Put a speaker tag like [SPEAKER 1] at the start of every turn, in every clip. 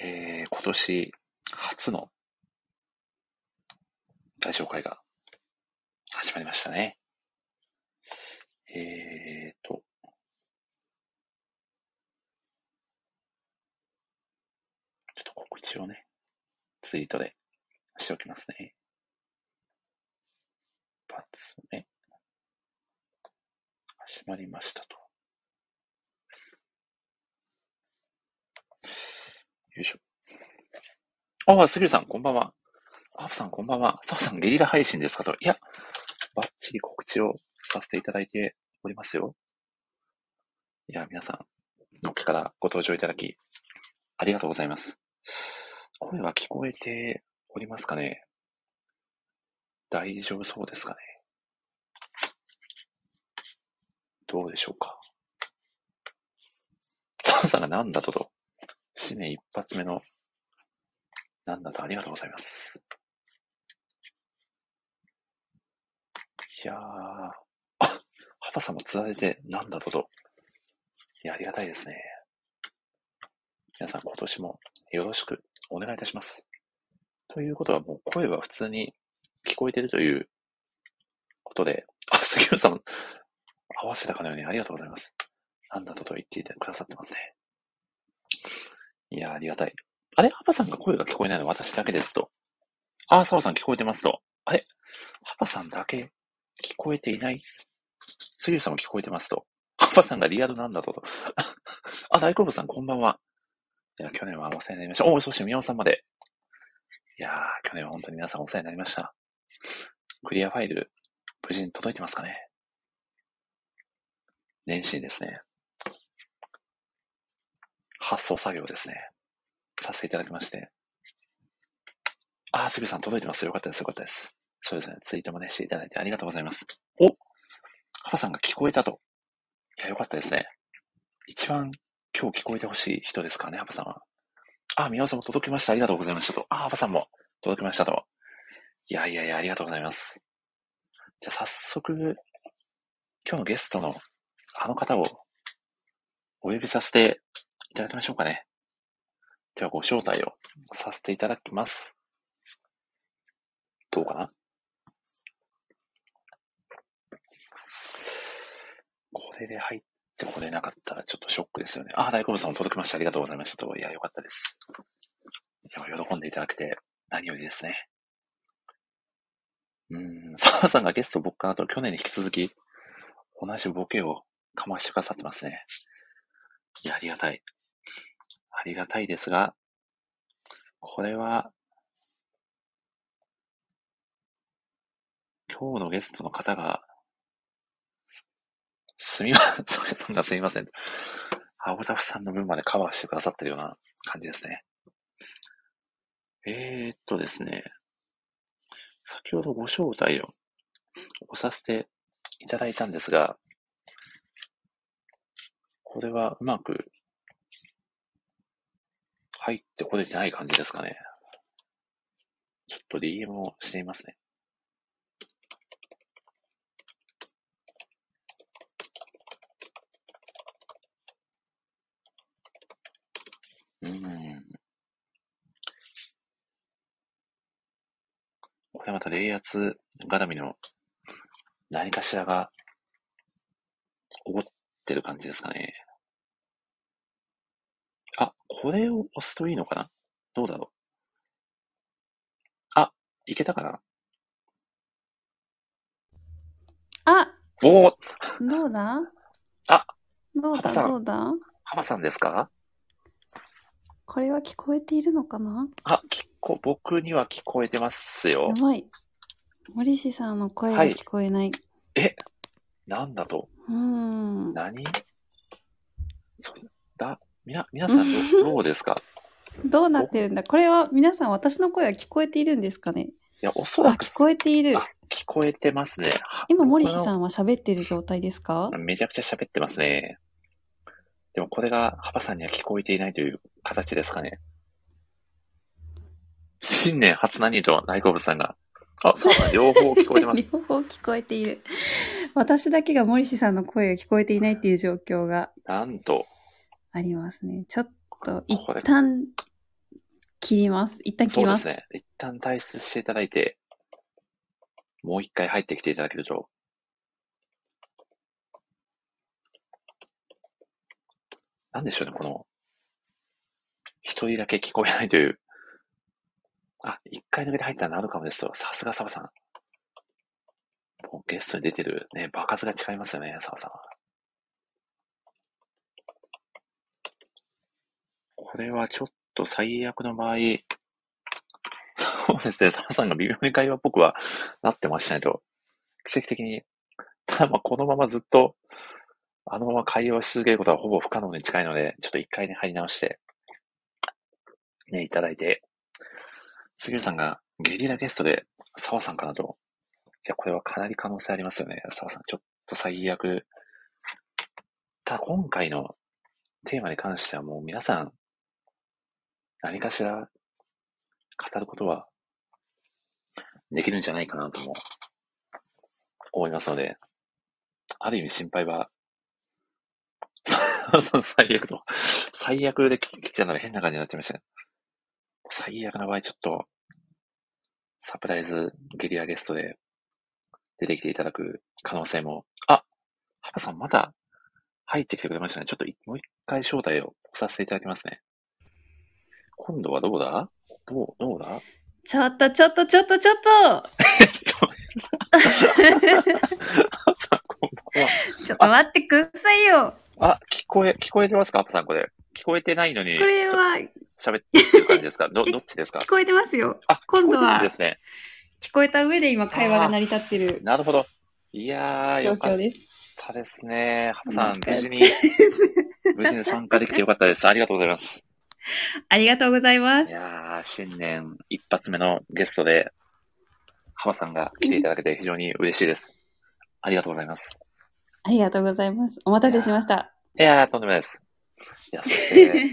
[SPEAKER 1] 今年初のラジオ会が始まりましたね。えーと。ちょっと告知をね、ツイートでしておきますね。一発目。始まりましたと。よいしょ。ああ、すぎるさん、こんばんは。アブさん、こんばんは。サブさん、ゲリラ配信ですかと。いや、バッチリ告知をさせていただいておりますよ。いや、皆さん、のっけからご登場いただき、ありがとうございます。声は聞こえておりますかね大丈夫そうですかねどうでしょうかサムさんがなんだとと、新年一発目の、なんだとありがとうございます。いやー、あ、ハパさんもつられて、なんだとと、いや、ありがたいですね。皆さん今年もよろしくお願いいたします。ということはもう声は普通に聞こえてるということで、あ、杉浦さん、合わせたかのようにありがとうございます。なんだとと言っていてくださってますね。いやー、ありがたい。あれハパさんが声が聞こえないの私だけですと。あー、澤さん聞こえてますと。あれハパさんだけ聞こえていない杉浦さんも聞こえてますと。ハパさんがリアルなんだと と。あ、大好物さんこんばんは。いや、去年はお世話になりました。おーそして宮尾さんまで。いやー、去年は本当に皆さんお世話になりました。クリアファイル、無事に届いてますかね年始にですね、発送作業をですね、させていただきまして。あー、すぐさん届いてます。よかったです。よかったです。そうですね、ツイートもね、していただいてありがとうございます。おハパさんが聞こえたと。いや、よかったですね。一番今日聞こえてほしい人ですからね、ハパさんは。あ、宮尾さんも届きました。ありがとうございましたと。あ、ハパさんも届きましたと。いやいやいや、ありがとうございます。じゃあ早速、今日のゲストのあの方をお呼びさせていただきましょうかね。ではご招待をさせていただきます。どうかなこれで入ってこれなかったらちょっとショックですよね。あ、大好物さんも届きました。ありがとうございましたと。いや、よかったです。いや、喜んでいただけて何よりですね。うーん、澤さんがゲスト僕かなと去年に引き続き同じボケをかましてくださってますね。いや、ありがたい。ありがたいですが、これは、今日のゲストの方が、すみま せん、そんなすみません。青ザフさんの分までカバーしてくださってるような感じですね。えー、っとですね、先ほどご招待をおさせていただいたんですが、これはうまく入ってこれてない感じですかね。ちょっと DM をしてみますね。うーん。これまた冷圧絡みの何かしらが、おごってる感じですかね。あ、これを押すといいのかなどうだろう。あ、いけたかな
[SPEAKER 2] あ、
[SPEAKER 1] おー、
[SPEAKER 2] どうだ
[SPEAKER 1] あ
[SPEAKER 2] どう
[SPEAKER 1] ハパ
[SPEAKER 2] だ
[SPEAKER 1] さん
[SPEAKER 2] どうだ
[SPEAKER 1] 浜さんですか
[SPEAKER 2] これは聞こえているのかな
[SPEAKER 1] あ、聞こ、僕には聞こえてますよ
[SPEAKER 2] や。ばい。森氏さんの声が
[SPEAKER 1] はい
[SPEAKER 2] 聞こえない。
[SPEAKER 1] なんだと
[SPEAKER 2] うーん。
[SPEAKER 1] 何そだ、みな、皆さん どうどうですか
[SPEAKER 2] どうなってるんだこれは皆さん私の声は聞こえているんですかね
[SPEAKER 1] いや、おそ
[SPEAKER 2] あ、
[SPEAKER 1] らく、
[SPEAKER 2] 聞こえている。
[SPEAKER 1] あ、聞こえてますね。は
[SPEAKER 2] 今、森氏さんは喋ってる状態ですか
[SPEAKER 1] めちゃくちゃ喋ってますね。でもこれがハパさんには聞こえていないという形ですかね。新年初何と大好物さんが。あ、そうだ、両方聞こえてます。
[SPEAKER 2] 両方聞こえている。私だけが森氏さんの声が聞こえていないっていう状況が
[SPEAKER 1] なんと、
[SPEAKER 2] ありますね。ちょっと、一
[SPEAKER 1] これ
[SPEAKER 2] 旦、
[SPEAKER 3] 切ります。一旦切
[SPEAKER 1] そ
[SPEAKER 3] り
[SPEAKER 1] うで
[SPEAKER 3] ますす。
[SPEAKER 1] ね。一旦退出していただいて、もう一回入ってきていただけると。なんでしょうね、この、一人だけ聞こえないという。あ、一回抜けて入ったらなるかもですと。さすがサバさん。もうゲストに出てるね、場数が違いますよね、サバさん。これはちょっと最悪の場合、そうですね、サムさんが微妙に会話っぽくはなってましたねと。奇跡的に。ただまあ、このままずっと、あのまま会話し続けることはほぼ不可能に近いので、ちょっと一回ね、入り直して、ね、いただいて、杉浦さんがゲリラゲストで澤さんかなと。じゃあこれはかなり可能性ありますよね。澤さん、ちょっと最悪。ただ今回のテーマに関してはもう皆さん、何かしら語ることはできるんじゃないかなとも思いますので、ある意味心配は、 その最悪の、最悪で切っちゃうのが変な感じになってましたね。最悪の場合、ちょっと、サプライズゲリラゲストで出てきていただく可能性も、あハパさんまた入ってきてくれましたね。ちょっといもう一回招待をさせていただきますね。今度はどうだどう、どうだ
[SPEAKER 3] ちょっとちょっとちょっと ちょっと
[SPEAKER 1] ハパさん、こんばんは。
[SPEAKER 3] ちょっと待ってくださいよ
[SPEAKER 1] あ、聞こえ、聞こえてますかアップさん、これ。聞こえてないのに、
[SPEAKER 3] これは
[SPEAKER 1] 喋ってる感じですかど、どっちですか
[SPEAKER 3] 聞こえてますよ
[SPEAKER 1] あ、
[SPEAKER 3] 今度
[SPEAKER 1] 聞
[SPEAKER 3] は
[SPEAKER 1] こえてるんですね。
[SPEAKER 3] 聞こえた上で今会話が成り立ってる
[SPEAKER 1] なるほど。いやー、
[SPEAKER 3] 状
[SPEAKER 1] よかっ
[SPEAKER 3] 況です。
[SPEAKER 1] たですね。ハプさん、
[SPEAKER 3] よか
[SPEAKER 1] 無
[SPEAKER 3] った
[SPEAKER 1] 事 に、無事に参加できてよかったです。ありがとうございます。
[SPEAKER 3] ありがとうございま
[SPEAKER 1] い
[SPEAKER 3] す。
[SPEAKER 1] やー、新年一発目のゲストで、ハパさんが来ていただけて非常に嬉しいです。ありがとうございます。
[SPEAKER 3] ありがとうございます。お待たせしま した。
[SPEAKER 1] いやー、とんでもないです。いや、そ して、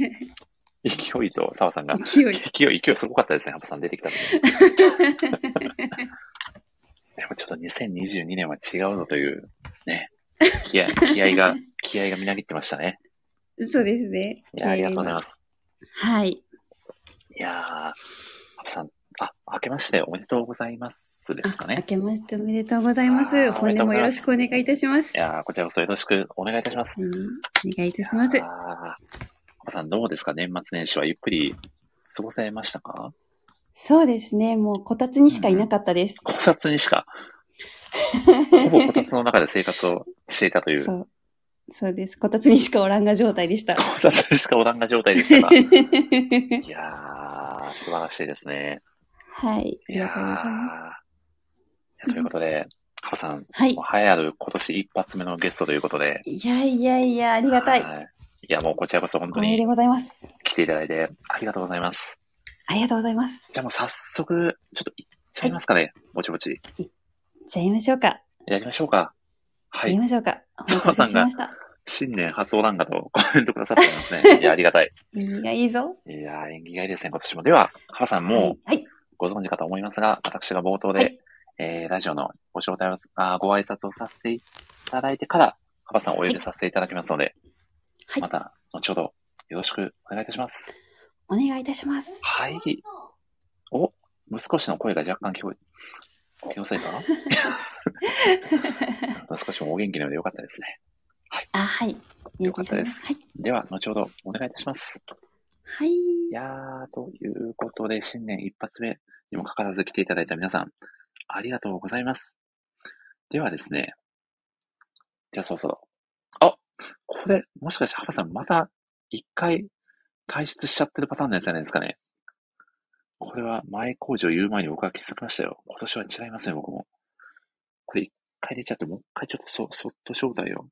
[SPEAKER 1] 勢いと澤さんが、
[SPEAKER 3] 勢い。
[SPEAKER 1] 勢い、勢いすごかったですね、ハパさん出てきた時でもちょっと2022年は違うのという、ね、気合気合が、気合がみなぎってましたね。
[SPEAKER 3] そうですね。
[SPEAKER 1] いや、ありがとうございます。
[SPEAKER 3] す。はい。
[SPEAKER 1] いやー、ハブさん、あ、明けましておめでとうございますですか
[SPEAKER 3] あ、明
[SPEAKER 1] ね。
[SPEAKER 3] けましておめでとうございま
[SPEAKER 1] あ
[SPEAKER 3] す。
[SPEAKER 1] ー
[SPEAKER 3] 本年もよろしくお願いいたします
[SPEAKER 1] い。やー、こちらこそよろしくお願いいたします。
[SPEAKER 3] うんお願いいたします
[SPEAKER 1] いやー。ハブさん、どうですか年末年始はゆっくり過ごせましたか
[SPEAKER 3] そうですね。もう、こたつにしかいなかったです。
[SPEAKER 1] こたつにしか、ほぼこたつの中で生活をしていたという、
[SPEAKER 3] そ
[SPEAKER 1] こ
[SPEAKER 3] う。そうです。こたつにしかおらんが状態で した。
[SPEAKER 1] たつにしかおらんが状態でしたが、いやー、素晴らしいですね。
[SPEAKER 3] はい。あ
[SPEAKER 1] い
[SPEAKER 3] り
[SPEAKER 1] や
[SPEAKER 3] がとうございま
[SPEAKER 1] ーということで、ハブさん、
[SPEAKER 3] す。はい
[SPEAKER 1] も。う栄えある今年一発目のゲストということで、
[SPEAKER 3] いやいやいや、ありがたい。
[SPEAKER 1] はい。いや、もうこちらこそ本当
[SPEAKER 3] おめで
[SPEAKER 1] に
[SPEAKER 3] ございます。
[SPEAKER 1] 来ていただいてありがとうございます。
[SPEAKER 3] ありがとうございます。
[SPEAKER 1] じゃあもう早速、ちょっと行っちゃいますかね。ぼちぼち。
[SPEAKER 3] じゃあ、やりましょうか。
[SPEAKER 1] やりましょうか。は
[SPEAKER 3] やり
[SPEAKER 1] い。
[SPEAKER 3] ましょうか。お
[SPEAKER 1] 澤
[SPEAKER 3] 待
[SPEAKER 1] さ
[SPEAKER 3] た
[SPEAKER 1] ん
[SPEAKER 3] せし
[SPEAKER 1] が
[SPEAKER 3] ました。
[SPEAKER 1] 新年初オランガとコメントくださってますね。いや、ありがたい。
[SPEAKER 3] いいがいいぞ。
[SPEAKER 1] いや、演技がいいですね、今年も。では、原さんもう
[SPEAKER 3] はい。
[SPEAKER 1] ご存知かと思いますが、私が冒頭で、
[SPEAKER 3] はい。
[SPEAKER 1] えー、ラジオのご招待を、あーご挨拶をさせていただいてから、原さんをお呼びさせていただきますので、
[SPEAKER 3] はい
[SPEAKER 1] また、後ほどよろしくお願いいたします。
[SPEAKER 3] お願いいたします。
[SPEAKER 1] はい。お、息子氏の声が若干聞こえ、気のせい か な息子氏もお元気なのでよかったですね。
[SPEAKER 3] あ、はい。
[SPEAKER 1] よかったです
[SPEAKER 3] はい。
[SPEAKER 1] では、後ほどお願いいたします。
[SPEAKER 3] はい。
[SPEAKER 1] いやー、ということで、新年一発目にもかかわらず来ていただいた皆さん、ありがとうございます。ではですね、じゃあそろそろ。あ、これ、もしかして、ハパさん、また一回退出しちゃってるパターンのやつじゃないですかね。これは前工場言う前に僕は気づきましたよ。今年は違いますね、僕も。これ一回出ちゃって、もう一回ちょっとそそっと招待を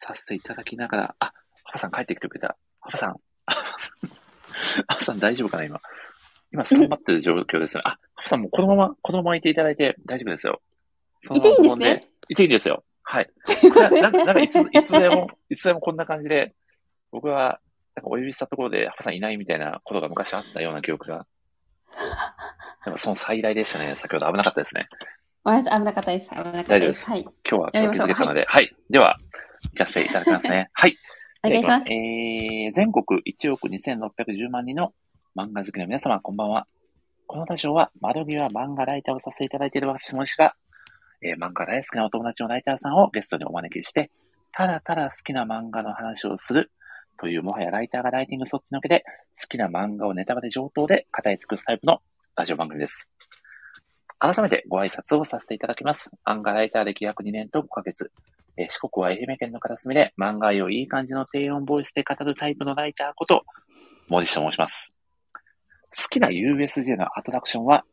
[SPEAKER 1] させていただきながら、あ、ハパさん帰ってきてくれた。ハパさん、 ハパさん大丈夫かな、今。今、スタンバってる状況ですね。あ、ハパさんもうこのまま、このままいていただいて大丈夫ですよ。その
[SPEAKER 3] いていいんですね
[SPEAKER 1] まま飛いていいですよ。はい。なななんかいつ、いつでも、いつでもこんな感じで、僕は、なんかお呼びしたところで、ハパさんいないみたいなことが昔あったような記憶が。でもその最大でしたね。先ほど危なかったですね。
[SPEAKER 3] おやす危なかったです。危なかっ
[SPEAKER 1] 大
[SPEAKER 3] た
[SPEAKER 1] 丈夫
[SPEAKER 3] で
[SPEAKER 1] です
[SPEAKER 3] す。はい。
[SPEAKER 1] 今日は
[SPEAKER 3] やりま
[SPEAKER 1] 気
[SPEAKER 3] し
[SPEAKER 1] づ
[SPEAKER 3] ょう
[SPEAKER 1] けたので、はい、では、行かせていただきますね。はい。
[SPEAKER 3] お願いします。
[SPEAKER 1] えー全国1億2610万人の漫画好きの皆様、こんばんは。このラジオは、窓際漫画ライターをさせていただいている私もしが、えー漫画大好きなお友達のライターさんをゲストにお招きして、ただただ好きな漫画の話をするという、もはやライターがライティングそっちのけで、好きな漫画をネタバレ上等で語り尽くすタイプのラジオ番組です。改めてご挨拶をさせていただきます。漫画ライター歴約2年と5ヶ月。えー四国は愛媛県の片隅で漫画愛をいい感じの低音ボイスで語るタイプのライターこと、森下と申します。好きな USJ のアトラクションは、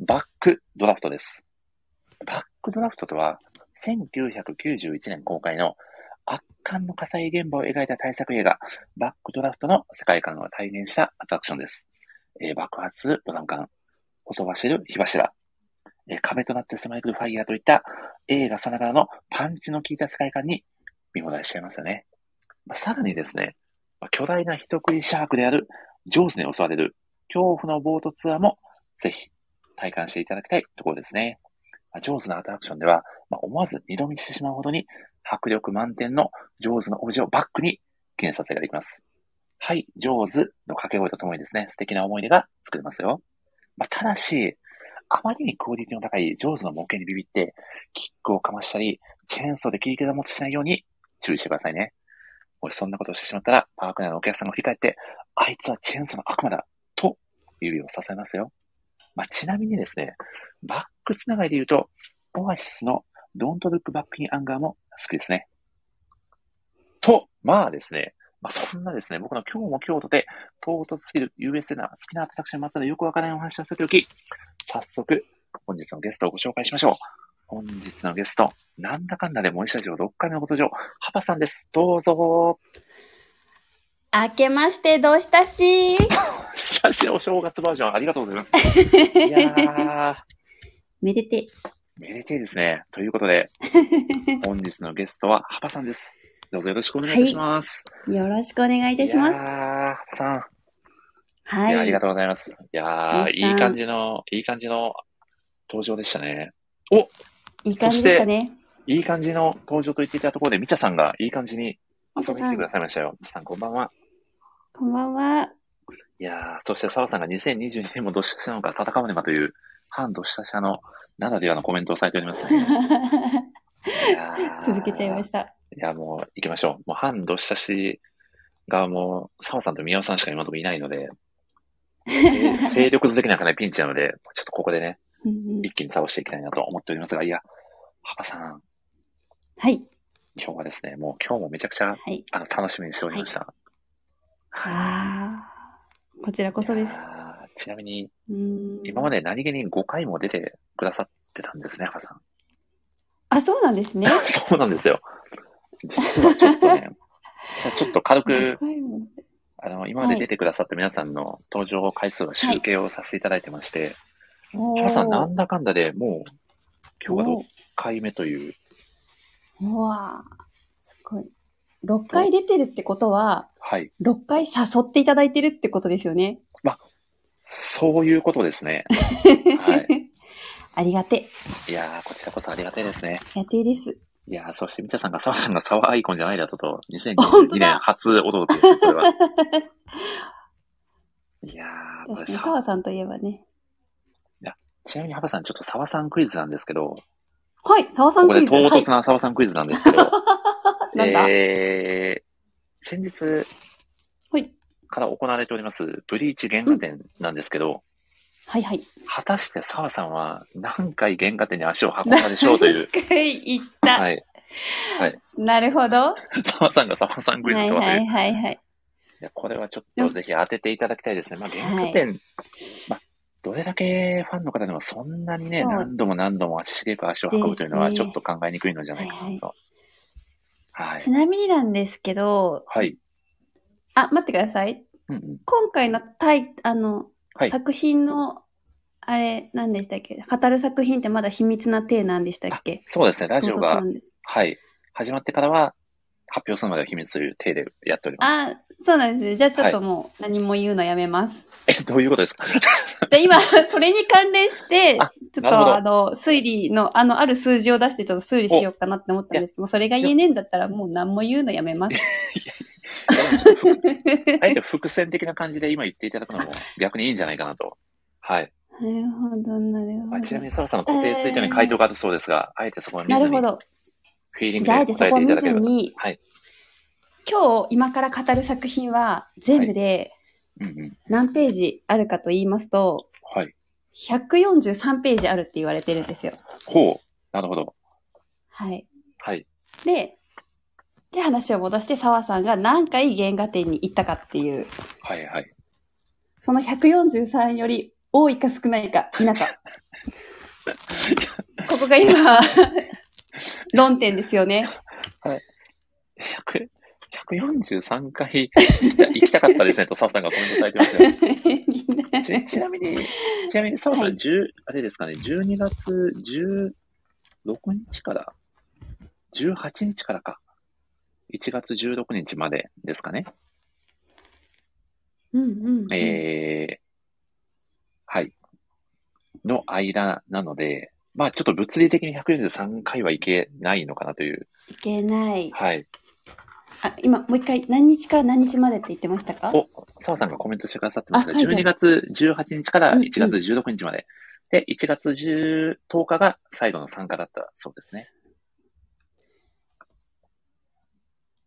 [SPEAKER 1] バックドラフトです。バックドラフトとは、1991年公開の圧巻の火災現場を描いた大作映画、バックドラフトの世界観を体現したアトラクションです。えー爆発するドラム缶、ほとばしる火柱、えー壁となって迫るファイヤーといった映画さながらのパンチの効いた世界観に見放題しちゃいますよね。まあさらにですね、まあ巨大な人食いシャークであるジョーズに襲われる恐怖のボートツアーもぜひ体感していただきたいところですね。まあジョーズのアトラクションでは、まあ思わず二度見してしまうほどに迫力満点のジョーズのオブジェをバックに記念撮影ができます。はい、ジョーズの掛け声とともにですね、素敵な思い出が作れますよ。まあ、ただし、あまりにクオリティの高いジョーズの模型にビビって、キックをかましたり、チェーンソーで切り刻もうとしないように注意してくださいね。もしそんなことをしてしまったら、パーク内のお客さんが振り返って、あいつはチェーンソーの悪魔だと指をささえますよ。まあ、ちなみにですね、バックつながりで言うと、オアシスの Don't Look Back in Anger も好きですね。と、まあですね、まあ、そんなですね、僕の今日も京都で唐突すぎる USA な好きなアトラクションにまつわるよくわからないお話をさせておき、早速、本日のゲストをご紹介しましょう。本日のゲスト、なんだかんだで森下城6回目のご登場、ハパさんです。どうぞ。
[SPEAKER 3] 明けましてどうしたし
[SPEAKER 1] しかし、お正月バージョンありがとうござい ます。いやー、
[SPEAKER 3] めでて。
[SPEAKER 1] めでていですね。ということ で、本日のゲストはハパさんです。どうぞよろしくお願いいたします。
[SPEAKER 3] よろしくお願いい
[SPEAKER 1] い
[SPEAKER 3] たします
[SPEAKER 1] や。ーハパさん、
[SPEAKER 3] はい
[SPEAKER 1] や、あ
[SPEAKER 3] い。
[SPEAKER 1] りがとうございます。いやー、
[SPEAKER 3] 森
[SPEAKER 1] い
[SPEAKER 3] さん
[SPEAKER 1] い感じの、いい感じの登場でしたね。お
[SPEAKER 3] いい感じでしたね。
[SPEAKER 1] いい感じの登場と言っていたところで、みちゃさんがいい感じに遊びに来てくださいましたよ。みちゃさん、こんばんは。
[SPEAKER 3] こんばんは。
[SPEAKER 1] いやー、そして澤さんが2022年もどしたしたのか戦わねばという、反どしたしたのならではのコメントをされております、ね。
[SPEAKER 3] 続けちゃいま
[SPEAKER 1] し
[SPEAKER 3] した。
[SPEAKER 1] た。いや、もう行きましょう。もう反どしたしがもう、澤さんと宮尾さんしか今のところいないので、勢勢力図的にはかなりピンチなので、ちょっとここでね、
[SPEAKER 3] うんうん
[SPEAKER 1] 一気に倒していきたいなと思っておりますが、いや、ハパさん、
[SPEAKER 3] はい。
[SPEAKER 1] 今日はですね、もう今日もめちゃくちゃ
[SPEAKER 3] はい。
[SPEAKER 1] あの楽しみにしておりました。
[SPEAKER 3] あーこちらこそで
[SPEAKER 1] い。
[SPEAKER 3] す
[SPEAKER 1] やー。ちなみに、
[SPEAKER 3] うん
[SPEAKER 1] 今まで何気に5回も出てくださってたんですね、ハパさん。
[SPEAKER 3] あ、そうなんですね。
[SPEAKER 1] そうなんですよ。実はちょっとね、 実はちょっと軽く
[SPEAKER 3] 何、回も
[SPEAKER 1] あの、今まで出てくださった皆さんの登場回数の集計をさせていただいてまして、
[SPEAKER 3] お
[SPEAKER 1] ハ、
[SPEAKER 3] ー
[SPEAKER 1] パ、さんなんだかんだでもう、今日は6回目という、
[SPEAKER 3] おーうわーすごい。6回出てるってことは、
[SPEAKER 1] はい。
[SPEAKER 3] 6回誘っていただいてるってことですよね。
[SPEAKER 1] そういうことです ね。は
[SPEAKER 3] ありがて。
[SPEAKER 1] いやー、こちらこそありがたいですね。
[SPEAKER 3] ありがてえです。
[SPEAKER 1] いやー、そして、みたさんが、沢さんが沢アイコンじゃないだとと、
[SPEAKER 3] 本
[SPEAKER 1] 2022
[SPEAKER 3] 当
[SPEAKER 1] 年
[SPEAKER 3] だ
[SPEAKER 1] 初お届けです、これ は。いやー、こ
[SPEAKER 3] 確
[SPEAKER 1] れ
[SPEAKER 3] かに、
[SPEAKER 1] さ、
[SPEAKER 3] 澤さんといえばね。
[SPEAKER 1] ちなみに、ハバさん、ちょっと沢さんクイズなんですけど、
[SPEAKER 3] はい、澤さ
[SPEAKER 1] こ
[SPEAKER 3] ん
[SPEAKER 1] こ
[SPEAKER 3] ク
[SPEAKER 1] で
[SPEAKER 3] イズ。
[SPEAKER 1] 唐
[SPEAKER 3] はい。
[SPEAKER 1] 突な沢さんクイズなんですけど、
[SPEAKER 3] なんだ、
[SPEAKER 1] えー、先日
[SPEAKER 3] はい。
[SPEAKER 1] から行われております、ブリーチ原画展なんですけど、
[SPEAKER 3] はいはい。
[SPEAKER 1] 果たして沢さんは何回原画展に足を運んだでしょうという、
[SPEAKER 3] 一回言った。
[SPEAKER 1] はい。
[SPEAKER 3] なるほど。は
[SPEAKER 1] 沢さんが沢さんク
[SPEAKER 3] い
[SPEAKER 1] イ
[SPEAKER 3] は
[SPEAKER 1] ズ
[SPEAKER 3] い
[SPEAKER 1] とはという
[SPEAKER 3] はいはい。
[SPEAKER 1] いや、これはちょっ
[SPEAKER 3] う
[SPEAKER 1] と
[SPEAKER 3] ん
[SPEAKER 1] ぜひ当てていただきたいですね。まあ、
[SPEAKER 3] い
[SPEAKER 1] 原画展、まあ、どれだけファンの方でもそんなにね、
[SPEAKER 3] そう
[SPEAKER 1] 何度も何度も足しげく足を運ぶというのは
[SPEAKER 3] で
[SPEAKER 1] ち
[SPEAKER 3] すね
[SPEAKER 1] ょっと考えにくいのじゃないかなと。はい。
[SPEAKER 3] ちなみになんですけど、
[SPEAKER 1] はい。
[SPEAKER 3] あ、待ってください。
[SPEAKER 1] うんうん。
[SPEAKER 3] 今回のタイ、あの、
[SPEAKER 1] はい
[SPEAKER 3] 作品の、あれ、何でしたっけ語る作品ってまだ秘密な体なんでしたっけ
[SPEAKER 1] そうですね、ラジオ
[SPEAKER 3] 唐突
[SPEAKER 1] が
[SPEAKER 3] な、んです
[SPEAKER 1] はい。始まってからは、発表するまでは秘密という体でやっております。
[SPEAKER 3] あ、そうなんですね。じゃあちょっともう何も言うのやめます。
[SPEAKER 1] え、 どういうこと ですか
[SPEAKER 3] で、今、それに関連して
[SPEAKER 1] あ、
[SPEAKER 3] ちょっ
[SPEAKER 1] なるほど
[SPEAKER 3] と、あの、推理の、あの、ある数字を出して、ちょっと推理しようかなって思ったんですけど、それが言えねえんだったら、もう何も言うのやめます。
[SPEAKER 1] あえて伏線的な感じで今言っていただくのも逆にいいんじゃないかなと。はい。
[SPEAKER 3] るほど、 なる
[SPEAKER 1] ま
[SPEAKER 3] ほ
[SPEAKER 1] あ、ちなみに、
[SPEAKER 3] ど。
[SPEAKER 1] サラさんの固定ツイートに回答があるそうですが、あえてそこは見
[SPEAKER 3] な
[SPEAKER 1] ず
[SPEAKER 3] る
[SPEAKER 1] に、フ
[SPEAKER 3] ほ
[SPEAKER 1] ィ
[SPEAKER 3] ど。
[SPEAKER 1] ーリング
[SPEAKER 3] じゃあ、あえて
[SPEAKER 1] で
[SPEAKER 3] そ
[SPEAKER 1] 答え
[SPEAKER 3] こを
[SPEAKER 1] ていた
[SPEAKER 3] 見
[SPEAKER 1] だけ
[SPEAKER 3] ず
[SPEAKER 1] れば。
[SPEAKER 3] に、
[SPEAKER 1] はい。
[SPEAKER 3] 今日今から語る作品は全部で
[SPEAKER 1] うんうん。
[SPEAKER 3] 何ページあるかと言いますと、
[SPEAKER 1] はい。
[SPEAKER 3] 143ページあるって言われてるんですよ。
[SPEAKER 1] ほう。なるほど。
[SPEAKER 3] はい。
[SPEAKER 1] はい。
[SPEAKER 3] で、で、話を戻して、澤さんが何回原画展に行ったかっていう、
[SPEAKER 1] はいはい。
[SPEAKER 3] その143より多いか少ないか、否か。ここが今、論点ですよね。
[SPEAKER 1] 100 143回 行きた行きたかったですねと、澤さんがコメントされてますね。ち ちなみに、ちなみに澤さん、
[SPEAKER 3] はい
[SPEAKER 1] 10あれですかね、12月16日から、18日からか、1月16日までですかね。
[SPEAKER 3] うんうんうん
[SPEAKER 1] えー、はい。の間なので、まあちょっと物理的に143回はいけないのかなという。
[SPEAKER 3] いけない。
[SPEAKER 1] はい。
[SPEAKER 3] あ、今、もう一回、何日から何日までって言ってましたか
[SPEAKER 1] お、澤さんがコメントしてくださってますが、
[SPEAKER 3] あ書いて
[SPEAKER 1] 12
[SPEAKER 3] ある
[SPEAKER 1] 月18日から
[SPEAKER 3] うんうん
[SPEAKER 1] 1月16日まで。で、1月10日が最後の参加だったそうですね。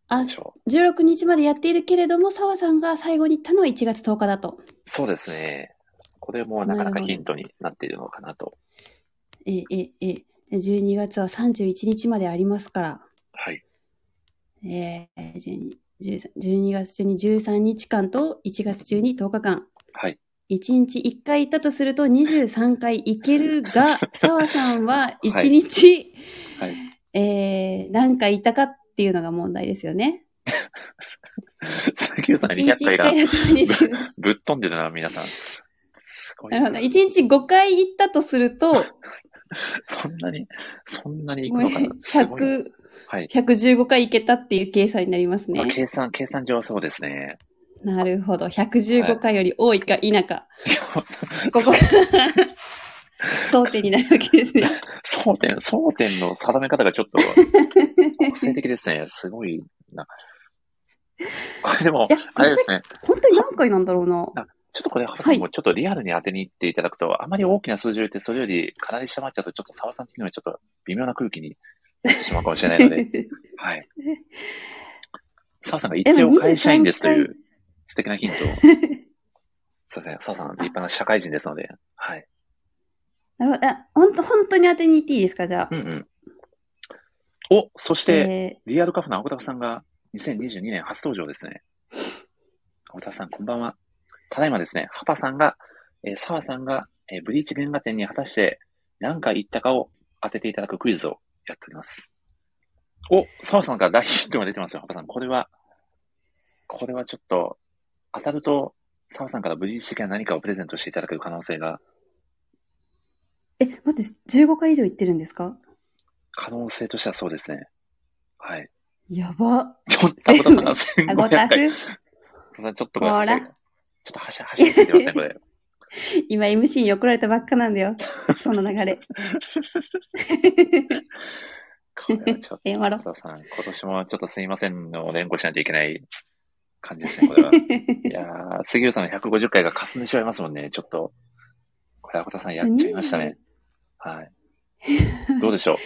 [SPEAKER 3] あ、
[SPEAKER 1] そう
[SPEAKER 3] 16日までやっているけれども、澤さんが最後に行ったのは1月10日だと。
[SPEAKER 1] そうですね。これもなかなか
[SPEAKER 3] なるほど
[SPEAKER 1] ヒントになっているのかなと。
[SPEAKER 3] ええ、ええ、ええ。12月は31日までありますから、
[SPEAKER 1] はい。
[SPEAKER 3] ええ、12 13 12月中に13日間と1月中に10日間。
[SPEAKER 1] はい。
[SPEAKER 3] 1日1回行ったとすると23回行け るが、澤さんは1日、
[SPEAKER 1] はい
[SPEAKER 3] えー何回行ったかっていうのが問題ですよね。
[SPEAKER 1] 鈴木さん
[SPEAKER 3] 1日
[SPEAKER 1] 200回
[SPEAKER 3] 1
[SPEAKER 1] が
[SPEAKER 3] 回だと20。
[SPEAKER 1] ぶっ飛んでるな、皆さん。すごい
[SPEAKER 3] なるほど。1日5回行ったとすると、
[SPEAKER 1] そんなに、そんなに行く
[SPEAKER 3] もう
[SPEAKER 1] のかな。すごいな
[SPEAKER 3] 100、
[SPEAKER 1] はい。
[SPEAKER 3] 115回行けたっていう計算になります
[SPEAKER 1] まあ、
[SPEAKER 3] ね。
[SPEAKER 1] 計算、計算上はそうですね。
[SPEAKER 3] なるほど。115回より多いか否か。ここが争点になるわけですね。
[SPEAKER 1] 争点、争点の定め方がちょ っと、個性的ですね。すごいな。これでも
[SPEAKER 3] いや、
[SPEAKER 1] あれですね。
[SPEAKER 3] 本当に何回なんだろう な。
[SPEAKER 1] ちょっとこれ、ハ
[SPEAKER 3] は
[SPEAKER 1] さん
[SPEAKER 3] い
[SPEAKER 1] もちょっとリアルに当てに行っていただくと、あまり大きな数字を言って、それよりかなり下回っちゃうと、ちょっと沢さん的にはちょっと微妙な空気になってしまうかもしれないの で、はい。沢さんが一応会社員ですという素敵な ヒントを。そうですね。沢さん、立派な社会人ですので、はい。
[SPEAKER 3] なるほど。あ、本当本当に当てに行っていいですか、じゃあ。
[SPEAKER 1] うんうん。お、そして、
[SPEAKER 3] え
[SPEAKER 1] リアルカフェの青田さんが2022年初登場ですね。青田さん、こんばんは。ただいまですね、ハパさんが、えー、サワさんが、えーブリーチ原画展に果たして何回行ったかを当てていただくクイズをやっております。お、サワさんから大ヒントが出てますよ、ハパさん。これは、これはちょっと、当たると、サワさんからブリーチ的な何かをプレゼントしていただける可能性が、
[SPEAKER 3] ーえ、待って、15回以上行ってるんですか
[SPEAKER 1] 可能性としてはそうですね。はい。
[SPEAKER 3] やば。
[SPEAKER 1] ちょっと、青田さんが
[SPEAKER 3] あ、ご
[SPEAKER 1] 1500
[SPEAKER 3] た
[SPEAKER 1] 回
[SPEAKER 3] く。
[SPEAKER 1] さんちょっとこ
[SPEAKER 3] ほ
[SPEAKER 1] れ、
[SPEAKER 3] ら
[SPEAKER 1] ちょっとはしゃ、はしゃいでみてください、これ。
[SPEAKER 3] 今 MC に怒られたばっかなんだよ。その流れ。
[SPEAKER 1] これは ちょっ
[SPEAKER 3] え、笑
[SPEAKER 1] と、さん、今年もちょっとすいませんの連呼しないといけない感じですね、これ は。い
[SPEAKER 3] ろう。
[SPEAKER 1] やー、杉浦さんの150回がかすんでしまいますもんね、ちょっと。これ、アコタさんやっちゃいましたね。はい。どうでしょう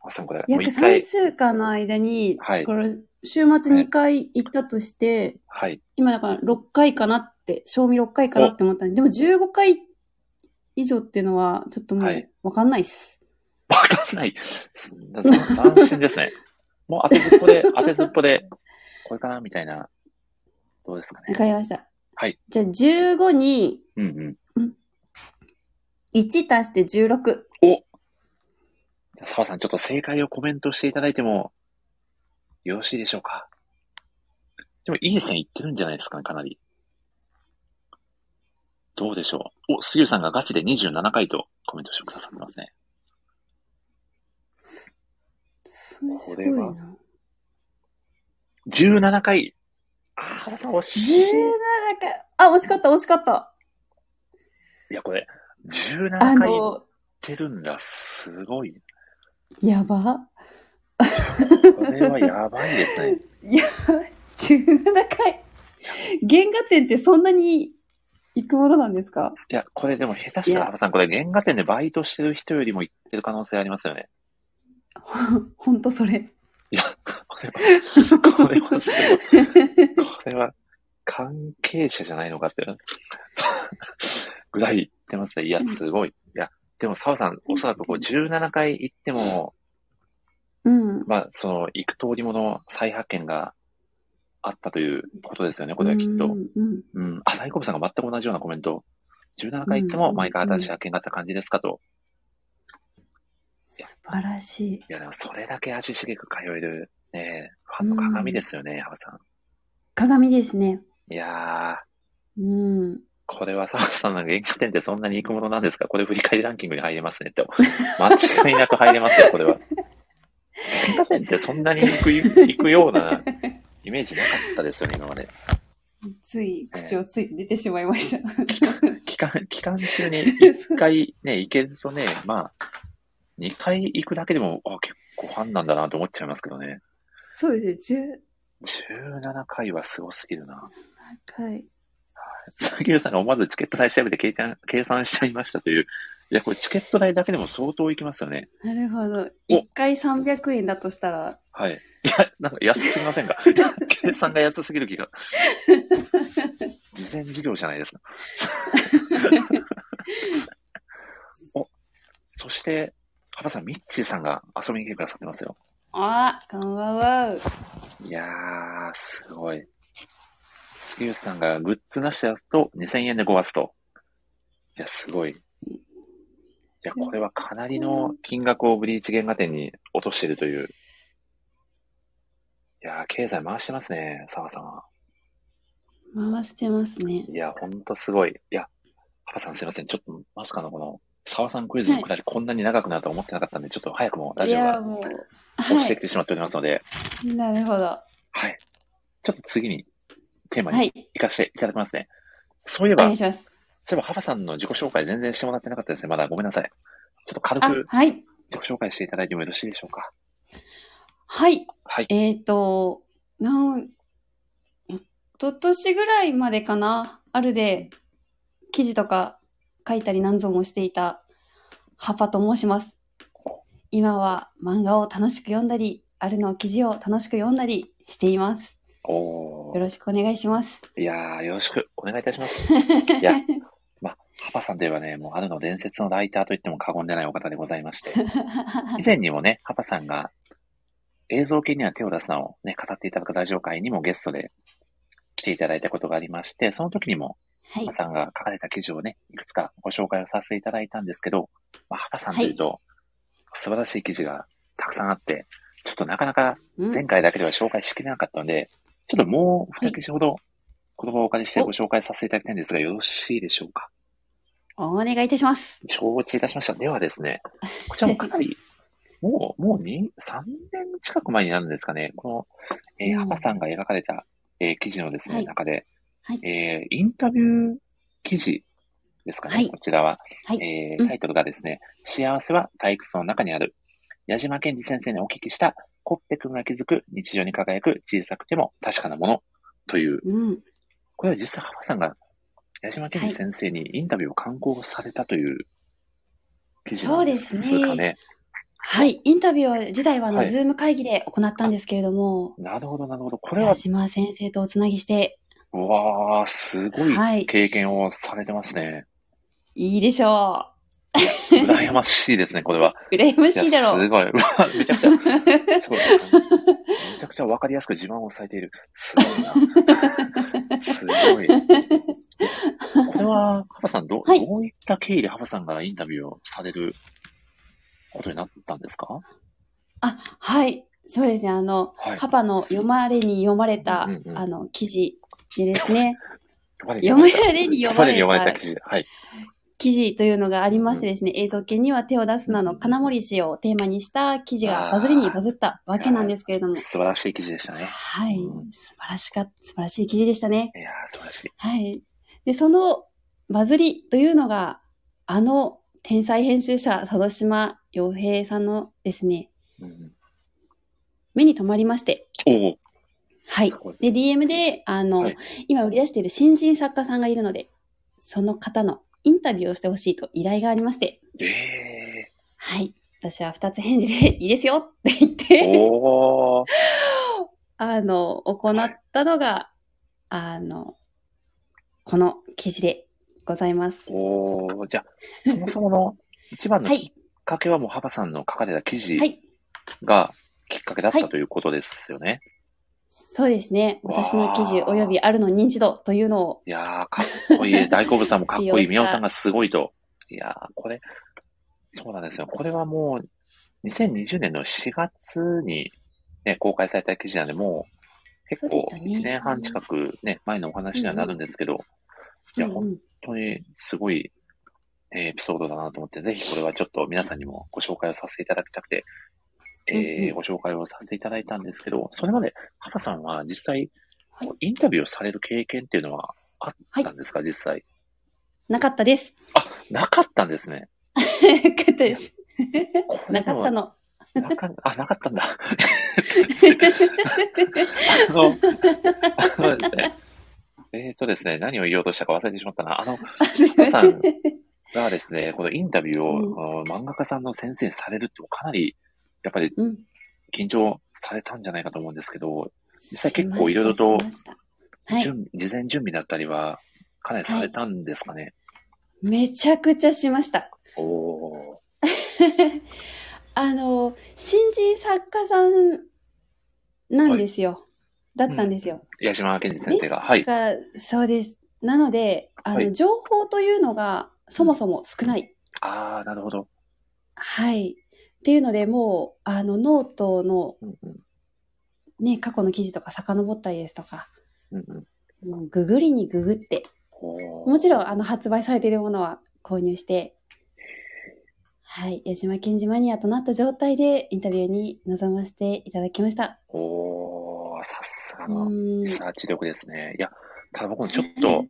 [SPEAKER 1] アコさん、これ、もう
[SPEAKER 3] 約
[SPEAKER 1] 一回
[SPEAKER 3] 3、週間の間に、
[SPEAKER 1] はい
[SPEAKER 3] これ週末2回行ったとして、
[SPEAKER 1] はい。
[SPEAKER 3] 今だから6回かなって、賞味6回かなって思ったんで、でも15回以上っていうのは、ちょっとも
[SPEAKER 1] は
[SPEAKER 3] う
[SPEAKER 1] い
[SPEAKER 3] わかんないっす。
[SPEAKER 1] わかんない。斬新ですね。もう当てずっぽで、当てずっぽで、これかなみたいな。どうですか
[SPEAKER 3] わ、
[SPEAKER 1] ね。
[SPEAKER 3] かりました。
[SPEAKER 1] はい。
[SPEAKER 3] じゃあ15に
[SPEAKER 1] うんうん。
[SPEAKER 3] 1足して16。
[SPEAKER 1] お澤さん、ちょっと正解をコメントしていただいても、よろしいでしょうか。でも、いい線いってるんじゃないですかね、かなり。どうでしょう。お、杉浦さんがガチで27回とコメントしてくださってますね。
[SPEAKER 3] それすごい
[SPEAKER 1] こ
[SPEAKER 3] な。
[SPEAKER 1] 17回あー、澤さん惜しい。
[SPEAKER 3] 17回。あ、惜しかった、惜しかった。
[SPEAKER 1] いや、これ、17
[SPEAKER 3] あ
[SPEAKER 1] 回いっ
[SPEAKER 3] の、
[SPEAKER 1] てるんだ。すごい。
[SPEAKER 3] やば。
[SPEAKER 1] これはやばいですね。
[SPEAKER 3] やばい。 17回。原画展ってそんなに行くものなんですか
[SPEAKER 1] いや、これでも下手した
[SPEAKER 3] いや
[SPEAKER 1] ら、ハバさん、これ原画展でバイトしてる人よりも行ってる可能性ありますよね。
[SPEAKER 3] ほほんとそれ。
[SPEAKER 1] いや、これは、これはすごい。これは、関係者じゃないのかって。 ぐらい行ってますね。いや、すごい。いや、でも、澤さん、おそらくこう17回行っても、
[SPEAKER 3] うん。
[SPEAKER 1] まあ、その、行く通りもの再発見があったということですよね、これはきっと
[SPEAKER 3] う。んうん
[SPEAKER 1] うん。あ、サイコブさんが全く同じようなコメント。17回行って
[SPEAKER 3] う
[SPEAKER 1] も、
[SPEAKER 3] ん
[SPEAKER 1] 毎回新しい発見があった感じですかと。
[SPEAKER 3] 素晴らしい。
[SPEAKER 1] いや、でも、それだけ足しげく通える、ね、ファンの鏡ですよね、ハバさ
[SPEAKER 3] 鏡ですね。
[SPEAKER 1] ん。いやー、
[SPEAKER 3] うん。
[SPEAKER 1] これは澤さんの原画展ってそんなに行くものなんですかこれ振り返りランキングに入れますねって。間違いなく入れますよ、これは。原画展ってそんなに行く、行くようなイメージなかったですよね、今まで。
[SPEAKER 3] つい口をついて出てしまいました。
[SPEAKER 1] 期間、期間中に
[SPEAKER 3] そ
[SPEAKER 1] 一
[SPEAKER 3] う
[SPEAKER 1] 回ね、行けるとね、まあ、二回行くだけでも、あ、結構ファンなんだなと思っちゃいますけどね。
[SPEAKER 3] そうですね。
[SPEAKER 1] 17回はすごすぎるな。
[SPEAKER 3] 17回。
[SPEAKER 1] 佐久さんが思わずチケット代調べて計算計算しちゃいましたという。いや、これチケット代だけでも相当行きますよね。
[SPEAKER 3] なるほど。
[SPEAKER 1] お
[SPEAKER 3] 1回300円だとしたら、
[SPEAKER 1] はい。いや、なんか安すぎま せんか計算が安すぎる気が。事前授業じゃないです か。お、そして、パパさん、ミッチーさんが遊びに来てくださってますよ。
[SPEAKER 3] あこんばんは。
[SPEAKER 1] いやー、すごい。杉内さんがグッズなしだと2000円で5月と。いや、すごい。いや、これはかなりの金額をブリーチ原画展に落としてるという。いやー、経済回してますね、澤さんは。
[SPEAKER 3] 回してますね。
[SPEAKER 1] いや、ほんとすごい。いや、パパさんすいません。ちょっとまさかのこの、澤さんクイズのくだりこんなに長くなるとは思ってなかったんで、ちょっと早くもラ
[SPEAKER 3] い
[SPEAKER 1] ジオ
[SPEAKER 3] や、
[SPEAKER 1] が
[SPEAKER 3] もう。
[SPEAKER 1] 落ち
[SPEAKER 3] は
[SPEAKER 1] てきてしまっておりますので、
[SPEAKER 3] い。なるほど。
[SPEAKER 1] はい。ちょっと次にテーマに
[SPEAKER 3] はい。
[SPEAKER 1] 行かせていただきますね。そういえ
[SPEAKER 3] お
[SPEAKER 1] ば
[SPEAKER 3] 願い、します。
[SPEAKER 1] そういえば、ハバさんの自己紹介全然してもらってなかったですね。まだごめんなさい。ちょっと軽
[SPEAKER 3] あ
[SPEAKER 1] く、
[SPEAKER 3] はい。
[SPEAKER 1] 自己紹介していただいてもよろしいでしょうか。
[SPEAKER 3] はい。
[SPEAKER 1] はい。
[SPEAKER 3] えっ、と、なん、おととしぐらいまでかな、あるで、記事とか書いたり何ぞもしていた、ハパと申します。今は漫画を楽しく読んだり、あるの記事を楽しく読んだりしています。
[SPEAKER 1] お
[SPEAKER 3] よ
[SPEAKER 1] ー。
[SPEAKER 3] ろしくお願いします。
[SPEAKER 1] いやー、よろしくお願いいたします。い や、まあ、ハバさんといえばね、もうあるの伝説のライターと言っても過言でないお方でございま して、以前にもね、ハバさんが映像系には手を出すなをね、語っていただくラジオ会にもゲストで来ていただいたことがありまして、その時にも
[SPEAKER 3] はい
[SPEAKER 1] ハバ。さんが書かれた記事をね、いくつかご紹介をさせていただいたんですけど、まあ、ハバさんというと、素晴らしい記事がたくさんあって、ちょっとなかなか
[SPEAKER 3] うん
[SPEAKER 1] 前回だけでは紹介しきれなかったので、ちょっともう2記事ほど言葉をお借りして
[SPEAKER 3] お
[SPEAKER 1] ご紹介させていただきたいんですが、よろしいでしょうか。
[SPEAKER 3] お願いいたします。
[SPEAKER 1] 承知いたしました。ではですね、こちらもかな り、もう、もう2、3年近く前になるんですかね、この、えー
[SPEAKER 3] うん
[SPEAKER 1] ハバさんが描かれた、えー記事のですね、
[SPEAKER 3] はい
[SPEAKER 1] 中で、
[SPEAKER 3] はい
[SPEAKER 1] えーインタビュー記事ですかね、
[SPEAKER 3] はい
[SPEAKER 1] こちらは、
[SPEAKER 3] はい
[SPEAKER 1] えー
[SPEAKER 3] うん
[SPEAKER 1] タイトルがですね、幸せは退屈の中にある。矢島健二先生にお聞きした、コッペ君が気づく日常に輝く小さくても確かなものという、
[SPEAKER 3] うん。
[SPEAKER 1] これは実際ハバさんが矢島健二先生にインタビューを刊行されたという記事なんですかね。
[SPEAKER 3] そうですねはい。インタビューは自体はあの、
[SPEAKER 1] はい
[SPEAKER 3] ズーム会議で行ったんですけれども、
[SPEAKER 1] なるほど、なるほど。これは
[SPEAKER 3] 矢、島先生とおつなぎして、
[SPEAKER 1] うわー、すご
[SPEAKER 3] はいい
[SPEAKER 1] 経験をされてますね。
[SPEAKER 3] いいでしょう。
[SPEAKER 1] 羨ましいですね、これは。
[SPEAKER 3] 羨ましいだろ
[SPEAKER 1] やす
[SPEAKER 3] う。
[SPEAKER 1] ごい。うわめちゃ くちゃ、すごい。めちゃくちゃわかりやすく自慢をされている。すごいな。すごい。これは、ハバさん、ど、
[SPEAKER 3] はい
[SPEAKER 1] どういった経緯でハバさんがインタビューをされることになったんですか
[SPEAKER 3] あ、はい。そうですね。あの、
[SPEAKER 1] はい
[SPEAKER 3] パパの読まれに読まれた、
[SPEAKER 1] うんうん
[SPEAKER 3] あの、記事でで すね、
[SPEAKER 1] 読まれ
[SPEAKER 3] 読まれに読まれた
[SPEAKER 1] 読まれに読まれた記事。はい。
[SPEAKER 3] 記事というのがありましてですね、映像系には手を出すなの金森氏をテーマにした記事
[SPEAKER 1] あ
[SPEAKER 3] が
[SPEAKER 1] ー
[SPEAKER 3] バズりにバズったわけなんですけれども、
[SPEAKER 1] 素晴らしい記事でしたね。
[SPEAKER 3] はい
[SPEAKER 1] うん。
[SPEAKER 3] 素晴らしか素晴らしい記事でしたね。
[SPEAKER 1] いやー、素晴らしい。
[SPEAKER 3] はい。で、そのバズりというのが、あの天才編集者、佐渡島洋平さんのですね、
[SPEAKER 1] うん
[SPEAKER 3] 目に留まりまして、
[SPEAKER 1] おお、
[SPEAKER 3] はい
[SPEAKER 1] そこ。で
[SPEAKER 3] で、DM で、あの、
[SPEAKER 1] はい
[SPEAKER 3] 今売り出している新人作家さんがいるので、その方のインタビューをしてほしいと依頼がありまして、
[SPEAKER 1] ええ
[SPEAKER 3] はい。私は二つ返事で いいですよって言っ
[SPEAKER 1] ー。
[SPEAKER 3] て、
[SPEAKER 1] おー。
[SPEAKER 3] あの、行ったのが、あの、この記事でございます。
[SPEAKER 1] おー。じゃあ、そもそもの一番の
[SPEAKER 3] は
[SPEAKER 1] き
[SPEAKER 3] い。
[SPEAKER 1] っかけはもう、ハバさんの書かれた記事
[SPEAKER 3] はい。
[SPEAKER 1] がきっかけだっ
[SPEAKER 3] は
[SPEAKER 1] た
[SPEAKER 3] い
[SPEAKER 1] ということですよね。
[SPEAKER 3] そうですね。
[SPEAKER 1] わー
[SPEAKER 3] 私の記事及びあるの認知度というのを、
[SPEAKER 1] い、やー、かっこい い。大好物さんもかっこ
[SPEAKER 3] 利
[SPEAKER 1] い
[SPEAKER 3] 用
[SPEAKER 1] い。
[SPEAKER 3] した
[SPEAKER 1] 宮尾さんがすごいと。いやー、これ、そうなんですよ。これはもう、2020年の4月に、ね、公開された記事なんで、もう、結構
[SPEAKER 3] そうでしたね
[SPEAKER 1] 1年半近くね、前のお話にはなるんですけど、いや、
[SPEAKER 3] うん
[SPEAKER 1] 本
[SPEAKER 3] うん
[SPEAKER 1] 当にすごい、えーエピソードだなと思って、ぜひこれはちょっと皆さんにもご紹介をさせていただきたくて、
[SPEAKER 3] うん
[SPEAKER 1] え
[SPEAKER 3] う
[SPEAKER 1] ー
[SPEAKER 3] ん
[SPEAKER 1] ご紹介をさせていただいたんですけど、それまで、原さんは実際
[SPEAKER 3] はい、
[SPEAKER 1] インタビューをされる経験っていうのはあったんですか、実際。
[SPEAKER 3] なかったです。
[SPEAKER 1] あ、なかったんですね。
[SPEAKER 3] なかったです。
[SPEAKER 1] これ
[SPEAKER 3] な
[SPEAKER 1] で
[SPEAKER 3] かっ
[SPEAKER 1] も
[SPEAKER 3] たの。
[SPEAKER 1] なかあ、なか ったんだ。 あの、そうですね。えっ、とですね、何を言おうとしたか忘れてしまったな。あの、母さんがですね、このインタビューを、
[SPEAKER 3] うん
[SPEAKER 1] この漫画家さんの先生にされるってかなり、やっぱり
[SPEAKER 3] うん。
[SPEAKER 1] 緊張されたんじゃないかと思うんですけど、
[SPEAKER 3] 実
[SPEAKER 1] 際結構いろいろと
[SPEAKER 3] はい。
[SPEAKER 1] 準事前準備だったりは、かなりされたんですかね。
[SPEAKER 3] めちゃくちゃしました。
[SPEAKER 1] おお
[SPEAKER 3] あの、新人作家さんなんですよ。だったんですよ。
[SPEAKER 1] ー。八島健二
[SPEAKER 3] で
[SPEAKER 1] 先生
[SPEAKER 3] す
[SPEAKER 1] が。はい。
[SPEAKER 3] がそうです。なので、あの、
[SPEAKER 1] はい
[SPEAKER 3] 情報というのがそもそも少ない。
[SPEAKER 1] ああ、なるほど。
[SPEAKER 3] はい。っていうので、もう、あの、ノートの
[SPEAKER 1] うんうん。
[SPEAKER 3] ね、過去の記事とか遡ったりですとか、
[SPEAKER 1] うんうん。
[SPEAKER 3] もうググりにググって、
[SPEAKER 1] おー
[SPEAKER 3] もちろん、あの、発売されているものは購入して、はい、矢島健二マニアとなった状態でインタビューに臨ませていただきました。
[SPEAKER 1] おーさすが
[SPEAKER 3] う
[SPEAKER 1] の
[SPEAKER 3] ーん
[SPEAKER 1] リサーチ力ですね。いや、ただ僕もちょっと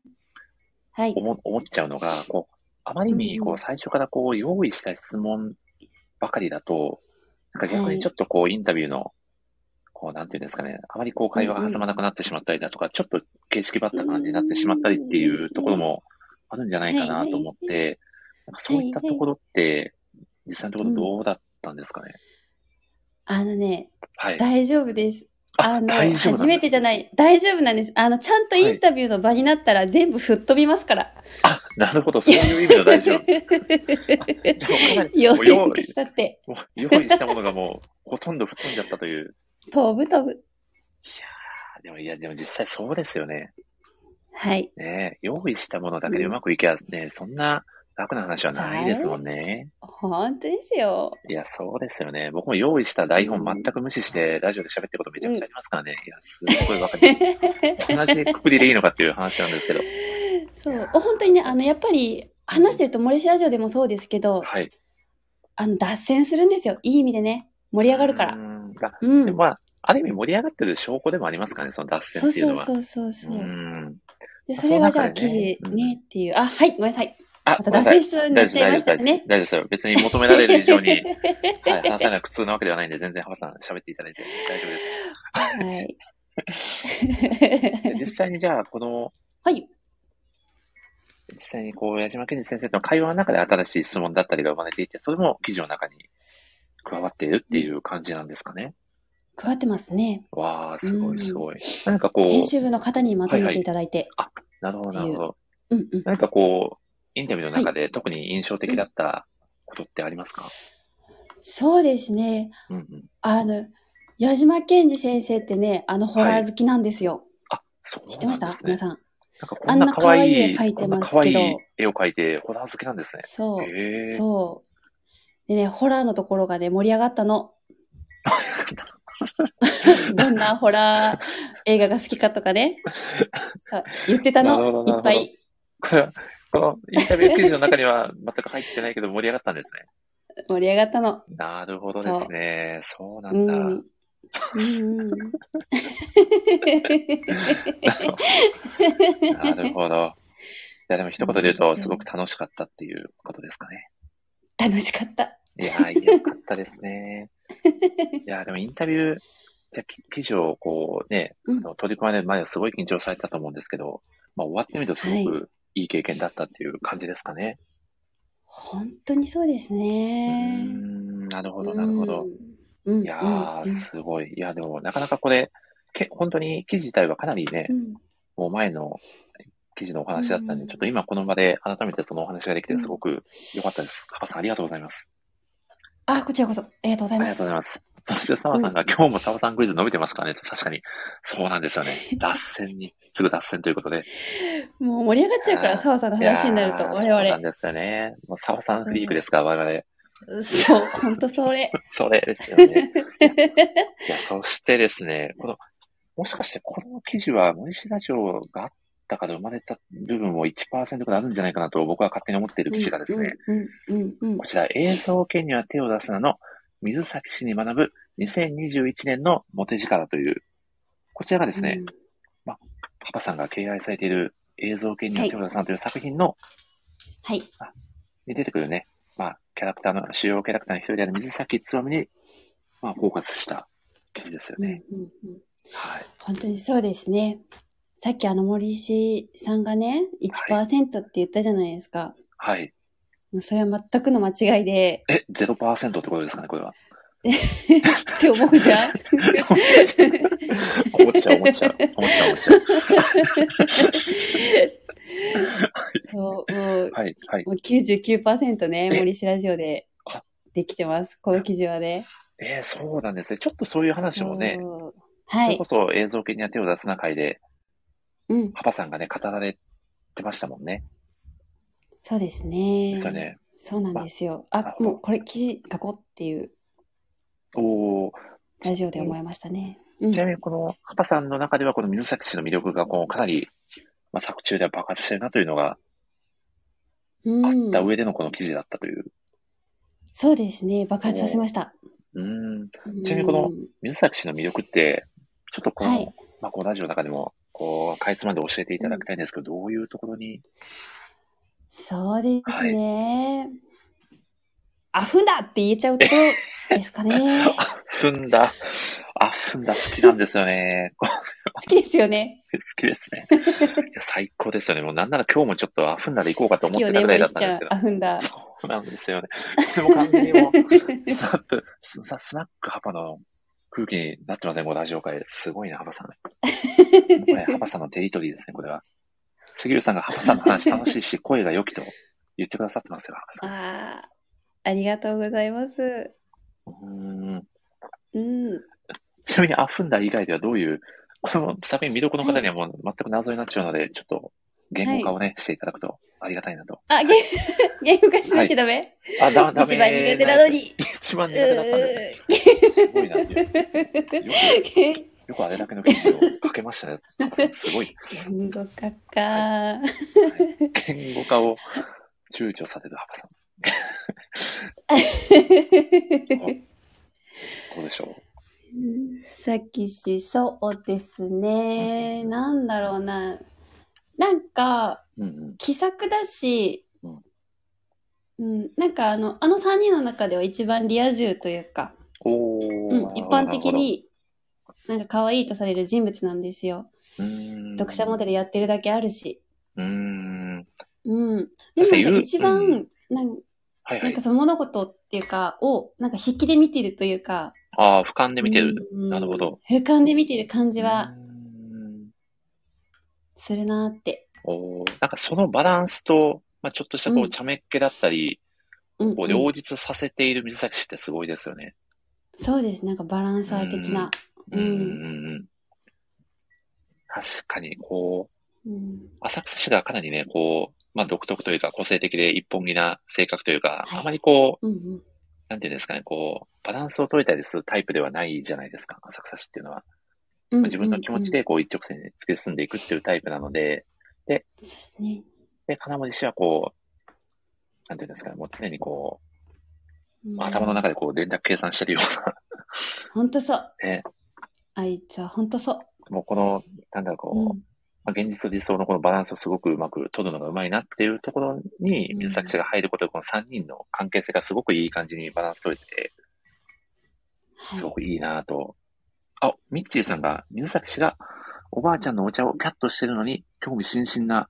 [SPEAKER 3] はい。
[SPEAKER 1] 思思っちゃうのが、こう、あまりにこ
[SPEAKER 3] うん
[SPEAKER 1] う
[SPEAKER 3] う
[SPEAKER 1] ん最初からこう用意した質問ばかりだと、なんか逆
[SPEAKER 3] はい
[SPEAKER 1] にちょっとこうインタビューの、こうなんていうんですかね、あまりこう会話が挟まなくなってしまったりだとか、ちょっと形式ばった感じになってしまったりっていうところもあるんじゃないかなと思って、なんかそういったところって、実際のところどうだったんですかね。
[SPEAKER 3] あのね、
[SPEAKER 1] はい。
[SPEAKER 3] 大丈夫です。あの、
[SPEAKER 1] 大丈夫なんだ
[SPEAKER 3] 初めてじゃない。大丈夫なんです。あの、ちゃんとインタビューの場になったら全部吹っ飛びますから。
[SPEAKER 1] あ、なるほど、そういう意味の大丈夫。じゃあかなり
[SPEAKER 3] 用
[SPEAKER 1] もう用
[SPEAKER 3] 意
[SPEAKER 1] 意
[SPEAKER 3] したって。
[SPEAKER 1] もう用意したものがもうほとんど吹っ飛んじゃったという。
[SPEAKER 3] 飛ぶ飛ぶ。
[SPEAKER 1] あでもいや、でも実際そうですよね。
[SPEAKER 3] はい。
[SPEAKER 1] ねえ用意したものだけでうまくいけばね、そんな楽な話はないですもんね。
[SPEAKER 3] 本当ですよ。
[SPEAKER 1] いや、そうですよね。僕も用意した台本全く無視してラジオで喋ってることめちゃくちゃありますからね。いや、すごいわかる。同じくくりでいいのかっていう話なん ですけど。
[SPEAKER 3] そう。本当にね、あの、やっぱり、話してると、モレシラジオでもそうですけど、
[SPEAKER 1] はい。
[SPEAKER 3] あの、脱線するんですよ。いい意味でね。盛り上がるか
[SPEAKER 1] う
[SPEAKER 3] ら。
[SPEAKER 1] んまあ
[SPEAKER 3] うん。
[SPEAKER 1] でもまあ、ある意味盛り上がってる証拠でもありますからね、その脱線
[SPEAKER 3] そう
[SPEAKER 1] っていう
[SPEAKER 3] そ
[SPEAKER 1] の
[SPEAKER 3] う
[SPEAKER 1] は。
[SPEAKER 3] そうそうそうう。
[SPEAKER 1] ん。
[SPEAKER 3] で、
[SPEAKER 1] まあ
[SPEAKER 3] それがじゃあ
[SPEAKER 1] その中
[SPEAKER 3] 記
[SPEAKER 1] でね
[SPEAKER 3] 事
[SPEAKER 1] う
[SPEAKER 3] ねっていう。あ、はい、ごめんなさい。
[SPEAKER 1] あ、
[SPEAKER 3] ま
[SPEAKER 1] ご
[SPEAKER 3] た
[SPEAKER 1] めんな
[SPEAKER 3] 脱
[SPEAKER 1] さい
[SPEAKER 3] 線しそう
[SPEAKER 1] 大丈夫です、大丈夫
[SPEAKER 3] になっちゃいました
[SPEAKER 1] 大丈
[SPEAKER 3] ね
[SPEAKER 1] 夫。ですよ。別に求められる以上に、 はい、話さない苦痛なわけではないんで、全然浜さん喋っていただいて大丈夫です。
[SPEAKER 3] はい。
[SPEAKER 1] で実際にじゃあ、この、
[SPEAKER 3] はい。
[SPEAKER 1] 実際にこう、矢島健二先生との会話の中で新しい質問だったりが生まれていて、それも記事の中に加わっているっていう感じなんですかね。
[SPEAKER 3] 加わってますね。
[SPEAKER 1] わあ、すご
[SPEAKER 3] う
[SPEAKER 1] い
[SPEAKER 3] ん
[SPEAKER 1] すごい。何かこう、
[SPEAKER 3] 編集部の方にまとめていただいて。
[SPEAKER 1] なるほど、なるほど。
[SPEAKER 3] うんうん。
[SPEAKER 1] 何かこう、インタビューの中で特に印象的だったことってありますか、
[SPEAKER 3] そうですね。
[SPEAKER 1] うんうん。
[SPEAKER 3] あの、矢島健二先生ってね、あのホラー好きなんですよ。
[SPEAKER 1] あ、そうなんですね。
[SPEAKER 3] 知ってました、皆さん。
[SPEAKER 1] なんかこ
[SPEAKER 3] あ
[SPEAKER 1] ん
[SPEAKER 3] ん
[SPEAKER 1] な
[SPEAKER 3] な
[SPEAKER 1] 可
[SPEAKER 3] 可
[SPEAKER 1] 愛
[SPEAKER 3] 愛
[SPEAKER 1] い
[SPEAKER 3] い絵描いてます
[SPEAKER 1] こんな
[SPEAKER 3] けど
[SPEAKER 1] 可愛い絵を描いて、ホラー好きなんですね。
[SPEAKER 3] そう。
[SPEAKER 1] へえ。
[SPEAKER 3] そう。でね、ホラーのところがね、盛り上がっ たの。どんなホラー映画が好きかとかね。そう言ってた
[SPEAKER 1] なるほ
[SPEAKER 3] の。
[SPEAKER 1] ど
[SPEAKER 3] いっぱ
[SPEAKER 1] なる
[SPEAKER 3] い。
[SPEAKER 1] これは、このインタビュー記事の中には全く入ってないけど盛り上がったんですね。
[SPEAKER 3] 盛り上がったの。
[SPEAKER 1] なるほどですね。そうな
[SPEAKER 3] うん
[SPEAKER 1] だ。
[SPEAKER 3] ん。うん うん。
[SPEAKER 1] なるほど。いや、でも一言で言う
[SPEAKER 3] そうな
[SPEAKER 1] と、
[SPEAKER 3] んですよ
[SPEAKER 1] すごく楽しかったっていうことですかね。
[SPEAKER 3] 楽しかった。
[SPEAKER 1] いやー、よかったですね。いやー、でもインタビュー、じゃあき記事をこうね、
[SPEAKER 3] うん
[SPEAKER 1] あの取り組まれる前はすごい緊張されたと思うんですけど、まあ、終わってみるとすごくいい経験だったっていう感じですかね。
[SPEAKER 3] 本当にそうです
[SPEAKER 1] うー
[SPEAKER 3] ね。
[SPEAKER 1] ん、なるほど、なるほど。
[SPEAKER 3] うん。うん。
[SPEAKER 1] いやー、すごい。いや、でも、なかなかこれ、け本当に記事自体はかなりね
[SPEAKER 3] う、ん。
[SPEAKER 1] もう前の記事のお話だったん
[SPEAKER 3] う
[SPEAKER 1] で、
[SPEAKER 3] ん
[SPEAKER 1] ちょっと今この場で改めてそのお話ができ
[SPEAKER 3] う
[SPEAKER 1] て
[SPEAKER 3] ん
[SPEAKER 1] すごく良かったです。ハパさん、ありがとうございます。
[SPEAKER 3] あ、こちらこそ。ありがとうござ
[SPEAKER 1] あ
[SPEAKER 3] い
[SPEAKER 1] り
[SPEAKER 3] ま
[SPEAKER 1] がとう
[SPEAKER 3] す。
[SPEAKER 1] ございます。そして、澤さんが、今日も澤さんクイズ伸びてますからね。確かに。そうなんですよね。脱線に、すぐ脱線ということで。
[SPEAKER 3] もう盛り上がっちゃうか
[SPEAKER 1] あー
[SPEAKER 3] ら、澤さんの話になると、
[SPEAKER 1] いやーそ
[SPEAKER 3] 我
[SPEAKER 1] うなん
[SPEAKER 3] 々。
[SPEAKER 1] ですよね。もう澤さんフリークですから、我々。
[SPEAKER 3] そう、本当 それ。
[SPEAKER 1] それですよ ね。いや、そしてですね、この、もしかしてこの記事は森氏ラジオがあったから生まれた部分を1%くらいあるんじゃないかなと僕は勝手に思っている記事がですね、
[SPEAKER 3] うん。うん。うん。うん
[SPEAKER 1] こちら映像権には手を出すなの水崎氏に学ぶ2021年のモテ力という、こちらがですね、。パパさんが敬愛されている映像権には手を出すなという作品の、
[SPEAKER 3] はい。
[SPEAKER 1] に出てくるね、まあ、キャラクターの、主要キャラクターの一人である水崎つわみに、まあ、フォーカスした記事ですよ
[SPEAKER 3] うん。う
[SPEAKER 1] ね。
[SPEAKER 3] ん。うん
[SPEAKER 1] はい。
[SPEAKER 3] 本当にそうですね。さっきあの森氏さんがね、1%って言ったじゃないですか。
[SPEAKER 1] はい。
[SPEAKER 3] もうそれは全くの間違いで、
[SPEAKER 1] え、0%ってことですかね、 これは。
[SPEAKER 3] って思う じゃん
[SPEAKER 1] 思っちゃう、思っちゃう。思っちゃう、思っちゃう。
[SPEAKER 3] そう、もう、
[SPEAKER 1] はい、はい。
[SPEAKER 3] もう99%ね、
[SPEAKER 1] え
[SPEAKER 3] 森氏ラジオで
[SPEAKER 1] あ
[SPEAKER 3] できてます。この記事はね。
[SPEAKER 1] えーそうなんですね。ちょっとそういう話もね、
[SPEAKER 3] そう。
[SPEAKER 1] そ
[SPEAKER 3] は
[SPEAKER 1] れ
[SPEAKER 3] い
[SPEAKER 1] こ。そ映像系には手を出すな会で、
[SPEAKER 3] うん。
[SPEAKER 1] パパさんがね、語られてましたもんね。
[SPEAKER 3] そうですね。
[SPEAKER 1] ですよね。
[SPEAKER 3] そうなんですよ。
[SPEAKER 1] なる
[SPEAKER 3] あ、
[SPEAKER 1] ほど
[SPEAKER 3] もうこれ記事書こうっていう
[SPEAKER 1] おー
[SPEAKER 3] ラジオで思いましたね。うん
[SPEAKER 1] ちなみにこの、パパさんの中ではこの水崎氏の魅力がこうかなり、まあ、作中では爆発してるなというのがあ
[SPEAKER 3] う
[SPEAKER 1] っ
[SPEAKER 3] ん
[SPEAKER 1] た。上でのこの記事だったという。
[SPEAKER 3] そうですね。爆発させました。
[SPEAKER 1] うーん。ちなみにこの
[SPEAKER 3] うん
[SPEAKER 1] 水崎氏の魅力って、ちょっとこの、
[SPEAKER 3] はい
[SPEAKER 1] まあ、このラジオの中でも、こう、かいつまんで教えていただきたいんですけど、どういうところに、
[SPEAKER 3] そうですね。あふんだって言えちゃうところですかね。
[SPEAKER 1] 踏んだ、あ、踏んだ好きなんですよね。こ
[SPEAKER 3] 好きですよね。
[SPEAKER 1] れ好きです ね。いや最高ですよね。もうなんなら今日もちょっとあ、踏んだで行こうかと
[SPEAKER 3] 好
[SPEAKER 1] 思っ
[SPEAKER 3] きよ
[SPEAKER 1] てた
[SPEAKER 3] ね、
[SPEAKER 1] ぐらい
[SPEAKER 3] 森
[SPEAKER 1] だっ
[SPEAKER 3] 氏ち
[SPEAKER 1] たんで
[SPEAKER 3] ゃ
[SPEAKER 1] す
[SPEAKER 3] ん
[SPEAKER 1] け。ど。
[SPEAKER 3] あふんだ。
[SPEAKER 1] そうなんですよね。でも完全に もう、スナップ、ススナックハパの空気になってません、このラジオ界。すごいな、ハパさん。これ、ハパさんのテリトリーですね、これは。杉浦さんがハパさんの話楽しい し、声が良きと言ってくださってますよ、ハパさん。
[SPEAKER 3] ああ、ありがとうございます。
[SPEAKER 1] うーん
[SPEAKER 3] うん。
[SPEAKER 1] ちなみに、アフンダ以外ではどういう、この作品見どころの方にはもう全く謎になっちゃうので、ちょっと言語化をね、していただくとありがたいなと。
[SPEAKER 3] あ、ゲーム化しなきゃダメ。
[SPEAKER 1] あ、だ、だめ。
[SPEAKER 3] 一番苦手なのに。。
[SPEAKER 1] 一番
[SPEAKER 3] う
[SPEAKER 1] 苦手だったんですね。すごいな。よく、
[SPEAKER 3] ー
[SPEAKER 1] よくあれだけの記事を書けましたね。すごい。
[SPEAKER 3] 言語化か。
[SPEAKER 1] 言語化を躊躇されるハパさん。 どうでしょ
[SPEAKER 3] さっきし、そうですね。なんだろうな。なんか、
[SPEAKER 1] ううんうん。
[SPEAKER 3] 気さくだし、
[SPEAKER 1] う
[SPEAKER 3] うんん、なんかあの、あの3人の中では一番リア充というか、
[SPEAKER 1] お
[SPEAKER 3] うん
[SPEAKER 1] ー、
[SPEAKER 3] 一般的。になんか可愛いとされる人物なんですよ。読
[SPEAKER 1] 読
[SPEAKER 3] 者モデルやってるだけあるし。
[SPEAKER 1] うーん。
[SPEAKER 3] うん。で
[SPEAKER 1] 確か
[SPEAKER 3] もな
[SPEAKER 1] に
[SPEAKER 3] んか一番、
[SPEAKER 1] 言う
[SPEAKER 3] なん
[SPEAKER 1] はいは
[SPEAKER 3] なん
[SPEAKER 1] い
[SPEAKER 3] か。その物事っていうか、を、なんか筆記で見てるというか、
[SPEAKER 1] ああ、俯瞰で見てる。
[SPEAKER 3] うん
[SPEAKER 1] なるほど。
[SPEAKER 3] 俯瞰で見てる感
[SPEAKER 1] う
[SPEAKER 3] じ
[SPEAKER 1] ー
[SPEAKER 3] は
[SPEAKER 1] ん
[SPEAKER 3] するなーって。
[SPEAKER 1] おーなんかそのバランスと、まあ、ちょっとしたこ
[SPEAKER 3] う
[SPEAKER 1] うん茶目っ気だったり、
[SPEAKER 3] うん、
[SPEAKER 1] こう
[SPEAKER 3] うん
[SPEAKER 1] 両立させている水崎氏ってすごいですよね。
[SPEAKER 3] そうです。なんかバランサー的な。
[SPEAKER 1] うん
[SPEAKER 3] うん
[SPEAKER 1] うんうん。確かに、こう、
[SPEAKER 3] うん。
[SPEAKER 1] 浅草氏がかなりね、こう、まあ独特というか個性的で一本気な性格というか、
[SPEAKER 3] はい
[SPEAKER 1] あまりこう、
[SPEAKER 3] うんうん。
[SPEAKER 1] なんていうんですかね、こう、バランスを取れたりするタイプではないじゃないですか、浅草氏っていうのは。
[SPEAKER 3] うんうんうん
[SPEAKER 1] まあ自分の気持ち。でこう一直線に突き進んでいくっていうタイプなので、
[SPEAKER 3] そうですね。
[SPEAKER 1] で、金森氏はこう、なんていうんですかね、もう常にこ
[SPEAKER 3] うん
[SPEAKER 1] う、頭の中でこう、連絡計算してるような、
[SPEAKER 3] ほんとそう。
[SPEAKER 1] ね
[SPEAKER 3] あいつはほんとそう。
[SPEAKER 1] もうこの、なんだろう、こう、
[SPEAKER 3] うん
[SPEAKER 1] まあ、現実と理想のこのバランスをすごくうまく取るのがうまいなっていうところに、
[SPEAKER 3] うん
[SPEAKER 1] 水崎氏が入ることで、この3人の関係性がすごくいい感じにバランス取れてて、
[SPEAKER 3] は
[SPEAKER 1] す
[SPEAKER 3] い
[SPEAKER 1] ごくいいなぁとあ、ミッチーさんが、水崎氏が、おばあちゃんのお茶をピャッとしてるのに、興味津々な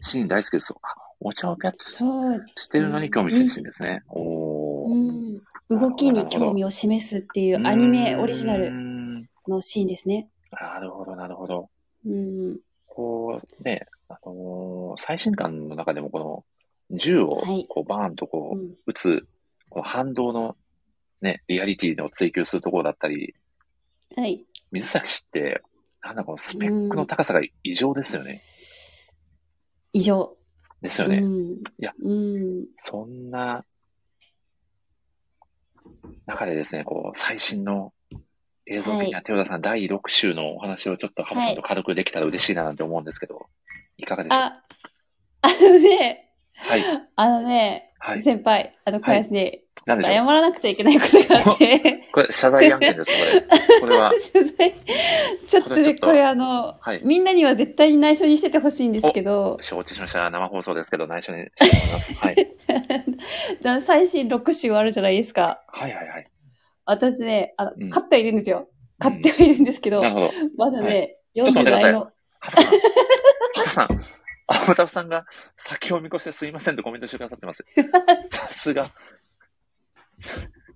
[SPEAKER 1] シーン大好きですよ。あお茶をピャッと
[SPEAKER 3] そう、
[SPEAKER 1] してるのに興味津々ですね。お
[SPEAKER 3] う
[SPEAKER 1] ー。
[SPEAKER 3] ん、動きに興味を示すっていうアニメオリジナ
[SPEAKER 1] うー
[SPEAKER 3] ル
[SPEAKER 1] ん。
[SPEAKER 3] のシーンですね。
[SPEAKER 1] なるほど、なるほど。
[SPEAKER 3] うん、
[SPEAKER 1] こう、ね、あのー最新刊の中でもこの、銃を
[SPEAKER 3] はい
[SPEAKER 1] こうバーンとこ
[SPEAKER 3] う、
[SPEAKER 1] うん撃つ、この反動のね、リアリティを追求するところだったり、
[SPEAKER 3] はい、
[SPEAKER 1] 水崎氏って、なんだこのスペックの高さが異常ですよね。
[SPEAKER 3] 以上。
[SPEAKER 1] ですよ
[SPEAKER 3] う
[SPEAKER 1] ね。
[SPEAKER 3] ん、
[SPEAKER 1] や
[SPEAKER 3] うん、
[SPEAKER 1] そんな中でですね、こう、最新の映像的な豊田さん、第6週のお話をちょっとハブさんと軽くできたら嬉しいななんて思うんですけど、いかがでしょう
[SPEAKER 3] あ、 あのね、
[SPEAKER 1] はい。
[SPEAKER 3] あのね、
[SPEAKER 1] はい。
[SPEAKER 3] 先輩、あの、
[SPEAKER 1] い
[SPEAKER 3] 小林ね、
[SPEAKER 1] 何でしょう
[SPEAKER 3] 謝らなくちゃいけないことがあって、、
[SPEAKER 1] これ、謝罪案件です、これ。これは
[SPEAKER 3] 取材ちょっと
[SPEAKER 1] これちょっ
[SPEAKER 3] ね、
[SPEAKER 1] と
[SPEAKER 3] これあの、
[SPEAKER 1] はい。
[SPEAKER 3] みんなには絶対に内緒にしててほしいんですけ ど、
[SPEAKER 1] 承知しました。生放送ですけど、内緒にしてもらいます。はい。
[SPEAKER 3] だから最新6週あるじゃないですか。
[SPEAKER 1] はいはい はい。
[SPEAKER 3] 私ね、あの、
[SPEAKER 1] うん
[SPEAKER 3] 買ってはいるんですよ。買ってはいるんですけど、
[SPEAKER 1] なるほど。
[SPEAKER 3] まだ
[SPEAKER 1] は
[SPEAKER 3] ね、
[SPEAKER 1] ょっと
[SPEAKER 3] 読ん
[SPEAKER 1] 待ってくだ
[SPEAKER 3] でな
[SPEAKER 1] さい
[SPEAKER 3] いの。
[SPEAKER 1] ハブさん。ハブさん。アブタフさんが先を見越してすいませんとコメントしてくださって ます。さすが。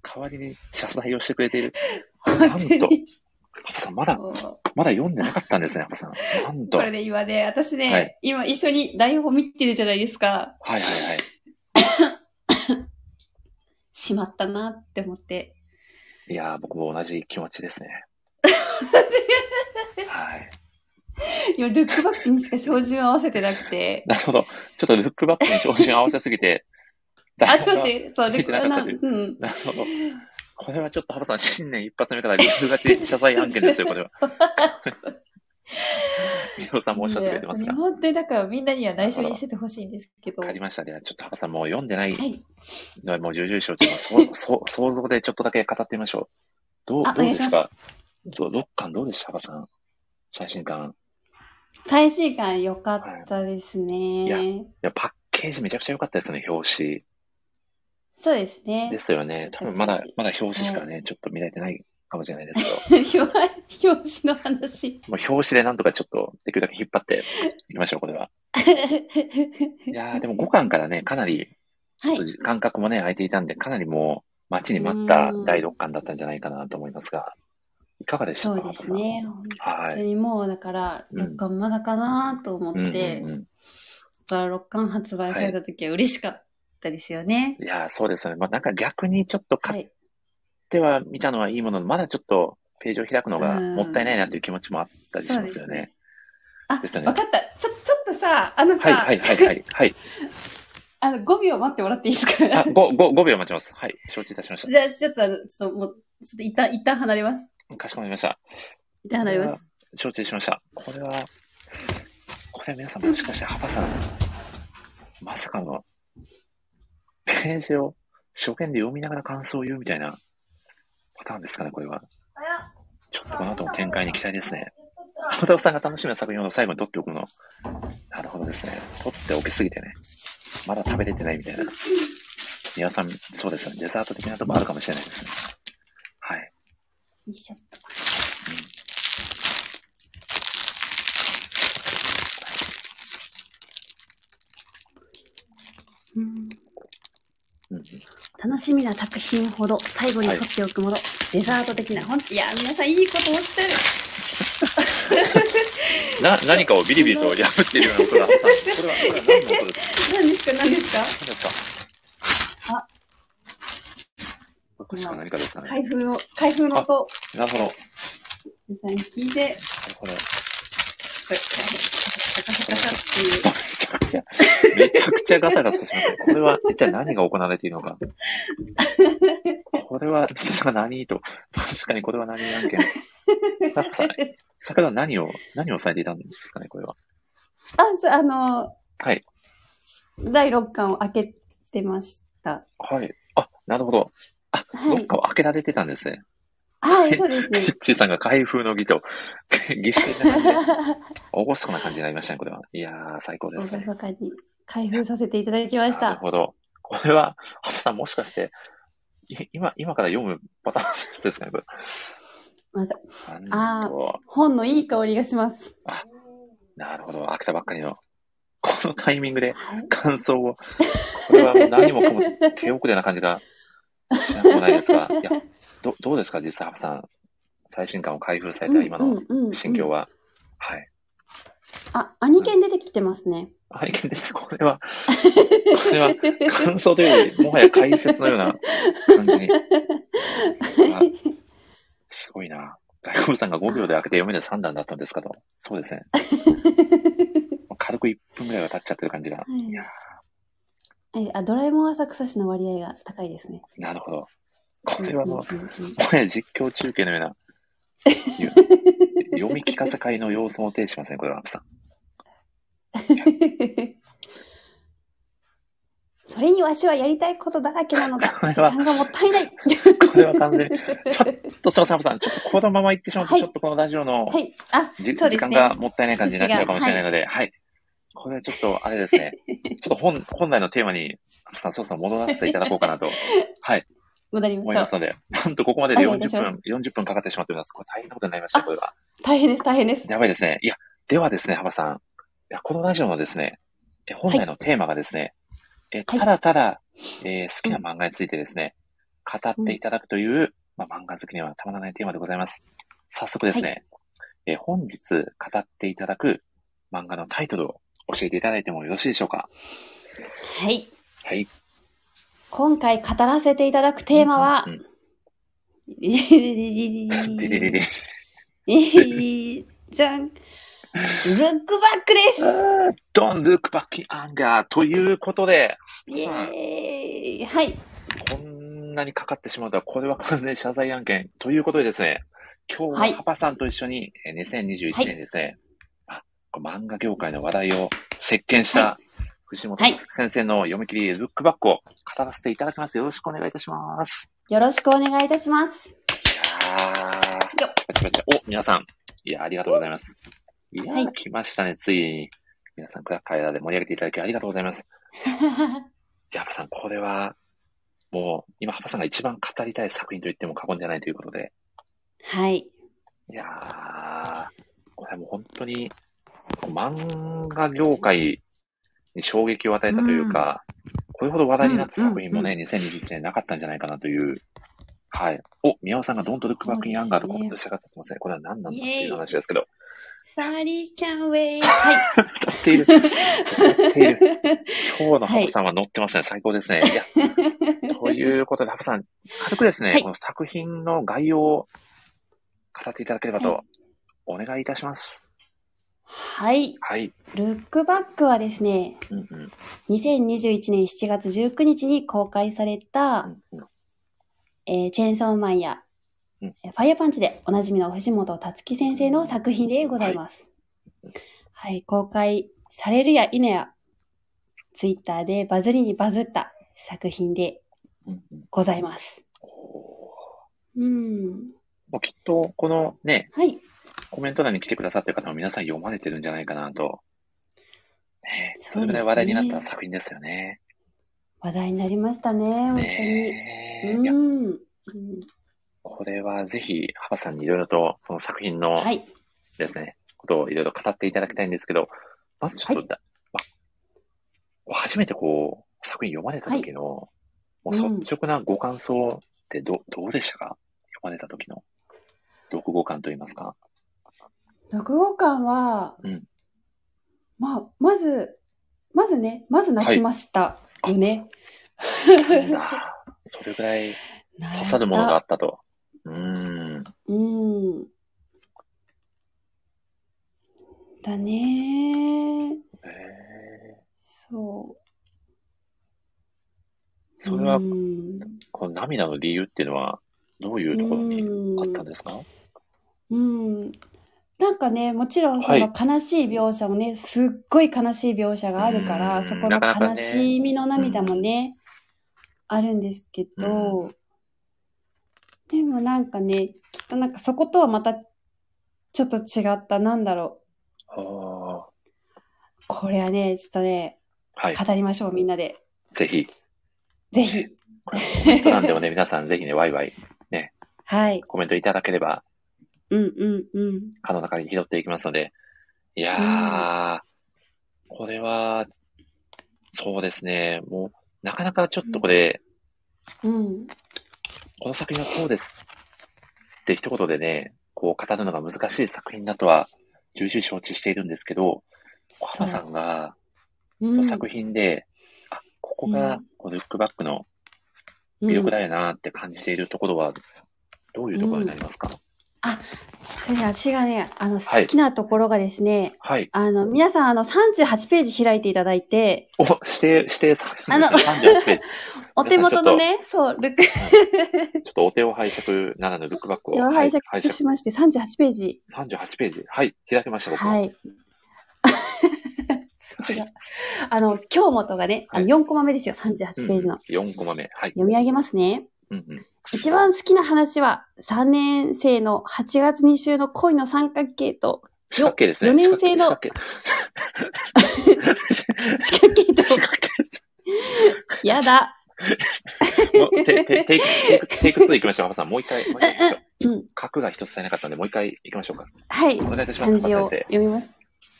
[SPEAKER 1] 代わりに謝罪をしてくれている。
[SPEAKER 3] 本当
[SPEAKER 1] なんと
[SPEAKER 3] に。
[SPEAKER 1] ハブさん、まだ、
[SPEAKER 3] もう
[SPEAKER 1] まだ読んでなかったんですね、ハブさん。なんと。
[SPEAKER 3] こ
[SPEAKER 1] は
[SPEAKER 3] れ
[SPEAKER 1] い
[SPEAKER 3] ね、今ね、私ね、
[SPEAKER 1] はい
[SPEAKER 3] 今一緒に台本見てるじゃないですか。
[SPEAKER 1] はいはい。
[SPEAKER 3] しまったなって思って。
[SPEAKER 1] いやー、僕も同じ気持ちですね。はい。
[SPEAKER 3] いや、ルックバックにしか照準合わせてな くて。
[SPEAKER 1] なるほど。ちょっとルックバックに照準合わせすぎて。
[SPEAKER 3] あ、ちょっと待って、そう、ル
[SPEAKER 1] 見
[SPEAKER 3] ッ
[SPEAKER 1] て
[SPEAKER 3] ク
[SPEAKER 1] な
[SPEAKER 3] バ
[SPEAKER 1] かった
[SPEAKER 3] ッ
[SPEAKER 1] という
[SPEAKER 3] ク。うん。
[SPEAKER 1] なるほど。これはちょっと、ハルさん、新年一発目から理由がち謝罪案件ですよ、これは。みほさんもおっしゃってくれてますが。
[SPEAKER 3] ね
[SPEAKER 1] わ
[SPEAKER 3] 本当にだからみんなには内緒にしててほしいんですけど。
[SPEAKER 1] かりました。では、ちょっとハルさんもう読んでない
[SPEAKER 3] はい。
[SPEAKER 1] のはもう重々承知の、そう、そう、想像でちょっとだけ語ってみましょう。どう、
[SPEAKER 3] あ
[SPEAKER 1] どうで
[SPEAKER 3] お願
[SPEAKER 1] す
[SPEAKER 3] いしま
[SPEAKER 1] かどう、6巻どうでした、ハルさん。最新巻。
[SPEAKER 3] 最新感良かったですね。
[SPEAKER 1] はいいや、パッケージめちゃくちゃ良かったですね、表
[SPEAKER 3] そうです
[SPEAKER 1] 紙。で
[SPEAKER 3] ね。
[SPEAKER 1] すよね。多分まだ
[SPEAKER 3] めちゃくちゃ、
[SPEAKER 1] まだ表紙しかね、ちょっと見られてないかもしれないですけど。
[SPEAKER 3] 表表紙の話。
[SPEAKER 1] もう表紙でなんとかちょっと、できるだけ引っ張っていきましょう、これ は。いやー、でも5巻からね、かなり、
[SPEAKER 3] はい。
[SPEAKER 1] 間隔もね、空いていたんで、かなりもう、待ちに待った第6巻だったんじゃないかなと思いますが、いかがでした
[SPEAKER 3] そ
[SPEAKER 1] か
[SPEAKER 3] うですね。本
[SPEAKER 1] ハル
[SPEAKER 3] 当
[SPEAKER 1] さんはい。
[SPEAKER 3] にもうだから、
[SPEAKER 1] うん
[SPEAKER 3] 六巻まだかなと思
[SPEAKER 1] うんう
[SPEAKER 3] っ
[SPEAKER 1] ん
[SPEAKER 3] て、
[SPEAKER 1] う
[SPEAKER 3] だから六巻発売された時は嬉しかったですよね
[SPEAKER 1] ん。。いやー、そうですよね。まあ、なんか逆にちょっと
[SPEAKER 3] は
[SPEAKER 1] 買っ
[SPEAKER 3] い。
[SPEAKER 1] ては見たのはいいものの、まだちょっとページを開くのが
[SPEAKER 3] うん
[SPEAKER 1] もったいないなという気持ちもあったりしますよね。。
[SPEAKER 3] あ、わ
[SPEAKER 1] ですよね
[SPEAKER 3] かった。ちょ、ちょっとさ、あのさ、
[SPEAKER 1] はいはいはいはい。はい。
[SPEAKER 3] あの、5秒待ってもらっていいです
[SPEAKER 1] あ、
[SPEAKER 3] か
[SPEAKER 1] 5、五五秒待ちます。はい。承知いたしまし
[SPEAKER 3] じゃあ、ちょっと、あの、ちょっともう、ちょっと一旦、一旦離れます。
[SPEAKER 1] た。かしこまりました。
[SPEAKER 3] 一旦離れます。
[SPEAKER 1] 承知しました。これは、これは皆さんもしかして、ハパさん、まさかの、ページを初見で読みながら感想を言うみたいなパターンですかね、これは。ちょっとこの後の展開に期待ですね。ハパタオさんが楽しみな作品を最後に取っておくの。なるほどですね。取っておきすぎてね。まだ食べれてないみたいな。皆さん、そうですよね。デザート的なとこあるかもしれないですね。はい。
[SPEAKER 3] よいしょうん
[SPEAKER 1] うんうん
[SPEAKER 3] 楽しみな作品ほど最後に取っておくもの、デザート的な本。いや、皆さんいいことおっしゃる。
[SPEAKER 1] な、何かをビリビリと破っているような音があった。これは、これは何の音ですか
[SPEAKER 3] 何ですか何です
[SPEAKER 1] 何ですか
[SPEAKER 3] あ
[SPEAKER 1] これしか何かですか
[SPEAKER 3] か
[SPEAKER 1] ね。
[SPEAKER 3] 開封を、開封の音。
[SPEAKER 1] なるほど。なる
[SPEAKER 3] 皆さん聞いて、
[SPEAKER 1] ほど。
[SPEAKER 3] カシャカシャっていう。
[SPEAKER 1] めちゃくちゃ、めちゃくちゃガサガサしますね。これは一体何が行われているのか。これは、皆さんが何と、確かにこれは何案件。タップさん、桜は何を、何をされていたんですかね、これは。
[SPEAKER 3] あ、そう、あの、
[SPEAKER 1] はい。
[SPEAKER 3] 第6巻を開けてました。
[SPEAKER 1] はい。あ、なるほど。あ、
[SPEAKER 3] はい
[SPEAKER 1] どっかを開けられてたんですね。
[SPEAKER 3] はい、そうです
[SPEAKER 1] ピ
[SPEAKER 3] ね。
[SPEAKER 1] ッチーさんが開封の儀と、 儀式な感じで、おごそかな感じになりましたね、これは。いやー、最高で
[SPEAKER 3] お
[SPEAKER 1] す
[SPEAKER 3] さ
[SPEAKER 1] ね。
[SPEAKER 3] そかに開封させていただきまし
[SPEAKER 1] なる
[SPEAKER 3] た。
[SPEAKER 1] ほど。これは、ハトさんもしかして、い今、今から読むパターンですかね、これ。
[SPEAKER 3] まず、
[SPEAKER 1] あ
[SPEAKER 3] あ本のいい香りがします。
[SPEAKER 1] なるほど。飽きたばっかりの。このタイミングで
[SPEAKER 3] はい。
[SPEAKER 1] 感想を。これはもう何もかも手遅れな感じがしなくもないです が。いや、どどうですか実際、ハブさん。最新刊を開封された今の心境
[SPEAKER 3] は。
[SPEAKER 1] は。はい。
[SPEAKER 3] あ、アニケン出てきてますね。
[SPEAKER 1] 拝見です。これ は、これは感想というより、もはや解説のような感じに。あすごいな。大黒さんが5秒で開けて読める3段だったんですかと。そうですね。軽く1分ぐらいは経っちゃってる感じが。
[SPEAKER 3] はい
[SPEAKER 1] いや
[SPEAKER 3] えあ、ドラえもん浅草市の割合が高いですね。
[SPEAKER 1] ーなるほど。これはもう、も
[SPEAKER 3] うんうんうん
[SPEAKER 1] はや実況中継のような、ゆ読み聞かせ会の様相を呈しますね、 これは、アップさん。
[SPEAKER 3] それにわしはやりたいことだらけな のだ。
[SPEAKER 1] これ
[SPEAKER 3] 時
[SPEAKER 1] は
[SPEAKER 3] 間がもったいない。
[SPEAKER 1] これは完全に。ちょっと、すいません、アップさん。ちょっとこのまま行ってしまうと、
[SPEAKER 3] はい
[SPEAKER 1] ちょっとこのラジオの、
[SPEAKER 3] はい。あ、
[SPEAKER 1] じ
[SPEAKER 3] そう
[SPEAKER 1] 時
[SPEAKER 3] です
[SPEAKER 1] 間
[SPEAKER 3] ね
[SPEAKER 1] がもったいない感じになっちゃうかもしれないので、はい。これはちょっと、あれ ですね。ちょっと本、本来のテーマに、アップさん、そろそろ戻らせていただこうかなと、はい、
[SPEAKER 3] 戻りま
[SPEAKER 1] 思い
[SPEAKER 3] しょ
[SPEAKER 1] ま
[SPEAKER 3] う
[SPEAKER 1] す。ので、なんとここまでで
[SPEAKER 3] お願いいたし
[SPEAKER 1] 40
[SPEAKER 3] ま
[SPEAKER 1] 分、40分かかってしまっております。これ大変なことになりました、
[SPEAKER 3] あ
[SPEAKER 1] これは。
[SPEAKER 3] 大変です、大変です。
[SPEAKER 1] やばいですね。いや、ではですね、幅さん。いや、このラジオのですね、え本来のテーマがですね、え
[SPEAKER 3] はい
[SPEAKER 1] ただただ、えー好きな漫画についてですね、語っていただくという、まあ、漫画好きにはたまらないテーマでございます。早速ですね、え本日語っていただく漫画のタイトルを教えていただいてもよろしいでしょうか。
[SPEAKER 3] はい。
[SPEAKER 1] はい。
[SPEAKER 3] 今回語らせていただくテーマは
[SPEAKER 1] う、んうんでででで
[SPEAKER 3] じゃん。ルックバックです。
[SPEAKER 1] Don't look back in anger ということで、
[SPEAKER 3] イエーイ。はい。
[SPEAKER 1] こんなにかかってしまうとは、これは完全に謝罪案件。ということでですね、今日
[SPEAKER 3] は
[SPEAKER 1] はいパパさんと一緒に、えー2021年ですね、あこう漫画業界の話題を席巻した藤本
[SPEAKER 3] はい
[SPEAKER 1] 先生の読み切り、ルックバックを語らせていただきます。よろしくお願いいたします。
[SPEAKER 3] よろしくお願いいたします。
[SPEAKER 1] いやー
[SPEAKER 3] よっ
[SPEAKER 1] パチパチお、皆さん。いやー、ありがとうございます。いやー、
[SPEAKER 3] はい
[SPEAKER 1] 来ましたね、ついに。皆さん、クラッカーやらで盛り上げていただきありがとうござい ます。いやハパさん、これは、もう、今、ハパさんが一番語りたい作品と言っても過言じゃないということで、
[SPEAKER 3] はい。
[SPEAKER 1] いやー、これはもう本当に、漫画業界に衝撃を与えたというか、これほど話題になった作品もね、2021年なかったんじゃないかなという、はい。お、宮尾さんがドントルックバックインアンガーとコメントしてくださってますね。これは何なんだっていう話ですけど、
[SPEAKER 3] サリーキャンウェイ。はい。
[SPEAKER 1] 歌っている、歌っている。 今日のハブさんは乗ってますね。最高ですね。いや、ということで、ハブ さん、軽くですね、
[SPEAKER 3] はい
[SPEAKER 1] この作品の概要を語っていただければ
[SPEAKER 3] は
[SPEAKER 1] と、お願いいたします。
[SPEAKER 3] はい。
[SPEAKER 1] はい。
[SPEAKER 3] ルックバックはですね、
[SPEAKER 1] うんうん。
[SPEAKER 3] 2021年7月19日に公開された、
[SPEAKER 1] うんうん
[SPEAKER 3] えーチェーンソーマンや、
[SPEAKER 1] うん
[SPEAKER 3] えーファイヤーパンチでおなじみの藤本達樹先生の作品でございます。はい、公開されるや否や、ツイッターでバズりにバズった作品で
[SPEAKER 1] うんうん
[SPEAKER 3] ございます。
[SPEAKER 1] お
[SPEAKER 3] うん。
[SPEAKER 1] ーもうきっと、このね、
[SPEAKER 3] はい、
[SPEAKER 1] コメント欄に来てくださってる方も皆さん読まれてるんじゃないかなと。ね、そ
[SPEAKER 3] そ
[SPEAKER 1] れ
[SPEAKER 3] うですね
[SPEAKER 1] ぐらい話題になった作品ですよね。
[SPEAKER 3] 話題になりましたね、本
[SPEAKER 1] ね
[SPEAKER 3] 当
[SPEAKER 1] え
[SPEAKER 3] に。
[SPEAKER 1] いや
[SPEAKER 3] うん。うん
[SPEAKER 1] これはぜひ、ハバさんにいろいろと、この作品の
[SPEAKER 3] はい、
[SPEAKER 1] ですね、ことをいろいろ語っていただきたいんですけど、まずちょっと
[SPEAKER 3] はい
[SPEAKER 1] だ、ま初めてこう、作品読まれた時の、
[SPEAKER 3] はい
[SPEAKER 1] もう率直なご感想ってど、どうでしたか読まれた時の。読後感と言いますか。
[SPEAKER 3] 読後感は、
[SPEAKER 1] うん
[SPEAKER 3] まあ、まず、まずね、まず泣きましたよね。
[SPEAKER 1] なんだ それぐらい刺さるものがあったと。うーん。
[SPEAKER 3] うん。だねー
[SPEAKER 1] え
[SPEAKER 3] そう。
[SPEAKER 1] ーそれは
[SPEAKER 3] う、ん
[SPEAKER 1] この涙の理由っていうのは、どういうところにあったんですか
[SPEAKER 3] うん。なんかね、もちろんそ
[SPEAKER 1] はい
[SPEAKER 3] の悲しい描写もね、すっごい悲しい描写があるか
[SPEAKER 1] う
[SPEAKER 3] ら、
[SPEAKER 1] ん
[SPEAKER 3] そこ
[SPEAKER 1] なかなか
[SPEAKER 3] の
[SPEAKER 1] ね
[SPEAKER 3] 悲しみの涙もね、あるんですけど、でもなんかね、きっとなんかそことはまたちょっと違った、なんだろ
[SPEAKER 1] ああ。
[SPEAKER 3] う。これはね、ちょっとね、
[SPEAKER 1] はい。
[SPEAKER 3] 語りましょう、みんなで。
[SPEAKER 1] ぜひ、
[SPEAKER 3] ぜひ。
[SPEAKER 1] コメント欄でもね、皆さんぜひね、ワイワイ
[SPEAKER 3] はい。
[SPEAKER 1] コメントいただければ、
[SPEAKER 3] うんうんうん。
[SPEAKER 1] 可能な限り拾っていきますので、いやー、これは、そうですね、もう、なかなかちょっとこれ、
[SPEAKER 3] うん。
[SPEAKER 1] この作品はこうですって一言でね、こう語るのが難しい作品だとは、重々承知しているんですけど、
[SPEAKER 3] そ
[SPEAKER 1] 浜さ
[SPEAKER 3] う。
[SPEAKER 1] んが、
[SPEAKER 3] うん
[SPEAKER 1] 作品で、あ、ここが、こうルックバックの魅力だよなって感じているところは、どういうところになりますか、
[SPEAKER 3] それで私がね、あの、
[SPEAKER 1] はい
[SPEAKER 3] 好きなところがですね、
[SPEAKER 1] はい。
[SPEAKER 3] あの、皆さん、あの、38ページ開いていただいて、
[SPEAKER 1] お、指定、指定されてるんですね38ページ
[SPEAKER 3] お手元のね、そう、ルック、
[SPEAKER 1] ちょっとお手を拝借ならぬルックバックを。
[SPEAKER 3] 両拝
[SPEAKER 1] はい
[SPEAKER 3] 借しまして、38ページ。
[SPEAKER 1] 38ページ。はい、開きました、僕も。。
[SPEAKER 3] はい い。さすがあの、京本がね、あの4コマ目ですよ、38ページの。
[SPEAKER 1] 4コマ目。はい。
[SPEAKER 3] 読み上げますね。
[SPEAKER 1] うんうん。
[SPEAKER 3] 一番好きな話は、3年生の8月2週の恋の三角形と、
[SPEAKER 1] 四角形ですね。
[SPEAKER 3] 四年生の
[SPEAKER 1] 四角形。
[SPEAKER 3] 四角形と、
[SPEAKER 1] 四角形
[SPEAKER 3] やだ。
[SPEAKER 1] もうテテテイク、テイク、テイク2行きましょう、ハバさん。もう一回、もう一回行きましょう。
[SPEAKER 3] うん。
[SPEAKER 1] 角が一つ足りなかったんで、もう一回行きましょうか。
[SPEAKER 3] はい
[SPEAKER 1] お。願いいたします、
[SPEAKER 3] 漢
[SPEAKER 1] ハ
[SPEAKER 3] 字
[SPEAKER 1] バ
[SPEAKER 3] を
[SPEAKER 1] 先生。
[SPEAKER 3] 読みます。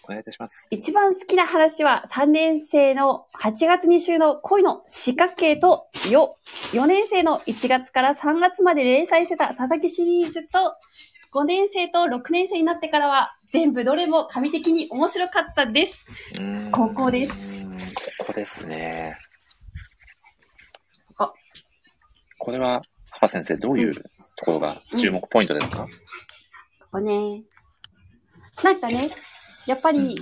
[SPEAKER 1] お願いいたします。
[SPEAKER 3] 一番好きな話は、3年生の8月2週の恋の四角形と、よ。4年生の1月から3月まで連載してた佐々木シリーズと、5年生と6年生になってからは、全部どれも神的に面白かったです。
[SPEAKER 1] うーん。
[SPEAKER 3] ここです
[SPEAKER 1] うーんここですね。
[SPEAKER 3] ここ
[SPEAKER 1] これは、ハバ先生、どういうところが注目ポイントですか、
[SPEAKER 3] ここね。なんかね、やっぱり、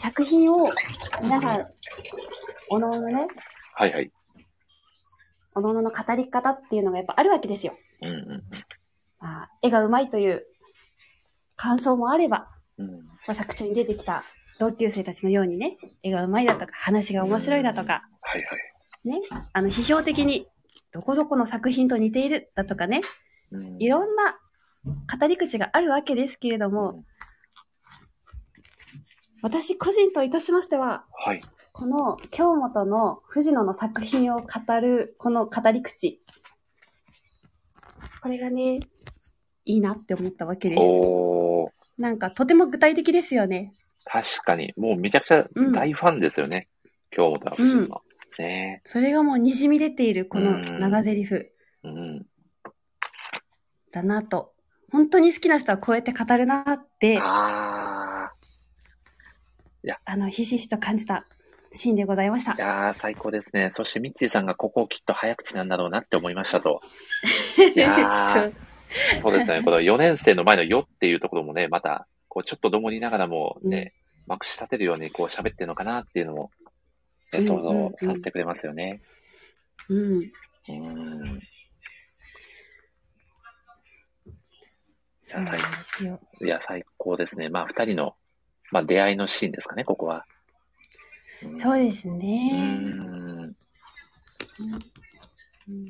[SPEAKER 3] 作品を、皆さん、おのおのね、
[SPEAKER 1] はいはい。
[SPEAKER 3] おのおのの語り方っていうのがやっぱあるわけですよ。
[SPEAKER 1] うんうん
[SPEAKER 3] まあ、絵がうまいという感想もあれば、
[SPEAKER 1] うん。うん
[SPEAKER 3] まあ、作中に出てきた同級生たちのようにね、絵がうまいだとか、話が面白いだとか、
[SPEAKER 1] はいはい。
[SPEAKER 3] ね、あの、批評的に、どこどこの作品と似ているだとかね、
[SPEAKER 1] うん
[SPEAKER 3] いろんな語り口があるわけですけれども、私個人といたしましては、
[SPEAKER 1] はい。
[SPEAKER 3] この京本の藤野の作品を語る、この語り口。これがね、いいなって思ったわけです。
[SPEAKER 1] おー、
[SPEAKER 3] なんかとても具体的ですよね。
[SPEAKER 1] 確かに、もうめちゃくちゃ大ファンですよね。京本藤野の。ね
[SPEAKER 3] それがもうにじみ出ているこの長台詞
[SPEAKER 1] え。うん。
[SPEAKER 3] だなと。本当に好きな人はこうやって語るなって、あ
[SPEAKER 1] あ
[SPEAKER 3] の、ひしひしと感じたシーンでございました
[SPEAKER 1] ー、い。やー、最高ですね。そして、ミッチーさんがここをきっと早口なんだろうなって思いました と。いや
[SPEAKER 3] そ
[SPEAKER 1] ー
[SPEAKER 3] う、
[SPEAKER 1] そうですよね。この4年生の前のよっていうところもね、また、こう、ちょっとどもりながらもね、まくし立てるように、こう、喋ってるのかなっていうのも、ね想
[SPEAKER 3] うんうんう
[SPEAKER 1] 像
[SPEAKER 3] ん
[SPEAKER 1] させてくれますよね。
[SPEAKER 3] うん。
[SPEAKER 1] うん。
[SPEAKER 3] そうなんですよ。
[SPEAKER 1] いや、最高ですね。まあ、二人の、まあ、出会いのシーンですかね、ここは。うん
[SPEAKER 3] そうです
[SPEAKER 1] う
[SPEAKER 3] ね。
[SPEAKER 1] ん。
[SPEAKER 3] うん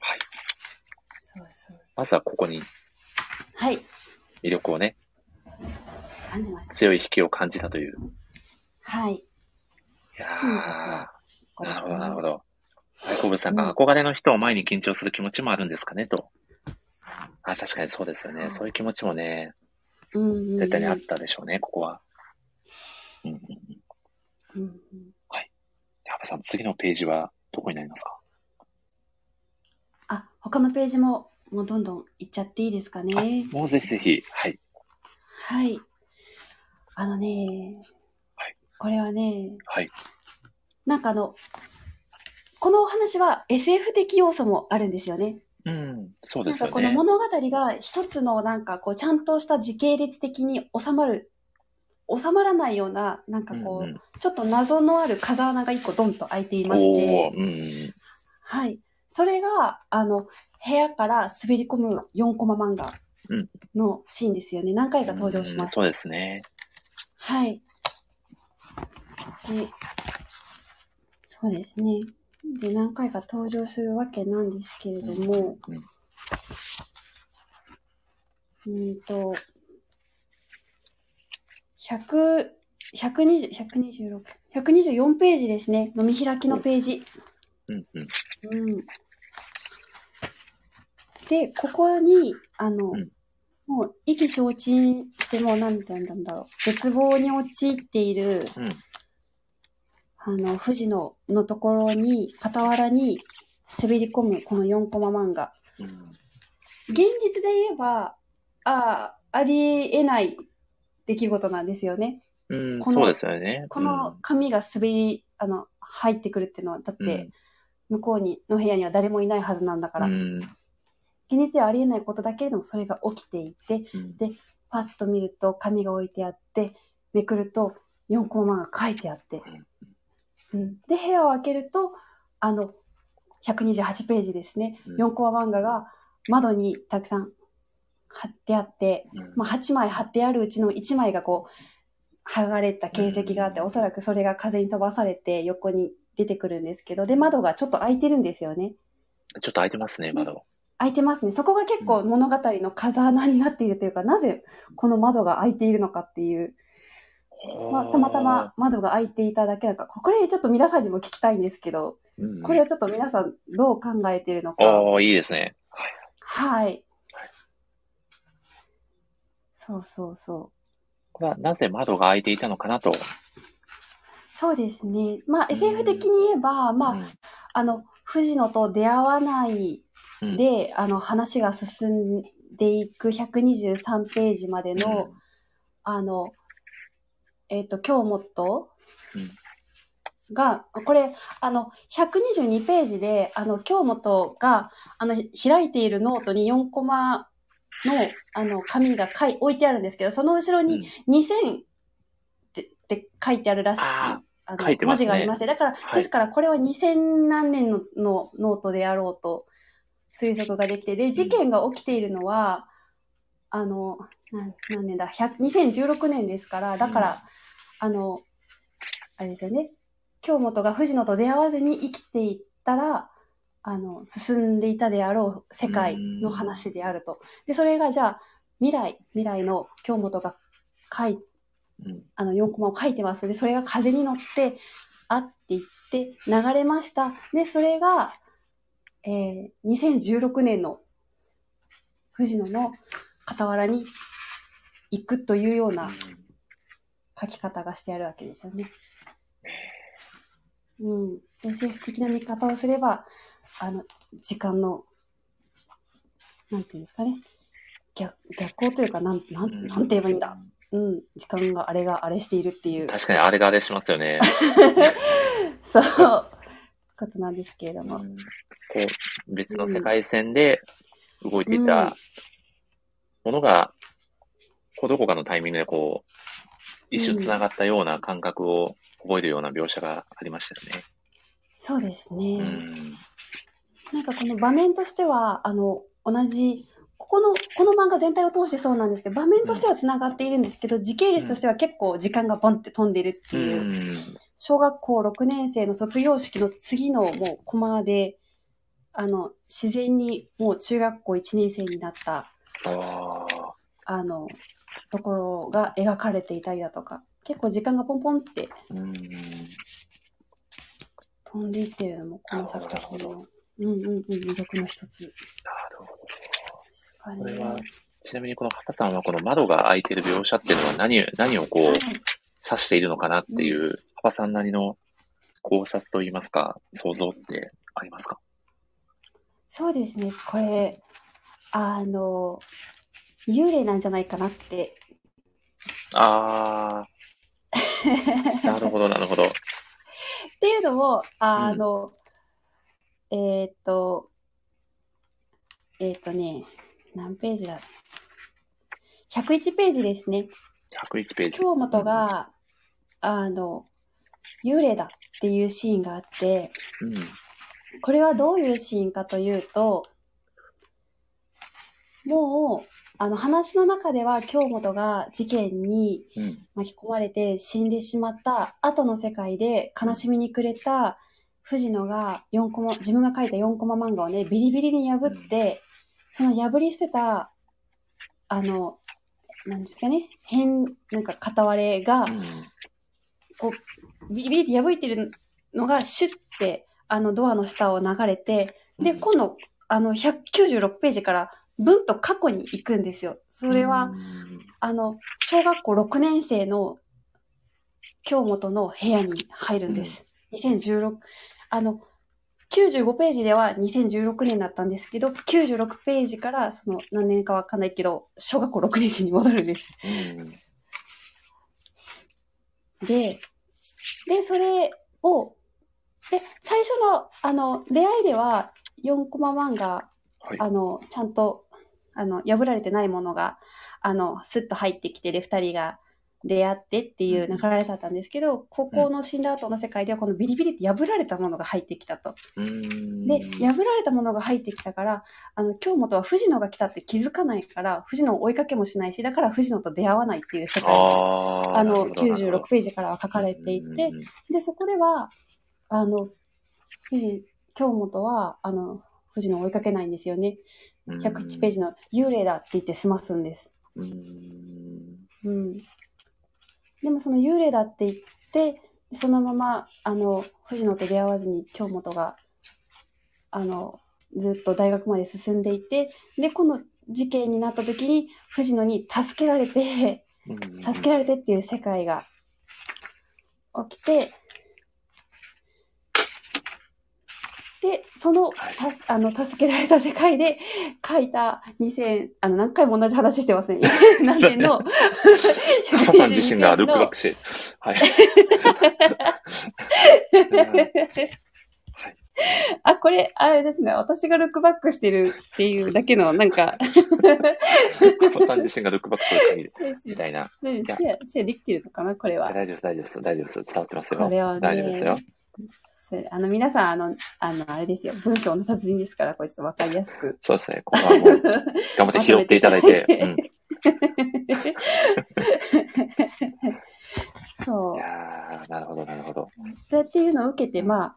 [SPEAKER 1] はい。
[SPEAKER 3] そうそうそう
[SPEAKER 1] まずはここに
[SPEAKER 3] はい、
[SPEAKER 1] 魅力をね、
[SPEAKER 3] 感じました。
[SPEAKER 1] 強い引きを感じたという。
[SPEAKER 3] はい。
[SPEAKER 1] いや
[SPEAKER 3] そうですね
[SPEAKER 1] ー
[SPEAKER 3] これ
[SPEAKER 1] な
[SPEAKER 3] です
[SPEAKER 1] るほど、
[SPEAKER 3] ね
[SPEAKER 1] なるほど。大好物さん
[SPEAKER 3] うん
[SPEAKER 1] が憧れの人を前に緊張する気持ちもあるんですかね、と。あ、確かにそうですよね。
[SPEAKER 3] そう
[SPEAKER 1] そういう気持ちもね、
[SPEAKER 3] うんうんうん
[SPEAKER 1] 絶対にあったでしょうね、ここは。うんうん。
[SPEAKER 3] うんうん
[SPEAKER 1] ハバさん、次のページはどこになりますか
[SPEAKER 3] あ、他のページも、もうどんどんいっちゃっていいですか
[SPEAKER 1] は
[SPEAKER 3] ね。
[SPEAKER 1] もうぜひぜひ、はい。
[SPEAKER 3] はい。あのね、
[SPEAKER 1] はい
[SPEAKER 3] これはね、
[SPEAKER 1] はい。
[SPEAKER 3] なんかあの、このお話は SF 的要素もあるんですよね。
[SPEAKER 1] うん、そうで
[SPEAKER 3] なん
[SPEAKER 1] す
[SPEAKER 3] か
[SPEAKER 1] よ
[SPEAKER 3] この
[SPEAKER 1] ね。
[SPEAKER 3] 物語が一つのなんかこうちゃんとした時系列的に収まる、収まらないような、なんかこう、
[SPEAKER 1] うんうん
[SPEAKER 3] ちょっと謎のある風穴が一個ドンと開いていまして。
[SPEAKER 1] おおー、うん
[SPEAKER 3] はい。それが、あの、部屋から滑り込む4コマ漫画
[SPEAKER 1] うん
[SPEAKER 3] のシーンですよね。何回
[SPEAKER 1] うん。
[SPEAKER 3] か登場します。
[SPEAKER 1] そうですね。
[SPEAKER 3] はい。で、そうですね。で、何回か登場するわけなんですけれども、
[SPEAKER 1] うん
[SPEAKER 3] うーんと、100、120、126、124ページですね。飲み開きのページ。
[SPEAKER 1] うんうん。
[SPEAKER 3] うんで、ここに、あの、
[SPEAKER 1] うん
[SPEAKER 3] もう意気承知してもうなんて言うんだろう、絶望に陥っている、
[SPEAKER 1] うん
[SPEAKER 3] あの、富士ののところに、傍らに滑り込むこの4コマ漫画。
[SPEAKER 1] うん。
[SPEAKER 3] 現実で言えば、ああ、ありえない出来事なんですよね。
[SPEAKER 1] うん、
[SPEAKER 3] この
[SPEAKER 1] そうですよね。
[SPEAKER 3] この紙が滑り、あの、入ってくるっていうのは、だっ
[SPEAKER 1] うん、
[SPEAKER 3] て、向こうに、の部屋には誰もいないはずなんだか
[SPEAKER 1] うん、う
[SPEAKER 3] ら、
[SPEAKER 1] ん
[SPEAKER 3] 現実ではありえないことだけれども、それが起きていて、
[SPEAKER 1] うん
[SPEAKER 3] パッと見ると紙が置いてあってめくると4コマが書いてあって、うん、で部屋を開けるとあの128ページですね
[SPEAKER 1] うん
[SPEAKER 3] 4コマ漫画が窓にたくさん貼ってあって、
[SPEAKER 1] うん
[SPEAKER 3] まあ、8枚貼ってあるうちの1枚がこう剥がれた形跡があって
[SPEAKER 1] うん
[SPEAKER 3] おそらくそれが風に飛ばされて横に出てくるんですけどで窓がちょっと開いてるんですよね
[SPEAKER 1] ちょっと開いてますね、窓。
[SPEAKER 3] 開いてますねそこが結構物語の風穴になっているというかなぜこの窓が開いているのかっていうまあ、たまたま窓が開いていただけだから、これちょっと皆さんにも聞きたいんですけど、
[SPEAKER 1] うんうん、
[SPEAKER 3] これはちょっと皆さんどう考えているのか。
[SPEAKER 1] ああ、いいですね。はい。
[SPEAKER 3] はい。そうそうそ
[SPEAKER 1] これはなぜ窓が開いていたのかなと。
[SPEAKER 3] う。そうですね。まあ
[SPEAKER 1] うん
[SPEAKER 3] SF 的に言えば、まあ、あの、藤野と出会わない
[SPEAKER 1] うん、うん、
[SPEAKER 3] で、あの、話が進んでいく123ページまでの、あの、えっ、と、今日もっと、が、これ、あの、122ページで、あの、京本が、あの、ひ開いているノートに4コマの、あの、紙がかい置いてあるんですけど、その後ろ
[SPEAKER 1] うん、
[SPEAKER 3] に2000って,、って書いてあるらしい、
[SPEAKER 1] あ
[SPEAKER 3] あ
[SPEAKER 1] 書いて
[SPEAKER 3] 文
[SPEAKER 1] ますね
[SPEAKER 3] 字がありまして、だから、
[SPEAKER 1] はい
[SPEAKER 3] ですからこれは2000何年ののノートであろうと推測ができて、で、事件が起きているのは、あの、なん何年だ、100 2016年ですから、だから、あの、あれですよね、京本が藤野と出会わずに生きていったら、あの、進んでいたであろう世界の話であると。で、それがじゃあ、未来、未来の京本が書い
[SPEAKER 1] うん
[SPEAKER 3] あの4コマを書いてますので、それが風に乗って、あって言って流れました。で、それが、えー2016年の藤野の傍らに行くというような書き方がしてあるわけですよね。うん。SF 的な見方をすれば、あの、時間の、なんていうんですかね。逆、逆行というか、なん、な
[SPEAKER 1] うん
[SPEAKER 3] ん、なんて言えばいいんだ。。うん、時間があれがあれしているっていう、
[SPEAKER 1] 確かにあれがあれしますよね。
[SPEAKER 3] そう、ことなんですけれど
[SPEAKER 1] こ
[SPEAKER 3] も。
[SPEAKER 1] う別の世界線で動いていたものが、こうどこかのタイミングでこう、一瞬繋がったような感覚を覚えるような描写がありましたよね。
[SPEAKER 3] そうですね。
[SPEAKER 1] うん。
[SPEAKER 3] なんかこの場面としては、あの、同じ、ここの、この漫画全体を通してそうなんですけど、場面としては繋がっているんですけど、時系列としては結構時間がボンって飛んでるって
[SPEAKER 1] う
[SPEAKER 3] いう、
[SPEAKER 1] ん。
[SPEAKER 3] 小学校6年生の卒業式の次のもうコマで、あの、自然にもう中学校1年生になった
[SPEAKER 1] ああ。
[SPEAKER 3] あの、ところが描かれていたりだとか、結構時間がポンポンって
[SPEAKER 1] うん。
[SPEAKER 3] 飛んでいってるのも、この作品の、うんうんうん、魅力の一つで
[SPEAKER 1] なるほど。
[SPEAKER 3] すか
[SPEAKER 1] これ
[SPEAKER 3] ね。
[SPEAKER 1] は、ちなみにこの畑さんはこの窓が開いてる描写っていうのは何、何をこう
[SPEAKER 3] はい、
[SPEAKER 1] 指しているのかなっていう、畑さんなりの考察といいますか、想像ってありますか
[SPEAKER 3] そうですね、これ、あの、幽霊なんじゃないかなって。
[SPEAKER 1] ああ、なるほど、なるほど。
[SPEAKER 3] っていうのも、あの、えーっと、えーっとね、何ページだ ?101 ページですね。
[SPEAKER 1] 101ページ。
[SPEAKER 3] 京本が、あの、幽霊だっていうシーンがあって、
[SPEAKER 1] うん。
[SPEAKER 3] これはどういうシーンかというと、もう、あの話の中では京本が事件に
[SPEAKER 1] うん。
[SPEAKER 3] 巻き込まれて死んでしまった後の世界で悲しみに暮れた藤野が4コマ、自分が書いた4コマ漫画をね、ビリビリに破って、その破り捨てた、あの、なんですかね、変、なんか片割れが、
[SPEAKER 1] うん
[SPEAKER 3] ビリビリって破いてるのがシュッてあのドアの下を流れてで
[SPEAKER 1] うん
[SPEAKER 3] 今度あの、196ページから文と過去に行くんですよ。それは、
[SPEAKER 1] うん
[SPEAKER 3] あの、小学校6年生の京本の部屋に入るんです。2016、あの、95ページでは2016年だったんですけど、96ページからその何年かわかんないけど、小学校6年生に戻るんです。
[SPEAKER 1] うん
[SPEAKER 3] で、で、それを、で、最初の、あの、出会いでは4コマ漫画、
[SPEAKER 1] はい。
[SPEAKER 3] あの、ちゃんと、あの、破られてないものが、あの、スッと入ってきて、で、二人が出会ってっていう流れだったんですけど、高校の死んだ後の世界では、このビリビリって破られたものが入ってきたと。
[SPEAKER 1] うん
[SPEAKER 3] で、破られたものが入ってきたから、あの、京本は藤野が来たって気づかないから、藤野を追いかけもしないし、だから藤野と出会わないっていう世界が、
[SPEAKER 1] あーな
[SPEAKER 3] あの、
[SPEAKER 1] るほどなるほど
[SPEAKER 3] 96ページからは書かれていて、
[SPEAKER 1] うんうんうん
[SPEAKER 3] で、そこでは、あの、藤京本は、あの、藤野を追いかけないんですよね。101ページの幽霊だって言って済ますんです。
[SPEAKER 1] うん
[SPEAKER 3] うん。でもその幽霊だって言って、そのまま、あの、藤野と出会わずに京本が、あの、ずっと大学まで進んでいて、で、この事件になった時に、藤野に助けられて、
[SPEAKER 1] うん
[SPEAKER 3] 助けられてっていう世界が起きて、で、その、
[SPEAKER 1] はい
[SPEAKER 3] たすあの、助けられた世界で書いた2000、あの、何回も同じ話し てますね。何年の、
[SPEAKER 1] ハサさん自身がルック バックして、はい。はい
[SPEAKER 3] あ、これ、あれですね。私がルックバックしてるっていうだけの、な んか、
[SPEAKER 1] ハサさん自身がルックバックする限り、みたいな。
[SPEAKER 3] ねシェア、シェアできてるのかなこれは。
[SPEAKER 1] 大丈夫です、大丈夫です、大丈夫です。伝わってますよ。
[SPEAKER 3] これはね
[SPEAKER 1] 大丈夫ですよ。
[SPEAKER 3] それあの、皆さん、あの、あの、あれですよ。文章の達人ですから、これちょっとわかりやすく。
[SPEAKER 1] そうですね、ここはもう、頑張って拾っていただい て。うん、い
[SPEAKER 3] そう。
[SPEAKER 1] やー、なるほど、なるほど。
[SPEAKER 3] そうやっていうのを受けて、まあ、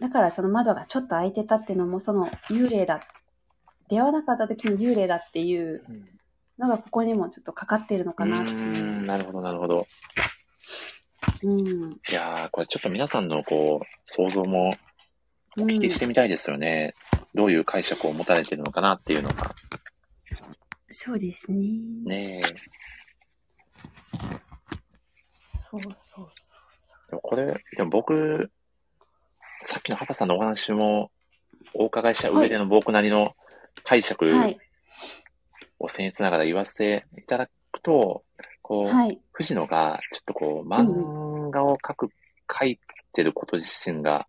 [SPEAKER 3] だからその窓がちょっと開いてたっていうのも、その幽霊だ。出会わなかった時に幽霊だっていう
[SPEAKER 1] うん
[SPEAKER 3] のがここにもちょっとかかってるの
[SPEAKER 1] う
[SPEAKER 3] かなって
[SPEAKER 1] ー
[SPEAKER 3] いう。
[SPEAKER 1] ん、なるほど、なるほど。
[SPEAKER 3] うん。
[SPEAKER 1] いやー、これちょっと皆さんのこう、想像もお聞きしてみたいですよね。どういう解釈を持たれてるのかなっていうのが。
[SPEAKER 2] そうですね。
[SPEAKER 1] ねえ。
[SPEAKER 3] そうそうそう。
[SPEAKER 1] でもこれ、でも僕、さっきの畑さんのお話もお伺いした上での僕なりの解釈
[SPEAKER 3] はい。
[SPEAKER 1] を僭越ながら言わせていただくと、こう、
[SPEAKER 3] はい。
[SPEAKER 1] 藤野がちょっとこう、
[SPEAKER 3] ん
[SPEAKER 1] 漫画を描く、描いてること自身が、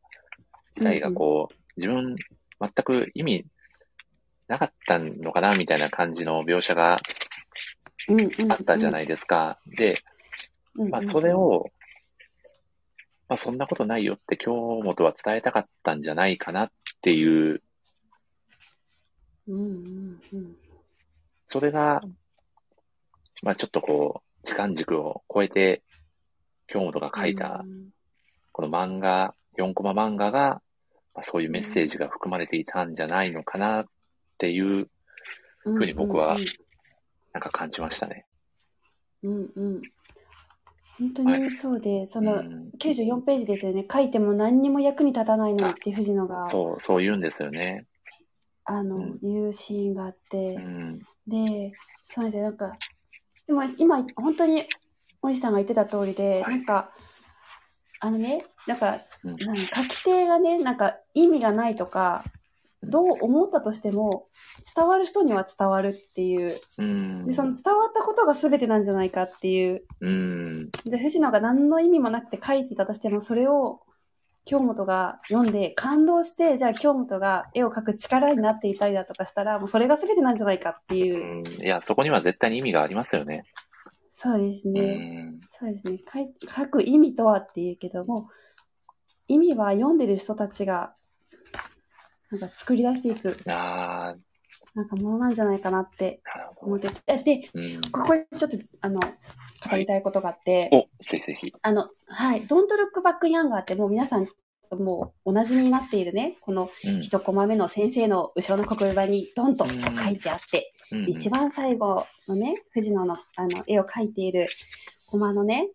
[SPEAKER 1] 自体がこう、自分、全く意味なかったのかな、みたいな感じの描写が
[SPEAKER 3] うんうんうん。。
[SPEAKER 1] あったじゃないいですか。で、まあ、それ。を、まあ、そんなことないよって京本は伝えたかったんじゃないかなっていう、
[SPEAKER 3] うんうんうん。
[SPEAKER 1] それが、まあ、ちょっとこう、時間軸を超えて、京本が書いた、この漫画、4コマ漫画が、まあ、そういうメッセージが含まれていたんじゃないのかなっていう、
[SPEAKER 3] ふ
[SPEAKER 1] ふうに僕はなんか感じましたね。
[SPEAKER 3] うんうん。本当にそうで、その、
[SPEAKER 1] うん
[SPEAKER 3] 94ページですよね。書いても何にも役に立たないのにって藤野が、
[SPEAKER 1] そう、そう言うんですよね。
[SPEAKER 3] あの、
[SPEAKER 1] うん
[SPEAKER 3] いうシーンがあって
[SPEAKER 1] う、ん。
[SPEAKER 3] で、そうなんですよ。なんか、でも今、本当に森さんが言ってた通りで、
[SPEAKER 1] はい
[SPEAKER 3] なんか、あのね、なんか、
[SPEAKER 1] うん
[SPEAKER 3] なんか確定がね、なんか意味がないとか、
[SPEAKER 1] うん
[SPEAKER 3] どう思ったとしても、伝わる人には伝わるっていう、
[SPEAKER 1] うん。
[SPEAKER 3] でその伝わったことが全てなんじゃないかっていう
[SPEAKER 1] うん。
[SPEAKER 3] で藤野が何の意味もなくて書いていたとしてもそれを京本が読んで感動してじゃあ京本が絵を描く力になっていたりだとかしたらもうそれが全てなんじゃないかって
[SPEAKER 1] う。
[SPEAKER 3] いうん
[SPEAKER 1] いや、そこには絶対に意味がありますよね。
[SPEAKER 3] そうです
[SPEAKER 1] う
[SPEAKER 3] ね、
[SPEAKER 1] ん。
[SPEAKER 3] そうですね書い書く意味とはっていうけども意味は読んでる人たちがなんか作り出していく
[SPEAKER 1] ああ、
[SPEAKER 3] なんかものなんじゃないかなって
[SPEAKER 1] なる
[SPEAKER 3] 思
[SPEAKER 1] ほ
[SPEAKER 3] っ
[SPEAKER 1] ど。
[SPEAKER 3] てえで
[SPEAKER 1] うん、
[SPEAKER 3] ここでちょっとあの語りたいことがあって、
[SPEAKER 1] お、ぜひぜひ。
[SPEAKER 3] あの、はい、ドントルックバックヤンガーってもう皆さん、もうお馴染みになっているね、この
[SPEAKER 1] うん
[SPEAKER 3] 一コマ目の先生の後ろの黒板にドンと書いてあって、
[SPEAKER 1] うんうん
[SPEAKER 3] 一番最後のね、藤野のあの絵を描いているコマのね、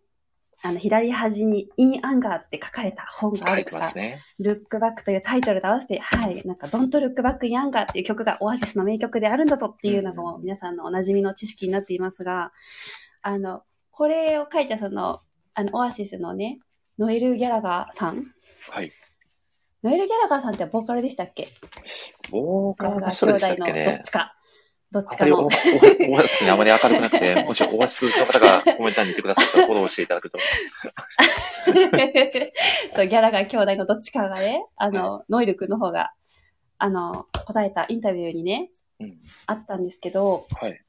[SPEAKER 3] あの、左端に In Anger って書かれた本があ
[SPEAKER 1] 書い
[SPEAKER 3] る
[SPEAKER 1] て
[SPEAKER 3] か
[SPEAKER 1] ま
[SPEAKER 3] ら
[SPEAKER 1] す、ね。
[SPEAKER 3] ルックバックというタイトルと合わせて、はい、なんか、Don't Look Back in Anger っていう曲がオアシスの名曲であるんだぞっていうのがもう皆さんのおなじみの知識になっていますが、あの、これを書いたその、あの、オアシスのね、ノエル・ギャラガーさん。
[SPEAKER 1] はい。
[SPEAKER 3] ノエル・ギャラガーさんってボーカルでしたっけ
[SPEAKER 1] ボー
[SPEAKER 3] ギャ
[SPEAKER 1] カル
[SPEAKER 3] ラガ
[SPEAKER 1] の
[SPEAKER 3] ー
[SPEAKER 1] 人でしたっ
[SPEAKER 3] 兄弟
[SPEAKER 1] け
[SPEAKER 3] のどっ
[SPEAKER 1] ね。
[SPEAKER 3] ちか。どっ
[SPEAKER 1] あ
[SPEAKER 3] ち
[SPEAKER 1] ま
[SPEAKER 3] か
[SPEAKER 1] りオ
[SPEAKER 3] の
[SPEAKER 1] ア。オアシスにあまり明るくなくて、もしオアシスの方がコメント欄にいてくださったらフォローしていただくと。
[SPEAKER 3] そう、ギャラガー兄弟のどっちかがね、あの、ノイル君の方が、あの、答えたインタビューにね、
[SPEAKER 1] うん。
[SPEAKER 3] あったんですけど、
[SPEAKER 1] はい。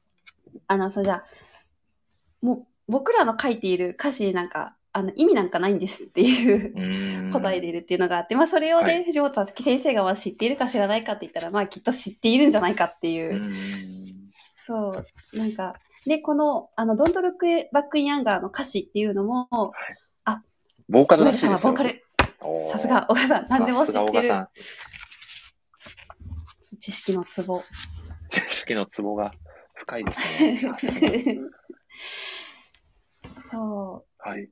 [SPEAKER 3] あの、それじゃあもう、僕らの書いている歌詞になんか、あの、意味なんかないんですっていう
[SPEAKER 1] うーん。
[SPEAKER 3] 答えでいるっていうのがあって、まあ、それをね、
[SPEAKER 1] はい
[SPEAKER 3] 藤本たつき先生がまあ知っているか知らないかって言ったら、まあ、きっと知っているんじゃないかっていうう、
[SPEAKER 1] ーん。
[SPEAKER 3] そう、なんか、で、この、あの、ドントルックバックインアンガーの歌詞っていうのも、
[SPEAKER 1] ボーカル
[SPEAKER 3] ノ
[SPEAKER 1] ら
[SPEAKER 3] エル
[SPEAKER 1] し
[SPEAKER 3] さ
[SPEAKER 1] い
[SPEAKER 3] ん
[SPEAKER 1] で
[SPEAKER 3] は
[SPEAKER 1] す
[SPEAKER 3] ボ
[SPEAKER 1] よ
[SPEAKER 3] ーカ。ル、
[SPEAKER 1] おー
[SPEAKER 3] さすが、。小川さん、何でも知
[SPEAKER 1] さすが
[SPEAKER 3] っ
[SPEAKER 1] 小川
[SPEAKER 3] てる
[SPEAKER 1] さん。
[SPEAKER 3] 知識のツボ。
[SPEAKER 1] 知識のツボが深いですね。さすが。
[SPEAKER 3] そう。
[SPEAKER 1] はい。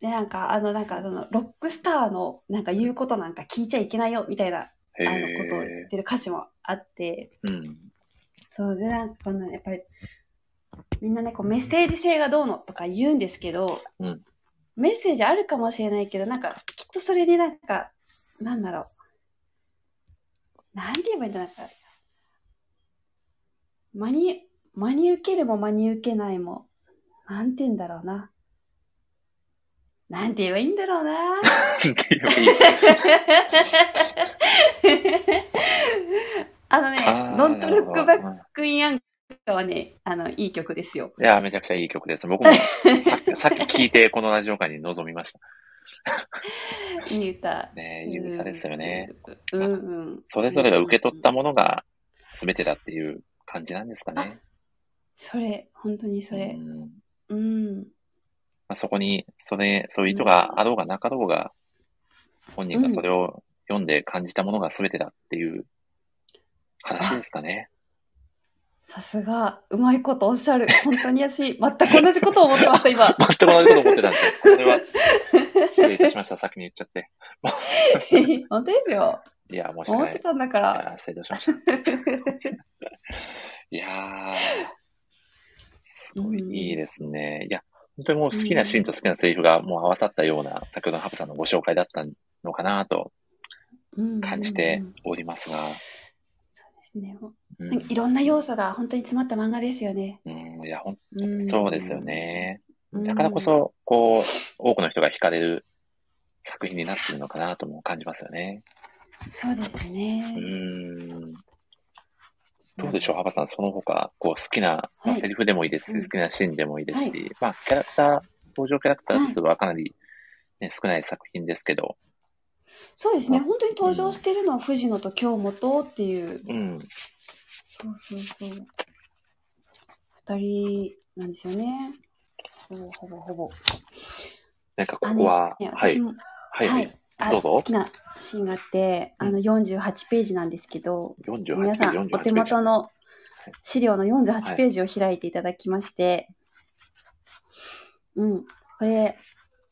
[SPEAKER 3] で、なんか、あの、なんか、その、ロックスターの、なんか、言うことなんか聞いちゃいけないよ、みたいな、あ
[SPEAKER 1] へ
[SPEAKER 3] の、ことを言っ
[SPEAKER 1] え。
[SPEAKER 3] てる歌詞もあって、
[SPEAKER 1] うん。
[SPEAKER 3] そう、で、なんか、この、やっぱり、みんなね、こう、メッセージ性がどうのとか言うんですけど、
[SPEAKER 1] うん
[SPEAKER 3] メッセージあるかもしれないけど、なんか、きっとそれになんか、なんだろう。なんて言えばいいんだろう、なんか、真に、真に受けるも真に受けないも、なんて言うんだろうな。なんて言えばいいんだろ うな。
[SPEAKER 1] っていう
[SPEAKER 3] あの
[SPEAKER 1] あ
[SPEAKER 3] ね
[SPEAKER 1] ー、
[SPEAKER 3] ドントルックバ
[SPEAKER 1] なる
[SPEAKER 3] ッ
[SPEAKER 1] ほど
[SPEAKER 3] クインアンカーはね、あの、いい曲ですよ。
[SPEAKER 1] いや、めちゃくちゃいい曲です。僕もさ っき、さっき聞いて、このラジオ会に臨みました。
[SPEAKER 3] いい歌。
[SPEAKER 1] ねえ、いい歌ですよね。。
[SPEAKER 3] うんうん。
[SPEAKER 1] それぞれが受け取ったものが全てだっていう感じなんですかね。
[SPEAKER 3] それ、本当にそ
[SPEAKER 1] う。
[SPEAKER 3] れ
[SPEAKER 1] ん
[SPEAKER 3] うん。
[SPEAKER 1] まあ、そこに、それ、そういう意図があろうがなかろうが、本人がそれを読んで感じたものが全てだっていう話ですか ね。
[SPEAKER 3] さすが、うまいことおっしゃる。本当に私、 全く同じことを思ってました、今。
[SPEAKER 1] 全く同じこと思ってたんですよそれは、失礼いたしました。先に言っちゃって。
[SPEAKER 3] 本当ですよ。
[SPEAKER 1] いや、申し訳
[SPEAKER 3] 思
[SPEAKER 1] な
[SPEAKER 3] っ
[SPEAKER 1] い。
[SPEAKER 3] てたんだか
[SPEAKER 1] い
[SPEAKER 3] ら。
[SPEAKER 1] や、失礼いたしました。いやー、すごい
[SPEAKER 3] うん
[SPEAKER 1] いいですね。いや、本当にもう好きなシーンと好きなセリフがもう合わさったような、先ほどのハブさんのご紹介だったのかなと感じておりますが、
[SPEAKER 3] うんうんうん。そう
[SPEAKER 1] う
[SPEAKER 3] ですねなん
[SPEAKER 1] ん
[SPEAKER 3] かいろんな要素が本当に詰まった漫画ですよね。
[SPEAKER 1] うん、いや、ほん
[SPEAKER 3] うん
[SPEAKER 1] そうですよ。ね。
[SPEAKER 3] うん
[SPEAKER 1] だからこそ、こう、多くの人が惹かれる作品になってるのかなとも感じますよね。
[SPEAKER 3] そうです
[SPEAKER 1] う
[SPEAKER 3] ね。
[SPEAKER 1] ん。どうでしょう、ハバさん、その他、こう、好きな、ま
[SPEAKER 3] は
[SPEAKER 1] あ、
[SPEAKER 3] い
[SPEAKER 1] セリフでもいいですし、
[SPEAKER 3] うん
[SPEAKER 1] 好きなシーンでもいいですし、
[SPEAKER 3] は
[SPEAKER 1] まあ、キャラクター、登場キャラクター数はかなり、ね、少ない作品ですけど、
[SPEAKER 3] そうですね。
[SPEAKER 1] あ
[SPEAKER 3] 本当に登場してるのは藤野と京本っていう。
[SPEAKER 1] うん、
[SPEAKER 3] そうそうそう。二人なんですよね。ほぼほぼほぼ。
[SPEAKER 1] なんかここは、
[SPEAKER 3] ね、
[SPEAKER 1] は
[SPEAKER 3] 私
[SPEAKER 1] い、
[SPEAKER 3] も、
[SPEAKER 1] はい、はい、
[SPEAKER 3] あ
[SPEAKER 1] どうぞ
[SPEAKER 3] 好きなシーンがあって、あの48ページなんですけど、皆
[SPEAKER 1] 48ペ
[SPEAKER 3] さ
[SPEAKER 1] ージ、
[SPEAKER 3] んお
[SPEAKER 1] 48ペ
[SPEAKER 3] 手
[SPEAKER 1] ージ。
[SPEAKER 3] 元の資料の
[SPEAKER 1] はい
[SPEAKER 3] 48ページを開いていただきまして、うん、これ、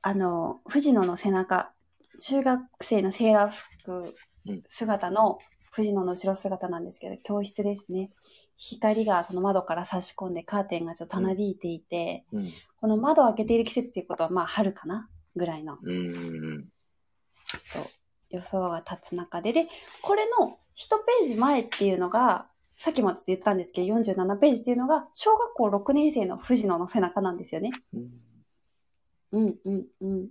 [SPEAKER 3] あの、藤野の背中、中学生のセーラー服
[SPEAKER 1] うん
[SPEAKER 3] 姿の藤野の後ろ姿なんですけど、教室ですね。光がその窓から差し込んでカーテンがちょっとたなびいていて、
[SPEAKER 1] うん、
[SPEAKER 3] この窓を開けている季節っていうことはまあ春かなぐらいの
[SPEAKER 1] うん、
[SPEAKER 3] と予想が立つ中で、で、これの1ページ前っていうのが、さっきもちょっと言ったんですけど、47ページっていうのが、小学校6年生の藤野の背中なんですよね。
[SPEAKER 1] うん、
[SPEAKER 3] うんうんうん。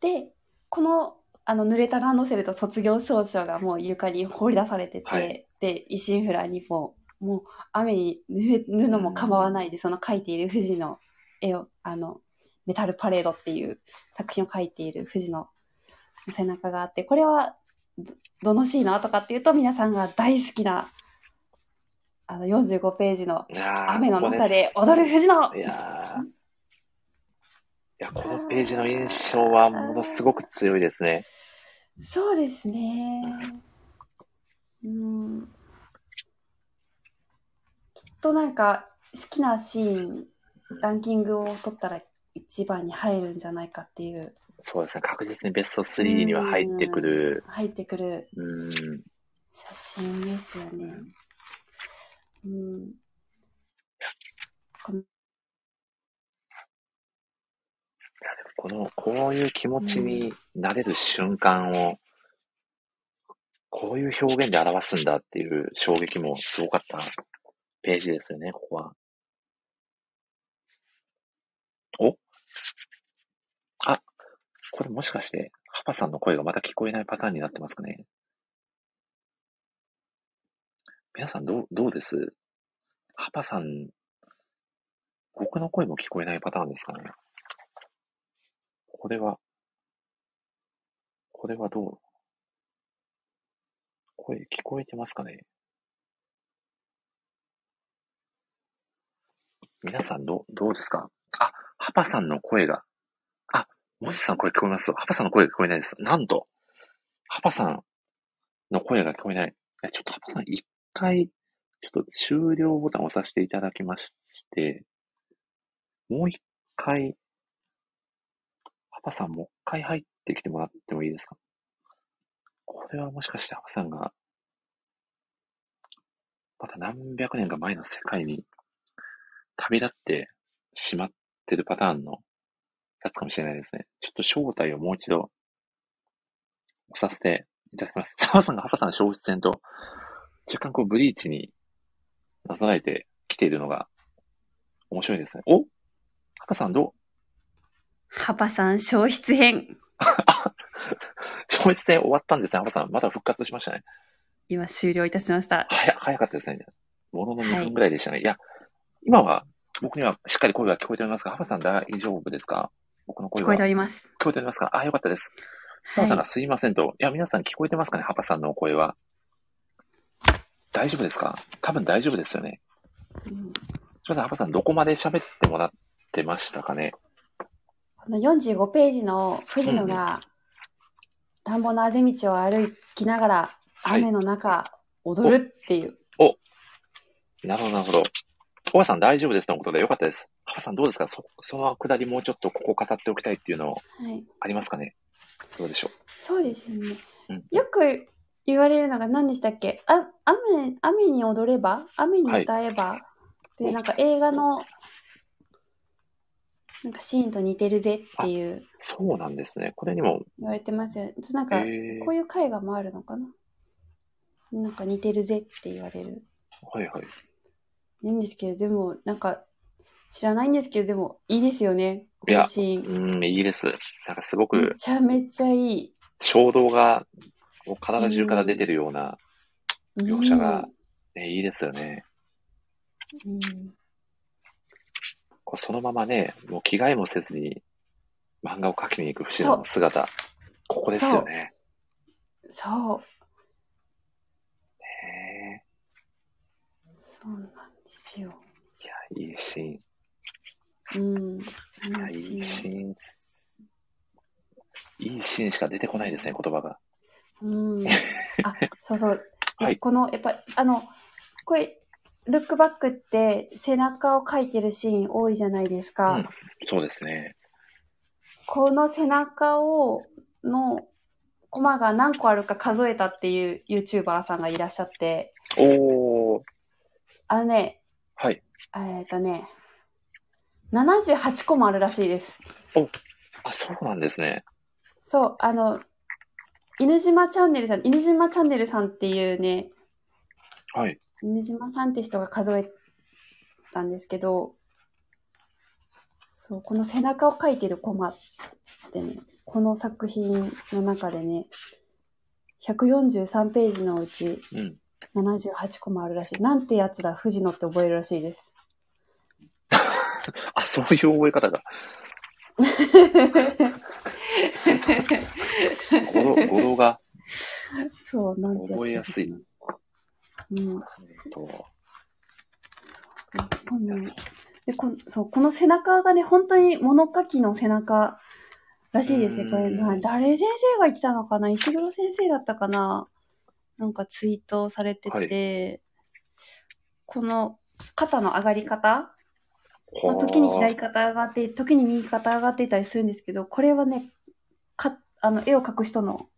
[SPEAKER 3] で、この、あの、濡れたランドセルと卒業証書がもう床に放り出されてて、
[SPEAKER 1] はい
[SPEAKER 3] で、維新フラにもう、もう雨に濡れるのも構わないで、その描いている藤野絵を、あの、メタルパレードっていう作品を描いている藤野の背中があって、これはど、どのシーンの後かっていうと、皆さんが大好きな、あの、45ページの
[SPEAKER 1] いやー
[SPEAKER 3] 雨の
[SPEAKER 1] ここ
[SPEAKER 3] 中です踊る藤野
[SPEAKER 1] いやーいや、このページの印象はものすごく強いですね。
[SPEAKER 3] そうですね。うん。きっとなんか好きなシーン、ランキングを取ったら一番に入るんじゃないかっていう、
[SPEAKER 1] そうですね。確実にベスト3には入ってくる。
[SPEAKER 3] 入ってくる
[SPEAKER 1] うん。
[SPEAKER 3] 写真ですよね。うん。この
[SPEAKER 1] いやでもこの、こういう気持ちになれる瞬間を、こういう表現で表すんだっていう衝撃もすごかったページですよね、ここは。おあ、これもしかして、ハパさんの声がまた聞こえないパターンになってますかね皆さんどう、どうですハパさん、僕の声も聞こえないパターンですかねこれは、これはどう声聞こえてますかね皆さんどう、どうですかあ、ハパさんの声が。あ、もしさん声聞こえますハパさんの声が聞こえないです。なんと、ハパさんの声が聞こえない。えちょっとハパさん一回、ちょっと終了ボタンを押させていただきまして、もう一回、パパさんもう一回入ってきてもらってもいいですかこれはもしかしてパパさんが、また何百年か前の世界に旅立ってしまってるパターンのやつかもしれないですね。ちょっと正体をもう一度押させていただきます。パパさんがパパさんの消失戦と若干こうブリーチになぞらえてきているのが面白いですね。おパパさんどう
[SPEAKER 3] ハパさん消失編。
[SPEAKER 1] 消失戦終わったんですね、ハパさん。まだ復活しましたね。
[SPEAKER 3] 今終了いたしました。
[SPEAKER 1] 早早かったですね。ものの2
[SPEAKER 3] は
[SPEAKER 1] 分
[SPEAKER 3] い
[SPEAKER 1] ぐらいでしたね。い、や、今は僕にはしっかり声が聞こえておりますが、ハパさん大丈夫ですか僕の声
[SPEAKER 3] 聞
[SPEAKER 1] は
[SPEAKER 3] こえております。
[SPEAKER 1] 聞こえておりますかあ、よかったです。ハパ
[SPEAKER 3] はい
[SPEAKER 1] さんがすいませんと。い、や、皆さん聞こえてますかねハパさんのお声は。大丈夫ですか多分大丈夫ですよね。
[SPEAKER 3] うん
[SPEAKER 1] すいません、ハパさんどこまで喋ってもらってましたかね
[SPEAKER 3] この45ページの藤野が田んぼのあぜ道を歩きながら
[SPEAKER 1] はい
[SPEAKER 3] 雨の中踊るっていう。
[SPEAKER 1] なるほど、なるほど。おばさん大丈夫ですとのことでよかったです。ハパさんどうですかそ、そのくだりもうちょっとここ語っておきたいっていうのを
[SPEAKER 3] はい、
[SPEAKER 1] ありますかねどうでしょ
[SPEAKER 3] そうですよね。
[SPEAKER 1] う、うん、
[SPEAKER 3] よく言われるのが何でしたっけあ雨雨に踊れば雨に歌えば、っていうなんか映画のなんかシーンと似てるぜっていう
[SPEAKER 1] そうなんですね。これにも、
[SPEAKER 3] 言われてますよね。なん
[SPEAKER 1] え
[SPEAKER 3] か
[SPEAKER 1] ー、
[SPEAKER 3] こういう絵画もあるのかななんか似てるぜって言われる。
[SPEAKER 1] はいはい。
[SPEAKER 3] いいんですけど、でも、なんか、知らないんですけど、でも、いいですよね。こ
[SPEAKER 1] いや
[SPEAKER 3] のシーン。
[SPEAKER 1] うん、いいです。なんかすご
[SPEAKER 3] め
[SPEAKER 1] く
[SPEAKER 3] ちゃめちゃいい。
[SPEAKER 1] 衝動が、もう体中から出てるような、描写がね、いいですよね。
[SPEAKER 3] うん。
[SPEAKER 1] こうそのままね、もう着替えもせずに漫画を描きに行く藤野の姿、ここですよね。
[SPEAKER 3] うんそう。
[SPEAKER 1] へ
[SPEAKER 3] そうなんですよ。
[SPEAKER 1] えいや、いいシーン。
[SPEAKER 3] うん。い
[SPEAKER 1] いや、いいシ
[SPEAKER 3] いシー
[SPEAKER 1] ー
[SPEAKER 3] ン
[SPEAKER 1] ン。いいシーンしか出てこないですね、言葉が。
[SPEAKER 3] うん。あ、そうそう。いや
[SPEAKER 1] はい
[SPEAKER 3] この、やっぱ、あの、これ、ルックバックって背中を描いてるシーン多いじゃないですか。
[SPEAKER 1] うんそうですね。
[SPEAKER 3] この背中を、の、コマが何個あるか数えたっていう YouTuber さんがいらっしゃって、
[SPEAKER 1] おー、
[SPEAKER 3] あのね、
[SPEAKER 1] はい。
[SPEAKER 3] えっとね、78個もあるらしいです。
[SPEAKER 1] あ、そうなんですね。
[SPEAKER 3] そう、あの、犬島チャンネルさん、犬島チャンネルさんっていうね、
[SPEAKER 1] はい。
[SPEAKER 3] 犬島さんって人が数えたんですけど、そう、この背中を描いてるコマってね、この作品の中でね、143ページのうち
[SPEAKER 1] うん。
[SPEAKER 3] 78コマあるらしい。なんてやつだ、藤野って覚えるらしいです。
[SPEAKER 1] あ、そういう覚え方が。語呂語呂が。
[SPEAKER 3] そう、なんてつ
[SPEAKER 1] 覚えやすい。
[SPEAKER 3] うん。
[SPEAKER 1] と
[SPEAKER 3] うんでこのそうこの背中がね、本当に物書きの背中らしいですね。これ、
[SPEAKER 1] うん
[SPEAKER 3] な誰先生が言ってたのかな石黒先生だったかななんかツイートされてて、
[SPEAKER 1] は
[SPEAKER 3] この肩の上がり方
[SPEAKER 1] ほ
[SPEAKER 3] まあ
[SPEAKER 1] ー
[SPEAKER 3] 時に左肩上がって、時に右肩上がっていたりするんですけど、これはね、かあの絵を描く人の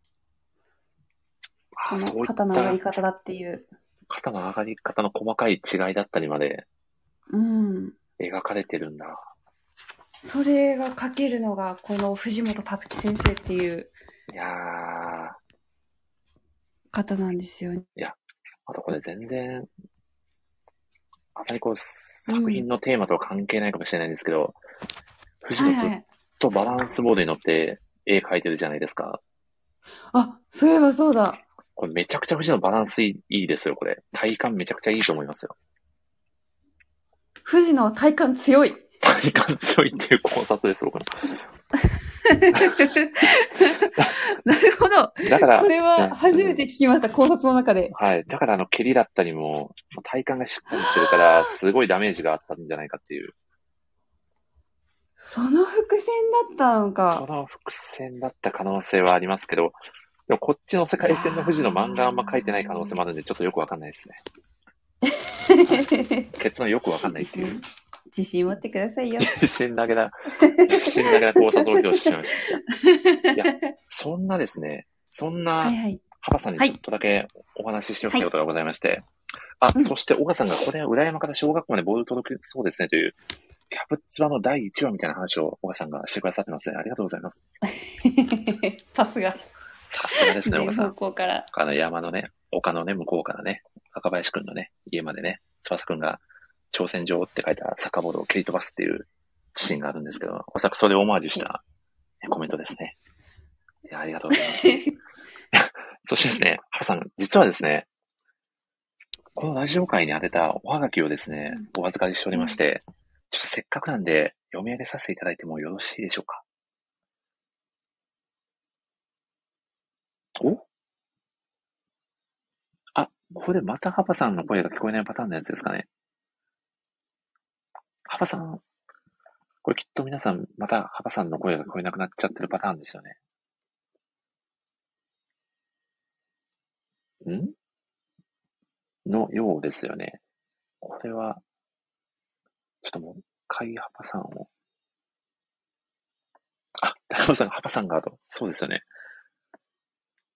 [SPEAKER 1] あ
[SPEAKER 3] あ
[SPEAKER 1] ーそう
[SPEAKER 3] の
[SPEAKER 1] い
[SPEAKER 3] 肩の上がり
[SPEAKER 1] った
[SPEAKER 3] 方だっていう。
[SPEAKER 1] 肩の上がり方の細かい違いだったりまで
[SPEAKER 3] うん。
[SPEAKER 1] 描かれてるんだ。
[SPEAKER 3] それが描けるのが、この藤本達樹先生っていう
[SPEAKER 1] いやー、
[SPEAKER 3] 方なんですよね。
[SPEAKER 1] あとこれ全然、あまりこう、作品のテーマとは関係ないかもしれないんですけど、藤
[SPEAKER 3] は
[SPEAKER 1] 野
[SPEAKER 3] い
[SPEAKER 1] ず
[SPEAKER 3] は
[SPEAKER 1] っ
[SPEAKER 3] い。
[SPEAKER 1] とバランスボードに乗って絵描いてるじゃないですか。
[SPEAKER 3] あ、そういえばそうだ。
[SPEAKER 1] これめちゃくちゃ藤野バランスいいいいですよ、これ。体感めちゃくちゃいいと思いますよ。
[SPEAKER 3] 藤野は体感 強い。
[SPEAKER 1] 体感強いっていう考察です、僕の。
[SPEAKER 3] なるほど。
[SPEAKER 1] だから、
[SPEAKER 3] これ
[SPEAKER 1] うん
[SPEAKER 3] は初めて聞きました、考察の中で。
[SPEAKER 1] はい。だからあの、蹴りだったりも、体幹がしっかりしてるから、すごいダメージがあったんじゃないかっていう。
[SPEAKER 3] その伏線だったの
[SPEAKER 1] そ
[SPEAKER 3] か。
[SPEAKER 1] の伏線だった可能性はありますけど、でもこっちの世界線の富士の漫画あんま書いてない可能性もあるんで、ちょっとよくわかんないですね。結論よくわかんないっ
[SPEAKER 3] 自
[SPEAKER 1] ていう
[SPEAKER 3] 信。、自信持ってくださいよ。
[SPEAKER 1] 自信だけな、自信だけな考察を披露してしまいました。いやそんなですね、そんな
[SPEAKER 3] は いはい。
[SPEAKER 1] 幅さんにちょっとだけお話ししておきたいことがございまして、
[SPEAKER 3] う
[SPEAKER 1] あ、
[SPEAKER 3] ん
[SPEAKER 1] そして小川さんがこれは裏山から小学校までボール届くそうですねという、キャブツバの第1話みたいな話を小川さんがしてくださってますね。ありがとうございます。
[SPEAKER 3] パスが
[SPEAKER 1] さすがですね、小
[SPEAKER 3] 全
[SPEAKER 1] 川さん
[SPEAKER 3] 方。向から。
[SPEAKER 1] あの山のね、丘のね、向こうからね、赤林くんのね、家までね、翼くんが挑戦状って書いたサッカーボードを蹴り飛ばすっていうシーンがあるんですけど、おそらくそれをオマージュしたねコメントですね。いや、ありがとうございます。そしてですね、ハルさん、実はですね、このラジオ会に当てたおはがきをですね、お預かりしておりまして、ちょっとせっかくなんで読み上げさせていただいてもよろしいでしょうか。おあ、これまたハパさんの声が聞こえないパターンのやつですかね。ハパさん、これきっと皆さんまたハパさんの声が聞こえなくなっちゃってるパターンですよね。んのようですよね。これは、ちょっともう一回ハパさんを。あ、高野さんが、ハパさんがと。そうですよね。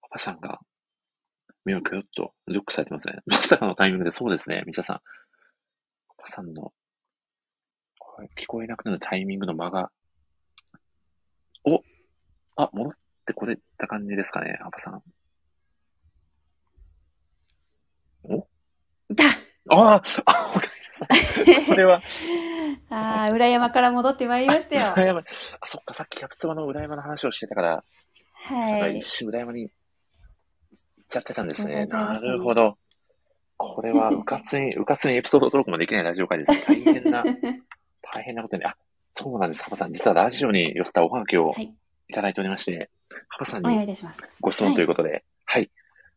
[SPEAKER 1] ハパさんが、目をくよっとルックされてますね。まさかのタイミングで、そうですね、みちゃさん。ハパさんの、これ聞こえなくなるタイミングの間が、おあ、戻ってこれた感じですかね、ハパさん。
[SPEAKER 3] だ
[SPEAKER 1] あーあ、ごめんなさ い。これは、
[SPEAKER 3] ああ、裏山から戻ってまいりましたよ。
[SPEAKER 1] 裏山あ、そっか、さっきキャプツバの裏山の話をしてたから、なん
[SPEAKER 3] は
[SPEAKER 1] か
[SPEAKER 3] い
[SPEAKER 1] 一。瞬裏山に行っちゃってたんです
[SPEAKER 3] 行
[SPEAKER 1] ね。
[SPEAKER 3] っちゃいま
[SPEAKER 1] な
[SPEAKER 3] したね
[SPEAKER 1] るほど。これ は、うかつに、うかつにエピソードトークもできないラジオ会ですね。大変 な、大変なことに、あ、そうなんです、ハバさん。実はラジオに寄せたおはがきを
[SPEAKER 3] はい
[SPEAKER 1] いただいておりまして、ハバさん
[SPEAKER 3] お
[SPEAKER 1] に
[SPEAKER 3] 願いいたします。
[SPEAKER 1] ご質問ということで、はい。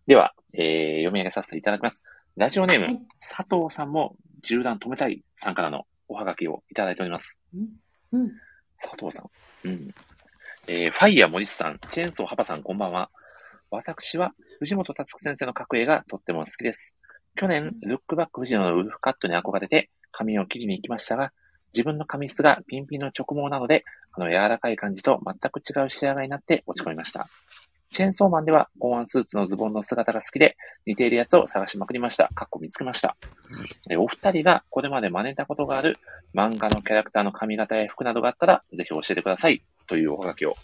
[SPEAKER 1] では、えー読み上げさせていただきます。ラジオネーム、
[SPEAKER 3] はい
[SPEAKER 1] 佐藤さんも銃弾止めたいさんからのおはがきをいただいております。
[SPEAKER 3] うん。
[SPEAKER 1] 佐藤さん。うん。えーファイヤー森下さん、チェーンソーハパさん、こんばんは。私は藤本達樹先生の格映がとっても好きです。去年、ルックバック藤野のウルフカットに憧れて髪を切りに行きましたが、自分の髪質がピンピンの直毛なので、あの柔らかい感じと全く違う仕上がりになって落ち込みました。チェーンソーマンでは、公安スーツのズボンの姿が好きで、似ているやつを探しまくりました。かっこ見つけました。えお二人がこれまで真似たことがある漫画のキャラクターの髪型や服などがあったら、ぜひ教えてください。というおはがきを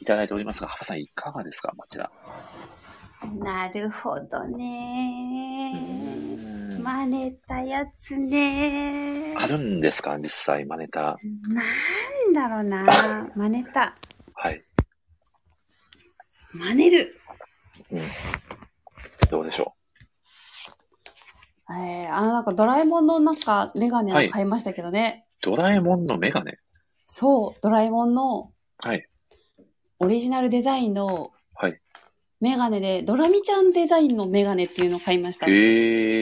[SPEAKER 1] いただいておりますが、ハパさんいかがですかこちら。
[SPEAKER 4] なるほど
[SPEAKER 1] う
[SPEAKER 4] ね。
[SPEAKER 1] ーん
[SPEAKER 4] 真似たやつね。
[SPEAKER 1] あるんですか実際真似た。
[SPEAKER 4] なんだろうな。真似た。
[SPEAKER 1] はい。
[SPEAKER 4] 真似る。
[SPEAKER 1] どうでしょ
[SPEAKER 3] えー、あの、なんかドラえもんのなんかメガネを買いましたけどね。
[SPEAKER 1] うドラえもんのメガネ。
[SPEAKER 3] そう、ドラえもんの
[SPEAKER 1] はい。
[SPEAKER 3] オリジナルデザインの
[SPEAKER 1] はい
[SPEAKER 3] メガネで、ドラミちゃんデザインのメガネっていうのを買いました。
[SPEAKER 1] へえ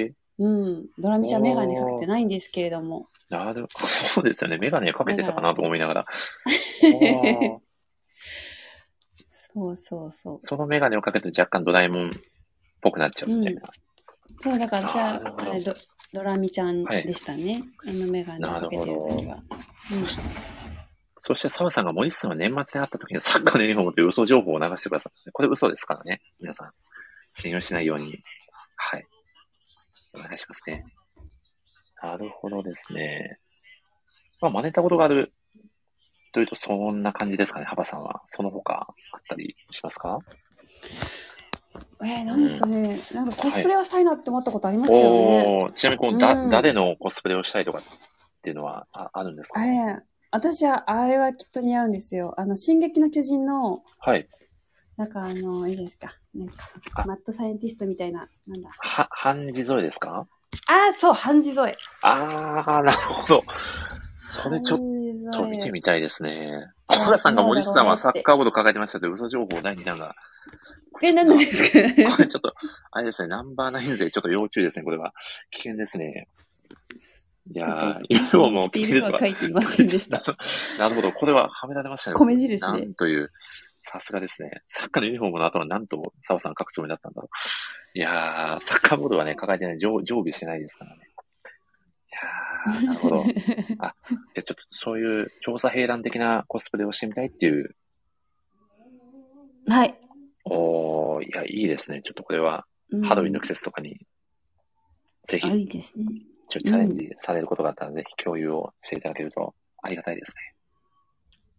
[SPEAKER 1] ー。
[SPEAKER 3] うん。ドラミちゃんメガネかけてないんですけれども。
[SPEAKER 1] なるほど。そうですよね。メガネかけてたかなと思いながら。おー
[SPEAKER 3] そうそうそう。
[SPEAKER 1] そのメガネをかけて若干ドラえもんっぽくなっちゃうみたいな。
[SPEAKER 3] そう、だから私
[SPEAKER 1] あーなる
[SPEAKER 3] は
[SPEAKER 1] ほど
[SPEAKER 3] あれど、ドラミちゃんでしたね。あのメガネをかけてる時は。
[SPEAKER 1] そして澤さんが森下さんは年末に会った時のサッカーのユニフォームという嘘情報を流してくださった。これ嘘ですからね。皆さん。信用しないように。はい。お願いしますね。なるほどですね。まあ、真似たことがあるというと、そんな感じですかね、幅さんは。その他、あったりしますか
[SPEAKER 3] うんえー、何ですかね。なんかコスプレをしたいなって思ったことありますけどね。
[SPEAKER 1] おー、ちなみにこの
[SPEAKER 3] う
[SPEAKER 1] だ、
[SPEAKER 3] ん
[SPEAKER 1] 誰のコスプレをしたいとかっていうのはああるんですか
[SPEAKER 3] ええ私は、あれはきっと似合うんですよ。あの、進撃の巨人の、
[SPEAKER 1] はい。
[SPEAKER 3] なんかあの、いいですか。なんか
[SPEAKER 1] あ、
[SPEAKER 3] マッドサイエンティストみたいな、なんだ。
[SPEAKER 1] は、半字添えですか
[SPEAKER 3] ああ、そう、半地添え。
[SPEAKER 1] あー、なるほど。それちょっちょっと
[SPEAKER 3] 半地
[SPEAKER 1] 見て
[SPEAKER 3] 添え。
[SPEAKER 1] みたいですね。
[SPEAKER 3] い
[SPEAKER 1] 小倉さんが
[SPEAKER 3] そうだろう
[SPEAKER 1] 森下さんは
[SPEAKER 3] なって
[SPEAKER 1] サッカーボード抱えてましたけど、嘘情報第2弾が。
[SPEAKER 3] これ何なんですか
[SPEAKER 1] これちょっと、あれですね、ナンバーナイン勢、ちょっと要注意ですね、これは。危険ですね。いやー、犬をもう着てると
[SPEAKER 3] は
[SPEAKER 1] か
[SPEAKER 3] 書。いていませんでした。
[SPEAKER 1] なるほど、これははめられましたね。
[SPEAKER 3] 米印
[SPEAKER 1] な
[SPEAKER 3] で。
[SPEAKER 1] んという、さすがですね。サッカーのユニフォームの後はなんと澤さん書くつもりだったんだろう。いやー、サッカーボードはね、抱えてない、常常備してないですからね。いやー、なるほ ど。で、ちょっとそういう調査兵団的なコスプレをしてみたいっていう
[SPEAKER 3] はい。
[SPEAKER 1] おー、いや、いいですね。ちょっとこれは、
[SPEAKER 3] うん
[SPEAKER 1] ハロウィンの季節とかに、ぜひ、
[SPEAKER 3] あいいですね。
[SPEAKER 1] ちょチャレンジされることがあったら、ぜひ共有をしていただけるとありがたいですね。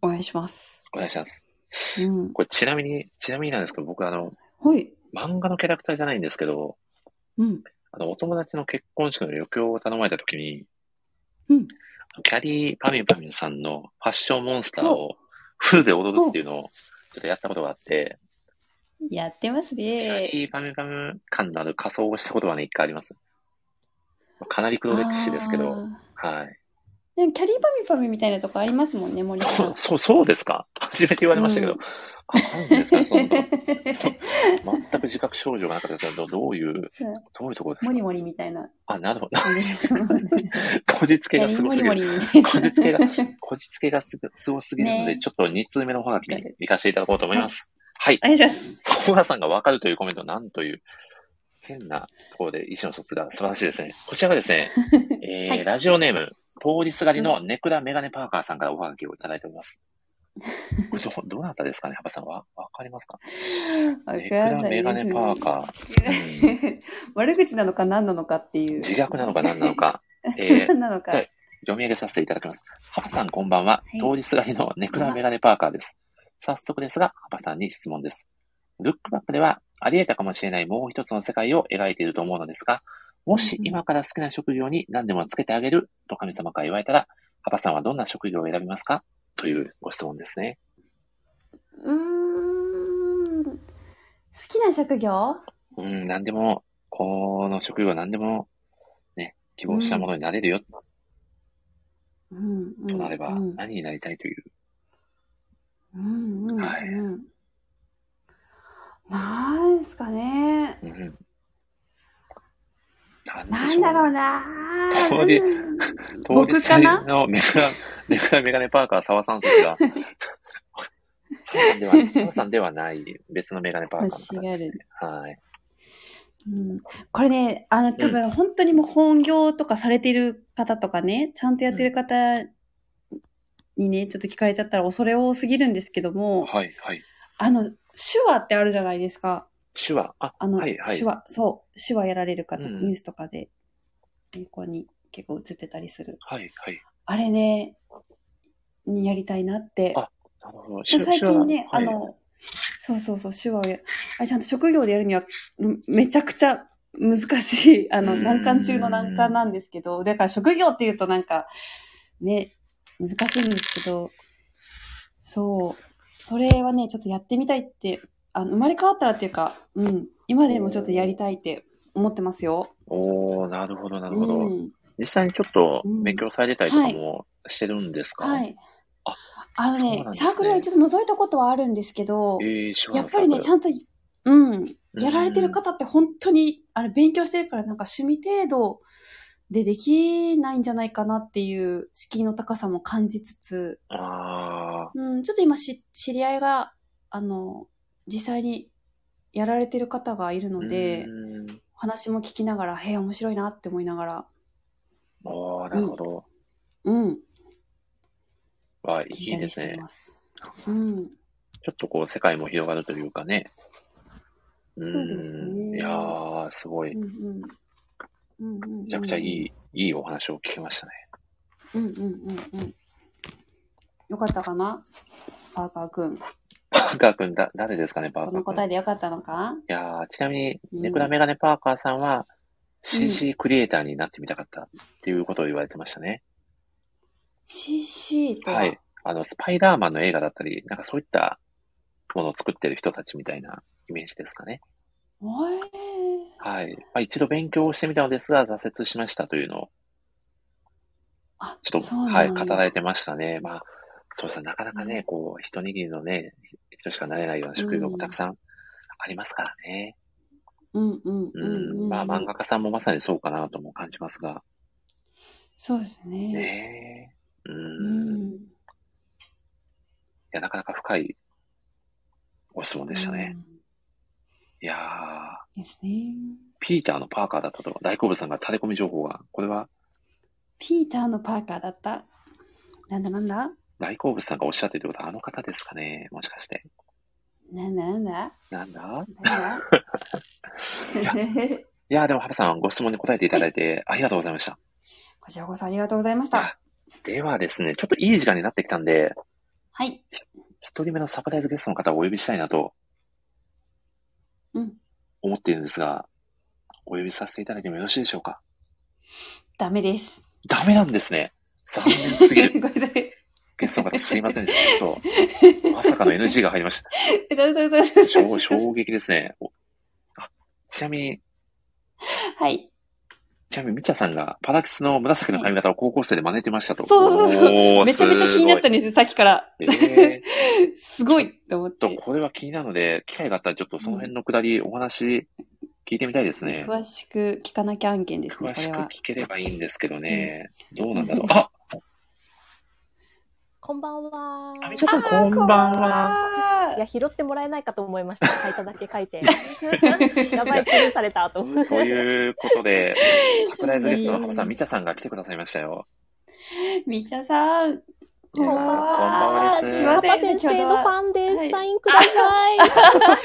[SPEAKER 3] お願いします。
[SPEAKER 1] お願いします。
[SPEAKER 3] うん。
[SPEAKER 1] これ、ちなみに、ちなみになんですけど、僕、あの、
[SPEAKER 3] はい。
[SPEAKER 1] 漫画のキャラクターじゃないんですけど、
[SPEAKER 3] うん。
[SPEAKER 1] あの、お友達の結婚式の余興を頼まれたときに、
[SPEAKER 3] うん
[SPEAKER 1] キャリーパミュパミュさんのファッションモンスターをフルで踊るっていうのを、ちょっとやったことがあって、
[SPEAKER 3] やってます
[SPEAKER 1] キャ
[SPEAKER 3] ね。
[SPEAKER 1] リーパミュパミュ感のある仮装をしたことはね、一回あります。かなり黒歴史ですけ
[SPEAKER 3] あ
[SPEAKER 1] ど、
[SPEAKER 3] ー。
[SPEAKER 1] はい。
[SPEAKER 3] でもキャリーパミュパミュみたいなとこありますもんね、森さ。
[SPEAKER 1] そうんそう、そうですか初めて言われましたけど、
[SPEAKER 3] うん
[SPEAKER 1] あ、なんですかね、その、全く自覚症状がなかったですけど、どういう、
[SPEAKER 3] そう
[SPEAKER 1] どういうところです
[SPEAKER 3] モ
[SPEAKER 1] か
[SPEAKER 3] リモリみた いな
[SPEAKER 1] あ、なるほど。
[SPEAKER 3] 感じですもんね。
[SPEAKER 1] こじつ
[SPEAKER 3] キ
[SPEAKER 1] け
[SPEAKER 3] ャ
[SPEAKER 1] が
[SPEAKER 3] リ
[SPEAKER 1] す
[SPEAKER 3] ー
[SPEAKER 1] ご
[SPEAKER 3] モ
[SPEAKER 1] す
[SPEAKER 3] リ
[SPEAKER 1] ぎ
[SPEAKER 3] モ
[SPEAKER 1] る。
[SPEAKER 3] リみたいな。
[SPEAKER 1] こじつけがこじつけがすごすごすぎるので、
[SPEAKER 3] ね
[SPEAKER 1] ちょっと2通目の方がきに行かせていただこうと思います。はい
[SPEAKER 3] お。願いします。
[SPEAKER 1] 小原さんがわかるというコメント、なんという、変なところで意思の疎通が素晴らしいですね。こちらがです ね、えー
[SPEAKER 3] はい
[SPEAKER 1] ラジオネーム、通りすがりのネクラメガネパーカーさんからおはがきをいただいており ます。これど、どなたですかね、ハバさんは。わかりますかネクラメガネパー
[SPEAKER 3] ー。
[SPEAKER 1] カ ー。うん
[SPEAKER 3] 悪口なのか何なのかっていう。
[SPEAKER 1] 自虐なのか何なのか。えー
[SPEAKER 3] 何なのか。
[SPEAKER 1] はい読み上げさせていただきます。ハパさんこんばんは。
[SPEAKER 4] はい
[SPEAKER 1] 通りすがりのネクラメガネパーカーです。早速ですが、ハパさんに質問です。ルックバックでは、あり得たかもしれないもう一つの世界を描いていると思うのですが、もし
[SPEAKER 3] うんうん
[SPEAKER 1] 今から好きな職業に何でもつけてあげると神様から言われたら、ハパさんはどんな職業を選びますかというご質問ですね。
[SPEAKER 3] うーん。好きな職業
[SPEAKER 1] うん、何でも、この職業は何でも、ね、希望したものになれるよと
[SPEAKER 3] うんうん。
[SPEAKER 1] なれば、
[SPEAKER 3] うん
[SPEAKER 1] 何になりたいという。
[SPEAKER 3] うんうんうん。
[SPEAKER 1] はい
[SPEAKER 3] なんですかね。
[SPEAKER 1] うんうんな
[SPEAKER 3] なんだろうな
[SPEAKER 1] これ
[SPEAKER 3] うん
[SPEAKER 1] 当日
[SPEAKER 3] 僕かな
[SPEAKER 1] のメガ、メガメガネパーカー沢さん説 が、沢さんでは、沢さんではない、別のメガネパーカーの方ですね。はい。
[SPEAKER 3] うんこれね、あの、多分本当にもう本業とかされてる方とかね、ちゃんとやってる方にね、ちょっと聞かれちゃったら恐れ多すぎるんですけども、
[SPEAKER 1] はい、はい。
[SPEAKER 3] あの、手話ってあるじゃないですか。
[SPEAKER 1] 手話、あ、
[SPEAKER 3] あの、
[SPEAKER 1] はい、はい
[SPEAKER 3] 手。話、そう、手話やられる方、
[SPEAKER 1] うん
[SPEAKER 3] ニュースとかで、横に結構映ってたりする。
[SPEAKER 1] はい、はい。
[SPEAKER 3] あれね、にやりたいなって。
[SPEAKER 1] あなるほど。
[SPEAKER 3] でも最近ね、
[SPEAKER 1] 手話
[SPEAKER 3] あ、の、そうそうそう、手話をや、あれちゃんと職業でやるには、うんめちゃくちゃ難しい、あ の、
[SPEAKER 1] うん
[SPEAKER 3] 難関中の難関なんですけど、だから職業っていうとなんか、ね、難しいんですけど、そう、それはね、ちょっとやってみたいって、あの、生まれ変わったらっていうか、うん、今でもちょっとやりたいって思ってますよ。
[SPEAKER 1] おー、なるほど、な
[SPEAKER 3] な
[SPEAKER 1] るほど。
[SPEAKER 3] うん、
[SPEAKER 1] 実際にちょっと
[SPEAKER 3] うん
[SPEAKER 1] 勉強されてたりとかもしてるんですか、
[SPEAKER 3] はい。
[SPEAKER 1] あ
[SPEAKER 3] あの
[SPEAKER 1] そう
[SPEAKER 3] ね
[SPEAKER 1] なんですね
[SPEAKER 3] サークルはちょっと覗いたことはあるんですけど、
[SPEAKER 1] えー、手話
[SPEAKER 3] やっぱりね、ちゃ
[SPEAKER 1] ん
[SPEAKER 3] んと、うん、
[SPEAKER 1] と
[SPEAKER 3] やられてる方って本当に、あれ、勉強してるから、なんか趣味程度でできないんじゃないかなっていう敷居の高さも感じつつ、
[SPEAKER 1] あ
[SPEAKER 3] うん、ちょっと今し、知り合いが、あの、実際にやられてる方がいる
[SPEAKER 1] ー。
[SPEAKER 3] ので、
[SPEAKER 1] うん
[SPEAKER 3] お話も聞きながら、へえ、面白いなって思いながら、
[SPEAKER 1] おー、なるほど。
[SPEAKER 3] うん。
[SPEAKER 1] わあ、い
[SPEAKER 3] 聞い
[SPEAKER 1] い
[SPEAKER 3] た
[SPEAKER 1] で
[SPEAKER 3] りし
[SPEAKER 1] す
[SPEAKER 3] て
[SPEAKER 1] ね。
[SPEAKER 3] ます。うん。
[SPEAKER 1] ちょっとこう、世界も広がるというかね。う
[SPEAKER 3] そうです
[SPEAKER 1] ん。
[SPEAKER 3] ね
[SPEAKER 1] いやー、すごい。
[SPEAKER 3] う
[SPEAKER 1] め
[SPEAKER 3] んうん。うんうんうん
[SPEAKER 1] ちゃくちゃいい、いいお話を聞きましたね。
[SPEAKER 3] うんうんうんうん。よかったかなパーカーくん。
[SPEAKER 1] パーカーくん、だ、誰ですかね、パー
[SPEAKER 3] こ
[SPEAKER 1] カー
[SPEAKER 3] の
[SPEAKER 1] くん。
[SPEAKER 3] 答えでよかったのか
[SPEAKER 1] いやー、ちなみに、
[SPEAKER 3] うん
[SPEAKER 1] ネクラメガネパーカーさんは、CC クリエイターになってみたかったっていうことを言われてましたね。
[SPEAKER 3] ?CC とは。
[SPEAKER 1] はい。あの、スパイダーマンの映画だったり、なんかそういったものを作ってる人たちみたいなイメージですかね。
[SPEAKER 3] おえ
[SPEAKER 1] はい。まあ、一度勉強をしてみたのですが、挫折しましたというのを、
[SPEAKER 3] あ、
[SPEAKER 1] ちょっと、
[SPEAKER 3] そう
[SPEAKER 1] は、
[SPEAKER 3] ないん
[SPEAKER 1] 語
[SPEAKER 3] だ
[SPEAKER 1] られてましたね。まあ、そうですね、なかなか
[SPEAKER 3] う
[SPEAKER 1] ね
[SPEAKER 3] ん、
[SPEAKER 1] こう、一握りのね、人しかなれないような職業
[SPEAKER 3] う
[SPEAKER 1] も
[SPEAKER 3] ん
[SPEAKER 1] たくさんありますからね。
[SPEAKER 3] うんうん
[SPEAKER 1] う
[SPEAKER 3] うんうん。
[SPEAKER 1] ん。まあ、漫画家さんもまさにそうかなとも感じますが、
[SPEAKER 3] そうですね。
[SPEAKER 1] ねえ。う。
[SPEAKER 3] うん
[SPEAKER 1] い
[SPEAKER 3] ん。
[SPEAKER 1] や、なかなか深いご質問でしたね。いやー、
[SPEAKER 3] うん。ですね。
[SPEAKER 1] ピーターのパーカーだったと、大好物さんが垂れ込み情報が、これは
[SPEAKER 3] ピーターのパーカーだった。なんだなんだ
[SPEAKER 1] 大好物さんがおっしゃってるってことはあの方ですかねもしかして。
[SPEAKER 3] なんだなんだ
[SPEAKER 1] なんだ
[SPEAKER 3] なんだ
[SPEAKER 1] いやーでも、ハブさん、ご質問に答えていただいて、ありがとうございました。
[SPEAKER 3] こちらこそありがとうございました。
[SPEAKER 1] ではですね、ちょっといい時間になってきたんで、
[SPEAKER 3] はい。
[SPEAKER 1] 一人目のサプライズゲストの方をお呼びしたいなと
[SPEAKER 3] うん。
[SPEAKER 1] 思っているんですが、お呼びさせていただいてもよろしいでしょうか
[SPEAKER 3] ダメです。
[SPEAKER 1] ダメなんですね。残念すぎる。
[SPEAKER 3] ごめんなさい。
[SPEAKER 1] ゲストの方、すいませんでした。ちょっと、まさかの NG が入りました。
[SPEAKER 3] そうそうそうそ
[SPEAKER 1] 衝
[SPEAKER 3] う
[SPEAKER 1] 衝撃ですね。おあちなみに、
[SPEAKER 3] はい。
[SPEAKER 1] ちなみに、みちゃさんがパラキスの紫の髪型を高校生で真似てましたと。
[SPEAKER 3] そうそうそう
[SPEAKER 1] そ
[SPEAKER 3] めちゃめちゃ気になったんですよ、さっきから。
[SPEAKER 1] えー、
[SPEAKER 3] すごいと思っ
[SPEAKER 1] と、
[SPEAKER 3] て。
[SPEAKER 1] これは気になるので、機会があったらちょっとその辺のくだり、お話聞いてみたいですね。
[SPEAKER 3] 詳しく聞かなきゃ案件ですね、
[SPEAKER 1] 詳
[SPEAKER 3] こ
[SPEAKER 1] し
[SPEAKER 3] れ
[SPEAKER 1] く
[SPEAKER 3] は
[SPEAKER 1] 聞。ければいいんですけどね。どうなんだろう。あ、
[SPEAKER 5] こんばんは。
[SPEAKER 1] あみちゃさん、こんばんは。
[SPEAKER 5] い
[SPEAKER 3] あ
[SPEAKER 5] や、拾ってもらえないかと思いま した。書いただけ書いて。やばい、スルーされたと思って。
[SPEAKER 1] ということで、 サプライズゲストの浜さ
[SPEAKER 3] う
[SPEAKER 1] ん、
[SPEAKER 3] ん
[SPEAKER 1] みちゃさんが来てくださいましたよ。
[SPEAKER 3] ーみちゃさん。こんばん
[SPEAKER 1] こんば
[SPEAKER 3] は。
[SPEAKER 1] んはです
[SPEAKER 3] すい
[SPEAKER 5] パ
[SPEAKER 3] ま
[SPEAKER 5] パ
[SPEAKER 3] せん、
[SPEAKER 5] 先生のフ
[SPEAKER 3] は。
[SPEAKER 5] ァンです。
[SPEAKER 3] はい
[SPEAKER 5] サインくださ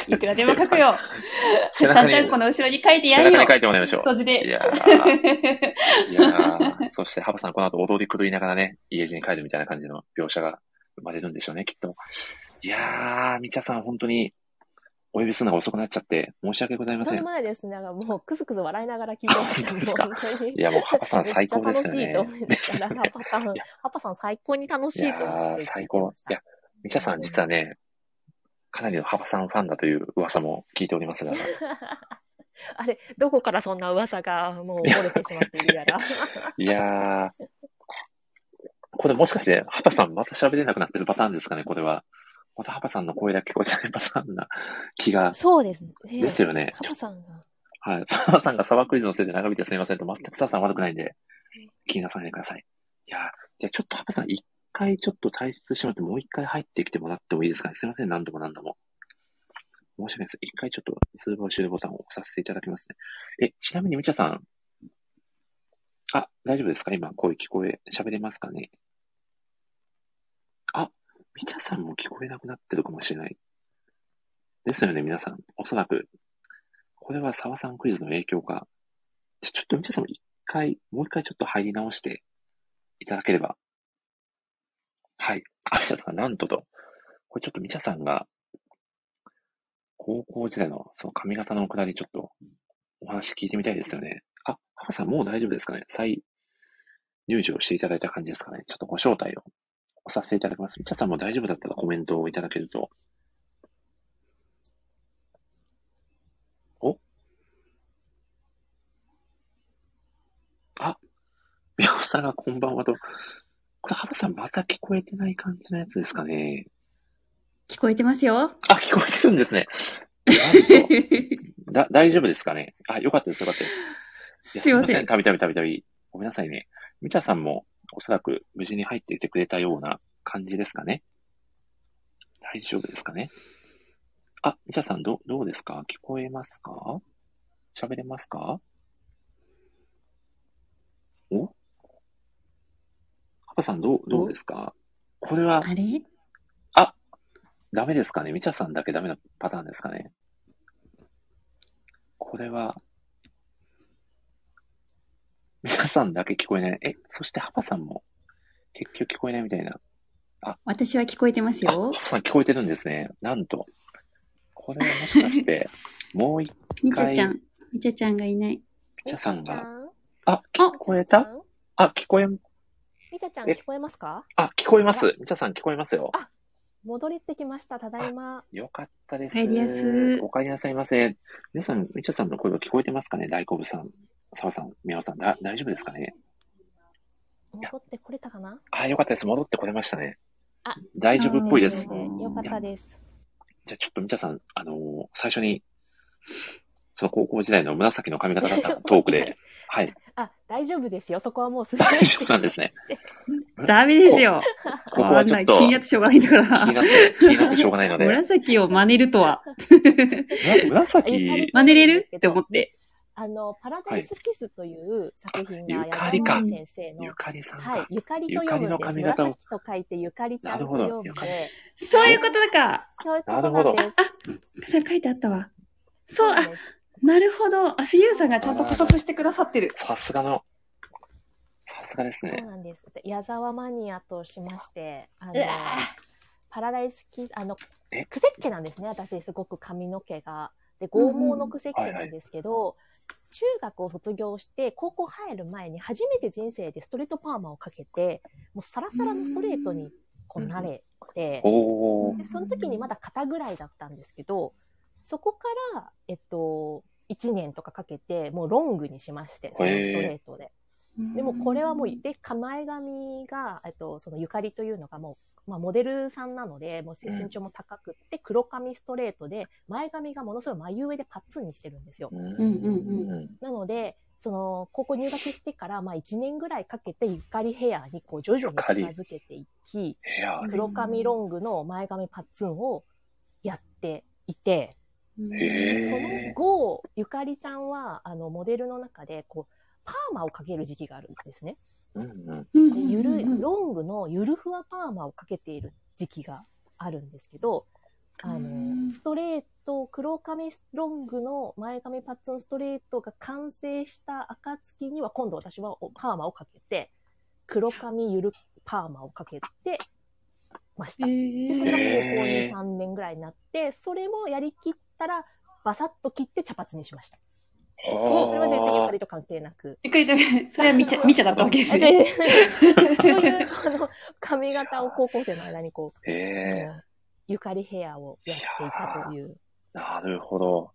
[SPEAKER 5] い。
[SPEAKER 3] いくらでも書くよ。ち
[SPEAKER 1] 背
[SPEAKER 3] ゃ
[SPEAKER 1] 中
[SPEAKER 3] ん
[SPEAKER 1] に
[SPEAKER 3] ちゃんこの後ろに書いてや
[SPEAKER 1] 背
[SPEAKER 3] る
[SPEAKER 1] 中
[SPEAKER 3] よ
[SPEAKER 1] に。書いてもらいましょ
[SPEAKER 3] 太字
[SPEAKER 1] う。い
[SPEAKER 3] で。
[SPEAKER 1] やー。いやーそして、ハバさん、この後踊り狂いながらね、家路に帰るみたいな感じの描写が生まれるんでしょうね、きっと。いやー、みちゃさん、本当に、お呼びするのが遅くなっちゃって、申し訳ございま
[SPEAKER 5] とん
[SPEAKER 1] せ
[SPEAKER 5] で
[SPEAKER 1] ん。い
[SPEAKER 5] もないですね。なんかもう、くすくす笑いながら聞いてました。
[SPEAKER 1] 本当ですか
[SPEAKER 5] もう本当に。
[SPEAKER 1] や、もう、ハバさん、最高ですよ
[SPEAKER 5] めっ
[SPEAKER 1] ね
[SPEAKER 5] ちゃ。楽しいと思います から、ハパさん、
[SPEAKER 1] いや
[SPEAKER 5] ハパさん最高に楽し
[SPEAKER 1] い
[SPEAKER 5] い
[SPEAKER 1] や
[SPEAKER 5] と思
[SPEAKER 1] ー、
[SPEAKER 5] って聞
[SPEAKER 1] 最
[SPEAKER 5] いて
[SPEAKER 1] 高
[SPEAKER 5] まし。
[SPEAKER 1] い
[SPEAKER 5] た。
[SPEAKER 1] や、みちゃさん、実はね、かなりのハバさんファンだという噂も聞いておりますが、
[SPEAKER 5] あれ、どこからそんな噂がもう漏れてしまっているや ら。
[SPEAKER 1] いやー、これもしかして、ハバさん、また喋れなくなってるパターンですかね、これは。またハバさんの声だけ聞こえちゃうパターンな気が。
[SPEAKER 5] そうですね。
[SPEAKER 1] ですよね。
[SPEAKER 5] ハパさんが。
[SPEAKER 1] はい。澤さんがサバクイズのせいで長引いてすみませんと、全く澤さん悪くないんで、気になさないでください。いやー、じゃあちょっとハブさん、一回ちょっと退出してもらって、もう一回入ってきてもらってもいいですかね。すみません、何度も何度も。申し訳ないです。一回ちょっと通話終了ボタンを押させていただきますね。え、ちなみにみちゃさん。あ、大丈夫ですか今、声聞こえ、喋れますかねあ、みちゃさんも聞こえなくなってるかもしれない。ですよね、皆さん。おそらく。これは沢さんクイズの影響か。じゃちょっとみちゃさんも一回、もう一回ちょっと入り直していただければ。はい。あ、みちゃさん、なんとと。これちょっとみちゃさんが、高校時代のその髪型のくだりちょっとお話聞いてみたいですよね。あ、ハマさんもう大丈夫ですかね再入場していただいた感じですかねちょっとご招待をさせていただきます。みちゃさんも大丈夫だったらコメントをいただけると。おあ、みおさんがこんばんはと。これ、ハマさんまた聞こえてない感じのやつですかね
[SPEAKER 2] 聞こえてます よ。
[SPEAKER 1] あ、聞こえてるんですね。 なんとだ、大丈夫ですかねあ、よかったです、よかったです。や
[SPEAKER 2] すいません。
[SPEAKER 1] たびたびたびたび。ごめんなさいね。みちゃさんもおそらく無事に入ってきてくれたような感じですかね。大丈夫ですかね。あ、みちゃさん、ど、どうですか聞こえますか喋れますかおパさんどう、どうですかこれは
[SPEAKER 2] あれ
[SPEAKER 1] ダメですかねみちゃさんだけダメなパターンですかねこれは、みちゃさんだけ聞こえない。え、そしてハパさんも結局聞こえないみたいな。
[SPEAKER 2] 私は聞こえてます
[SPEAKER 1] あ
[SPEAKER 2] よ。
[SPEAKER 1] ハパさん聞こえてるんですね。なんと。これはもし かして、もう一
[SPEAKER 2] みちゃちゃん。みちゃちゃんがいない。
[SPEAKER 1] みちゃさんが、
[SPEAKER 5] ん
[SPEAKER 1] あ、聞こえたあ、聞こえ、
[SPEAKER 5] みちゃちゃん
[SPEAKER 1] え
[SPEAKER 5] 聞こえますか
[SPEAKER 1] あ、聞こえます。みちゃさん聞こえますよ。
[SPEAKER 5] 戻りってきました。ただいま。
[SPEAKER 1] よかったです。
[SPEAKER 2] 入りやす
[SPEAKER 1] お帰りなさいませ。皆さん、みちゃさんの声は聞こえてますかね大好物さん、澤さん、宮尾さん、だ大丈夫ですかね
[SPEAKER 5] 戻ってこれたかな
[SPEAKER 1] あ、よかったです。戻ってこれましたね。
[SPEAKER 5] あ
[SPEAKER 1] 大丈夫っぽいです。
[SPEAKER 5] ということでよかったです。
[SPEAKER 1] じゃあちょっとみちゃさん、あのー最初に、その高校時代の紫の髪型だったトークで、はい、
[SPEAKER 5] あ、大丈夫ですよ。そこはもうすぐ。
[SPEAKER 1] 大丈夫なんですね。
[SPEAKER 2] ダメですよ。
[SPEAKER 1] ここはちょっと
[SPEAKER 2] あんな気
[SPEAKER 1] 気
[SPEAKER 2] に
[SPEAKER 1] に
[SPEAKER 2] な
[SPEAKER 1] な
[SPEAKER 2] ってしょうがないんだか
[SPEAKER 1] って、気になってしょうがないの
[SPEAKER 2] ら。
[SPEAKER 1] で、
[SPEAKER 2] 紫を真似ると は。
[SPEAKER 1] む紫、
[SPEAKER 2] 真似れるって思って。
[SPEAKER 5] あの、パラダイスキスという作品が、
[SPEAKER 1] はいあゆかり
[SPEAKER 2] か
[SPEAKER 5] 矢沢先生
[SPEAKER 1] ゆ
[SPEAKER 5] の、
[SPEAKER 1] かりさんか。
[SPEAKER 5] はい、ゆかりと読むん
[SPEAKER 1] ゆ
[SPEAKER 5] で
[SPEAKER 1] か
[SPEAKER 5] す。
[SPEAKER 1] りの髪型を
[SPEAKER 5] 紫と書いてゆかりちゃん
[SPEAKER 1] な
[SPEAKER 5] と
[SPEAKER 1] るほど
[SPEAKER 5] 読ん
[SPEAKER 1] ゆかり
[SPEAKER 5] で、
[SPEAKER 2] そういうことだか。
[SPEAKER 5] そういうこ
[SPEAKER 1] なる
[SPEAKER 5] と
[SPEAKER 1] ほ
[SPEAKER 5] な
[SPEAKER 1] ど
[SPEAKER 5] んです。
[SPEAKER 2] それ書いてあったわ。そう、
[SPEAKER 5] なん
[SPEAKER 2] あ、
[SPEAKER 5] です
[SPEAKER 2] なるほど。あ、すゆうさんがちゃんと補足してくださってる。
[SPEAKER 1] さすがの、さすがです
[SPEAKER 5] そう
[SPEAKER 1] ね。
[SPEAKER 5] なんです。で矢沢マニアとしまして、あの
[SPEAKER 2] うわ、
[SPEAKER 5] パラダイスキス、あの
[SPEAKER 1] え、
[SPEAKER 5] クセっ毛なんですね。私、すごく髪の毛が。で、剛毛のクセっ毛なんですけど、中学を卒業して、高校入る前に初めて人生でストレートパーマをかけて、もうサラサラのストレートにこう慣れて、
[SPEAKER 1] おー、
[SPEAKER 5] でその時にまだ肩ぐらいだったんですけど、そこから、えっと、1年とかかけて、もうロングにしまして、そのストレートで。でもこれはもう、で、前髪が、えっと、そのゆかりというのがもう、まあ、モデルさんなので、もう身長も高くって、黒髪ストレートで、前髪がものすごい眉上でパッツンにしてるんですよ。
[SPEAKER 1] うん
[SPEAKER 2] うん
[SPEAKER 1] うん。
[SPEAKER 5] なので、その、高校入学してから、まあ、1年ぐらいかけて、ゆかりヘアに、こう、徐々に近づけていき、
[SPEAKER 1] ヘア
[SPEAKER 5] 黒髪ロングの前髪パッツンをやっていて、
[SPEAKER 1] へ
[SPEAKER 5] そ
[SPEAKER 1] え
[SPEAKER 5] の後、ゆかりちゃんは、あの、モデルの中で、こう、パーマをかける時期があるんですね。
[SPEAKER 1] うんうん。
[SPEAKER 2] うんうん
[SPEAKER 5] ゆるい
[SPEAKER 2] うんうん
[SPEAKER 5] ロングのゆるふわパーマをかけている時期があるんですけど、あ
[SPEAKER 2] うん
[SPEAKER 5] の、ストレート、黒髪ロングの前髪パッツンストレートが完成した暁には、今度私はおパーマをかけて、黒髪ゆるパーマをかけてました。で、それがもう高
[SPEAKER 1] へー
[SPEAKER 5] 2、3年ぐらいになって、それもやりきったら、バサッと切って茶髪にしました。
[SPEAKER 1] は
[SPEAKER 5] それは全然ゆかりと関係な く。
[SPEAKER 2] ゆっくりと、それはみちゃ、みちゃだったわけです
[SPEAKER 5] あ違
[SPEAKER 2] ね。
[SPEAKER 5] う違うそういう、あの、髪型を高校生の間にこう、
[SPEAKER 1] へ
[SPEAKER 5] そ
[SPEAKER 1] え
[SPEAKER 5] のゆかりヘアをやっていたという。
[SPEAKER 1] なるほど。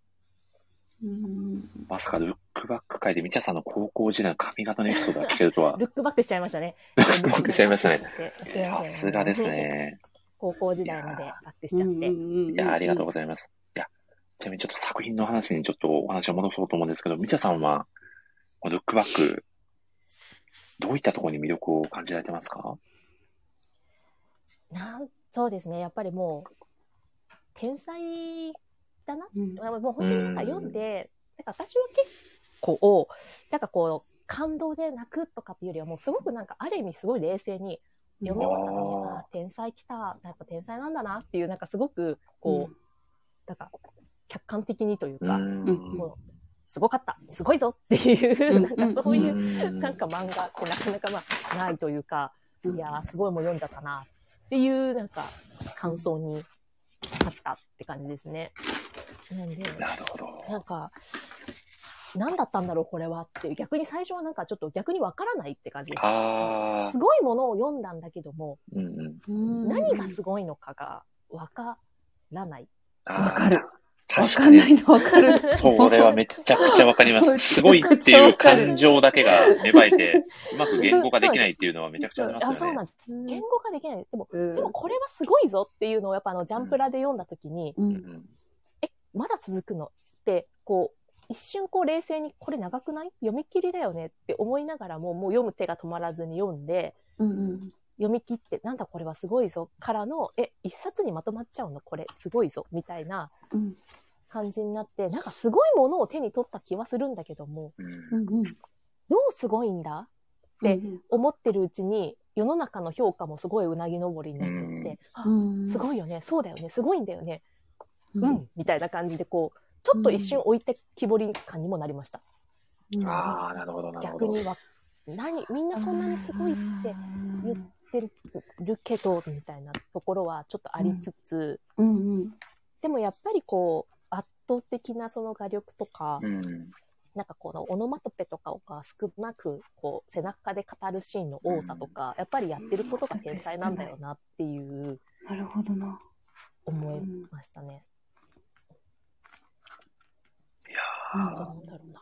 [SPEAKER 2] うん
[SPEAKER 1] まさかルックバック会でみちゃさんの高校時代の髪型のエピソードが聞けると は、
[SPEAKER 5] ルックバックしちゃいましたね。
[SPEAKER 1] ルックバックしちゃいましたね。
[SPEAKER 5] すいま
[SPEAKER 1] さ
[SPEAKER 5] せん。
[SPEAKER 1] すがです。ね。
[SPEAKER 5] 高校時代までバックしちゃって。
[SPEAKER 1] いや、ありがとうございます。いや、ちなみにちょっと作品の話にちょっとお話を戻そうと思うんですけど、みちゃさんは、このルックバック、どういったところに魅力を感じられてますか
[SPEAKER 5] なんそうですね。やっぱりもう、天才だな
[SPEAKER 2] うん
[SPEAKER 5] まあもう本当になんか読んで、なんか私は結構、なんかこう、感動で泣くとかっていうよりは、もうすごくなんか、ある意味すごい冷静に、読み終わったのに、
[SPEAKER 1] あー
[SPEAKER 5] あー天才来た、やっぱ天才なんだなっていう、なんかすごく、こう、なんか、客観的にという
[SPEAKER 1] う
[SPEAKER 5] か、
[SPEAKER 1] ん
[SPEAKER 5] もう、すごかった、すごいぞっていう、
[SPEAKER 2] うん
[SPEAKER 5] なんかそう
[SPEAKER 1] う
[SPEAKER 5] いう、
[SPEAKER 1] ん
[SPEAKER 5] なんか漫画ってなかなかまあ、ないというか、
[SPEAKER 2] うん
[SPEAKER 5] いやー、すごいもう読んじゃったな、っていう、なんか、感想になったって感じですね。なんで、
[SPEAKER 1] なるほど。
[SPEAKER 5] なんか、何だったんだろう、これはっていう、逆に最初はなんかちょっと逆にわからないって感じです。
[SPEAKER 1] あ
[SPEAKER 5] すごいものを読んだんだけども、
[SPEAKER 1] ー、うんうん。
[SPEAKER 2] うん
[SPEAKER 5] 何がすごいのかがわからない。
[SPEAKER 1] あー
[SPEAKER 2] わかる。。わ
[SPEAKER 1] 確
[SPEAKER 2] か
[SPEAKER 1] か
[SPEAKER 2] ん
[SPEAKER 1] に
[SPEAKER 2] な。いのわかる。
[SPEAKER 1] そう、俺はめちゃくちゃわかりま
[SPEAKER 2] めちゃく
[SPEAKER 1] す。
[SPEAKER 2] ちゃ
[SPEAKER 1] すごいっていう感情だけが芽生えて、うまく言語化できないっていうのはめちゃくちゃあります
[SPEAKER 5] そう
[SPEAKER 1] よ
[SPEAKER 5] な
[SPEAKER 1] ね
[SPEAKER 5] ん。です。言語化できない。でも、
[SPEAKER 2] うん
[SPEAKER 5] でもこれはすごいぞっていうのをやっぱあの、ジャンプラで読んだ時に、
[SPEAKER 2] う
[SPEAKER 1] うん
[SPEAKER 2] ん
[SPEAKER 1] うん
[SPEAKER 5] まだ続くのって、こう、一瞬こう冷静に、これ長くない読み切りだよねって思いながらも、もう読む手が止まらずに読んで、
[SPEAKER 2] うん
[SPEAKER 5] 読み切って、なんだこれはすごいぞからの、え、一冊にまとまっちゃうのこれすごいぞみたいな
[SPEAKER 2] うん
[SPEAKER 5] 感じになって、なんかすごいものを手に取った気はするんだけども、
[SPEAKER 1] うん
[SPEAKER 2] うんうん
[SPEAKER 5] どうすごいんだって思ってるうちに、世の中の評価もすごいうなぎ登りになっていて、あ
[SPEAKER 3] うん
[SPEAKER 5] すごいよね、そうだよね、すごいんだよね、
[SPEAKER 3] う
[SPEAKER 5] うんん、みたいな感じで、こう、ちょっと一瞬置いて木彫り感にもなりました。
[SPEAKER 3] うん
[SPEAKER 1] ああ、なるほど、なるほ
[SPEAKER 5] 逆
[SPEAKER 1] ど。
[SPEAKER 5] には、何、みんなそんなにすごいって言ってるけど、みたいなところはちょっとありつつ、
[SPEAKER 3] うんうん
[SPEAKER 5] でもやっぱりこう、圧倒的なその画力とか、
[SPEAKER 1] うん。
[SPEAKER 5] なんかこのオノマトペとかが少なく、こう、背中で語るシーンの多さとか、やっぱりやってることが天才なんだよなっていう
[SPEAKER 2] なるほどな。
[SPEAKER 5] 思いましたね。
[SPEAKER 1] いや
[SPEAKER 5] なんかなんだろうな。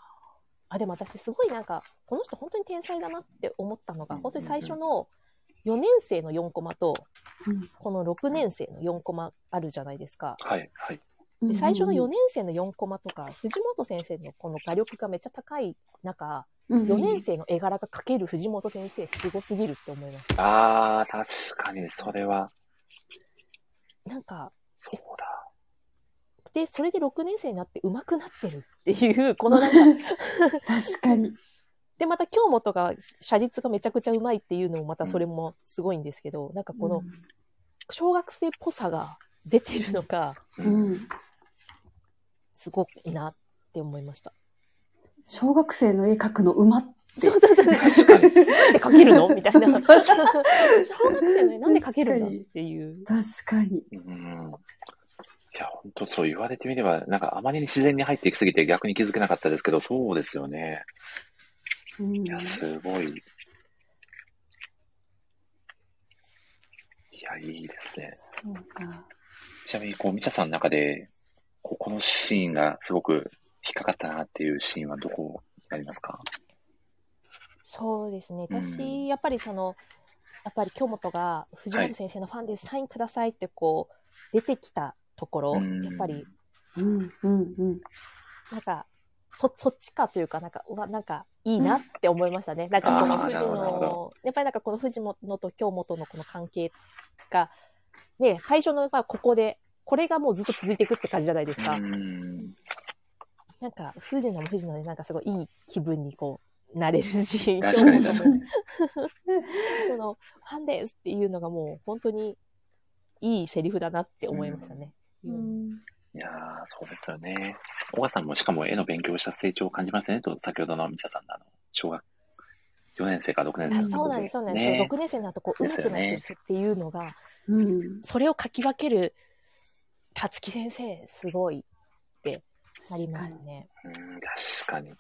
[SPEAKER 5] あ、でも私すごいなんか、この人本当に天才だなって思ったのが、
[SPEAKER 1] うん
[SPEAKER 5] 本当に最初の4年生の4コマと、
[SPEAKER 3] うん
[SPEAKER 5] この6年生の4コマあるじゃないですか。
[SPEAKER 1] ー、はい、はい。
[SPEAKER 3] うん
[SPEAKER 5] で、最初の4年生の4コマとか、藤本先生のこの画力がめっちゃ高い中、
[SPEAKER 3] うん
[SPEAKER 5] 4年生の絵柄が描ける藤本先生すごすぎるって思いました。
[SPEAKER 1] ああ、確かに、それは、
[SPEAKER 5] なんか、
[SPEAKER 1] そうだ。
[SPEAKER 5] で、それで6年生になって上手くなってるっていう、 このなんか、
[SPEAKER 3] 確かに。
[SPEAKER 5] で、また京本が写実がめちゃくちゃ上手いっていうのもまたそれもすごいんですけど、なんかこの小学生っぽさが出てるのが
[SPEAKER 3] うん
[SPEAKER 5] すごいなって思いました。
[SPEAKER 3] 小学生の絵描くの馬って。
[SPEAKER 5] そうそうそう。
[SPEAKER 1] 確かに。
[SPEAKER 5] なんで描け るのみたいな。小学生の 絵なんで描けるんだっていう。
[SPEAKER 3] 確かに。
[SPEAKER 1] うん。いや、本当そう言われてみれば、なんかあまりに自然に入っていきすぎて逆に気づけなかったですけど、そうですよね。
[SPEAKER 3] うん
[SPEAKER 1] いや、すごい。いや、いいですね。
[SPEAKER 3] そうか。
[SPEAKER 1] ちなみに、こう、みちゃさんの中で、ここのシーンがすごく引っかかったなっていうシーンはどこになりますか
[SPEAKER 5] そうですね。
[SPEAKER 1] うん
[SPEAKER 5] 私、やっぱりその、やっぱり京本が藤本先生のファンでサインくださいってこう、出てきたところ、
[SPEAKER 1] うん
[SPEAKER 5] やっぱり、
[SPEAKER 3] うんうんうん。
[SPEAKER 5] なんか、そ、そっちかというか、なんか、うわ、なんか、いいなって思いましたね。なんかこの
[SPEAKER 1] あー
[SPEAKER 5] 藤
[SPEAKER 1] なるほどなるほ
[SPEAKER 5] 野、やっぱりなんかこの藤野と京本のこの関係が、ね、最初の、まあ、ここで、これがもうずっと続いていくって感じじゃないですか。
[SPEAKER 1] うん。
[SPEAKER 5] なんか、藤野も藤野で、なんかすごいいい気分にこう、なれるし、
[SPEAKER 1] 確かに
[SPEAKER 5] 京
[SPEAKER 1] 確
[SPEAKER 5] 本
[SPEAKER 1] か
[SPEAKER 5] も
[SPEAKER 1] に。
[SPEAKER 5] この、ファンですっていうのがもう、本当に、いいセリフだなって思いましたね。うん
[SPEAKER 1] いやー、そうですよね。小川さんもしかも絵の勉強をした成長を感じますねと、先ほどのみちゃさんのあの小学4年生か6年生
[SPEAKER 5] あ
[SPEAKER 1] の
[SPEAKER 5] そうなんです、そうなんです。
[SPEAKER 1] ね
[SPEAKER 5] 6年生になると、こう、上手くなってる人っていうのが、
[SPEAKER 3] うん。
[SPEAKER 5] それをかき分ける、たつき先生、すごい、なりますね。
[SPEAKER 1] うん、確かに。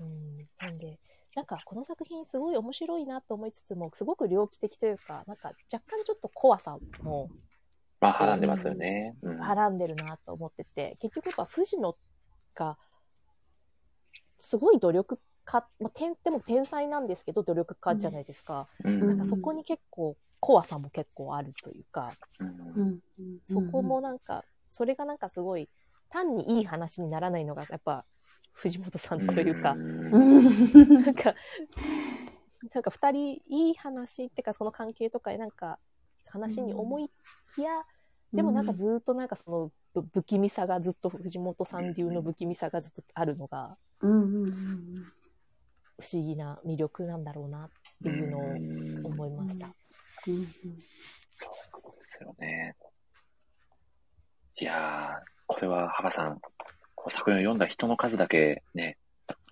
[SPEAKER 5] うん。なんで、なんか、この作品、すごい面白いなと思いつつも、すごく猟奇的というか、なんか、若干ちょっと怖さも
[SPEAKER 1] まあ、はらんでますよね。うん。
[SPEAKER 5] はらんでるなと思ってて、結局やっぱ藤野が、すごい努力家、まあ、天でも天才なんですけど、努力家じゃないですか。
[SPEAKER 1] うん
[SPEAKER 5] なんかそこに結構、怖さも結構あるというか、
[SPEAKER 1] うん
[SPEAKER 3] うん。
[SPEAKER 5] そこもなんか、それがなんかすごい、単にいい話にならないのが、やっぱ、藤本さんというか、
[SPEAKER 3] う
[SPEAKER 1] うん
[SPEAKER 3] ん。
[SPEAKER 5] なんか、なんか二人、いい話ってか、その関係とか、なんか、話に思いきや、でもなんかずーっとなんかそのど不気味さがずっと藤本さん流の不気味さがずっとあるのが
[SPEAKER 3] うんうんうん
[SPEAKER 5] 不思議な魅力なんだろうなっていうのを思いました。
[SPEAKER 3] うん。
[SPEAKER 1] そうですよね。いやー、これは、幅さん、こう作品を読んだ人の数だけね、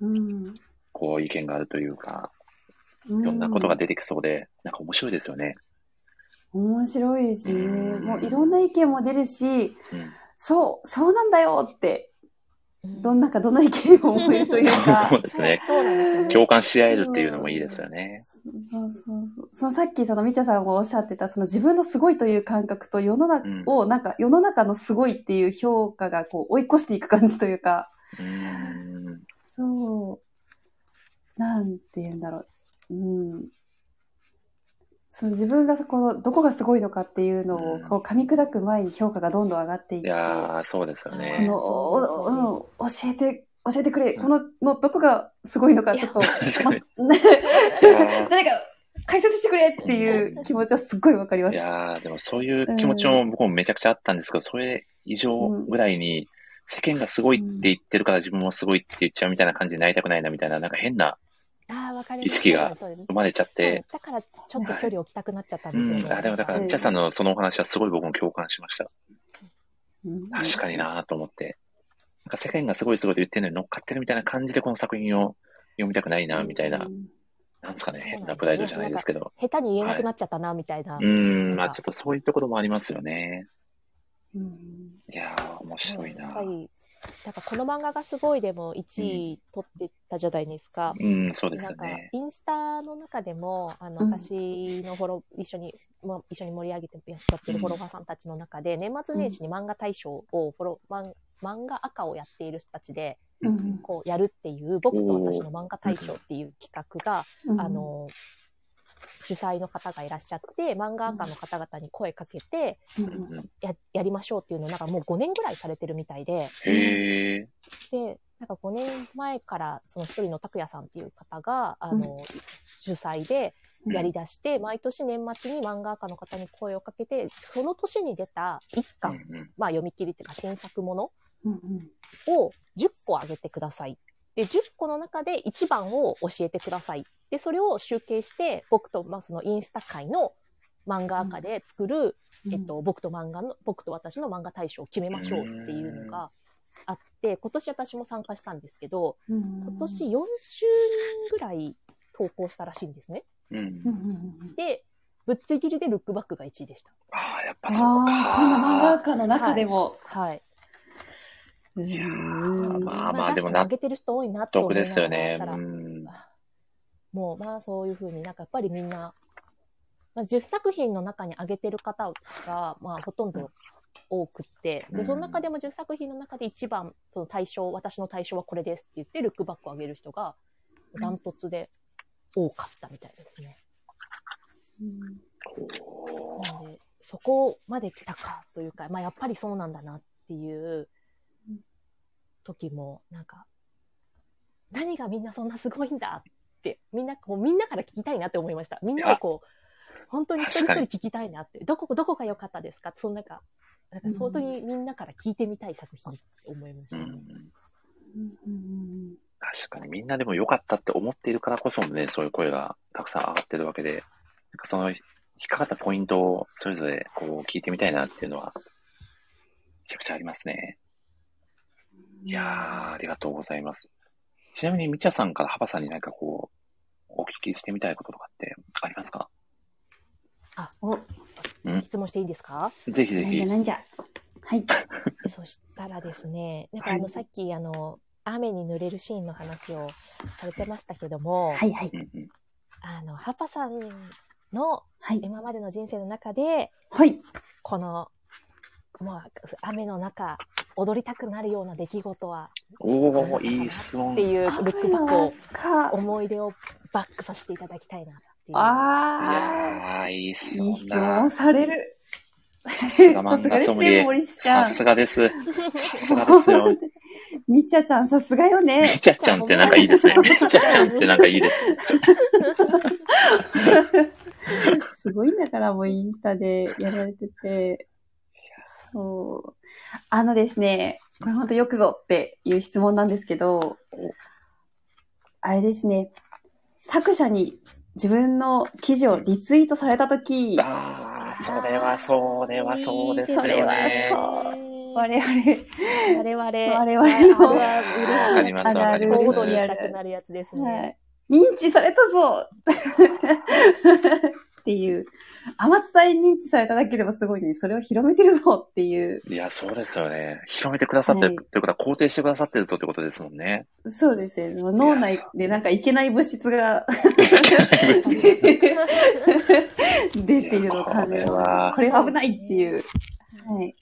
[SPEAKER 3] うん。
[SPEAKER 1] こう意見があるというか、
[SPEAKER 3] うん。
[SPEAKER 1] いろんなことが
[SPEAKER 3] う
[SPEAKER 1] 出てきそうで、なんか面白いですよね。
[SPEAKER 3] 面白いですね。
[SPEAKER 1] うん
[SPEAKER 3] もういろんな意見も出るし、
[SPEAKER 1] うん。
[SPEAKER 3] そう、そうなんだよって、
[SPEAKER 5] うん
[SPEAKER 3] どんなかどの意見を思えるというか
[SPEAKER 1] そ。うですね。
[SPEAKER 5] そうなんですよね。
[SPEAKER 1] 共感し合えるっていうのもいいですよね。
[SPEAKER 3] そうそうそう。そのさっきそのみちゃさんもおっしゃってた、その自分のすごいという感覚と世の中
[SPEAKER 1] うん
[SPEAKER 3] を、なんか世の中のすごいっていう評価がこう追い越していく感じというか、
[SPEAKER 1] うーん。
[SPEAKER 3] そう、なんて言うんだろう。うん。その自分がそこの、どこがすごいのかっていうの
[SPEAKER 1] う
[SPEAKER 3] を
[SPEAKER 1] ん
[SPEAKER 3] こう噛み砕く前に評価がどんどん上がっていっ
[SPEAKER 1] い
[SPEAKER 3] て、こ
[SPEAKER 1] やー、そうですよ
[SPEAKER 5] ー
[SPEAKER 1] ね
[SPEAKER 3] の。
[SPEAKER 5] そうです
[SPEAKER 3] お、うん、教えて、教えてくれ、この、の、どこがすごいのか、ちょっと、
[SPEAKER 1] 確かに。
[SPEAKER 3] ま
[SPEAKER 1] いや
[SPEAKER 3] 誰か解説してくれっていう気持ちはすっごいわかりま
[SPEAKER 1] ーい
[SPEAKER 3] す。
[SPEAKER 1] やーでもそういう気持ちも僕もめちゃくちゃあったんですけど、それ以上ぐらいに、世間がすごいって言ってるから自分もすごいって言っちゃうみたいな感じになりたくないなみたいな、なんか変な
[SPEAKER 5] ああ、わかり
[SPEAKER 1] 意識が
[SPEAKER 5] そうです
[SPEAKER 1] 生まれちゃっ
[SPEAKER 5] そう
[SPEAKER 1] て、
[SPEAKER 5] だからちょっと距離を置きたくなっちゃったん
[SPEAKER 1] う
[SPEAKER 5] ですよね。
[SPEAKER 1] ん、あでもだから、
[SPEAKER 3] うん
[SPEAKER 1] キャさんのそのお話はすごい僕も共感しました。
[SPEAKER 3] うん
[SPEAKER 1] 確かになぁと思って。なんか世間がすごいすごいと言ってるのに乗っかってるみたいな感じでこの作品を読みたくないなぁみたいな、なんですかね、
[SPEAKER 5] そうなんですよね
[SPEAKER 1] 変なプライドじゃないですけど。
[SPEAKER 5] 下手に言えなくなっちゃったな、みたいな。
[SPEAKER 1] うーん、ま
[SPEAKER 5] な
[SPEAKER 1] あ
[SPEAKER 5] ん
[SPEAKER 1] ちょ
[SPEAKER 5] か
[SPEAKER 1] っとそういうところもありますよね。
[SPEAKER 3] うん
[SPEAKER 1] いやー、面白い
[SPEAKER 5] やっ
[SPEAKER 1] な
[SPEAKER 5] ぱり、なんかこの漫画がすごいでも1位取ってたじゃないですか。
[SPEAKER 1] うん、そうです
[SPEAKER 5] なん
[SPEAKER 1] よ
[SPEAKER 5] か
[SPEAKER 1] ね。
[SPEAKER 5] インスタの中でもあ
[SPEAKER 3] う
[SPEAKER 5] の
[SPEAKER 3] ん
[SPEAKER 5] 私のフォロー一緒に、まあ、一緒に盛り上げてやってるフォロワーさんたちの中で、年末年始に漫画大賞をフォロ漫漫画赤をやっている人たちで
[SPEAKER 3] うん
[SPEAKER 5] こうやるっていう僕と私の漫画大賞っていう企画が、
[SPEAKER 3] うん
[SPEAKER 5] あの主催の方がいらっしゃって漫画赤の方々に声かけて
[SPEAKER 3] うん
[SPEAKER 1] うんうん
[SPEAKER 5] ややりましょうっていうのをなんかもう5年ぐらいされてるみたいで。
[SPEAKER 1] へえ。
[SPEAKER 5] で、なんか5年前から、その一人の拓也さんっていう方が、あの、主催で
[SPEAKER 1] うん
[SPEAKER 5] やり出して、毎年年末に漫画家の方に声をかけて、その年に出た一
[SPEAKER 1] うん
[SPEAKER 5] 巻、まあ読み切りっていうか新作もの
[SPEAKER 3] うん
[SPEAKER 5] を10個あげてください。で、10個の中で1番を教えてください。で、それを集計して、僕と、まあそのインスタ界の漫画家で作る、えっと、僕と漫画の、僕と私の漫画大賞を決めましょうっていうのがあって、今年私も参加したんですけど、今
[SPEAKER 3] 今
[SPEAKER 5] 年40人ぐらい投稿したらしいんですね。
[SPEAKER 1] うん。うん
[SPEAKER 3] うんうん
[SPEAKER 5] で、ぶっちぎりでルックバックが1位でした。
[SPEAKER 1] ああ、やっぱそう
[SPEAKER 3] ああ、そんな漫画
[SPEAKER 1] か。
[SPEAKER 3] 家の中でも。
[SPEAKER 5] はい。
[SPEAKER 1] いやー
[SPEAKER 3] うん
[SPEAKER 1] まあまあ、でも
[SPEAKER 5] 確かに
[SPEAKER 1] 納
[SPEAKER 5] 上げてる人多いなと思
[SPEAKER 1] 得
[SPEAKER 5] いな
[SPEAKER 1] で
[SPEAKER 5] が
[SPEAKER 1] すよ
[SPEAKER 5] ら
[SPEAKER 1] ね。
[SPEAKER 5] たら
[SPEAKER 1] うん。
[SPEAKER 5] もうまあそういうふうになんかやっぱりみんな、まあ、10作品の中に挙げてる方がまあほとんど多くって、
[SPEAKER 1] う
[SPEAKER 5] で
[SPEAKER 1] ん
[SPEAKER 5] その中でも10作品の中で一番その対象私の対象はこれですって言ってルックバックを上げる人がダントツで多かったみたいですね。
[SPEAKER 1] おー
[SPEAKER 5] なんでそこまで来たかというか、まあ、やっぱりそうなんだなっていう時もなんか何がみんなそんなすごいんだってみんなこうみんなから聞きたいなって思いましたみんなでこう本当に一人
[SPEAKER 1] 確
[SPEAKER 5] 一
[SPEAKER 1] か
[SPEAKER 5] 人
[SPEAKER 1] に
[SPEAKER 5] 聞きたいなってどこどこが良かったですかそのなんかなんか
[SPEAKER 3] うん
[SPEAKER 5] 本当にみんなから聞いてみたい作品って思いまし
[SPEAKER 1] う
[SPEAKER 5] たね、
[SPEAKER 1] ん
[SPEAKER 3] うん
[SPEAKER 1] 確かにみんなでも良かったって思っているからこそね、そういう声がたくさん上がってるわけで、なんかその引っかかったポイントをそれぞれこう聞いてみたいなっていうのは、めちゃくちゃありますね。いやー、ありがとうございます。ちなみに、みちゃさんからハバさんになんかこう、お聞きしてみたいこととかってありますか
[SPEAKER 5] あ
[SPEAKER 6] お
[SPEAKER 1] うん
[SPEAKER 5] 質問していいですか
[SPEAKER 1] ぜひぜ
[SPEAKER 6] なんじ
[SPEAKER 1] ひ
[SPEAKER 6] ゃ。なんじゃ。はい。
[SPEAKER 5] そしたらですね、なんかあ
[SPEAKER 6] は
[SPEAKER 5] の
[SPEAKER 6] い
[SPEAKER 5] さっきあの雨に濡れるシーンの話をされてましたけども、
[SPEAKER 6] はいはい。
[SPEAKER 1] うんうん
[SPEAKER 5] あのハパさんの
[SPEAKER 6] はい。
[SPEAKER 5] 今までの人生の中で
[SPEAKER 6] はい。
[SPEAKER 5] このもう雨の中踊りたくなるような出来事は
[SPEAKER 1] おー、いい質問
[SPEAKER 5] って。いうルックバックを
[SPEAKER 6] か。
[SPEAKER 5] 思い出をバックさせていただきたいなっていう。
[SPEAKER 1] いや
[SPEAKER 3] あ
[SPEAKER 1] ー、いい質
[SPEAKER 3] あ、いい
[SPEAKER 1] 問
[SPEAKER 3] 質
[SPEAKER 1] だ
[SPEAKER 3] 問。される。さす
[SPEAKER 1] が漫画
[SPEAKER 3] です
[SPEAKER 1] ソムリエ
[SPEAKER 3] ね、森氏ちゃ
[SPEAKER 1] さ
[SPEAKER 3] ん。
[SPEAKER 1] すがです。さすがです よ。
[SPEAKER 3] みちゃちゃん、さすがよね
[SPEAKER 1] み。ちゃちゃんってなんかいいですね。みちゃちゃんってなんかいいです。
[SPEAKER 3] すごいんだから、もうインスタでやられてて。そう。あのですね、これ本当よくぞっていう質問なんですけど、あれですね、作者に自分の記事をリツイートされたとき、
[SPEAKER 1] あー、それはそれはそうですよ
[SPEAKER 5] いいです
[SPEAKER 1] ね
[SPEAKER 5] ね。
[SPEAKER 3] 我々、
[SPEAKER 5] 我々、
[SPEAKER 3] 我々の
[SPEAKER 5] あー嬉し
[SPEAKER 1] わ
[SPEAKER 5] い
[SPEAKER 1] かりましたわかりま
[SPEAKER 5] 小
[SPEAKER 1] した
[SPEAKER 5] 躍りしたくなるやつですね。
[SPEAKER 3] はい認知されたぞっていう。天津さんに認知されただけでもすごいのに、それを広めてるぞっていう。
[SPEAKER 1] いや、そうですよね。広めてくださってるってことは肯定してくださってるとってことですもんね。
[SPEAKER 3] そうですよね。もう脳内でなんかいけない物質が出ているのを感じ
[SPEAKER 1] いやこれ
[SPEAKER 3] る
[SPEAKER 1] は。
[SPEAKER 3] これは危ないっていう。はい。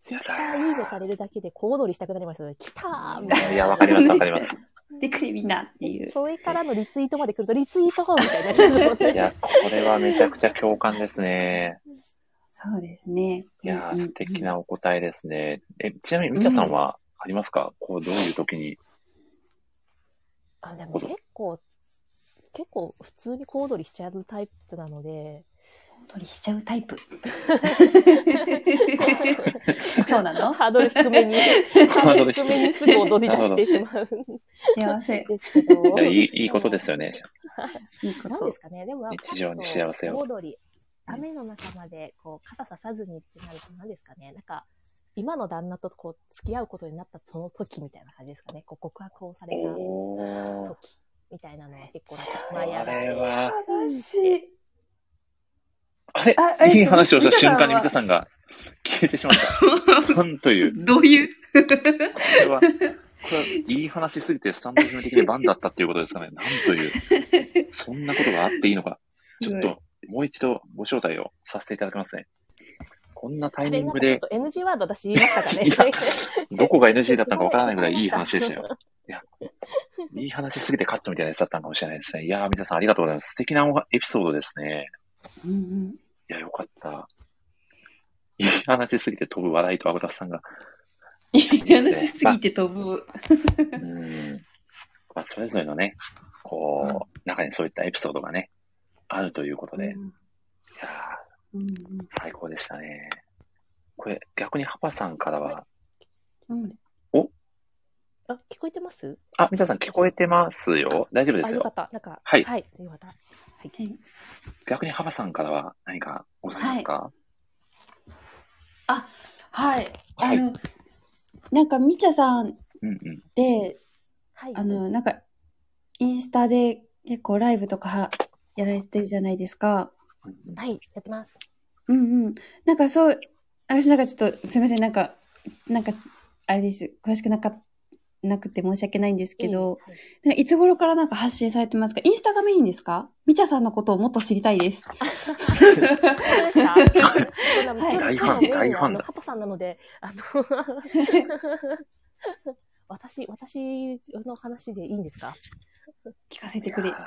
[SPEAKER 5] ツイッターいいねされるだけで小踊りしたくなりましたね。来たーみたい
[SPEAKER 1] いや、わかりますわかり ます。
[SPEAKER 3] びっくりみんなってい
[SPEAKER 5] な。
[SPEAKER 3] う。
[SPEAKER 5] それからのリツイートまで来ると、リツイートみたいになるの
[SPEAKER 1] い
[SPEAKER 5] で。
[SPEAKER 1] や、これはめちゃくちゃ共感ですね。
[SPEAKER 3] そうですね。
[SPEAKER 1] いや
[SPEAKER 3] うん
[SPEAKER 1] ー、素敵。なお答えですね。え、ちなみに、みちゃさんはありますか、こう、どういう時に。
[SPEAKER 5] あでも結構、結構普通に小踊りしちゃうタイプなので、
[SPEAKER 2] 取りしちゃうタイ プ。そうなの
[SPEAKER 5] ハードル低 めに、ハードル低めにすぐ踊り出してしまうん
[SPEAKER 2] 幸せ。
[SPEAKER 5] ですけど。
[SPEAKER 1] いやいいいいことですよね。
[SPEAKER 2] いいこ
[SPEAKER 5] なんで
[SPEAKER 2] と
[SPEAKER 5] す。かね、でも
[SPEAKER 1] 日常に幸せを
[SPEAKER 5] 戻り、雨の中までこう傘ささずにってなると、なんですかね、なんか、今の旦那とこう付き合うことになったその時みたいな感じですかね、こう告白をされた
[SPEAKER 1] おー。
[SPEAKER 5] 時みたいなのは結構
[SPEAKER 1] こ
[SPEAKER 5] なんか、舞い上が
[SPEAKER 1] れ
[SPEAKER 5] る
[SPEAKER 1] は、
[SPEAKER 2] 私、
[SPEAKER 1] あれ
[SPEAKER 2] ああれ
[SPEAKER 1] いい話をした瞬間に、
[SPEAKER 2] み
[SPEAKER 1] み
[SPEAKER 2] た
[SPEAKER 1] た
[SPEAKER 2] さ
[SPEAKER 1] さんが消えてしまった。なんという。
[SPEAKER 2] どう いう
[SPEAKER 1] これは、これはいい話すぎて、スタンドム的にバンだったっていうことですかね。なんという。そんなことがあっていいのか。ちょっと、もう一度ご招待をさせていただきますね。こんなタ
[SPEAKER 5] あ
[SPEAKER 1] イ
[SPEAKER 5] れ
[SPEAKER 1] ミン
[SPEAKER 5] なん
[SPEAKER 1] グ
[SPEAKER 5] かちょ
[SPEAKER 1] で、
[SPEAKER 5] っと NG ワード私言いましたかね。
[SPEAKER 1] どこが NG だったのかわからないぐらいいい話でしたよ。いや、いい話すぎてカットみたいなやつだったのかもしれないですね。いやー、皆さんありがとうございます。素敵なエピソードですね。
[SPEAKER 2] うんうん
[SPEAKER 1] いや、よかった。いい話すぎて飛ぶ笑いとアブザさんが。
[SPEAKER 2] いい話すぎて飛ぶ。
[SPEAKER 1] うんまあ、それぞれのね、こう、中にそういったエピソードがね、あるということで、いや
[SPEAKER 2] うん
[SPEAKER 1] ー最高でしたね。これ、逆にハパさんからは、
[SPEAKER 2] うんうん
[SPEAKER 5] あ、聞こえてます
[SPEAKER 1] あ、みたさん聞こえてますよ。大丈夫で
[SPEAKER 5] あ、
[SPEAKER 1] す
[SPEAKER 5] よかっ
[SPEAKER 1] よ。
[SPEAKER 5] た。なんか、
[SPEAKER 1] はい
[SPEAKER 5] はい、よかった。
[SPEAKER 1] 逆にハパさんからは何かございますか、
[SPEAKER 2] はい。
[SPEAKER 1] は
[SPEAKER 2] あ
[SPEAKER 1] い
[SPEAKER 2] の、なんか、みちゃさんっ
[SPEAKER 1] うんうん。
[SPEAKER 2] て、
[SPEAKER 5] はい。
[SPEAKER 2] あの、なんか、インスタで結構ライブとかやられてるじゃないですか。
[SPEAKER 1] うんうん
[SPEAKER 5] はい、やってます。
[SPEAKER 2] うんうん。なんかそう、私なんかちょっと、すみません、なんか、なんか、あれです。詳しくなか、なくて申し訳ないんですけど、
[SPEAKER 5] いい、はい
[SPEAKER 2] なんかいつ頃からなんか発信されてますかインスタがメインですかみちゃさんのことをもっと知りたい です。
[SPEAKER 5] 本当ですか そんな
[SPEAKER 1] 大ファン
[SPEAKER 5] 今日の
[SPEAKER 1] 大ファンだ
[SPEAKER 5] メイはあのパパさんなので、あの、 私、私の話でいいんですか
[SPEAKER 2] 聞かせてくれ
[SPEAKER 1] いや。ー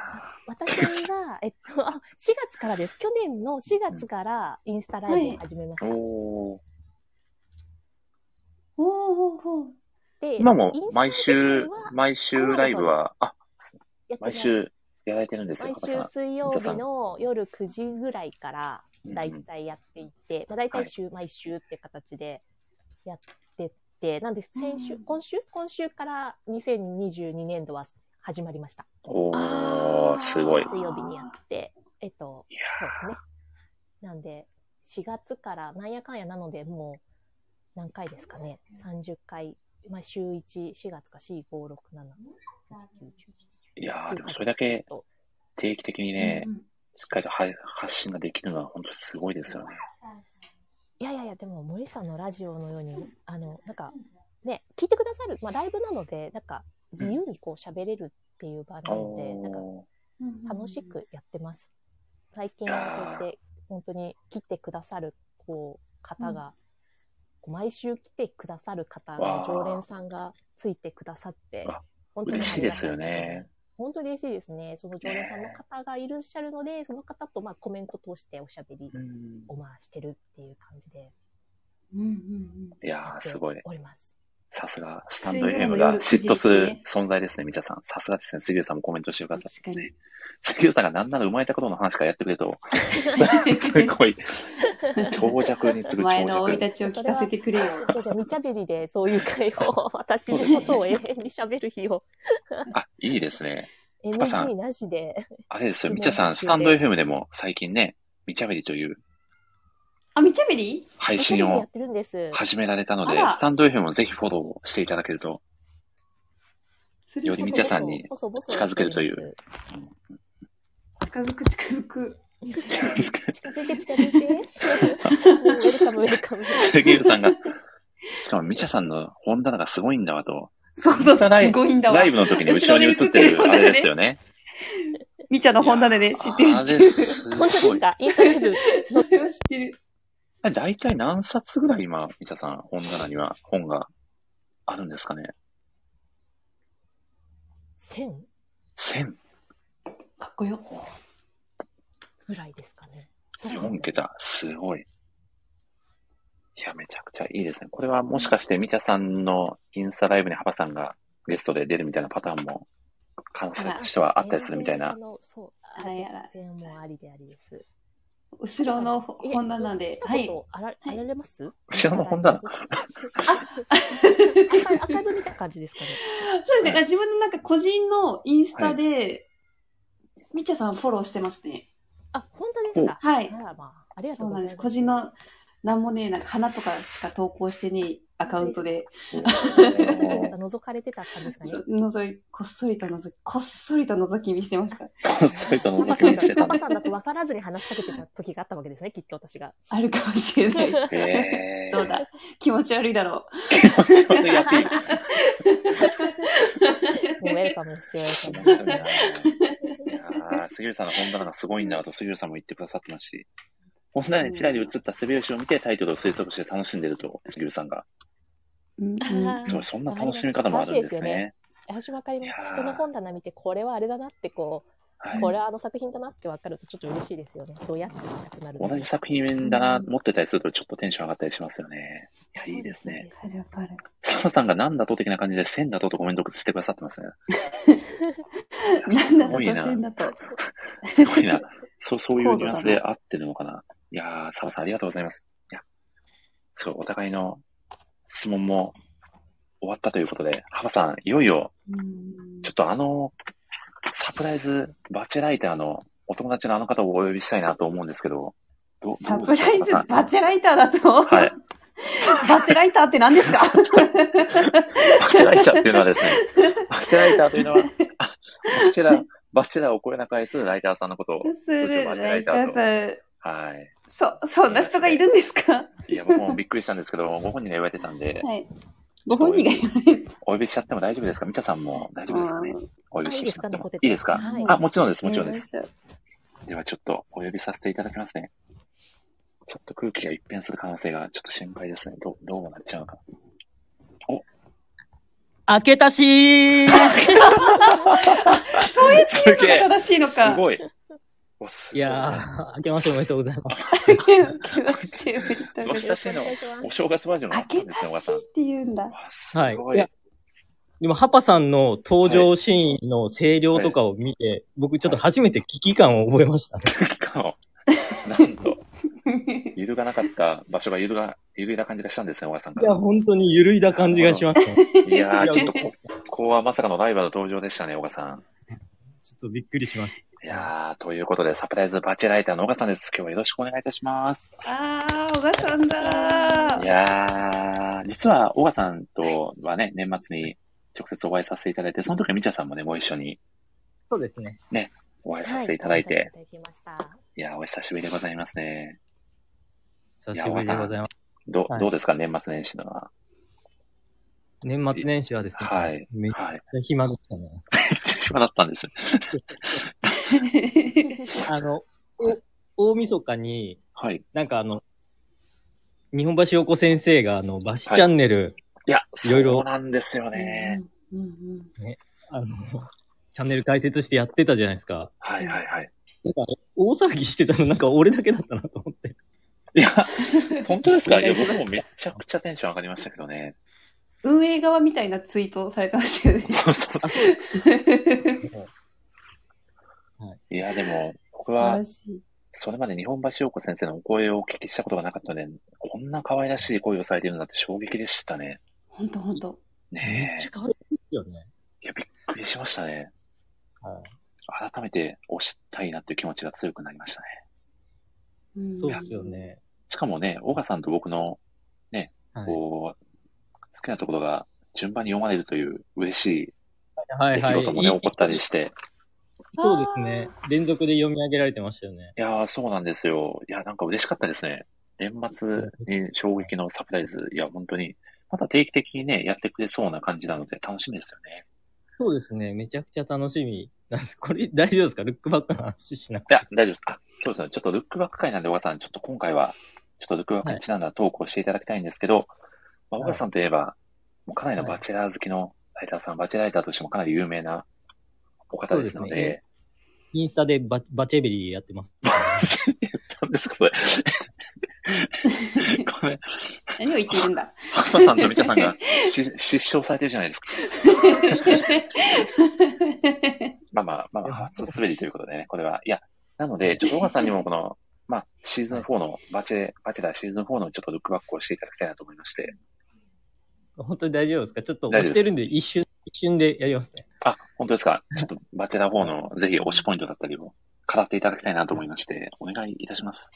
[SPEAKER 5] 私が、えっと、あ、4月からです。去年の4月からインスタライブを始めました。
[SPEAKER 1] おー
[SPEAKER 2] おーほーほー
[SPEAKER 5] で
[SPEAKER 1] 今も
[SPEAKER 5] インスタ
[SPEAKER 1] 毎週
[SPEAKER 5] 的には、
[SPEAKER 1] 毎週ライブは、あ、
[SPEAKER 5] やってま
[SPEAKER 1] 毎
[SPEAKER 5] す
[SPEAKER 1] 週やられてるんですよ、
[SPEAKER 5] 毎
[SPEAKER 1] ハパさ
[SPEAKER 5] 週
[SPEAKER 1] ん。
[SPEAKER 5] 水曜日の夜9時ぐらいからだいたいやっていて、まあ、だいたい週、毎週って形でやってって、なんで先週、今週今週から2022年度は始まりました。
[SPEAKER 1] おー、すごい。
[SPEAKER 5] 水曜日にやって、えっと、
[SPEAKER 1] いや
[SPEAKER 5] そうですね。なんで、4月からなんやかんやなので、もう何回ですかね。30回、まあ、週1、4月か4、5、6、7、8、9、
[SPEAKER 1] いや
[SPEAKER 5] 10
[SPEAKER 1] ー、でもそれだけ定期的にね、
[SPEAKER 2] うん
[SPEAKER 1] しっかりとは発信ができるのは本当にすごいですよね。
[SPEAKER 5] いやいやいや、でも森さんのラジオのように、あの、なんか、ね、聞いてくださる、まあ、ライブなので、なんか、自由にこう喋れるっていう場なので、なんか、
[SPEAKER 1] お
[SPEAKER 5] 楽しくやってます。最近はそうやって、本当に来てくださる、こう、方が、こう毎週来てくださる方
[SPEAKER 1] わ
[SPEAKER 5] の
[SPEAKER 1] あ
[SPEAKER 5] 常連さんがついてくださって
[SPEAKER 1] わ、
[SPEAKER 5] 本
[SPEAKER 1] ー嬉しいですよね。
[SPEAKER 5] 本当に嬉しいですね。その常連さんの方がいらっしゃるので、その方とまあコメント通しておしゃべり
[SPEAKER 1] うん
[SPEAKER 5] をまあしてるっていう感じで
[SPEAKER 2] うんうんうん
[SPEAKER 1] いや
[SPEAKER 5] やっ
[SPEAKER 1] ー、
[SPEAKER 5] て
[SPEAKER 1] すごい。
[SPEAKER 5] おります。
[SPEAKER 1] さすが、スタンド
[SPEAKER 2] 水曜
[SPEAKER 1] FM
[SPEAKER 2] の
[SPEAKER 1] が
[SPEAKER 2] 夜
[SPEAKER 1] 嫉妬す
[SPEAKER 2] 9時
[SPEAKER 1] る
[SPEAKER 2] で
[SPEAKER 1] 存在ですね、みちゃさん。さすがですね、杉浦さんもコメントしてくださってますね
[SPEAKER 2] 確。
[SPEAKER 1] 杉浦さんがなんなら生まれたことの話からやってくれと、すごい、 長尺に次ぐ
[SPEAKER 2] 前の生
[SPEAKER 1] 長
[SPEAKER 2] い
[SPEAKER 1] 尺。
[SPEAKER 2] 立ちを聞かせてくれよ。
[SPEAKER 5] じゃじゃじゃみちゃべりでそういう会を、私のことを永遠に喋 る日を
[SPEAKER 1] あ、いいですね。パさん
[SPEAKER 5] NG なしで、
[SPEAKER 1] あれですよ、
[SPEAKER 5] すごい
[SPEAKER 1] みちゃさん、
[SPEAKER 5] 練習
[SPEAKER 1] ス
[SPEAKER 5] で
[SPEAKER 1] タンド FM でも最近ね、みちゃべりという
[SPEAKER 2] あ、みちゃべり
[SPEAKER 1] 配
[SPEAKER 5] みちゃ
[SPEAKER 1] 信
[SPEAKER 5] べりでや
[SPEAKER 1] を
[SPEAKER 5] ってるんです。
[SPEAKER 1] 始められたので
[SPEAKER 2] あ、ら
[SPEAKER 1] スタンド FM もぜひフォローしていただけると、
[SPEAKER 2] それ
[SPEAKER 1] よりみちゃさんに
[SPEAKER 5] 近
[SPEAKER 1] 近づけるという
[SPEAKER 2] 近づく近づく。
[SPEAKER 5] 近づいて近づ いて。もうウェルカムウェルカム。
[SPEAKER 1] 杉浦さんが、しかもみちゃさんの本棚がすごいんだわと、
[SPEAKER 2] そうそう、
[SPEAKER 1] ライ
[SPEAKER 2] すごいんだわ
[SPEAKER 1] ライ。ブの時に後ろに映ってるあれですよね。
[SPEAKER 2] みちゃの本棚で知ってる
[SPEAKER 1] あ
[SPEAKER 2] 知って
[SPEAKER 1] れ
[SPEAKER 2] る。
[SPEAKER 1] すご
[SPEAKER 5] 本当です
[SPEAKER 1] い。
[SPEAKER 5] かインスタライブ。
[SPEAKER 2] それは知ってる。
[SPEAKER 1] だいたい何冊ぐらい今、みちゃさん、本棚には本があるんですかね。
[SPEAKER 5] 1000
[SPEAKER 1] 1000、
[SPEAKER 2] かっこよ。
[SPEAKER 5] ぐらいですかね。
[SPEAKER 1] 4桁、すごい。いや、めちゃくちゃいいですね。これはもしかしてみちゃさんのインスタライブにハバさんがゲストで出るみたいなパターンも、可能性としてはあったりするみたい
[SPEAKER 5] えーあ
[SPEAKER 1] な。
[SPEAKER 5] のそう。
[SPEAKER 2] あらやら
[SPEAKER 5] 全然もうありでありです。
[SPEAKER 2] 後ろの本棚で。
[SPEAKER 5] は。
[SPEAKER 2] はいい。
[SPEAKER 5] あら、あられます、
[SPEAKER 1] 後ろの本棚
[SPEAKER 5] ちょっとアーカイアーカイブみたいな感じですかね。
[SPEAKER 2] そうですね。だから自分のなんか個人のインスタで、みっちゃさんフォローしてますね。
[SPEAKER 5] あ、本当ですか
[SPEAKER 2] はい
[SPEAKER 5] あらまあ、ありがと
[SPEAKER 2] そうう
[SPEAKER 5] ご
[SPEAKER 2] な
[SPEAKER 5] ざ
[SPEAKER 2] んで。
[SPEAKER 5] いますす。
[SPEAKER 2] 個人の、なんもねえ、なんか花とかしか投稿してねえアカウントで、
[SPEAKER 5] なんか覗かれてた感じですかね
[SPEAKER 2] そ。覗い、こっそりと覗き、こっそりと覗き見してました。
[SPEAKER 1] そういったの
[SPEAKER 5] パ
[SPEAKER 1] を
[SPEAKER 5] パ
[SPEAKER 1] 目
[SPEAKER 5] さん
[SPEAKER 1] 標にしてた
[SPEAKER 5] だパ
[SPEAKER 1] んで
[SPEAKER 5] パ
[SPEAKER 1] す。
[SPEAKER 5] さんだと分からずに話しかけてた時があったわけですね、きっと私が。
[SPEAKER 2] あるかもしれない。
[SPEAKER 1] えー、
[SPEAKER 2] どうだ気持ち悪いだろ
[SPEAKER 1] 気持ち悪いアピール
[SPEAKER 5] もうウェルカムですよ。
[SPEAKER 1] 面白いないやー杉浦さんの本棚がすごいんだと杉浦さんも言ってくださってますし、本棚にちらり映った背拍子を見てタイトルを推測して楽しんでると、杉浦さんが。
[SPEAKER 2] う。うん
[SPEAKER 5] あー
[SPEAKER 1] そうそんな楽しみ方もあるんですね。
[SPEAKER 5] 私分かりま
[SPEAKER 1] いや
[SPEAKER 5] す。
[SPEAKER 1] ー
[SPEAKER 5] 人の本棚見て、これはあれだなって、こ
[SPEAKER 1] は
[SPEAKER 5] う、
[SPEAKER 1] い
[SPEAKER 5] これはあの作品だなって分かるとちょっと嬉しいですよね。どうやって見たくなる
[SPEAKER 1] 同じ作品だな、持ってたりするとちょっとテンション上がったりしますよね。いや、いいですね。。
[SPEAKER 5] そうですね
[SPEAKER 2] かる。
[SPEAKER 1] サマさんがなんだと的な感じで、千だととコメントしてくださってますね。
[SPEAKER 2] なんだと、
[SPEAKER 1] いやすご
[SPEAKER 2] せ
[SPEAKER 1] い
[SPEAKER 2] ん
[SPEAKER 1] な
[SPEAKER 2] だと。
[SPEAKER 1] すごいな。そう、そういうニュアン
[SPEAKER 2] 高
[SPEAKER 1] ス
[SPEAKER 2] 度
[SPEAKER 1] で
[SPEAKER 2] だ
[SPEAKER 1] 合ってるのかな。いやー、サマさんありがとうございます。いや、すごい、お互いの質問も終わったということで、ハバさん、いよいよ、
[SPEAKER 2] うん
[SPEAKER 1] ちょっとあの、サプライズ、バチェライターのお友達のあの方をお呼びしたいなと思うんですけど、どう
[SPEAKER 2] サ
[SPEAKER 1] どう
[SPEAKER 2] プ
[SPEAKER 1] でしょ
[SPEAKER 2] ライ
[SPEAKER 1] う
[SPEAKER 2] ズ
[SPEAKER 1] ハ、バ
[SPEAKER 2] バチェライターだと、
[SPEAKER 1] さんはい。
[SPEAKER 2] バチェライターって何ですか
[SPEAKER 1] バチェライターっていうの はですね、バチェライターというのは、あバチェラ、バチェラを超えな返すライターさんのことを、
[SPEAKER 2] するライターさ
[SPEAKER 1] はい。
[SPEAKER 2] ん。そ、そんな人がいるんですか
[SPEAKER 1] いや、僕もびっくりしたんですけど、ご本人が言われてたんで、
[SPEAKER 2] はい。ご本人が言われて
[SPEAKER 1] お呼びしちゃっても大丈夫ですかみちゃさんも大丈夫ですかねお呼び
[SPEAKER 5] あい
[SPEAKER 1] し
[SPEAKER 5] い
[SPEAKER 1] て
[SPEAKER 5] で
[SPEAKER 1] し
[SPEAKER 5] す
[SPEAKER 1] ま
[SPEAKER 5] か
[SPEAKER 1] って
[SPEAKER 5] ね、
[SPEAKER 1] も
[SPEAKER 5] ポテト。
[SPEAKER 1] いいですか
[SPEAKER 5] はい。
[SPEAKER 1] あ、もちろんです、もちろんです。
[SPEAKER 2] す。
[SPEAKER 1] ではちょっとお呼びさせていただきますね。ちょっと空気が一変する可能性がちょっと心配ですね。どう、どうなっちゃうのか。
[SPEAKER 7] 開けたしー
[SPEAKER 1] すげえ
[SPEAKER 2] 正しいのか。
[SPEAKER 1] すごいわす
[SPEAKER 7] い
[SPEAKER 1] ごい
[SPEAKER 7] やー、開けましておめでとうございます。
[SPEAKER 2] 明けましておめで とうございま
[SPEAKER 1] お
[SPEAKER 2] す
[SPEAKER 1] 久しぶりの
[SPEAKER 5] 願いしま
[SPEAKER 1] お
[SPEAKER 5] す
[SPEAKER 1] 正月バージョンがあ
[SPEAKER 2] 明
[SPEAKER 1] った
[SPEAKER 2] け
[SPEAKER 1] んで
[SPEAKER 2] た
[SPEAKER 1] すね、おば
[SPEAKER 2] し
[SPEAKER 1] さん。
[SPEAKER 2] っ
[SPEAKER 1] わ
[SPEAKER 2] て言うん だ。
[SPEAKER 1] すご。
[SPEAKER 7] はいいいや今、ハパさんの登場シーンの声量とかを見て、僕ちょっと初めて危機感を覚えましたね。
[SPEAKER 1] 期間を、なんと、揺るがなかった場所が揺るが、揺るいだ感じがしたんですね、小川さんか
[SPEAKER 7] いや、
[SPEAKER 1] ら。
[SPEAKER 7] 本当に揺るいだ感じがしました ね。
[SPEAKER 1] いやー、
[SPEAKER 7] いや
[SPEAKER 1] ちょっとこ、ここはまさかのライバルの登場でしたね、小川さん。
[SPEAKER 7] ちょっとびっくりしました。
[SPEAKER 1] いやー、ということで、サプライズバチェライターの小川さんです。今日はよろしくお願いいたします。
[SPEAKER 2] ああ、小川さんだ
[SPEAKER 1] い。やー、実は小川さんとはね、年末に直接お会いさせていただいて、その時はみちゃさんもね、ご一緒に
[SPEAKER 7] そうですね。
[SPEAKER 1] お会いさせていただいて、い、
[SPEAKER 5] はご挨拶いただきました。
[SPEAKER 1] やー、お久しぶりでございますね。
[SPEAKER 7] 久しぶりでございます。
[SPEAKER 1] ど
[SPEAKER 7] は、い
[SPEAKER 1] どうですか、年末年始のは。
[SPEAKER 7] 年末年始はですね、
[SPEAKER 1] はい。
[SPEAKER 7] めっち
[SPEAKER 1] はい。めっ
[SPEAKER 7] ゃ暇でしたね。
[SPEAKER 1] ちゃ暇だったんです。
[SPEAKER 7] あの、お大晦日に、
[SPEAKER 1] はい。
[SPEAKER 7] なんかあの、日本橋横先生があの、バシチャンネル、
[SPEAKER 1] いや、
[SPEAKER 7] いろいろ
[SPEAKER 1] そうなんですよね。
[SPEAKER 2] うんうん
[SPEAKER 7] あの、チャンネル解説してやってたじゃないですか。
[SPEAKER 1] はいはいはい。
[SPEAKER 7] 大騒ぎしてたのなんか俺だけだったなと思って。
[SPEAKER 1] いや、本当 ですかいや、僕もめちゃくちゃテンション上がりましたけどね。
[SPEAKER 2] 運営側みたいなツイートをされてましたよね。
[SPEAKER 1] そうそうそう
[SPEAKER 2] 素
[SPEAKER 1] いや、でも、僕
[SPEAKER 2] 晴
[SPEAKER 1] は
[SPEAKER 2] ら、しい。
[SPEAKER 1] それまで日本橋陽子先生のお声をお聞きしたことがなかったので、こんな可愛らしい声をされているなんて衝撃でしたね。
[SPEAKER 2] ほんとほんと。
[SPEAKER 1] ねえ。
[SPEAKER 7] 可愛いですよね。
[SPEAKER 1] いや、びっくりしましたね。
[SPEAKER 7] は
[SPEAKER 1] 改めて推したいなっていう気持ちが強くなりましたね。
[SPEAKER 2] うん
[SPEAKER 7] い。そうですよ。ね。
[SPEAKER 1] しかもね、小川さんと僕の、
[SPEAKER 7] はい
[SPEAKER 1] こう、好きなところが順番に読まれるという嬉しい
[SPEAKER 7] は
[SPEAKER 1] 出
[SPEAKER 7] い
[SPEAKER 1] 来
[SPEAKER 7] はい。
[SPEAKER 1] 事もね、起こったりして。
[SPEAKER 7] そうですね。連続で読み上げられてましたよね。
[SPEAKER 1] いやー、そうなんですよ。いや、なんか嬉しかったですね。年末に衝撃のサプライズ。いや、本当に。また定期的にね、やってくれそうな感じなので楽しみですよね。
[SPEAKER 7] そうですね。めちゃくちゃ楽しみなんです。 これ大丈夫ですかルックバックの話しなく
[SPEAKER 1] い
[SPEAKER 7] て。
[SPEAKER 1] や、大丈夫です。あ、そうですね。ちょっとルックバック会なんで、小川さん、ちょっと今回は、ちょっとルックバックにちなんだトークをしていただきたいんですけど、まあ、小川さんといえば、もうかなりのバチェラー好きのライターさん、バチェライターとしてもかなり有名なお方ですの
[SPEAKER 7] そうで
[SPEAKER 1] で、
[SPEAKER 7] インスタでババチェベリーやってます。
[SPEAKER 1] 何ですか、それ。 ごめん。
[SPEAKER 2] 何を言っているんだ。
[SPEAKER 1] ハマさんとみちゃさんがし失笑されてるじゃないですか。まあまあ、まあまあ、初滑りということでね、これは。いや、なので、ちょっと小川さんにもこのまあ、シーズン4の、バチェ、バチェラーシーズン4のちょっとルックバックをしていただきたいなと思いまして。
[SPEAKER 7] 本当に大丈夫ですかちょっと
[SPEAKER 1] 大丈夫です
[SPEAKER 7] 押してるんで、一瞬、一瞬でやりますね。
[SPEAKER 1] あ、本当ですか。ちょっとバチェラー4のぜひ推しポイントだったりを語っていただきたいなと思いまして、お願いいたします。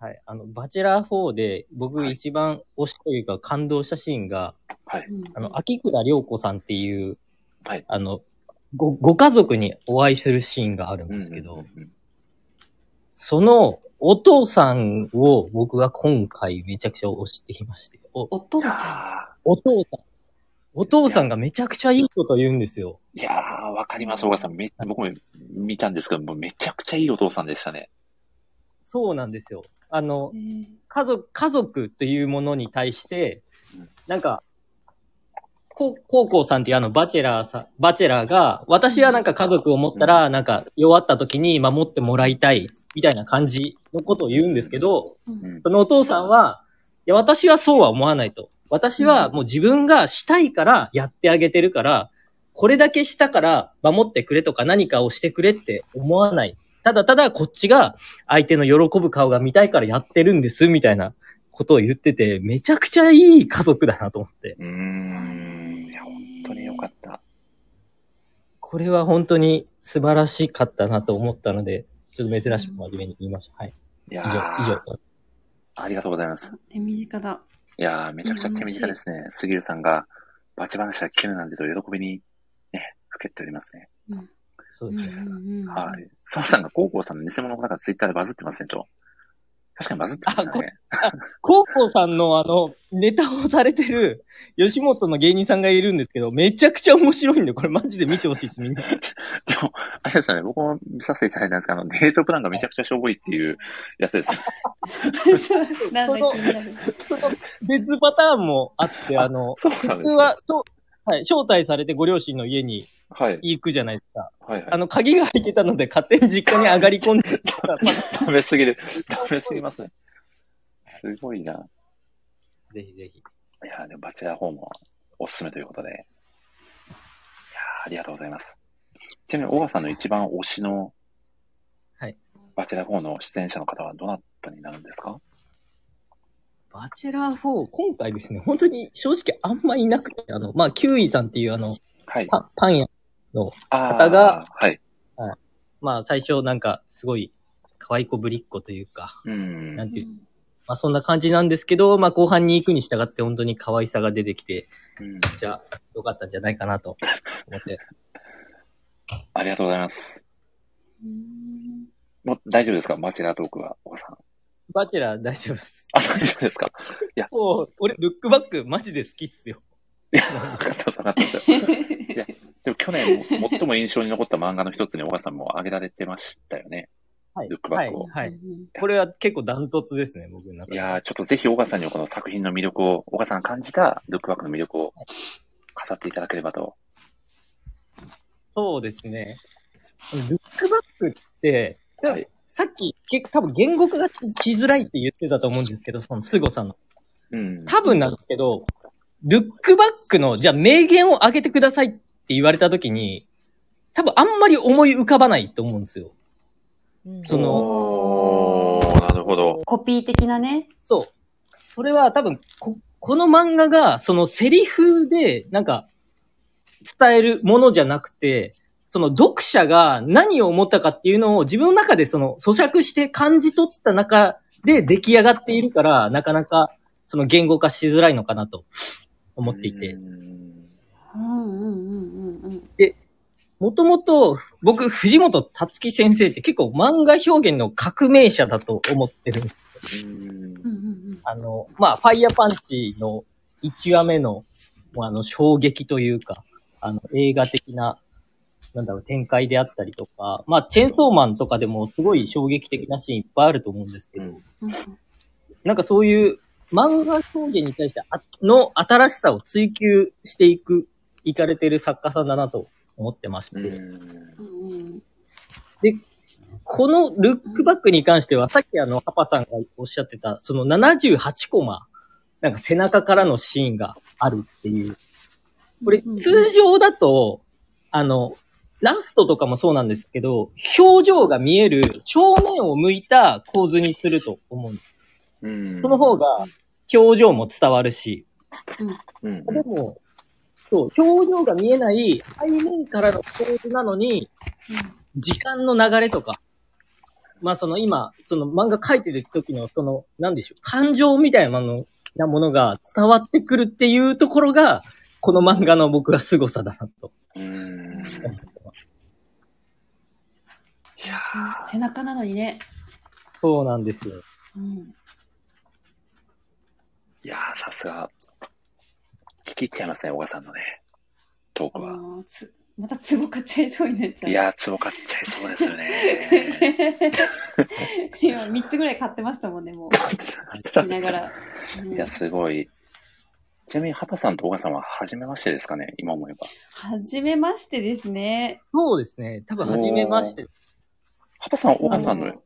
[SPEAKER 7] はい。あの、バチェラー4で、僕
[SPEAKER 1] はい
[SPEAKER 7] 一番推しというか感動したシーンが、
[SPEAKER 1] はい。
[SPEAKER 7] あの、秋倉涼子さんっていう、
[SPEAKER 1] はい。
[SPEAKER 7] あの、ご、ご家族にお会いするシーンがあるんですけど、
[SPEAKER 1] うんうんうんうん
[SPEAKER 7] そのお父さんを僕は今回めちゃくちゃ推していまして、お、
[SPEAKER 3] お父
[SPEAKER 1] いや
[SPEAKER 3] さ
[SPEAKER 1] ー
[SPEAKER 7] お父さん、お父さんがめちゃくちゃいいこと言うんですよ。
[SPEAKER 1] いやー、わかります、小川さん。め、僕も見たんですけど、もうめちゃくちゃいいお父さんでしたね。
[SPEAKER 7] そうなんですよ。あの、
[SPEAKER 3] ん。えー
[SPEAKER 7] 家族、家族というものに対して
[SPEAKER 1] うん、
[SPEAKER 7] なんか、こう、こうこうさんっていうあの、バチェラーさん、バチェラーが、私はなんか家族を持ったら、なんか、弱った時に守ってもらいたい、みたいな感じのことを言うんですけど、
[SPEAKER 1] うん。
[SPEAKER 7] そのお父さんは、いや、私はそうは思わないと。私はもう自分がしたいからやってあげてるから、これだけしたから守ってくれとか何かをしてくれって思わない。ただただこっちが相手の喜ぶ顔が見たいからやってるんです、みたいなことを言ってて、めちゃくちゃいい家族だなと思って。
[SPEAKER 1] うーん。いや、本当によかった。
[SPEAKER 7] これは本当に素晴らしかったなと思ったので、ちょっと珍しく真面目に言いました。はい。
[SPEAKER 1] いや
[SPEAKER 7] 以上、以
[SPEAKER 1] ー
[SPEAKER 7] 上、。
[SPEAKER 1] ありがとうございます。
[SPEAKER 3] 手短だ。。
[SPEAKER 1] いやー、めちゃくちゃ手短ですね。杉浦さんが、バチ話は聞けるなんてと喜びに、ね、ふけっておりますね。
[SPEAKER 7] そうですね。
[SPEAKER 1] はいい。そもさんが高校さんの偽物の方がツイッターでバズってますね、と。確かにバズってましたね。
[SPEAKER 7] コウコさんのあの、ネタをされてる、吉本の芸人さんがいるんですけど、めちゃくちゃ面白いんで、これマジで見てほしいです、みんな。
[SPEAKER 1] でも、あれですよね、僕も見させていただいたんですけど、あの、デートプランがめちゃくちゃしょぼいっていうやつです。
[SPEAKER 3] なんだ気になる。
[SPEAKER 7] 別パターンもあって、あの、
[SPEAKER 1] そうなん
[SPEAKER 7] 普
[SPEAKER 1] で
[SPEAKER 7] 通
[SPEAKER 1] す
[SPEAKER 7] は、そうはい、招待されてご両親の家に
[SPEAKER 1] はい。
[SPEAKER 7] 行くじゃないですか。
[SPEAKER 1] はいはい。
[SPEAKER 7] あの、鍵が開いてたので、勝手に実家に上がり込んでたら、ぜ
[SPEAKER 1] ダメすぎる。ダメすぎますね。すごいな。い
[SPEAKER 7] ひぜひ。
[SPEAKER 1] やーでもバチェラー4もおすすめということで。いやーありがとうございます。ちなみに、小川さんの一番推しの、
[SPEAKER 7] はい。
[SPEAKER 1] バチェラー4の出演者の方はどなたになるんですか
[SPEAKER 7] バチェラー4、今回ですね、本当に正直あんまいなくて、あの、まあ、キュウイさんっていうあの、
[SPEAKER 1] はい。
[SPEAKER 7] パンパン屋
[SPEAKER 1] あー
[SPEAKER 7] 方が、
[SPEAKER 1] はい。
[SPEAKER 7] まあ、最初なんか、すごい、可愛い子ぶりっ子というか、
[SPEAKER 1] うん
[SPEAKER 7] な。んていう、まあそんな感じなんですけど、まあ後半に行くに従って本当に可愛さが出てきて、
[SPEAKER 1] うん
[SPEAKER 7] じゃあ良かったんじゃないかなと思って。
[SPEAKER 1] ありがとうございます。もう大丈夫ですかバチェラートークは、小川さん。
[SPEAKER 7] バチェラー大丈夫っす。
[SPEAKER 1] あ、大丈夫ですか
[SPEAKER 7] もう、俺、ルックバックマジで好きっすよ。
[SPEAKER 1] いや、分かってます、分かってます。いや、でも去年、最も印象に残った漫画の一つに小川さんも挙げられてましたよね。
[SPEAKER 7] はい。
[SPEAKER 1] ルックバックを
[SPEAKER 7] はい。はい。これは結構ダントツですね、僕の中
[SPEAKER 1] い
[SPEAKER 7] で。
[SPEAKER 1] やー、ちょっとぜひ小川さんにもこの作品の魅力を、小川さんが感じたルックバックの魅力を語っていただければと。
[SPEAKER 7] そうですね。ルックバックって、
[SPEAKER 1] はい。
[SPEAKER 7] さっき結構多分言語化がししづらいって言ってたと思うんですけど、その凄さの。
[SPEAKER 1] うん。
[SPEAKER 7] 多分なんですけど、ルックバックの、じゃあ名言を上げてくださいって言われたときに、多分あんまり思い浮かばないと思うんですよ。その、
[SPEAKER 1] おー、なるほど。
[SPEAKER 2] コピー的なね。
[SPEAKER 7] そう。それは多分、こ、この漫画が、そのセリフで、なんか、伝えるものじゃなくて、その読者が何を思ったかっていうのを自分の中でその咀嚼して感じ取った中で出来上がっているから、なかなかその言語化しづらいのかなと思っていて。
[SPEAKER 1] うん
[SPEAKER 3] うんうんうんうんうん。
[SPEAKER 7] もともと、僕、藤本達樹先生って結構漫画表現の革命者だと思ってる。
[SPEAKER 1] うん
[SPEAKER 3] うんうん
[SPEAKER 7] あの、まあ、ファイヤーパンチの1話目の、あの、衝撃というか、あの、映画的な、なんだろう、展開であったりとか、まあ、チェーンソーマンとかでもすごい衝撃的なシーンいっぱいあると思うんですけど、
[SPEAKER 3] うん。
[SPEAKER 7] なんかそういう漫画表現に対してあの新しさを追求していく、いかれてる作家さんだなと思ってまして、
[SPEAKER 1] うん
[SPEAKER 3] うんうん
[SPEAKER 7] このルックバックに関しては、さっきあの、パパさんがおっしゃってた、その78コマ、なんか背中からのシーンがあるっていう。これ、通常だと、あの、ラストとかもそうなんですけど、表情が見える正面を向いた構図にすると思うんです。
[SPEAKER 1] うん。
[SPEAKER 7] その方が表情も伝わるし、
[SPEAKER 1] うん、う
[SPEAKER 7] で
[SPEAKER 1] ん。
[SPEAKER 7] も、そう、表情が見えない背面からの構図なのに、時間の流れとか、まあその今、その漫画描いてる時のその、なんでしょう、感情みたいなものなものが伝わってくるっていうところが、この漫画の僕は凄さだなと。
[SPEAKER 1] うん。いや
[SPEAKER 2] 背中なのにね。
[SPEAKER 7] そうなんですよ。
[SPEAKER 2] うん。
[SPEAKER 1] ー、いやーさすが。聞き入っちゃいますね、小川さんのね、トークは。
[SPEAKER 2] あーつまたツボ買っちゃいそうになっちゃう。
[SPEAKER 1] いやー、つぼ買っちゃいそうですよね。
[SPEAKER 2] 今3つぐらい買ってましたもんね、もう。聞きながら。うん
[SPEAKER 1] いや、すごい。ちなみに、ハパさんと小川さんは初めましてですかね、今思えば。
[SPEAKER 2] はじめましてですね。
[SPEAKER 7] そうですね。多分初めまして。
[SPEAKER 1] ハパさん、小川さんの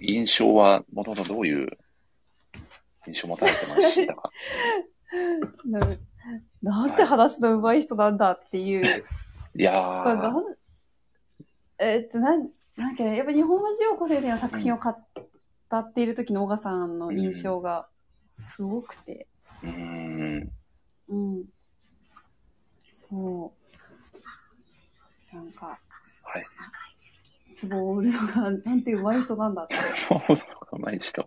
[SPEAKER 1] 印象は、もともとどういう印象を持たれてまし たか
[SPEAKER 2] ななんて話の上手い人なんだっていう。
[SPEAKER 1] いや
[SPEAKER 2] これな
[SPEAKER 1] ー
[SPEAKER 2] ん、えーっと、なん、なんかね、やっぱ日本文字を個性的な作品を買ったっている時の小賀さんの印象がすごくて。
[SPEAKER 1] うーん、
[SPEAKER 2] うん。そう。なんか、
[SPEAKER 1] はい。
[SPEAKER 2] ツボを売るのが、なんて上手い人なんだって
[SPEAKER 1] そうそう、毎日と。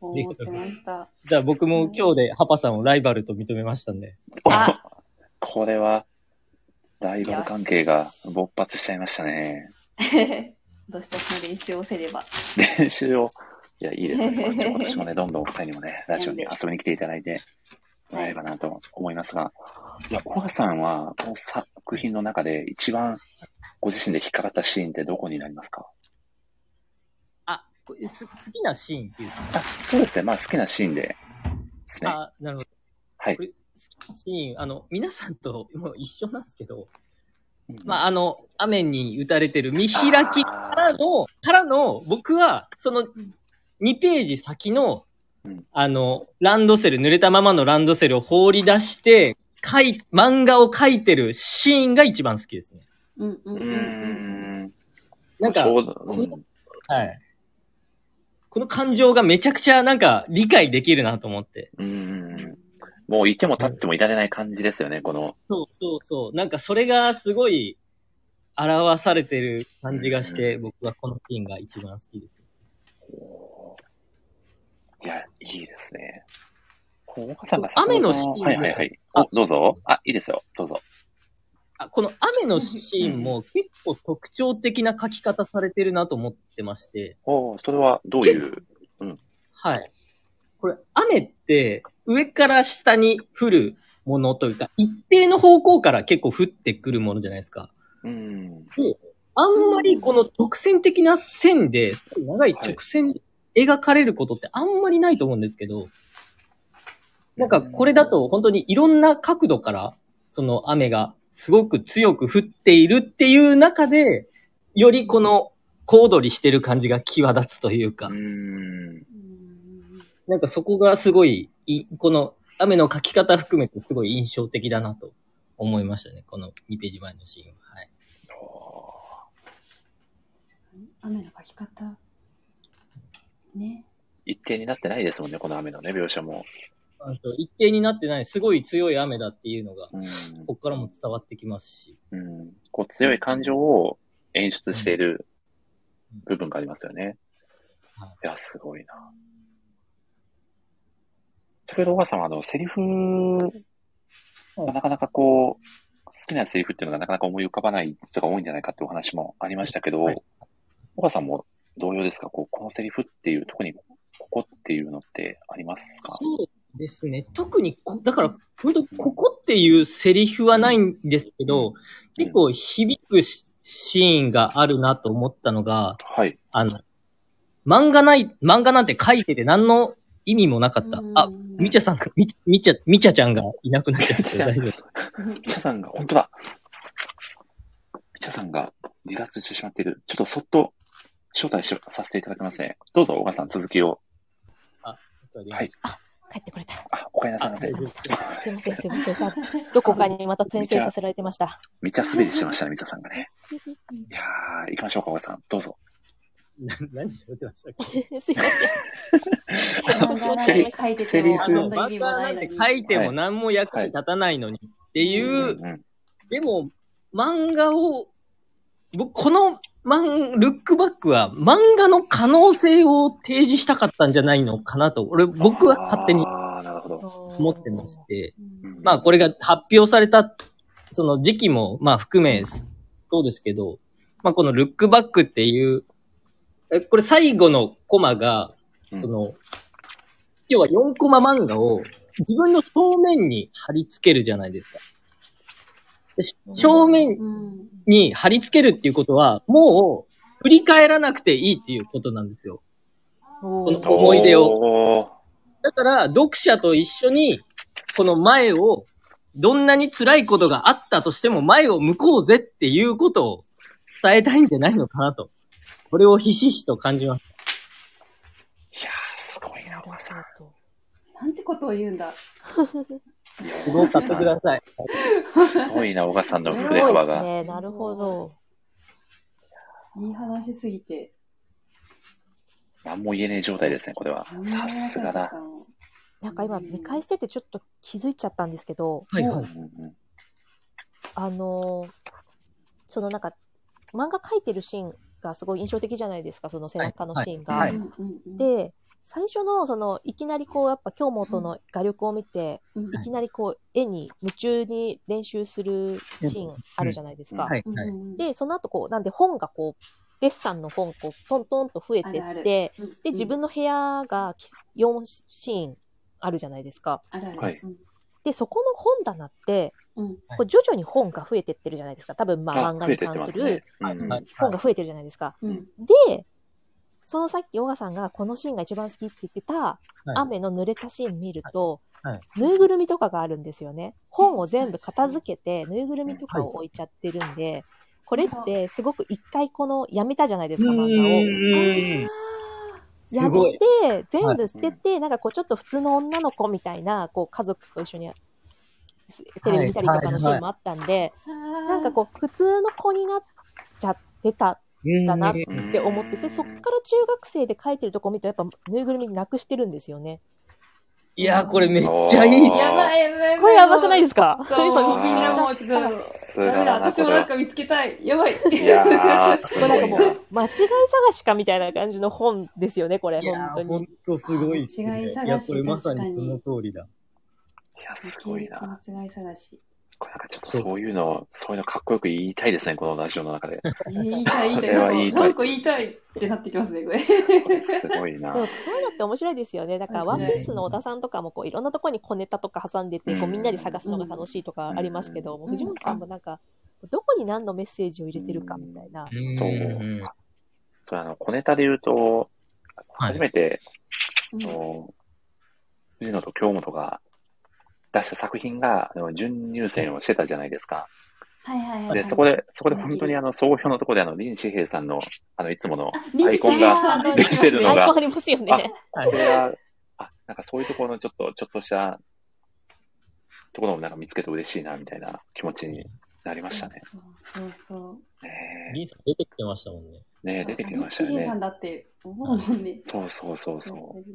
[SPEAKER 2] 思ってま した。
[SPEAKER 7] じゃあ僕も今日でハパさんをライバルと認めましたんで。
[SPEAKER 2] あ
[SPEAKER 1] これは、ライバル関係
[SPEAKER 2] よ
[SPEAKER 1] が
[SPEAKER 2] し
[SPEAKER 1] 勃発しちゃいましたね。
[SPEAKER 2] どしどしの練習をせれば。
[SPEAKER 1] 練習を、いや、いいです ね。こうやって今年もね、どんどんお二人にもね、ラジオに遊びに来ていただいてもらえればなと思いますが、いや、小賀さんは、この作品の中で一番ご自身で引っかかったシーンってどこになりますか
[SPEAKER 7] あ、これす好きなシーンっていうか。
[SPEAKER 1] あ、そうですね。まあ、好きなシーンでですね。
[SPEAKER 7] あ、なるほど。
[SPEAKER 1] はい
[SPEAKER 7] こ。れ、好きなシーン、あの、皆さんともう一緒なんですけど、
[SPEAKER 1] あ、
[SPEAKER 7] まあ、あの、雨に打たれてる見開きからの、からの、僕は、その、2ページ先の
[SPEAKER 1] うん、
[SPEAKER 7] あの、ランドセル、濡れたままのランドセルを放り出して、かい、漫画を描いてるシーンが一番好きですね。
[SPEAKER 2] うんうんう
[SPEAKER 1] う
[SPEAKER 2] ん
[SPEAKER 1] ー
[SPEAKER 2] うん。
[SPEAKER 1] ん。
[SPEAKER 7] なんか、
[SPEAKER 1] そうだうん
[SPEAKER 7] こはい。この感情がめちゃくちゃなんか理解できるなと思って。
[SPEAKER 1] うんうん。もう、いても立ってもいられない感じですよね、この。
[SPEAKER 7] そうそうそう。なんかそれがすごい表されてる感じがして、僕はこのシーンが一番好きです。
[SPEAKER 1] いや、いいですね。小賀さんが
[SPEAKER 7] 雨のシーンも
[SPEAKER 1] はいはいはい。
[SPEAKER 7] あ
[SPEAKER 1] お、どうぞ。あ、いいですよ。どうぞ。
[SPEAKER 7] あこの雨のシーンも結構特徴的な描き方されてるなと思ってまして、
[SPEAKER 1] おーそれはどういう。
[SPEAKER 7] はい。これ雨って上から下に降るものというか、一定の方向から結構降ってくるものじゃないですか。
[SPEAKER 1] うん。
[SPEAKER 7] あんまりこの直線的な線で、すごい長い直線描かれることってあんまりないと思うんですけど、なんかこれだと本当にいろんな角度から、その雨がすごく強く降っているっていう中で、よりこの小躍りしてる感じが際立つというか
[SPEAKER 1] う、ん。
[SPEAKER 7] なんかそこがすごいい、この雨の描き方含めてすごい印象的だなと思いましたね、この2ページ前のシーンは。はい
[SPEAKER 2] 雨の描き方。ね。
[SPEAKER 1] 一定になってないですもんね、この雨のね、描写も。
[SPEAKER 7] あと一定になってない、すごい強い雨だっていうのが、
[SPEAKER 1] う
[SPEAKER 7] こっからも伝わってきますし。
[SPEAKER 1] ん。うん、こう強い感情を演出している部分がありますよね
[SPEAKER 7] は
[SPEAKER 1] い
[SPEAKER 7] い。
[SPEAKER 1] や、すごいな。先ほど小川さんは、あの、セリフがなかなかこう、好きなセリフっていうのがなかなか思い浮かばない人が多いんじゃないかってお話もありましたけど、
[SPEAKER 7] はい
[SPEAKER 1] 小川さんも同様ですかこう、このセリフっていう、特にここっていうのってありますか
[SPEAKER 7] そうですね。特にこ、だから、本当にここっていうセリフはないんですけど、結構響くしシーンがあるなと思ったのが、
[SPEAKER 1] はい。
[SPEAKER 7] あの、漫画ない、漫画なんて書いてて何の意味もなかった。あ、みちゃさんが、みち、みちゃ、みちゃちゃんがいなくなっちゃっ
[SPEAKER 1] みちゃ
[SPEAKER 7] た。
[SPEAKER 1] ちゃん
[SPEAKER 7] 大丈夫
[SPEAKER 1] みちゃさんが、本当だ。みちゃさんが自殺してしまっている。ちょっとそっと招待しさせていただきますね。どうぞ、小川さん、続きを。
[SPEAKER 7] わかりました
[SPEAKER 1] はい
[SPEAKER 5] 帰ってこれた。
[SPEAKER 1] あ、おかえりなさいませ
[SPEAKER 5] 帰ってこれましたすいません、すいませ ん。どこかにまた転生させられてました。
[SPEAKER 1] めっちゃ滑りしてましたね、みちゃさんがね。いやー、行きましょうか、小林さん。どうぞ。
[SPEAKER 7] 何喋ってましたっけ
[SPEAKER 5] すいません。
[SPEAKER 1] セリ
[SPEAKER 3] 書いて
[SPEAKER 1] セ
[SPEAKER 3] て
[SPEAKER 1] リ
[SPEAKER 3] も
[SPEAKER 1] フ
[SPEAKER 7] あ
[SPEAKER 3] あ
[SPEAKER 7] の、
[SPEAKER 3] の
[SPEAKER 7] バ
[SPEAKER 3] バ
[SPEAKER 7] ッ
[SPEAKER 3] ッター
[SPEAKER 7] ターな
[SPEAKER 3] なんん
[SPEAKER 7] て
[SPEAKER 3] て
[SPEAKER 7] 書
[SPEAKER 3] 書
[SPEAKER 7] い
[SPEAKER 3] い
[SPEAKER 7] ても何も役に立たないのにっていう、
[SPEAKER 1] うんうん。
[SPEAKER 7] でも、漫画を、僕、この漫、ルックバックは漫画の可能性を提示したかったんじゃないのかなと、俺、僕は勝手に
[SPEAKER 1] あー、なるほど。
[SPEAKER 7] 思ってまして、
[SPEAKER 1] うん
[SPEAKER 7] まあ、これが発表された、その時期も、まあ、含め、そうですけど、まあ、このルックバックっていう、えこれ最後のコマが、
[SPEAKER 1] うん
[SPEAKER 7] その、要は4コマ漫画を自分の正面に貼り付けるじゃないですか。でし正面
[SPEAKER 3] うん。
[SPEAKER 7] に貼り付けるっていうことは、もう振り返らなくていいっていうことなんですよ。
[SPEAKER 5] お
[SPEAKER 7] この思い出を
[SPEAKER 1] を。
[SPEAKER 7] だから、読者と一緒に、この前を、どんなに辛いことがあったとしても前を向こうぜっていうことを伝えたいんじゃないのかなと。これをひしひしと感じます。
[SPEAKER 1] いやー、すごいな、小林さん。
[SPEAKER 2] なんてことを言うんだ。
[SPEAKER 7] すごく買ってください。
[SPEAKER 1] す ごいな、小川さんの
[SPEAKER 5] す
[SPEAKER 1] 振
[SPEAKER 5] ご
[SPEAKER 1] れ
[SPEAKER 5] いで
[SPEAKER 1] 幅
[SPEAKER 5] す
[SPEAKER 1] が。
[SPEAKER 5] ね。なるほど。
[SPEAKER 2] いい話すぎて。
[SPEAKER 1] 何も言えねえ状態ですね、これは。さすがだ。
[SPEAKER 5] なんか今見返しててちょっと気づいちゃったんですけど、
[SPEAKER 7] はいは
[SPEAKER 1] うん
[SPEAKER 7] い。
[SPEAKER 1] うん
[SPEAKER 5] あのーそのなんか漫画描いてるシーンがすごい印象的じゃないですか、その背中のシーンが。
[SPEAKER 7] はい
[SPEAKER 2] うんうんうん、
[SPEAKER 5] で、最初のそのいきなりこうやっぱ京本の画力を見て、
[SPEAKER 2] うん
[SPEAKER 5] いきなりこう絵に夢中に練習するシーンあるじゃないですか。
[SPEAKER 7] はい
[SPEAKER 2] うんう
[SPEAKER 7] は
[SPEAKER 2] ん
[SPEAKER 7] い。
[SPEAKER 2] うん、
[SPEAKER 5] で、その後こう、なんで本がこう、デッサンの本、こう、トントンと増えてって、
[SPEAKER 2] あるある
[SPEAKER 5] で、
[SPEAKER 2] うんうん、
[SPEAKER 5] 自分の部屋がき4シーンあるじゃないですか。
[SPEAKER 2] あるある、
[SPEAKER 1] はい
[SPEAKER 2] うん
[SPEAKER 5] で、そこの本棚って、
[SPEAKER 2] うん
[SPEAKER 5] こう徐々に本が増えてってるじゃないですか。多分、まあ、漫画
[SPEAKER 1] 増えて
[SPEAKER 5] に
[SPEAKER 1] って
[SPEAKER 5] 関
[SPEAKER 1] ますすね
[SPEAKER 5] る。
[SPEAKER 1] うんうん
[SPEAKER 7] はい
[SPEAKER 5] 本が増えてるじゃないですか。
[SPEAKER 2] うん
[SPEAKER 5] で、そのさっき、小川さんがこのシーンが一番好きって言ってた、雨の濡れたシーン見ると、
[SPEAKER 7] はいはい
[SPEAKER 5] ぬいぐるみとかがあるんですよね。本を全部片付けて、ぬいぐるみとかを置いちゃってるんで、これってすごく一回この、やめたじゃないですか、漫画を。
[SPEAKER 7] ん。
[SPEAKER 5] や
[SPEAKER 7] すご
[SPEAKER 5] め
[SPEAKER 7] い。
[SPEAKER 5] て、全部捨てて、なんかこうちょっと普通の女の子みたいな、こう家族と一緒にすテレビ見たりとかのシーンもあったんで、なんかこう普通の子になっちゃってたんだなって思って、でそっから中学生で描いてるとこ見て、やっぱぬいぐるみなくしてるんですよね。
[SPEAKER 7] いやー、これめっちゃいい。
[SPEAKER 1] やばい。
[SPEAKER 2] やばい
[SPEAKER 5] これやばくないですか
[SPEAKER 2] そう
[SPEAKER 5] 今見
[SPEAKER 2] みんなも
[SPEAKER 5] ちゃ
[SPEAKER 2] う
[SPEAKER 5] っ
[SPEAKER 2] ちょったと
[SPEAKER 5] な
[SPEAKER 2] ダ
[SPEAKER 5] ん
[SPEAKER 1] さす
[SPEAKER 2] メ
[SPEAKER 1] が
[SPEAKER 2] だ
[SPEAKER 1] だな、
[SPEAKER 2] 私
[SPEAKER 1] こ
[SPEAKER 2] も
[SPEAKER 1] れ
[SPEAKER 2] なん
[SPEAKER 1] は。
[SPEAKER 2] か見つけたいやばい
[SPEAKER 1] いやー、すご
[SPEAKER 5] か
[SPEAKER 1] い
[SPEAKER 5] も
[SPEAKER 1] な。
[SPEAKER 5] う 間違い探しかみたいな感じの本ですよね、これ、
[SPEAKER 7] いや
[SPEAKER 5] 本当
[SPEAKER 7] ー、ほん
[SPEAKER 5] に。
[SPEAKER 7] とすごいですね。
[SPEAKER 2] 違い探し
[SPEAKER 7] いや、これまさに
[SPEAKER 2] 確かに
[SPEAKER 7] その通りだ。
[SPEAKER 1] いや、すごいな。
[SPEAKER 2] 系列の違い探 し
[SPEAKER 1] これなんかちょっとそういうの、そういうのかっこよく言いたいですね、このラジオの中で。
[SPEAKER 2] えー言いたい言いたい
[SPEAKER 1] これは言いたい
[SPEAKER 2] なんか言いたいってなってきますねこれ
[SPEAKER 1] これすごいな
[SPEAKER 5] で。もそういうのって面白いですよね。だか
[SPEAKER 2] 面
[SPEAKER 5] ら、ワ
[SPEAKER 2] 白
[SPEAKER 5] ン
[SPEAKER 2] い
[SPEAKER 5] ピースの小田さんとかも、こう、いろんなところに小ネタとか挟んでて、こ
[SPEAKER 1] う
[SPEAKER 5] う、
[SPEAKER 1] ん
[SPEAKER 5] みんなで探すのが楽しいとかありますけど、
[SPEAKER 1] うん
[SPEAKER 5] もう藤本さんもなんか、どこに何のメッセージを入れてるかみたいな。
[SPEAKER 1] そう
[SPEAKER 7] うん
[SPEAKER 1] そうあの、小ネタで言うと、
[SPEAKER 7] はい
[SPEAKER 1] 初めて、
[SPEAKER 2] うん
[SPEAKER 1] あの藤野と京本が出した作品が、あの準入選をしてたじゃないですか。
[SPEAKER 2] はいはいはい、はい、
[SPEAKER 1] で、そこで、そこで
[SPEAKER 2] はい
[SPEAKER 1] 本当にあの、総評のところであの、林志平さんの、あの、いつもの、
[SPEAKER 2] リン
[SPEAKER 1] アイコン
[SPEAKER 2] さん
[SPEAKER 1] が
[SPEAKER 2] の
[SPEAKER 1] できてるの
[SPEAKER 5] アイ
[SPEAKER 1] が
[SPEAKER 5] コンあ、りますよ
[SPEAKER 1] あ
[SPEAKER 5] ね。
[SPEAKER 1] これは、あ、なんかそういうところのちょっと、ちょっとした、ところもなんか見つけて嬉しいな、みたいな気持ちになりましたね。
[SPEAKER 2] そうそうそう
[SPEAKER 1] ね
[SPEAKER 7] リンさん出てきてましたもんね。
[SPEAKER 1] え、ねえ出てきましたよ
[SPEAKER 2] リンさ
[SPEAKER 1] ね
[SPEAKER 2] ん。だって思うもんね
[SPEAKER 1] そうそうそうそう。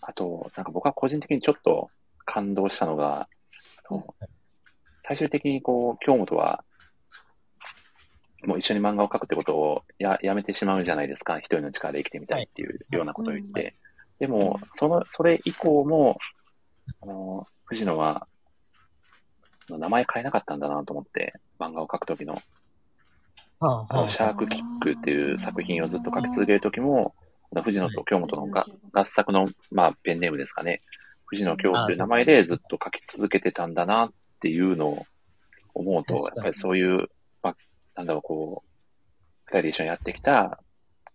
[SPEAKER 1] あと、なんか僕は個人的にちょっと感動したのが、あの最終的にこう、京本は、もう一緒に漫画を描くってことをややめてしまうじゃないですか。一人の力で生きてみたいっていうようなことを言って。でも、その、それ以降も、あの、藤野は、あの名前変えなかったんだなと思って、漫画を描くときの。
[SPEAKER 7] は
[SPEAKER 1] あの、シャークキックっていう作品をずっと書き続けるときも、あの藤野と京本のが合作の、まあ、ペンネームですかね。藤野京っていう名前でずっと書き続けてたんだなっていうのを思うと、や
[SPEAKER 7] 確かに
[SPEAKER 1] っぱりそういう、まあ、なんだろう、こう、二人で一緒にやってきた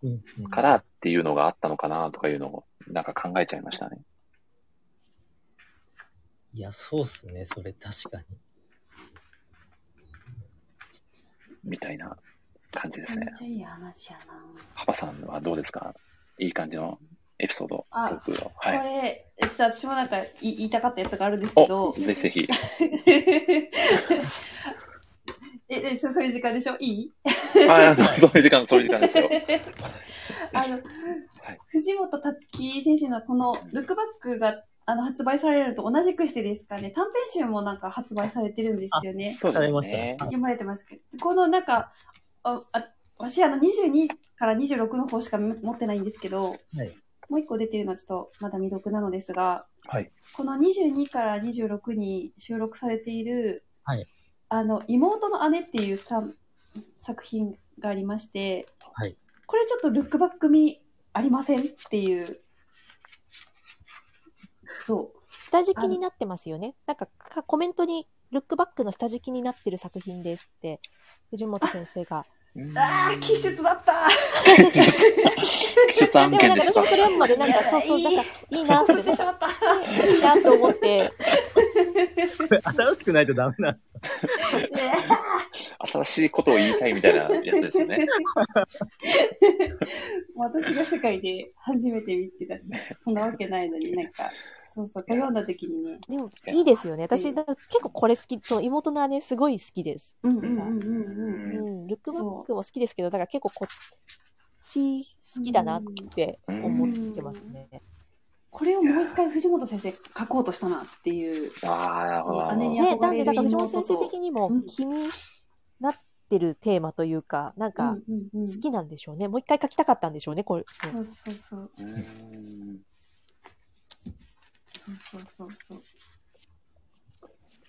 [SPEAKER 7] うん
[SPEAKER 1] からっていうのがあったのかなとかいうのを、なんか考えちゃいましたね。
[SPEAKER 7] いや、そうっすね、それ確かに。
[SPEAKER 1] みたいな感じです
[SPEAKER 2] め
[SPEAKER 1] ね
[SPEAKER 2] っ。ちゃいい話やな
[SPEAKER 1] パパさんはどうですかいい感じのエピソード、
[SPEAKER 3] あ
[SPEAKER 1] 僕が。は
[SPEAKER 3] こ
[SPEAKER 1] い。
[SPEAKER 3] れ、ちょっと私もなんかい言いたかったやつがあるんですけど。
[SPEAKER 1] ぜひぜ ひ。
[SPEAKER 3] え、 え、そそういう時間でしょいい
[SPEAKER 1] あ、そうそういう時間、そういう時間ですよ。
[SPEAKER 3] あの、
[SPEAKER 1] い
[SPEAKER 3] 藤本達樹先生のこのルックバックがあの発売されるのと同じくしてですかね、短編集もなんか発売されてるんですよね。
[SPEAKER 1] そうです
[SPEAKER 7] わか
[SPEAKER 1] ね
[SPEAKER 7] り。ま
[SPEAKER 3] 読まれてますけど、このなんか、ああ私あの22から26の方しか持ってないんですけど、
[SPEAKER 7] はい
[SPEAKER 3] もう一個出てるのはちょっとまだ未読なのですが、
[SPEAKER 1] はい
[SPEAKER 3] この22から26に収録されている、
[SPEAKER 7] はい
[SPEAKER 3] あの妹の姉っていうさ作品がありまして、
[SPEAKER 7] はい
[SPEAKER 3] これちょっとルックバック味ありませんっていう。そう
[SPEAKER 5] 下敷きになってますよね。なんかかコメントに、ルックバックの下敷きになってる作品ですって、藤本先生が。
[SPEAKER 1] うん
[SPEAKER 3] ああ、奇出だった
[SPEAKER 1] 出案
[SPEAKER 5] でも
[SPEAKER 1] 件
[SPEAKER 5] なん
[SPEAKER 1] で
[SPEAKER 5] か
[SPEAKER 1] し
[SPEAKER 5] 私も
[SPEAKER 1] た
[SPEAKER 5] そ。れまでなんか、
[SPEAKER 3] や
[SPEAKER 5] そうそう、
[SPEAKER 3] いい
[SPEAKER 5] なんか、いいなって、
[SPEAKER 3] 忘れてしまった
[SPEAKER 5] いいなと 思って、
[SPEAKER 7] 新しくないとダメなんです。
[SPEAKER 1] 新しいことを言いたいみたいなやつですよね。
[SPEAKER 3] 私が世界で初めて見つけたそんなわけないのになんかそうそうこれ読んだ時にね
[SPEAKER 5] でも、いいですよね。
[SPEAKER 3] う
[SPEAKER 5] 私、
[SPEAKER 3] ん
[SPEAKER 5] だから結構これ好き、その妹の姉すごい好きです。
[SPEAKER 3] うん
[SPEAKER 1] うんうん
[SPEAKER 3] うん
[SPEAKER 5] うんん、ルックバックも好きですけど、だから結構こっち好きだなって思ってますね。
[SPEAKER 3] これをもう一回藤本先生書こうとしたなっていう
[SPEAKER 1] ああ、なるほどなる
[SPEAKER 3] 姉
[SPEAKER 1] ほ
[SPEAKER 3] に
[SPEAKER 1] ど。
[SPEAKER 5] ね、なん
[SPEAKER 3] 憧れ
[SPEAKER 5] で、
[SPEAKER 3] る
[SPEAKER 5] だから藤本
[SPEAKER 3] 妹
[SPEAKER 5] 先生的にも
[SPEAKER 3] うん
[SPEAKER 5] 気になってるテーマというか、なん
[SPEAKER 3] う
[SPEAKER 5] か
[SPEAKER 3] んうんうん
[SPEAKER 5] 好きなんでしょうね。もう一回書きたかったんでしょうね、これ。
[SPEAKER 3] そうそうそう
[SPEAKER 1] うん
[SPEAKER 3] そうそうそうそう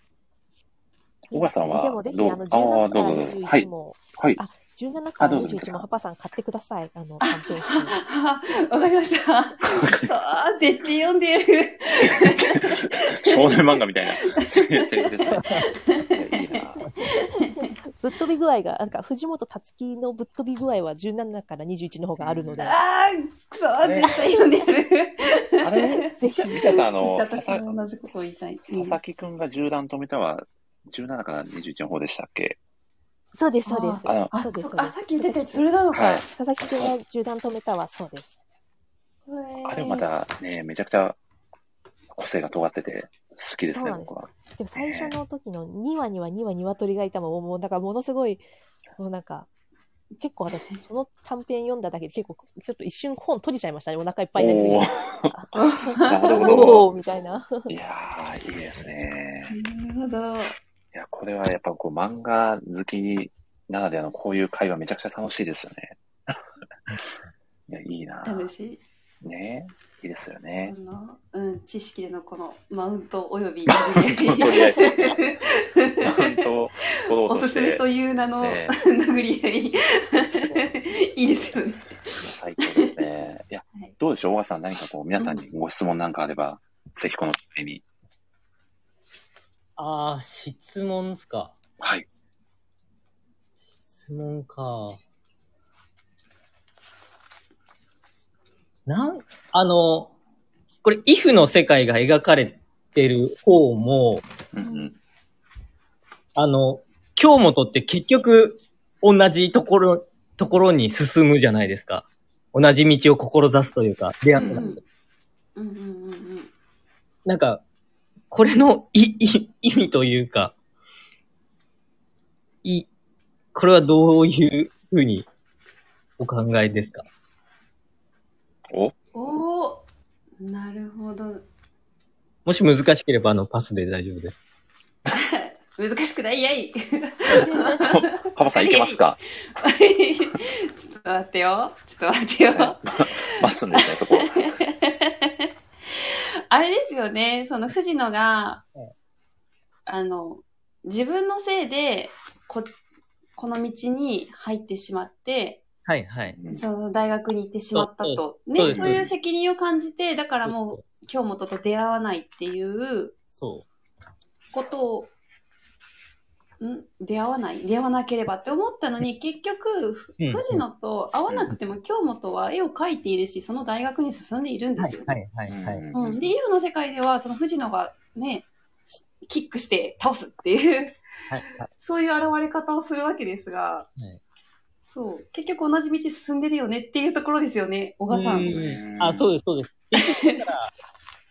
[SPEAKER 1] 小川さんは
[SPEAKER 5] でもぜひ、
[SPEAKER 1] どう
[SPEAKER 5] あの、
[SPEAKER 1] あーどうぞ
[SPEAKER 5] 17から
[SPEAKER 1] どうぞはい
[SPEAKER 5] 21も、
[SPEAKER 1] はい。
[SPEAKER 5] あ、17
[SPEAKER 1] あ
[SPEAKER 5] か
[SPEAKER 1] ど
[SPEAKER 5] ら
[SPEAKER 1] うぞどうぞ
[SPEAKER 5] 21もパパさん買ってください。あの、短編集。
[SPEAKER 3] あわかりましたそう絶対読んでる
[SPEAKER 1] 少年漫画みたいな、そういうセリフですね。 いやいいな。
[SPEAKER 5] ぶっ飛び具合が、なんか藤本つ樹のぶっ飛び具合は17から21の方があるので、
[SPEAKER 3] あーくそ絶対読んでる
[SPEAKER 1] あれ
[SPEAKER 5] ぜひ。
[SPEAKER 1] みちゃさん、あの、
[SPEAKER 3] 私
[SPEAKER 1] さ
[SPEAKER 3] も同じことを言いたい
[SPEAKER 1] 佐々木くんが銃弾止めたは、17から21の方でしたっけ
[SPEAKER 5] そうです、そうです。
[SPEAKER 1] あの
[SPEAKER 3] あ
[SPEAKER 5] そうです
[SPEAKER 3] そ
[SPEAKER 5] そううで
[SPEAKER 3] あ
[SPEAKER 5] す
[SPEAKER 3] さっき言ってたやつそれなのか、
[SPEAKER 1] はい
[SPEAKER 5] 佐々木くんが銃弾止めたはそうです。
[SPEAKER 1] あれもまたね、めちゃくちゃ個性が尖ってて、好きです
[SPEAKER 5] そ
[SPEAKER 1] ね、
[SPEAKER 5] うなんです
[SPEAKER 1] 僕は。
[SPEAKER 5] でも最初の時の2話には2話鶏がいたもんもうだからものすごいもうなんか結構私その短編読んだだけで結構ちょっと一瞬本閉じちゃいましたねお腹いっぱいになりすぎ
[SPEAKER 1] お
[SPEAKER 5] て
[SPEAKER 1] ー。 なるほど。
[SPEAKER 5] おーみたいな。
[SPEAKER 1] いやー、いいですね。
[SPEAKER 3] なるほど。
[SPEAKER 1] いや、これはやっぱこう漫画好きならではのこういう会話めちゃくちゃ楽しいですよね。いや、いいな
[SPEAKER 3] 楽しい。
[SPEAKER 1] ねいいですよ
[SPEAKER 3] そ
[SPEAKER 1] ね。
[SPEAKER 3] の、うん、知識でのこのマウントお よび、
[SPEAKER 1] ントお よ本当、フォロー
[SPEAKER 3] お
[SPEAKER 1] と
[SPEAKER 3] す
[SPEAKER 1] し
[SPEAKER 3] す
[SPEAKER 1] て
[SPEAKER 3] め、という名の
[SPEAKER 1] ね
[SPEAKER 3] 殴り合い。 いいですよね。
[SPEAKER 1] 最高ですね。いや
[SPEAKER 3] はい、
[SPEAKER 1] どうでしょう、大川さん、何かこう、皆さんにご質問なんかあれば、ぜひこの絵に。
[SPEAKER 7] ああ、質問っすか。
[SPEAKER 1] はい。
[SPEAKER 7] 質問か。なん、あの、これ、イフの世界が描かれてる方も、
[SPEAKER 1] うんうん。
[SPEAKER 7] あの、京本って結局、同じところ、ところに進むじゃないですか。同じ道を志すというか、出会ったら、
[SPEAKER 3] うんうんうんうん
[SPEAKER 7] なんか、これのい、い、意味というか、い、これはどういうふうにお考えですか
[SPEAKER 1] お
[SPEAKER 3] おおなるほど。
[SPEAKER 7] もし難しければ、あの、パスで大丈夫です。
[SPEAKER 3] 難しくないやい。
[SPEAKER 1] パパさん、いけますか
[SPEAKER 3] ちょっと待ってよ。ちょっと待ってよ。
[SPEAKER 1] 待つんですね、そこ。
[SPEAKER 3] あれですよね、その藤野が、あの、自分のせいで、こ、この道に入ってしまって、
[SPEAKER 7] はい、はい。
[SPEAKER 1] うん
[SPEAKER 3] その大学に行ってしまったと。
[SPEAKER 7] そう
[SPEAKER 3] ね、
[SPEAKER 7] です
[SPEAKER 3] そういう責任を感じて、だからも
[SPEAKER 7] そう
[SPEAKER 3] う、京本と出会わないっていう
[SPEAKER 7] そ
[SPEAKER 3] ことを、ん出会わない出会わなければって思ったのに、結局、ふ
[SPEAKER 7] うん
[SPEAKER 3] 藤野と会わなくても京本は絵を描いているし、その大学に進んでいるん
[SPEAKER 7] う。
[SPEAKER 3] で
[SPEAKER 7] はい
[SPEAKER 3] すよ、ね。
[SPEAKER 7] はい、は い、はい。
[SPEAKER 1] う
[SPEAKER 3] うんん、で、イブの世界では、その藤野がね、キックして倒すっていう、
[SPEAKER 7] はい、
[SPEAKER 3] そういう現れ方をするわけですが、
[SPEAKER 7] はい
[SPEAKER 2] そう。結局同じ道進んでるよねっていうところですよね、小川さん。
[SPEAKER 7] うんあ、そうです、そうです。だから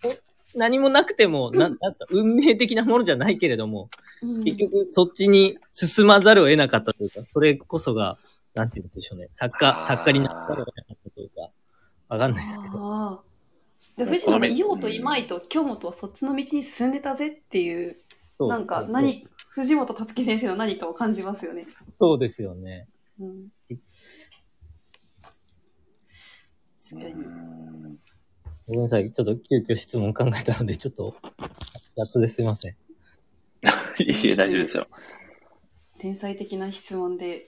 [SPEAKER 7] お何もなくても、なんなんすか、運命的なものじゃないけれども、
[SPEAKER 2] うん
[SPEAKER 7] 結局そっちに進まざるを得なかったというか、それこそが、なんて言うんでしょうね。作家
[SPEAKER 1] あ、ー
[SPEAKER 7] 作家になったるを得なかったというか、わかんないですけど。
[SPEAKER 2] ああ。で、藤野も、いようといまいと、京本はそっちの道に進んでたぜっていう、
[SPEAKER 7] そう
[SPEAKER 2] なんか、
[SPEAKER 7] そう
[SPEAKER 2] 何、藤本つ樹先生の何かを感じますよね。
[SPEAKER 7] そうですよね。
[SPEAKER 2] うん。確かに。
[SPEAKER 1] うん
[SPEAKER 7] ごめんなさい。ちょっと急遽質問考えたので、ちょっと、やっとですいません。
[SPEAKER 1] いいえ、大丈夫ですよ。
[SPEAKER 2] 天才的な質問で、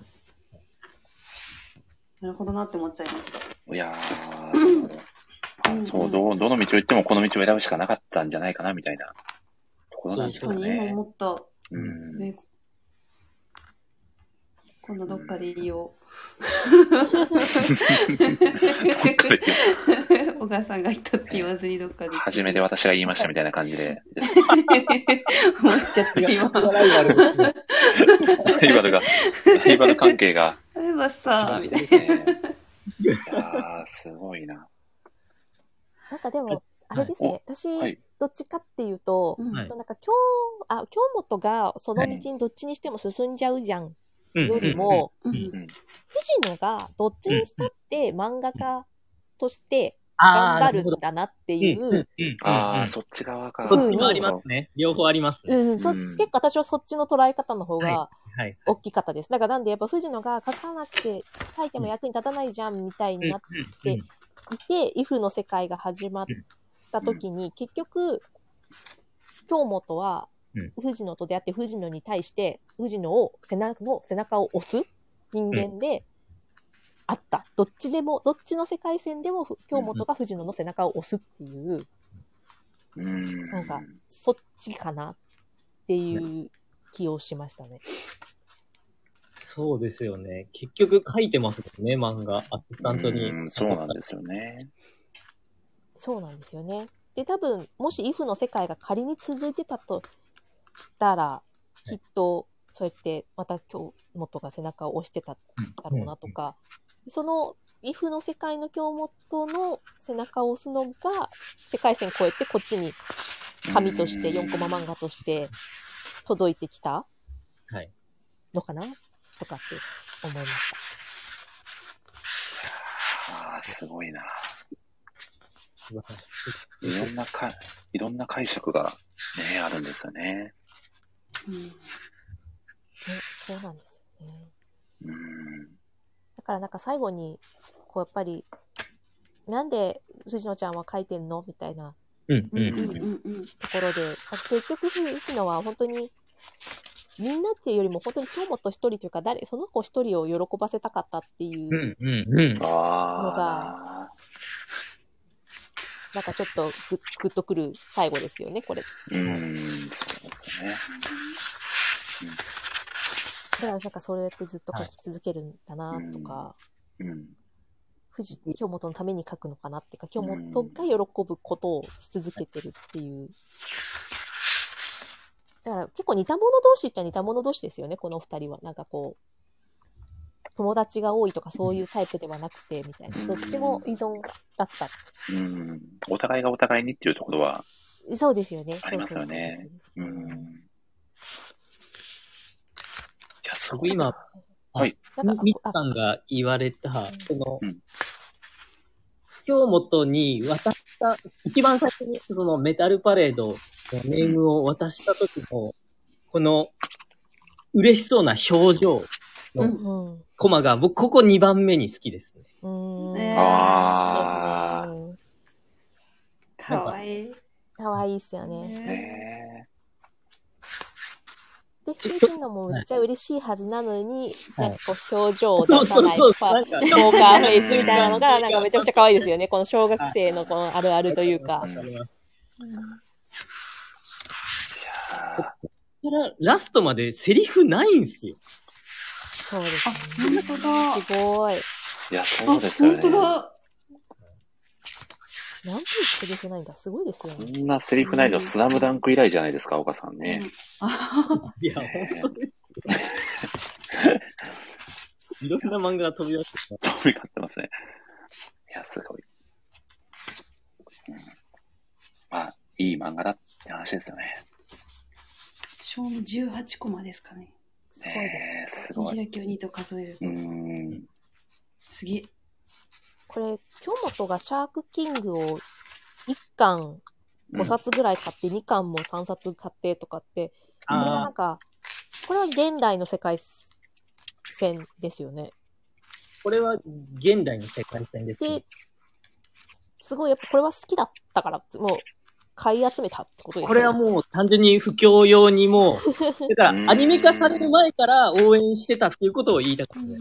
[SPEAKER 2] なるほどなって思っちゃいました。
[SPEAKER 1] いやー、そう、どうどの道を行ってもこの道を選ぶしかなかったんじゃないかな、みたいなところなんです
[SPEAKER 2] 確
[SPEAKER 1] か
[SPEAKER 2] かに今
[SPEAKER 1] ね。
[SPEAKER 2] 思った。
[SPEAKER 1] うん。
[SPEAKER 2] ね今度どっかで言おう。小川さんが言ったって言わずにどっかで言って。
[SPEAKER 1] 初めて私が言いましたみたいな感じで、です
[SPEAKER 2] 思っちゃった今。
[SPEAKER 7] ライバルですね。
[SPEAKER 1] ライバルが、ライバル関係が、
[SPEAKER 2] そういえばさ、
[SPEAKER 1] 感じですね。いやー、すごいな。
[SPEAKER 5] なんかでも、あれですね、私、
[SPEAKER 1] はい。
[SPEAKER 5] どっちかっていうと、
[SPEAKER 2] うん
[SPEAKER 7] はい
[SPEAKER 5] そのなんか京あ京本がその道にどっちにしても進んじゃうじゃん
[SPEAKER 7] うん
[SPEAKER 5] よりも、
[SPEAKER 2] うん
[SPEAKER 5] 藤野がどっちにしたって漫画家として
[SPEAKER 7] あ
[SPEAKER 5] 頑
[SPEAKER 7] ー
[SPEAKER 5] 張
[SPEAKER 7] な
[SPEAKER 5] る
[SPEAKER 7] る
[SPEAKER 5] ん
[SPEAKER 7] ほど
[SPEAKER 5] だなって
[SPEAKER 7] うん
[SPEAKER 5] い
[SPEAKER 7] うんうん
[SPEAKER 5] う、
[SPEAKER 7] うん
[SPEAKER 1] あ
[SPEAKER 7] う
[SPEAKER 1] ー、
[SPEAKER 7] ん
[SPEAKER 1] そっち側か。
[SPEAKER 7] そっちもありま
[SPEAKER 1] なるほ
[SPEAKER 7] すね。両方ありますね。
[SPEAKER 5] うんそ
[SPEAKER 1] うん
[SPEAKER 5] 結構私はそっちの捉え方の方が
[SPEAKER 7] はい。
[SPEAKER 5] 大きかったです。だからなんでやっぱ藤野が書かなくて書いても役に立たないじゃんみたいになっ
[SPEAKER 7] うん
[SPEAKER 5] ていて、イフの世界が始まった時に、結局、京本は
[SPEAKER 7] うん
[SPEAKER 5] 藤野と出会って藤野に対して、藤野を背中の背中を押す人間で、あった。どっちでも、どっちの世界線でもふ京本が藤野の背中を押すっていう、
[SPEAKER 1] ど。うん。
[SPEAKER 5] なんかそっちかなっていう気をしましたね。
[SPEAKER 7] そうですよね。結局書いてますもんね、漫画。アシスタントに
[SPEAKER 1] う。んそうなんですよね。
[SPEAKER 5] そうなんですよね。で、多分、もしイフの世界が仮に続いてたとしたら、きっと、そうやって、また京本が背中を押してただろうなとか、その、イフの世界の京本の背中を押すのが、世界線越えてこっちに紙として、4コマ漫画として届いてきた
[SPEAKER 7] はい
[SPEAKER 5] のかなとかって思いました。
[SPEAKER 1] あー、すごいな。
[SPEAKER 7] 素晴らし
[SPEAKER 1] いろんなか、いろんな解釈がね、あるんですよね。
[SPEAKER 2] うん
[SPEAKER 5] ね、そうなんですよね。
[SPEAKER 1] うん。
[SPEAKER 5] だからなんか最後に、こうやっぱり、なんで藤野ちゃんは書いてんのみたいない
[SPEAKER 7] うん、う
[SPEAKER 2] うん
[SPEAKER 7] ん。
[SPEAKER 2] うんうん
[SPEAKER 5] ところで、あ結局藤野は本当に、みんなっていうよりも本当に京本一人というか誰、その子一人を喜ばせたかったっていう、
[SPEAKER 7] うん、うん、うん。
[SPEAKER 1] あ
[SPEAKER 5] なんかちょっとグッグッとくる最後ですよね、これ。
[SPEAKER 1] ー。うん、そうですね。
[SPEAKER 5] だからなんかそれってずっと書き続けるんだなとか、
[SPEAKER 1] うん。
[SPEAKER 5] 藤京本のために書くのかなっていうか、京本が喜ぶことをし続けてるっていう。だから結構似た者同士っちゃ似た者同士ですよね、この二人は。なんかこう、友達が多いとかそういうタイプではなくて、みたいな。どっちも依存だった。
[SPEAKER 1] うん。お互いがお互いにっていうところは、
[SPEAKER 5] そうですよね。
[SPEAKER 1] あ
[SPEAKER 5] そ
[SPEAKER 1] り
[SPEAKER 5] う
[SPEAKER 1] ま
[SPEAKER 5] そ
[SPEAKER 1] す
[SPEAKER 5] うそ
[SPEAKER 1] よ
[SPEAKER 5] うです
[SPEAKER 1] ね
[SPEAKER 5] ね。
[SPEAKER 1] うん。いや、すご
[SPEAKER 7] 僕
[SPEAKER 1] い
[SPEAKER 7] 今
[SPEAKER 1] な。、
[SPEAKER 5] なんか
[SPEAKER 7] ミッ
[SPEAKER 5] あ
[SPEAKER 7] ツさんが言われた、その
[SPEAKER 1] うん、
[SPEAKER 7] 京本に渡した、一番最初にそのメタルパレードのネームを渡した時の、この、嬉しそうな表情
[SPEAKER 2] う
[SPEAKER 7] の
[SPEAKER 2] ん
[SPEAKER 5] うん。う
[SPEAKER 7] コマが、僕、ここ2番目に好きですね。
[SPEAKER 5] ーん。
[SPEAKER 2] ね
[SPEAKER 1] あー。
[SPEAKER 5] ですね
[SPEAKER 2] かわいい。
[SPEAKER 5] うんかわいいですよね。
[SPEAKER 1] ね
[SPEAKER 5] で、藤野もめっちゃ嬉しいはずなのに、
[SPEAKER 7] は
[SPEAKER 5] な
[SPEAKER 7] い
[SPEAKER 5] んかこう表情を出さない、
[SPEAKER 7] そうそうそう
[SPEAKER 5] パー
[SPEAKER 7] なん
[SPEAKER 5] ポ
[SPEAKER 7] か
[SPEAKER 5] ーカーフェイスみたいなのが、なんかめちゃくちゃ可愛いですよね。この小学生のこのあるあるというか
[SPEAKER 7] わ。かります
[SPEAKER 1] え。あ
[SPEAKER 7] ここからラストまでセリフないんすよ。
[SPEAKER 5] そうです
[SPEAKER 2] あ、本当だ。
[SPEAKER 5] ね。すごい。
[SPEAKER 1] ーいや、そう
[SPEAKER 2] あ、
[SPEAKER 1] ですよ
[SPEAKER 2] 本
[SPEAKER 1] ね。
[SPEAKER 2] 当だ。
[SPEAKER 5] なんてセリフないんだ。すごいですよ
[SPEAKER 1] こ
[SPEAKER 5] ね。
[SPEAKER 1] んなセリフないのスラムダンク以来じゃないですか、岡さんね。
[SPEAKER 2] あ
[SPEAKER 7] いや、
[SPEAKER 1] ね
[SPEAKER 7] 本当です。いろんな漫画が飛び出してきた。
[SPEAKER 1] 飛び交ってますね。いや、すごい。うんまあ、いい漫画だって話ですよね。
[SPEAKER 3] 賞味18コマですかね。
[SPEAKER 5] すごいです。
[SPEAKER 1] えーす
[SPEAKER 3] 見
[SPEAKER 1] ごい。
[SPEAKER 3] 開きを2と数える
[SPEAKER 1] う
[SPEAKER 3] と。
[SPEAKER 1] ーん。
[SPEAKER 3] すげえ。
[SPEAKER 5] これ、京本がシャークキングを1巻5冊ぐらい買って、2巻も3冊買ってとかって、これはな
[SPEAKER 7] あ
[SPEAKER 5] んか、これは現代の世界線ですよね。
[SPEAKER 7] ーこれは現代の世界線ですね
[SPEAKER 5] で。、すごい、やっぱこれは好きだったから、もう、買い集めたってことですね
[SPEAKER 7] これはもう単純に不況用にもう、だか
[SPEAKER 1] うん
[SPEAKER 7] らアニメ化される前から応援してたっていうことを言いたかったね。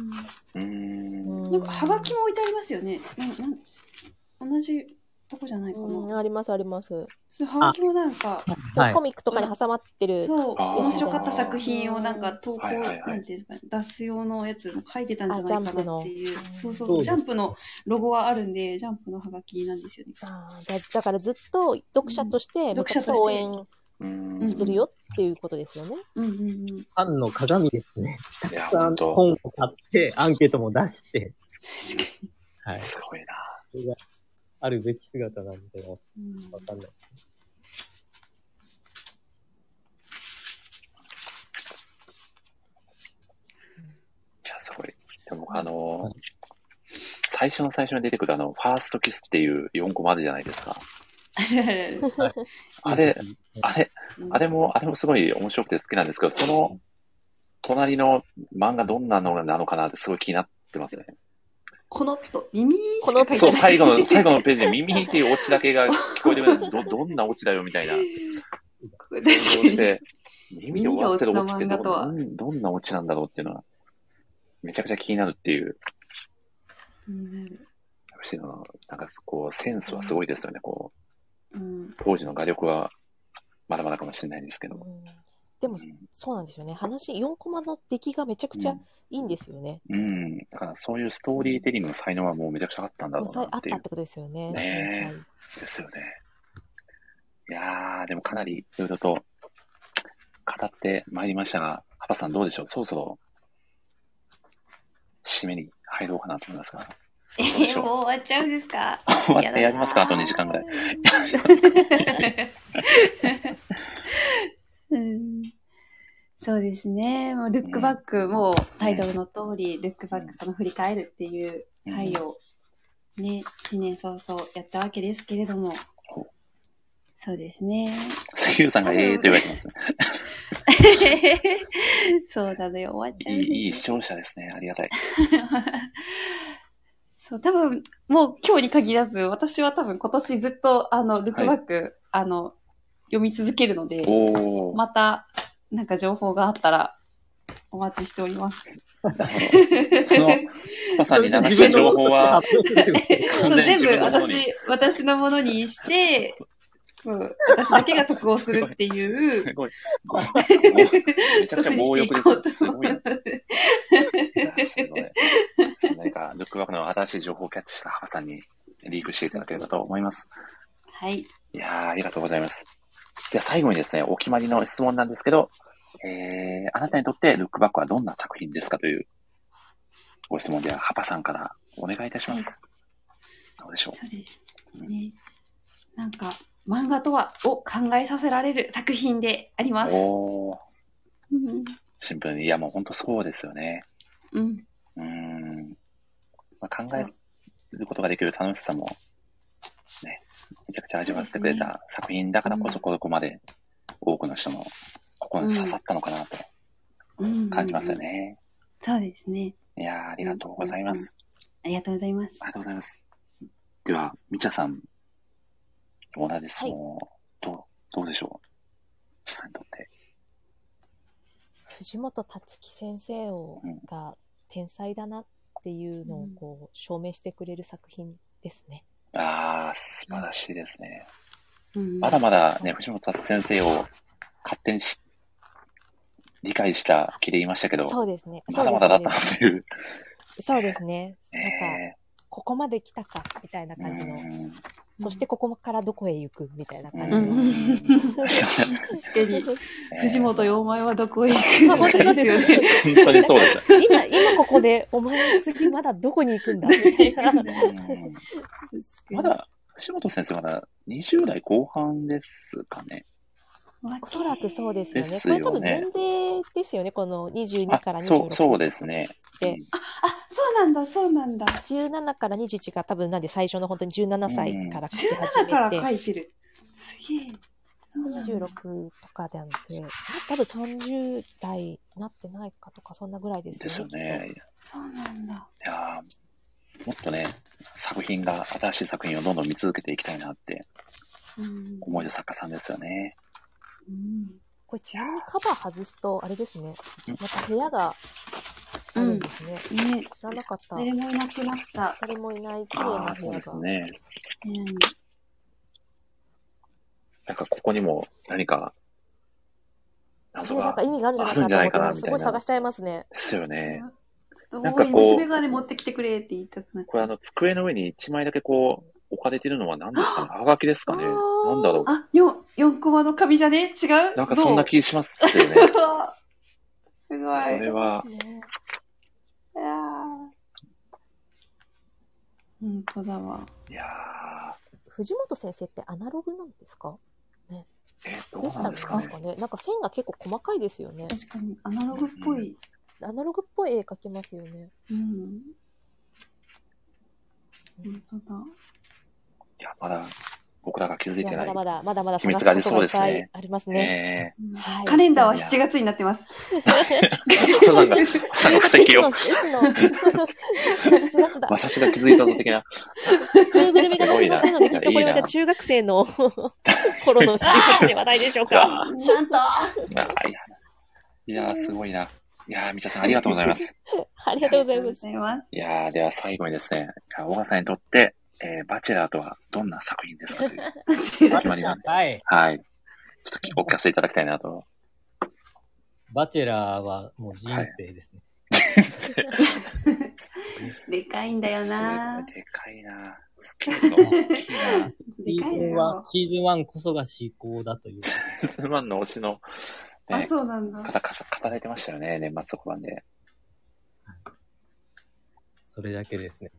[SPEAKER 1] うーん。
[SPEAKER 5] う
[SPEAKER 3] なんか、はがきも置いてありますよね。なんなん同じとこじゃないか
[SPEAKER 5] うん
[SPEAKER 3] な。
[SPEAKER 5] ありますあります。
[SPEAKER 3] そのはがきもなんか、
[SPEAKER 7] はい
[SPEAKER 5] コ。ミックとかに挟まってる。
[SPEAKER 3] そう、
[SPEAKER 1] あー
[SPEAKER 3] 面白かった作品をなんか投稿、
[SPEAKER 1] はいはいはい
[SPEAKER 3] なんていうんですかね、出す用のやつも書いてたんじゃないかなっていう
[SPEAKER 5] あジャンプ。
[SPEAKER 3] そ
[SPEAKER 5] の
[SPEAKER 3] うそう
[SPEAKER 7] そう
[SPEAKER 3] そう、
[SPEAKER 7] です
[SPEAKER 3] ジャンプのロゴはあるんで、ジャンプのハガキなんですよね。
[SPEAKER 5] あーだだからずっと読者として、めちゃくちゃ
[SPEAKER 3] 読者として
[SPEAKER 5] 応援
[SPEAKER 1] うーん。
[SPEAKER 5] してるよっていうことですよね。
[SPEAKER 3] うんうんうん。
[SPEAKER 7] ファンの鏡ですね。
[SPEAKER 1] いや、
[SPEAKER 7] たくさ
[SPEAKER 1] ほ
[SPEAKER 7] ん
[SPEAKER 1] んと、
[SPEAKER 7] 本を買って、アンケートも出して、
[SPEAKER 3] 確かに。
[SPEAKER 7] はい。
[SPEAKER 1] すごいな。
[SPEAKER 7] それがあるべき姿なんで、わかんない。
[SPEAKER 1] いや、すごい。でも、あのー最初の最初に出てくるあの、ファーストキスっていう4個までじゃないですか。
[SPEAKER 3] あるあるある。
[SPEAKER 1] あれ、
[SPEAKER 7] うん
[SPEAKER 1] あれ、あれも、あれもすごい面白くて好きなんですけど、その、隣の漫画どんなのなのかなってすごい気になってますね。
[SPEAKER 3] この、ちょっと耳しか書いてない。
[SPEAKER 1] そう、最後の、 最後のページで耳っていうオチだけが聞こえてくる。ど、どんなオチだよみたいな。
[SPEAKER 3] 確
[SPEAKER 1] 想像
[SPEAKER 3] かに
[SPEAKER 1] し。て、耳で終わらせるオチってど
[SPEAKER 3] 耳がオチの漫画とは
[SPEAKER 1] どんどんなオチなんだろうっていうのは、めちゃくちゃ気になるっていう、
[SPEAKER 3] うんなる
[SPEAKER 1] 吉野の、なんかこう、センスはすごいですよね。こ
[SPEAKER 3] うん
[SPEAKER 1] う、当時の画力は、まだまだかもしれないんですけど。
[SPEAKER 5] うんでも、そうなんですよね。話、4コマの出来がめちゃくちゃいいんですよね。
[SPEAKER 1] うん、うんだからそういうストーリーテリングの才能はもうめちゃくちゃあったんだろ
[SPEAKER 5] もう
[SPEAKER 1] う
[SPEAKER 5] さ
[SPEAKER 1] な
[SPEAKER 5] あ
[SPEAKER 1] っ
[SPEAKER 5] ったってて
[SPEAKER 1] いう。
[SPEAKER 5] ことですよね。
[SPEAKER 1] ねえ
[SPEAKER 5] 天才
[SPEAKER 1] ですよね。いやー、でもかなりいろいろと語ってまいりましたが、ハパさんどうでしょうそろそろ、締めに入ろうかなと思いますが。
[SPEAKER 4] え
[SPEAKER 1] どうでし
[SPEAKER 4] ー、
[SPEAKER 1] ょう
[SPEAKER 4] もう終わっちゃうんですか
[SPEAKER 1] 終わってやりますかあと2時間ぐらい。
[SPEAKER 4] うんそうですね。もうルックバック、もうタイトルの通り、ルックバック、その振り返るっていう回をね、新年早々やったわけですけれども
[SPEAKER 1] ほう、
[SPEAKER 4] そうです ね。
[SPEAKER 1] 杉浦さんがええと言われてます。
[SPEAKER 4] そうなのよ、終わっちゃ
[SPEAKER 1] い
[SPEAKER 4] うんですよ
[SPEAKER 1] い、いい視聴者ですね。ありがたい。
[SPEAKER 4] そう、多分、もう今日に限らず、私は多分今年ずっと、あの、ルックバック、あの、読み続けるので、
[SPEAKER 1] おー。
[SPEAKER 4] また、なんか情報があったら、お待ちしております。
[SPEAKER 1] なる ほど。その、パパさんに流した情報は、
[SPEAKER 7] 発表するけど
[SPEAKER 1] 完
[SPEAKER 4] そう
[SPEAKER 1] 全
[SPEAKER 4] 全
[SPEAKER 1] に
[SPEAKER 4] 部
[SPEAKER 1] 自分のものに。
[SPEAKER 4] 私、私のものにして、そう、私だけが得をするってい
[SPEAKER 1] す
[SPEAKER 4] う、
[SPEAKER 1] ごい。めちゃくち
[SPEAKER 4] 年
[SPEAKER 1] ゃ
[SPEAKER 4] に
[SPEAKER 1] 暴
[SPEAKER 4] してい
[SPEAKER 1] 力
[SPEAKER 4] こうと
[SPEAKER 1] です。す
[SPEAKER 4] 思
[SPEAKER 1] ごい。いや
[SPEAKER 4] う。
[SPEAKER 1] すごい。何か、ルックバックの新しい情報をキャッチしたハパさんにリークしていただければと思います。
[SPEAKER 4] はい。
[SPEAKER 1] いやー、ありがとうございます。じゃあ最後にですね、お決まりの質問なんですけど、えー、あなたにとってルックバックはどんな作品ですかというご質問では、ハパさんからお願いいたします。どうでしょう
[SPEAKER 4] そうですね。なんか、漫画とは、を考えさせられる作品であります。
[SPEAKER 1] お
[SPEAKER 4] う
[SPEAKER 1] ー、
[SPEAKER 4] ん。
[SPEAKER 1] シンプルに、いやもう本当そうですよね。
[SPEAKER 4] うん。
[SPEAKER 1] うーん。まあ、考えることができる楽しさも、ね、めちゃくちゃ味わってくれ
[SPEAKER 4] そう
[SPEAKER 1] た作品だからこそここまで多くの人の心に刺さったのかなと
[SPEAKER 4] うん
[SPEAKER 1] 感じますよ。ね。
[SPEAKER 4] そうですね。
[SPEAKER 1] いやー、ありがとうございます。
[SPEAKER 4] ありがとうございます
[SPEAKER 1] あり。がとうございます。では、みちゃさん、同じ質問を、どう、どうでしょうみちゃさんにとって。
[SPEAKER 5] 藤本達樹先生を
[SPEAKER 1] うん
[SPEAKER 5] が天才だなっていうのをこう証明してくれる作品ですね。
[SPEAKER 1] ああ、素晴らしいですね。
[SPEAKER 4] うん
[SPEAKER 1] まだまだね、藤本達先生を勝手にし理解した気で言いましたけど、
[SPEAKER 5] そうですね。
[SPEAKER 1] まだまだだったな
[SPEAKER 5] そうです
[SPEAKER 1] という。
[SPEAKER 5] そうですね。なんか、
[SPEAKER 1] ね
[SPEAKER 5] ここまで来たかみたいな
[SPEAKER 1] え
[SPEAKER 5] 感じの
[SPEAKER 1] うん
[SPEAKER 5] そしてここからどこへ行くみたいな感
[SPEAKER 1] う
[SPEAKER 5] じ
[SPEAKER 1] ん
[SPEAKER 5] の。
[SPEAKER 4] 確かに、藤 本よお前はどこへ行
[SPEAKER 5] まあ本当
[SPEAKER 4] く
[SPEAKER 5] にそ
[SPEAKER 4] んで
[SPEAKER 5] うですすよ
[SPEAKER 4] よ
[SPEAKER 5] ね
[SPEAKER 4] ね。
[SPEAKER 1] 本当にそうですね。
[SPEAKER 5] 今、今ここで、お前は次まだどこに行くんだみたいな。
[SPEAKER 1] うんまだ、藤本先生まだ20代後半ですかね。
[SPEAKER 5] おそらくそうですよね。
[SPEAKER 1] ですよ
[SPEAKER 5] こ
[SPEAKER 1] ね
[SPEAKER 5] れ多分年齢ですよね。この22
[SPEAKER 1] あ
[SPEAKER 5] から26
[SPEAKER 1] そう、そうですね。
[SPEAKER 5] で
[SPEAKER 4] あ、そうなんだ、そうなんだ。
[SPEAKER 5] 17から21が多分なんで最初の本当に17歳から書き始
[SPEAKER 4] 17から書
[SPEAKER 5] めて、
[SPEAKER 4] いてる。すげえ。そうなんだ
[SPEAKER 5] 26とかなんで、多分30代になってないかとか、そんなぐらいです
[SPEAKER 1] で
[SPEAKER 5] よ
[SPEAKER 1] す
[SPEAKER 5] ね。
[SPEAKER 1] よね。
[SPEAKER 4] そうなんだ。
[SPEAKER 1] いやーもっとね、作品が、新しい作品をどんどん見続けていきたいなって
[SPEAKER 4] うん。
[SPEAKER 1] 思える作家さんですよね。
[SPEAKER 4] うん
[SPEAKER 5] これちなみにカバー外すと、あれですね。また部屋があるんですね。
[SPEAKER 4] ね、
[SPEAKER 5] 知らなかった。
[SPEAKER 4] 誰もいなくなった。
[SPEAKER 5] 誰もいない綺麗
[SPEAKER 1] あ
[SPEAKER 5] な
[SPEAKER 1] あ、
[SPEAKER 5] 部
[SPEAKER 1] そう
[SPEAKER 5] 屋
[SPEAKER 1] です
[SPEAKER 5] が。
[SPEAKER 1] ね。
[SPEAKER 4] うん
[SPEAKER 1] なんかここにも何か謎
[SPEAKER 5] ね、な
[SPEAKER 1] が
[SPEAKER 5] んか意味があるんじゃないかなと思って、もうすごい探しちゃいますね。
[SPEAKER 1] ですよね。
[SPEAKER 4] ちょっ
[SPEAKER 1] な
[SPEAKER 4] と大
[SPEAKER 1] んかこ
[SPEAKER 4] いう虫眼鏡持ってきてくれって言いたくなっ
[SPEAKER 1] こ
[SPEAKER 4] ち
[SPEAKER 1] れ
[SPEAKER 4] ゃ
[SPEAKER 1] あ
[SPEAKER 4] う。
[SPEAKER 1] の、机の上に1枚だけこう、置かれてるのは何ですかねはがきですかねなんだろ
[SPEAKER 4] あ、四四コマの紙じゃね違う
[SPEAKER 1] う。なんかそんな
[SPEAKER 4] ど
[SPEAKER 1] 気しますよね。
[SPEAKER 4] ううわ すご
[SPEAKER 1] こ
[SPEAKER 4] い。
[SPEAKER 1] れは、
[SPEAKER 4] いやー本当だわ。
[SPEAKER 1] いや
[SPEAKER 5] 藤本先生ってアナログなんですか
[SPEAKER 1] ー、えー、ど
[SPEAKER 5] デ
[SPEAKER 1] う
[SPEAKER 5] ジ
[SPEAKER 1] な
[SPEAKER 5] タ
[SPEAKER 1] ん
[SPEAKER 5] ル
[SPEAKER 1] です
[SPEAKER 5] な
[SPEAKER 1] か
[SPEAKER 5] ん
[SPEAKER 1] ね
[SPEAKER 5] ですかねなんか線が結構細かいですよね。
[SPEAKER 4] 確かに、アナログっぽい。
[SPEAKER 5] アナログっぽい絵描きますよね。
[SPEAKER 4] うん。本当だ。
[SPEAKER 1] いや、まだ僕らが気づい
[SPEAKER 5] い
[SPEAKER 1] て
[SPEAKER 5] や、
[SPEAKER 1] な
[SPEAKER 5] ま
[SPEAKER 1] い。
[SPEAKER 5] だまだ、まだまだ
[SPEAKER 1] 秘密
[SPEAKER 5] 探
[SPEAKER 1] があり
[SPEAKER 5] すこ
[SPEAKER 1] そ
[SPEAKER 5] と
[SPEAKER 1] う
[SPEAKER 5] がい
[SPEAKER 1] で
[SPEAKER 5] っ
[SPEAKER 1] すね
[SPEAKER 5] ぱいありますね。
[SPEAKER 1] ね
[SPEAKER 5] はい
[SPEAKER 4] カレンダーは7月になってます。
[SPEAKER 1] え。 お父さんが、お父さんが布
[SPEAKER 5] いつ
[SPEAKER 1] 石
[SPEAKER 5] の、
[SPEAKER 1] を
[SPEAKER 5] い、つの、いつの7月だ。
[SPEAKER 1] 私が気づいたぞ的な。
[SPEAKER 5] ぬいぐるみがなくなったので、きっとこれはじゃあ中学生の頃の7月ではないでしょうか。
[SPEAKER 4] なんと
[SPEAKER 1] あーいや、いやーすごいな。いやー、みちゃさんありがとうございます。
[SPEAKER 5] ありがとうござい
[SPEAKER 4] ありがとうご
[SPEAKER 5] ます。
[SPEAKER 4] ざいます。
[SPEAKER 1] いやー、では最後にですね、小川さんにとって、えー、バチェラーとはどんな作品ですかという 決まりがね。
[SPEAKER 7] はい。
[SPEAKER 1] はい。ちょっときお聞かせいただきたいなと。
[SPEAKER 7] バチェラーはもう人生ですね。
[SPEAKER 4] でかいんだよな。
[SPEAKER 1] でかいなスケールが大きいな
[SPEAKER 4] で
[SPEAKER 7] シ
[SPEAKER 4] か
[SPEAKER 7] ー
[SPEAKER 4] い
[SPEAKER 7] ズン
[SPEAKER 4] よ
[SPEAKER 7] 1、。シーズン1こそが至高だという。
[SPEAKER 1] スマンの推しの、
[SPEAKER 4] あ、
[SPEAKER 1] ね、
[SPEAKER 4] そうなん だ。
[SPEAKER 1] 方、かさ語られてましたよね、年末特番で。
[SPEAKER 7] それだけですね。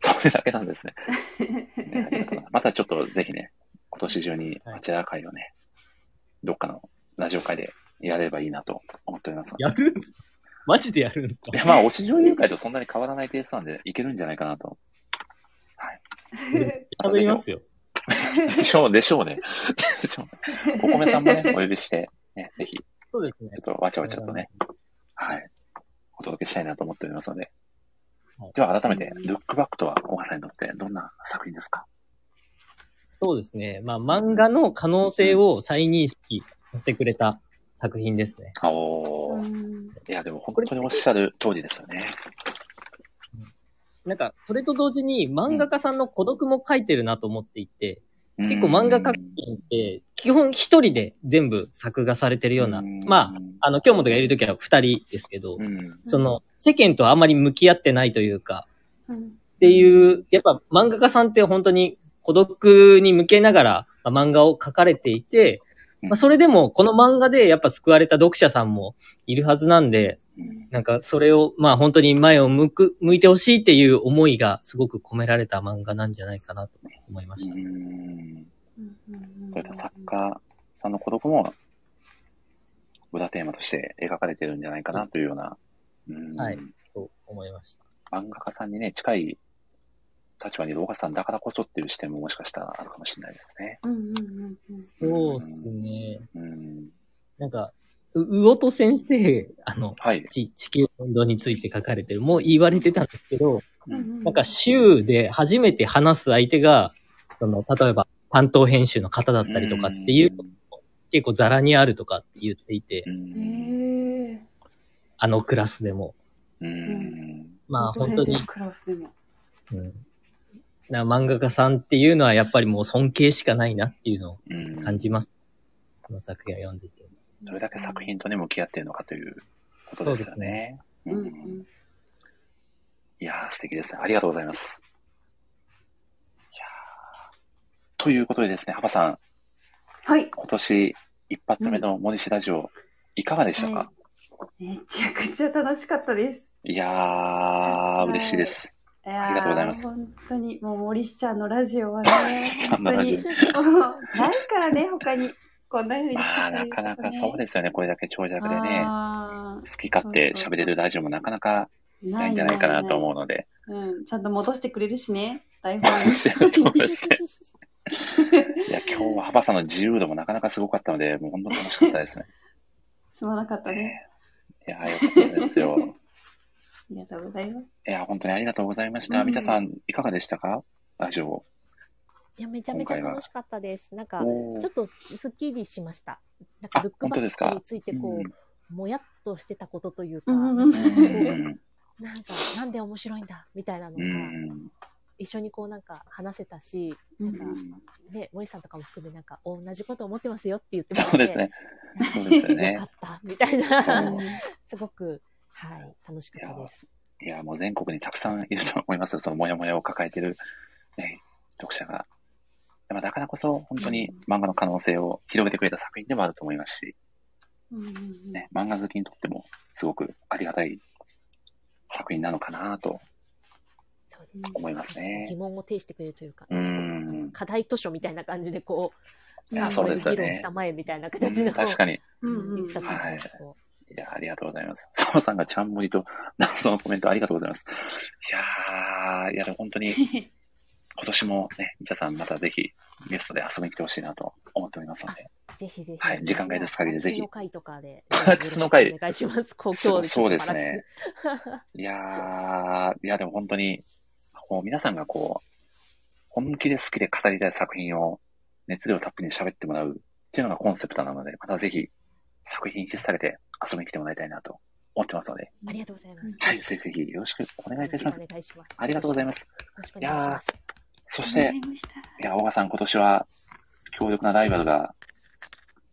[SPEAKER 1] それだけなんです ね。ねありがとうございますまたちょっとぜひね、今年中にバチェラー会をね、どっかのラジオ会でやれればいいなと思っておりますので
[SPEAKER 7] やるんですかマジでやるんですか
[SPEAKER 1] いや、まあ、推し女優会とそんなに変わらないペースなんで、いけるんじゃないかなと。
[SPEAKER 7] 喋りますよ。
[SPEAKER 1] でしょう、でしょう ね。でしょうねお米さん もね、お呼びして、ね、ぜひ、ち
[SPEAKER 7] そうですね。
[SPEAKER 1] ょっとわちゃわちゃとね、はい、お届けしたいなと思っておりますので
[SPEAKER 7] はい。
[SPEAKER 1] では、改めて、ルックバックとは、小川さんにとってどんな作品ですか
[SPEAKER 7] そうですね。まあ、漫画の可能性を再認識させてくれた作品ですね。
[SPEAKER 1] お
[SPEAKER 4] う
[SPEAKER 1] ー。
[SPEAKER 4] ん
[SPEAKER 1] いや、でも本当におっしゃる通りですよね。
[SPEAKER 7] なんか、それと同時に漫画家さんの孤独も書いてるなと思っていて、
[SPEAKER 1] うん
[SPEAKER 7] 結構漫画作品って、基本一人で全部作画されてるような、
[SPEAKER 1] うん
[SPEAKER 7] まあ、あの、京本がいるときは二人ですけど、
[SPEAKER 1] うん。
[SPEAKER 7] その、世間とあまり向き合ってないというか、
[SPEAKER 4] うん
[SPEAKER 7] っていう、やっぱ漫画家さんって本当に孤独に向けながらまあ漫画を描かれていて、まあ、それでもこの漫画でやっぱ救われた読者さんもいるはずなんで、
[SPEAKER 1] うん
[SPEAKER 7] なんかそれをまあ本当に前を向く、向いてほしいっていう思いがすごく込められた漫画なんじゃないかなと思いました。
[SPEAKER 1] うん。
[SPEAKER 4] うん
[SPEAKER 1] そういった作家さんの孤独も、裏テーマとして描かれてるんじゃないかなというような、うん
[SPEAKER 7] はいと思いました。
[SPEAKER 1] 漫画家さんにね、近い立場にいる岡さんだからこそっていう視点ももしかしたらあるかもしれないですね。
[SPEAKER 4] うんうんうんうん
[SPEAKER 7] そうですね。
[SPEAKER 1] うん。
[SPEAKER 7] なんか、う、うおと先生、あの、
[SPEAKER 1] はい。
[SPEAKER 7] ち地球の運動について書かれてる、もう言われてたんですけど、
[SPEAKER 1] う
[SPEAKER 4] うんん。
[SPEAKER 7] なんか週で初めて話す相手が、その、例えば担当編集の方だったりとかっていう、結構ザラにあるとかって言っていて
[SPEAKER 1] う、
[SPEAKER 4] へ
[SPEAKER 1] ん。
[SPEAKER 4] え。
[SPEAKER 7] あのクラスでも。
[SPEAKER 1] うん。
[SPEAKER 7] まあ本当
[SPEAKER 4] 先
[SPEAKER 7] に
[SPEAKER 4] 生、クラスでも。
[SPEAKER 7] うん、な漫画家さんっていうのはやっぱりもう尊敬しかないなっていうのを
[SPEAKER 1] うん。
[SPEAKER 7] 感じます。この作品を読んでいて。
[SPEAKER 1] どれだけ作品とね、向き合っているのかということですよね。う。
[SPEAKER 4] うんうん
[SPEAKER 1] いやー、素敵ですね。ありがとうございます。いやということでですね、ハバさん、
[SPEAKER 2] はい。
[SPEAKER 1] 今年一発目のモニシラジオ、いかがでしたか、
[SPEAKER 2] めちゃくちゃ楽しかったです。
[SPEAKER 1] い、やー、嬉しいです。
[SPEAKER 2] あ
[SPEAKER 1] りがとうございます
[SPEAKER 2] 本当に、もう森市ちゃんのラジオはね、
[SPEAKER 1] ちゃ
[SPEAKER 2] 本
[SPEAKER 1] んの
[SPEAKER 2] 当
[SPEAKER 1] ラジ
[SPEAKER 2] に、もうないからね、他に、こんな風に
[SPEAKER 1] まあ、なかなかそう
[SPEAKER 2] で
[SPEAKER 1] ですよね。これだけ長尺でね、
[SPEAKER 2] あ
[SPEAKER 1] 好き勝手喋れるラジオもなかなか
[SPEAKER 2] ー
[SPEAKER 1] ないんじゃないかなと思うので。
[SPEAKER 2] う。うん、ちゃんと戻してくれるしね、台本。
[SPEAKER 1] そうですね。いや、今日は幅さんの自由度もなかなかすごかったので、もう本当楽しかったですね。
[SPEAKER 2] すまなかったね。
[SPEAKER 1] いや、よかったですよ。
[SPEAKER 2] ありがとうございます。
[SPEAKER 1] いや、本当にありがとうございました。みちゃさん、いかがでしたかラジオ。
[SPEAKER 5] いや、めちゃめちゃ
[SPEAKER 1] 今回は
[SPEAKER 5] 楽しかったです。なんか、
[SPEAKER 1] おー
[SPEAKER 5] ちょっとすっきりしました。なんか、
[SPEAKER 1] あ
[SPEAKER 5] ルックバ
[SPEAKER 1] 本当です
[SPEAKER 5] ッ
[SPEAKER 1] か
[SPEAKER 5] クについて、こう、もやっとしてたことというか、
[SPEAKER 2] うん
[SPEAKER 5] なんか、
[SPEAKER 1] うん
[SPEAKER 5] なんで面白いんだ、みたいなの
[SPEAKER 1] う
[SPEAKER 5] が、
[SPEAKER 1] ん
[SPEAKER 5] 一緒にこう、なんか話せたし、
[SPEAKER 2] うん
[SPEAKER 5] なんか、ね、森さんとかも含め、なんか、同じこと思ってますよって言ってもらっ
[SPEAKER 1] そ
[SPEAKER 5] て、
[SPEAKER 1] うですね。そうですよ
[SPEAKER 5] よか
[SPEAKER 1] ね
[SPEAKER 5] っ。た、みたい
[SPEAKER 1] そ
[SPEAKER 5] な
[SPEAKER 1] う、
[SPEAKER 5] すごく、はい、楽しかったです。
[SPEAKER 1] いや、もう全国にたくさんいると思いますよ。そのモヤモヤを抱えてる、ね、読者が。でもだからこそ、本当に漫画の可能性を広げてくれた作品でもあると思いますし、ね、漫画好きにとってもすごくありがたい作品なのかなと
[SPEAKER 5] そうですね
[SPEAKER 1] 思いますね
[SPEAKER 5] 疑。問を呈してくれるというか、
[SPEAKER 1] うん
[SPEAKER 5] 課題図書みたいな感じで、こう、
[SPEAKER 1] いやそうですよね
[SPEAKER 5] 議論したまえみたいな
[SPEAKER 1] う
[SPEAKER 5] 形の、
[SPEAKER 1] ん確かに。
[SPEAKER 5] 一冊
[SPEAKER 1] はい
[SPEAKER 5] なんかこ
[SPEAKER 1] いや、ありがとうございます。サボさんがちゃんもりと、謎のコメントありがとうございます。いやー、いや、でも本当に、今年もね、皆さんまたぜひ、ゲストで遊びに来てほしいなと思っておりますので。
[SPEAKER 5] うぜひぜひ。
[SPEAKER 1] はい時間外です限りぜひ
[SPEAKER 5] パラキスの会とかで。
[SPEAKER 1] パラキスの会
[SPEAKER 5] よろしくお願いします。公
[SPEAKER 1] すご
[SPEAKER 5] 共
[SPEAKER 1] いそうですね。いやー、いや、でも本当に、もう皆さんがこう、本気で好きで語りたい作品を、熱量たっぷりに喋ってもらうっていうのがコンセプトなので、またぜひ、作品引きされて遊びに来てもらいたいなと思ってますので、
[SPEAKER 5] ありがとうございます。
[SPEAKER 1] はい、ぜひぜひよろしくお願いいたします
[SPEAKER 5] お。願いします。
[SPEAKER 1] ありがとうございます。
[SPEAKER 5] よろしくお願いします。
[SPEAKER 1] そして、いや、大賀さん、今年は強力なライバルが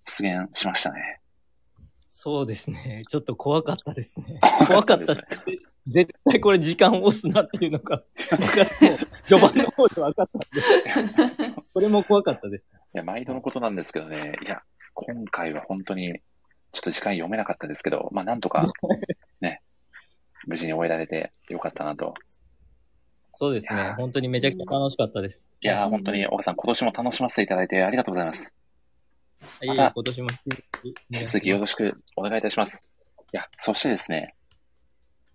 [SPEAKER 1] 出現しましたね。
[SPEAKER 7] そうですね。ちょっと怖かったですね。
[SPEAKER 1] 怖
[SPEAKER 7] 怖
[SPEAKER 1] か
[SPEAKER 7] か
[SPEAKER 1] っ
[SPEAKER 7] ったた
[SPEAKER 1] です
[SPEAKER 7] し絶対これ時間を押すなっていうの が、分かってもう序盤の方で分かったん で、それも怖かったです。
[SPEAKER 1] いや、毎度のことなんですけどね、いや、今回は本当に、ちょっと時間読めなかったですけど、まあ、なんとか、ね、無事に終えられてよかったなと。
[SPEAKER 7] そうです
[SPEAKER 1] いや
[SPEAKER 7] ね。本当にめちゃくちゃ楽しかったです。
[SPEAKER 1] いやー、本当に、大賀さん、今年も楽しませていただいてありがとうございます。
[SPEAKER 7] いえいえ今年も
[SPEAKER 1] 引き続きよろしくお願いいたします。いや、そしてですね、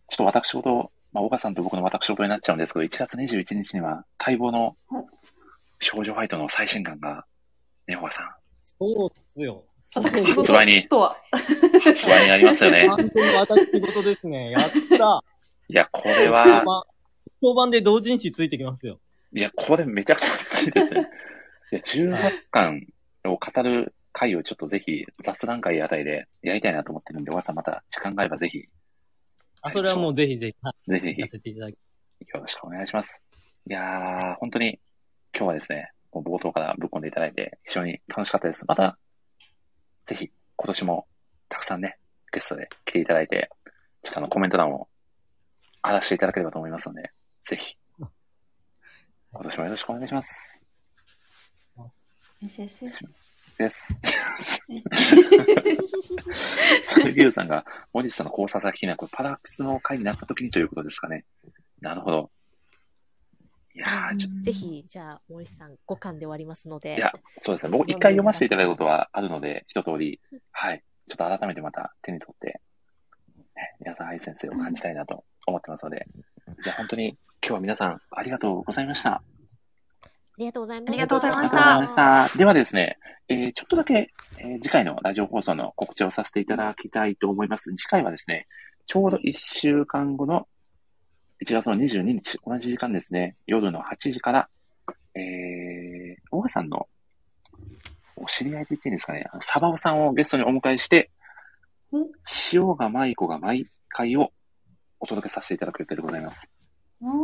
[SPEAKER 1] ちょっと私事、まあ、岡さんと僕の私事になっちゃうんですけど、1月21日には待望の少女ファイトの最新刊が、ね、岡さん、
[SPEAKER 7] そうっすよ。
[SPEAKER 2] 私
[SPEAKER 1] 発
[SPEAKER 2] 事
[SPEAKER 1] 売に、
[SPEAKER 2] とは。
[SPEAKER 1] 発売になります よね。
[SPEAKER 7] 完全に私事で すね。やった。
[SPEAKER 1] いや、これは
[SPEAKER 7] 当、番、当番で同人誌ついてきますよ。
[SPEAKER 1] いや、これめちゃくちゃ熱いですね。いや、18巻を語る回をちょっとぜひ雑談会あたりでやりたいなと思ってるんで、岡さんまた時間があればぜひ、
[SPEAKER 7] あ、それはもうぜひぜひ、は
[SPEAKER 1] ぜひぜ
[SPEAKER 7] い、
[SPEAKER 1] ひ
[SPEAKER 7] させていただき
[SPEAKER 1] よろしくお願いします。いやー、本当に今日はですね、もう冒頭からぶっ込んでいただいて非常に楽しかったです。また、ぜひ今年もたくさんね、ゲストで来ていただいて、ちょっとあのコメント欄を荒らしていただければと思いますので、ぜひ、今年もよろしくお願いします。 です。リュウさんが、モニスさんの考察が聞きなく、パラックスの会になった時にということですかね。なるほど。いやー、ちょっと
[SPEAKER 5] ぜひ、じゃあ、森さん、5巻で終わりますので。
[SPEAKER 1] いや、そうですね。僕一回読ませていただいたことはあるので、一通り、はい。ちょっと改めてまた手に取って、ね、皆さん愛先生を感じたいなと思ってますので、いや、本当に今日は皆さんありがとうございました。
[SPEAKER 5] ありがとうございました。
[SPEAKER 2] ありがとうございました
[SPEAKER 1] ありがとうございました。ではですね、えーちょっとだけ、えー次回のラジオ放送の告知をさせていただきたいと思います。次回はですね、ちょうど1週間後の1月の22日、同じ時間ですね、夜の8時から、えー、大川さんのお知り合いと言っていいんですかね、あのサバオさんをゲストにお迎えして、塩が舞子が毎回をお届けさせていただく予定でございます。
[SPEAKER 7] ます。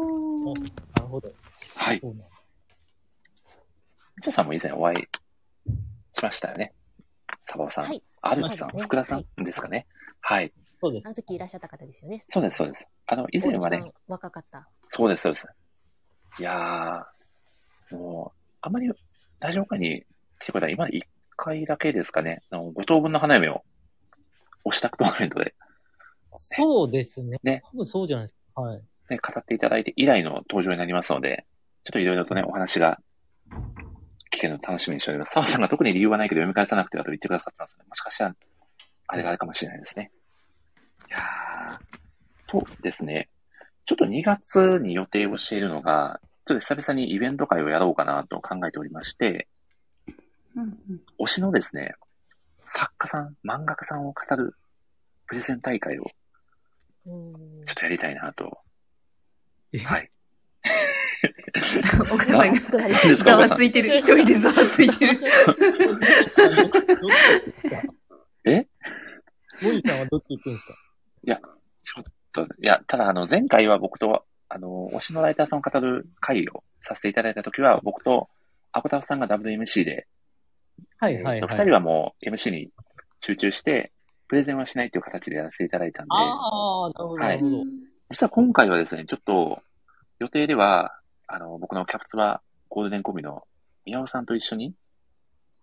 [SPEAKER 7] なるほど。
[SPEAKER 1] はい。
[SPEAKER 7] そうね
[SPEAKER 1] ちゃさんも以前お会いしましたよね。サバオさん。
[SPEAKER 5] はい
[SPEAKER 1] アルチさん、
[SPEAKER 5] そうですね
[SPEAKER 1] 福田さんですかね。はい。
[SPEAKER 7] そうです
[SPEAKER 5] あ。の時いらっしゃった方ですよね。
[SPEAKER 1] そうです、そうです。あの、以前は
[SPEAKER 5] 一
[SPEAKER 1] ね、
[SPEAKER 5] 番若かった。
[SPEAKER 1] そうです、そうです。いやー、もう、あまりラジオ会に来てくれた今1回だけですかね。あの5等分の花嫁を、お支度トーナメントで、
[SPEAKER 7] そうですね。
[SPEAKER 1] ね
[SPEAKER 7] 多分そうじゃないです か。はい。
[SPEAKER 1] ね、語っていただいて以来の登場になりますので、ちょっといろいろとね、お話が聞けるの楽しみにしております。澤さんが特に理由はないけど読み返さなくてはと言ってくださってますので、もしかしたら、あれがあるかもしれないですね。いやー。とですね、ちょっと2月に予定をしているのが、ちょっと久々にイベント会をやろうかなと考えておりまして、
[SPEAKER 2] うんうん
[SPEAKER 1] 推しのですね、作家さん、漫画家さんを語るプレゼン大会を
[SPEAKER 5] うん
[SPEAKER 1] ちょっとやりたいなと。
[SPEAKER 7] え
[SPEAKER 1] はい。
[SPEAKER 2] 岡田さんがざわ
[SPEAKER 1] 何ですか、お
[SPEAKER 5] 熱くなり
[SPEAKER 1] さん
[SPEAKER 2] つ。いてる。一人でざわついて る。
[SPEAKER 7] どっち
[SPEAKER 1] え
[SPEAKER 7] モニターはどっち行くんですか
[SPEAKER 1] ちょっといや、ただ、あの、前回は僕と、あの、推しのライターさんを語る会をさせていただいたときは、僕と、アコタフさんが WMC で、
[SPEAKER 7] は
[SPEAKER 1] え
[SPEAKER 7] いはい
[SPEAKER 1] ーと
[SPEAKER 7] は
[SPEAKER 1] 二
[SPEAKER 7] い。
[SPEAKER 1] 人はもう MC に集中して、プレゼンはしないという形でやらせていただいたんで、
[SPEAKER 7] ああ、なるほど、
[SPEAKER 1] は
[SPEAKER 7] ないるほど。
[SPEAKER 1] 実は今回はですね、ちょっと、予定では、あの、僕のキャプツバゴールデンコンビの宮尾さんと一緒に、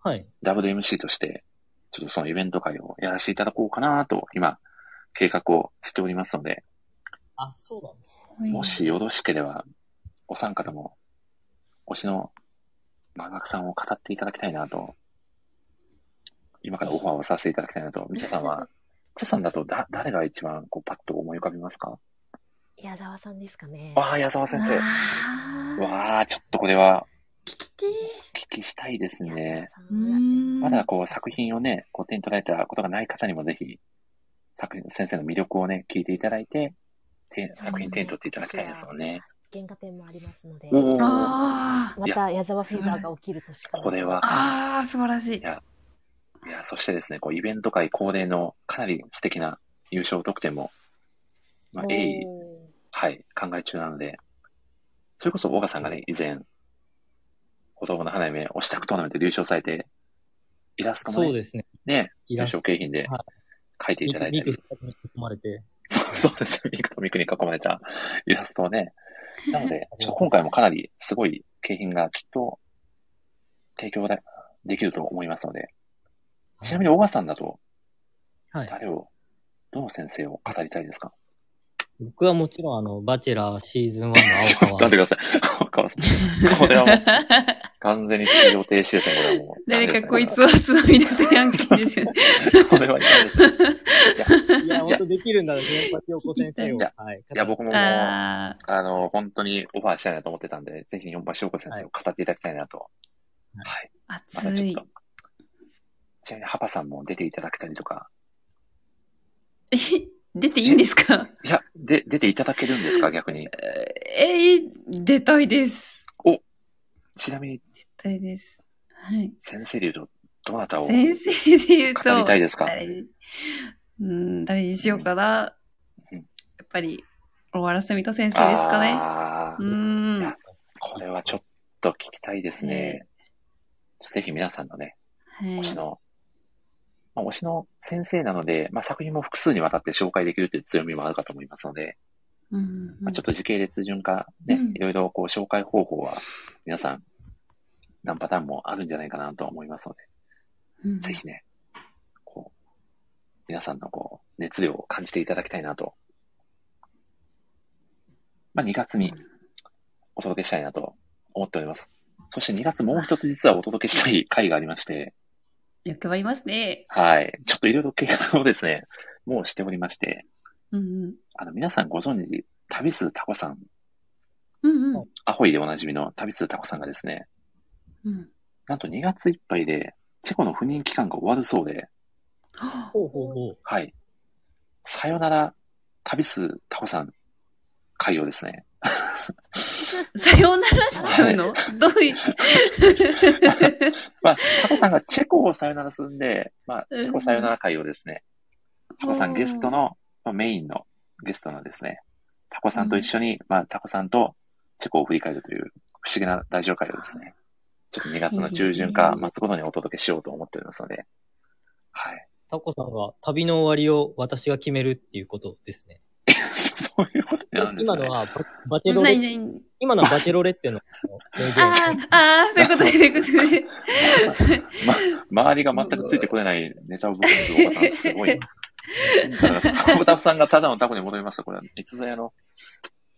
[SPEAKER 7] はい。
[SPEAKER 1] WMC として、ちょっとそのイベント会をやらせていただこうかなと、今、計画をしておりますので、
[SPEAKER 7] あ、そうなんですね。
[SPEAKER 1] もしよろしければ、お三方も、推しの漫画家さんを語っていただきたいなと、今からオファーをさせていただきたいなと、みちゃさんは、みちゃさんだとだ、誰が一番こうパッと思い浮かびますか
[SPEAKER 5] 矢沢さんですかね。
[SPEAKER 1] わあ、矢沢先生。
[SPEAKER 2] あー
[SPEAKER 1] わあ、ちょっとこれは、
[SPEAKER 2] 聞きて
[SPEAKER 1] お聞きしたいです
[SPEAKER 5] 矢
[SPEAKER 1] ね
[SPEAKER 5] 沢。さ
[SPEAKER 2] ーうん
[SPEAKER 5] が
[SPEAKER 2] ん。
[SPEAKER 1] まだこう作品をね、こう手に取られたことがない方にもぜひ、作品、先生の魅力をね、聞いていただいて、て作品手に取っていただきたいですよね。
[SPEAKER 5] 原画展もありますので、
[SPEAKER 1] おー
[SPEAKER 2] あ
[SPEAKER 5] また矢沢フィーバーが起きる年かな
[SPEAKER 1] これは
[SPEAKER 2] あ。、ああ、素晴らしい。
[SPEAKER 1] いや、そしてですね、こう、イベント会恒例のかなり素敵な優勝特典も、まあ、鋭意、
[SPEAKER 5] おー
[SPEAKER 1] はい、考え中なので、それこそ、大賀さんがね、以前、子供の花嫁、お支度トーナメントで優勝されて、イラストも
[SPEAKER 7] そう
[SPEAKER 1] ね、
[SPEAKER 7] ですね。
[SPEAKER 1] ね
[SPEAKER 7] イ
[SPEAKER 1] 優
[SPEAKER 7] ラス
[SPEAKER 1] 勝
[SPEAKER 7] ト。
[SPEAKER 1] 景品で
[SPEAKER 7] はい
[SPEAKER 1] 書いていただいたり
[SPEAKER 7] 肉、肉二つに囲まれて。
[SPEAKER 1] そうそうです。ミクとミクに囲まれたイラストをね。なの で、ちょっと今回もかなりすごい景品がきっと提供だできると思いますので。ちなみに、小川さんだと、
[SPEAKER 7] はい。
[SPEAKER 1] 誰を、どの先生を語りたいですか
[SPEAKER 7] 僕はもちろん、あの、バチェラーシーズン1の
[SPEAKER 1] ちょっ
[SPEAKER 7] 青
[SPEAKER 1] と 待
[SPEAKER 7] 川
[SPEAKER 1] っ。てください。小川さん。これはもう、完全に出場停止ですね、これはもう。
[SPEAKER 2] 誰
[SPEAKER 1] ダメで
[SPEAKER 2] か
[SPEAKER 1] すね
[SPEAKER 2] こいつをつまみ出せヤンキーですよね。
[SPEAKER 1] これはいかんです ね。
[SPEAKER 7] いや、本当できるんだね、バチオコ先生を。
[SPEAKER 1] いや
[SPEAKER 7] はい。
[SPEAKER 1] いや、僕ももう、あ
[SPEAKER 2] あー
[SPEAKER 1] の、本当にオファーしたいなと思ってたんで、ぜひ、四橋陽子先生を語っていただきたいなと。はい。また
[SPEAKER 2] 熱
[SPEAKER 1] ちょっ
[SPEAKER 2] い。
[SPEAKER 1] と。ちなみに、ハパさんも出ていただけたりとか。
[SPEAKER 2] え、出ていいんですか
[SPEAKER 1] いや、で、出ていただけるん ですか逆に。
[SPEAKER 2] えー、出たいです。
[SPEAKER 1] ちなみに、
[SPEAKER 2] 出たいです。はい。
[SPEAKER 1] 先生で言うと、どなたを語
[SPEAKER 2] 先生で言うと、
[SPEAKER 1] りたいですか
[SPEAKER 2] 誰に、うん、誰にしようかな。
[SPEAKER 1] うん
[SPEAKER 2] やっぱり、小原澄人先生ですかね。
[SPEAKER 1] あ
[SPEAKER 2] う
[SPEAKER 1] ー
[SPEAKER 2] ん。は
[SPEAKER 1] いやこれはちょっと聞きたいですね。ぜひ皆さんのね、推し
[SPEAKER 2] い。
[SPEAKER 1] の、まあ、推しの先生なので、まあ、作品も複数にわたって紹介できるという強みもあるかと思いますので、
[SPEAKER 2] うん
[SPEAKER 1] まあ、ちょっと時系列順化、ね
[SPEAKER 2] うん、
[SPEAKER 1] いろいろこう紹介方法は、皆さん、何パターンもあるんじゃないかなと思いますので、
[SPEAKER 2] うん
[SPEAKER 1] ぜひね、こう、皆さんのこう、熱量を感じていただきたいなと。まあ、2月にお届けしたいなと思っております。そして2月もう一つ実はお届けしたい回がありまして、
[SPEAKER 2] 欲張りますね。
[SPEAKER 1] はい。ちょっといろいろ計画をですね、もうしておりまして、
[SPEAKER 2] うんうん。
[SPEAKER 1] あの、皆さんご存知、旅するタコさん、
[SPEAKER 2] うんうん。
[SPEAKER 1] アホイでおなじみの旅するタコさんがですね、
[SPEAKER 2] うん
[SPEAKER 1] なんと2月いっぱいで、チェコの赴任期間が終わるそうで、
[SPEAKER 7] ほうほうほう。
[SPEAKER 1] はい。さよなら、旅するタコさん、会をですね、
[SPEAKER 2] さようならしちゃうのどういう。
[SPEAKER 1] まあ、タコさんがチェコをさよならすんで、まあ、
[SPEAKER 2] うん
[SPEAKER 1] チェコさよなら会をですね、タ コさんゲストの、まあ、メインのゲストのですね、タコさんと一緒に、まあ、タコさんとチェコを振り返るという不思議なラジオ会をですね、ちょっと2月の中旬か末ごろにお届けしようと思っておりますので、はい。
[SPEAKER 7] タコさんは旅の終わりを私が決めるっていうことですね。
[SPEAKER 1] そそういうことになるんです
[SPEAKER 7] 今
[SPEAKER 1] ね
[SPEAKER 7] の。はババチェロ
[SPEAKER 3] ない
[SPEAKER 7] レ、
[SPEAKER 3] ない。
[SPEAKER 7] 今のはバチェロレっていうのを名言。
[SPEAKER 3] ああ、ああ、そういうことです、そういうこと
[SPEAKER 1] ま、周りが全くついてこれないネタを僕にするおばさん、すごいな。だから、おばさんがただのタコに戻りました。これは、逸材の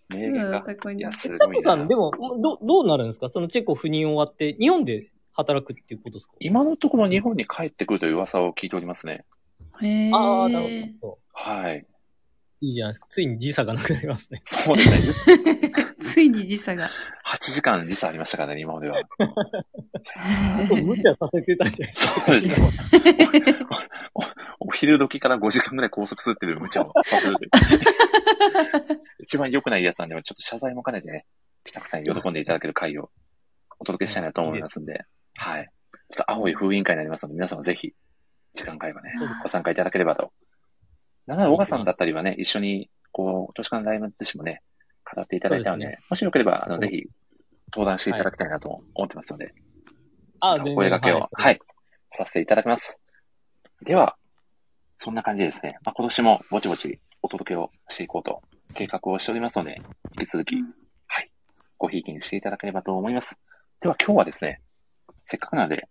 [SPEAKER 1] 名
[SPEAKER 3] で
[SPEAKER 1] 言
[SPEAKER 3] す。うん、
[SPEAKER 1] が。
[SPEAKER 3] かっこい い
[SPEAKER 1] い
[SPEAKER 3] な
[SPEAKER 1] や、。す
[SPEAKER 7] タ
[SPEAKER 1] ごい
[SPEAKER 7] コさん、
[SPEAKER 1] な
[SPEAKER 7] で。も、ど、どうなるんですかそのチェコ赴任終わって、日本で働くっていうことですか
[SPEAKER 1] 今のところ日本に帰ってくるという噂を聞いておりますね。
[SPEAKER 3] へえ。
[SPEAKER 7] ああ、なるほど。
[SPEAKER 1] はい。
[SPEAKER 7] いいじゃないですか。ついに時差がなくなりますね。
[SPEAKER 1] そうですね。
[SPEAKER 3] ついに時差が。
[SPEAKER 1] 8時間時差ありましたからね、今までは。
[SPEAKER 7] 無茶させてたんじゃないですか。
[SPEAKER 1] そうですね。おおお昼時から5時間ぐらい拘束するっていう無茶 をさせるという。一番良くないやつなんで、ちょっと謝罪も兼ねてね、ピタクさんに喜んでいただける回をお届けしたいなと思いますんで、はい。ちょっと青い封印会になりますので、皆様ぜひ、時間会はね
[SPEAKER 7] そうで、
[SPEAKER 1] ご参加いただければと。なので、小川さんだったりはね、一緒に、こう、都市間ライブ寿司もね、語っていただいたので、
[SPEAKER 7] そうで
[SPEAKER 1] もしよければ、あの、
[SPEAKER 7] うん
[SPEAKER 1] ぜひ、登壇していただきたいなと思ってますので、
[SPEAKER 7] あ
[SPEAKER 1] お声掛けを、は。い、させていただきます。では、そんな感じでですね、まあ、今年もぼちぼちお届けをしていこうと計画をしておりますので、引き続き、はい、ごひいきにしていただければと思います。では今日はですね、せっかくなので、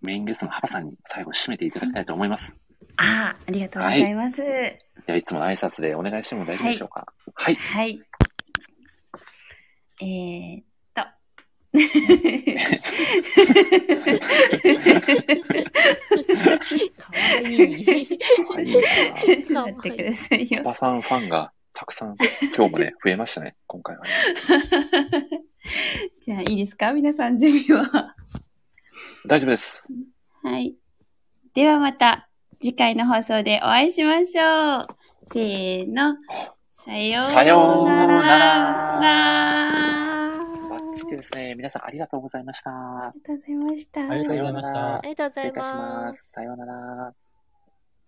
[SPEAKER 1] メインゲストのハバさんに最後締めていただきたいと思います。
[SPEAKER 3] ああ、ありがとうございます。
[SPEAKER 1] ではいつもの挨拶でお願いしても大丈夫でしょうか。はい。
[SPEAKER 3] はい。えー、っ と。
[SPEAKER 5] かわい い。
[SPEAKER 1] はい。
[SPEAKER 3] ちょっと待ってください
[SPEAKER 1] ハ
[SPEAKER 3] よ。
[SPEAKER 1] バさんファンがたくさん、今日もね、増えましたね、今回は、ね。
[SPEAKER 3] じゃあいいですか皆さん準備は。
[SPEAKER 1] 大丈夫です。
[SPEAKER 3] はい。ではまた次回の放送でお会いしましょう。せーの。さようなら。
[SPEAKER 1] さようならバッチ
[SPEAKER 3] あ
[SPEAKER 1] リですね。皆さんありがとうございました。
[SPEAKER 3] りがとうございました。
[SPEAKER 7] ありがとうございました
[SPEAKER 5] ありがとうございます。
[SPEAKER 1] す。さようなら。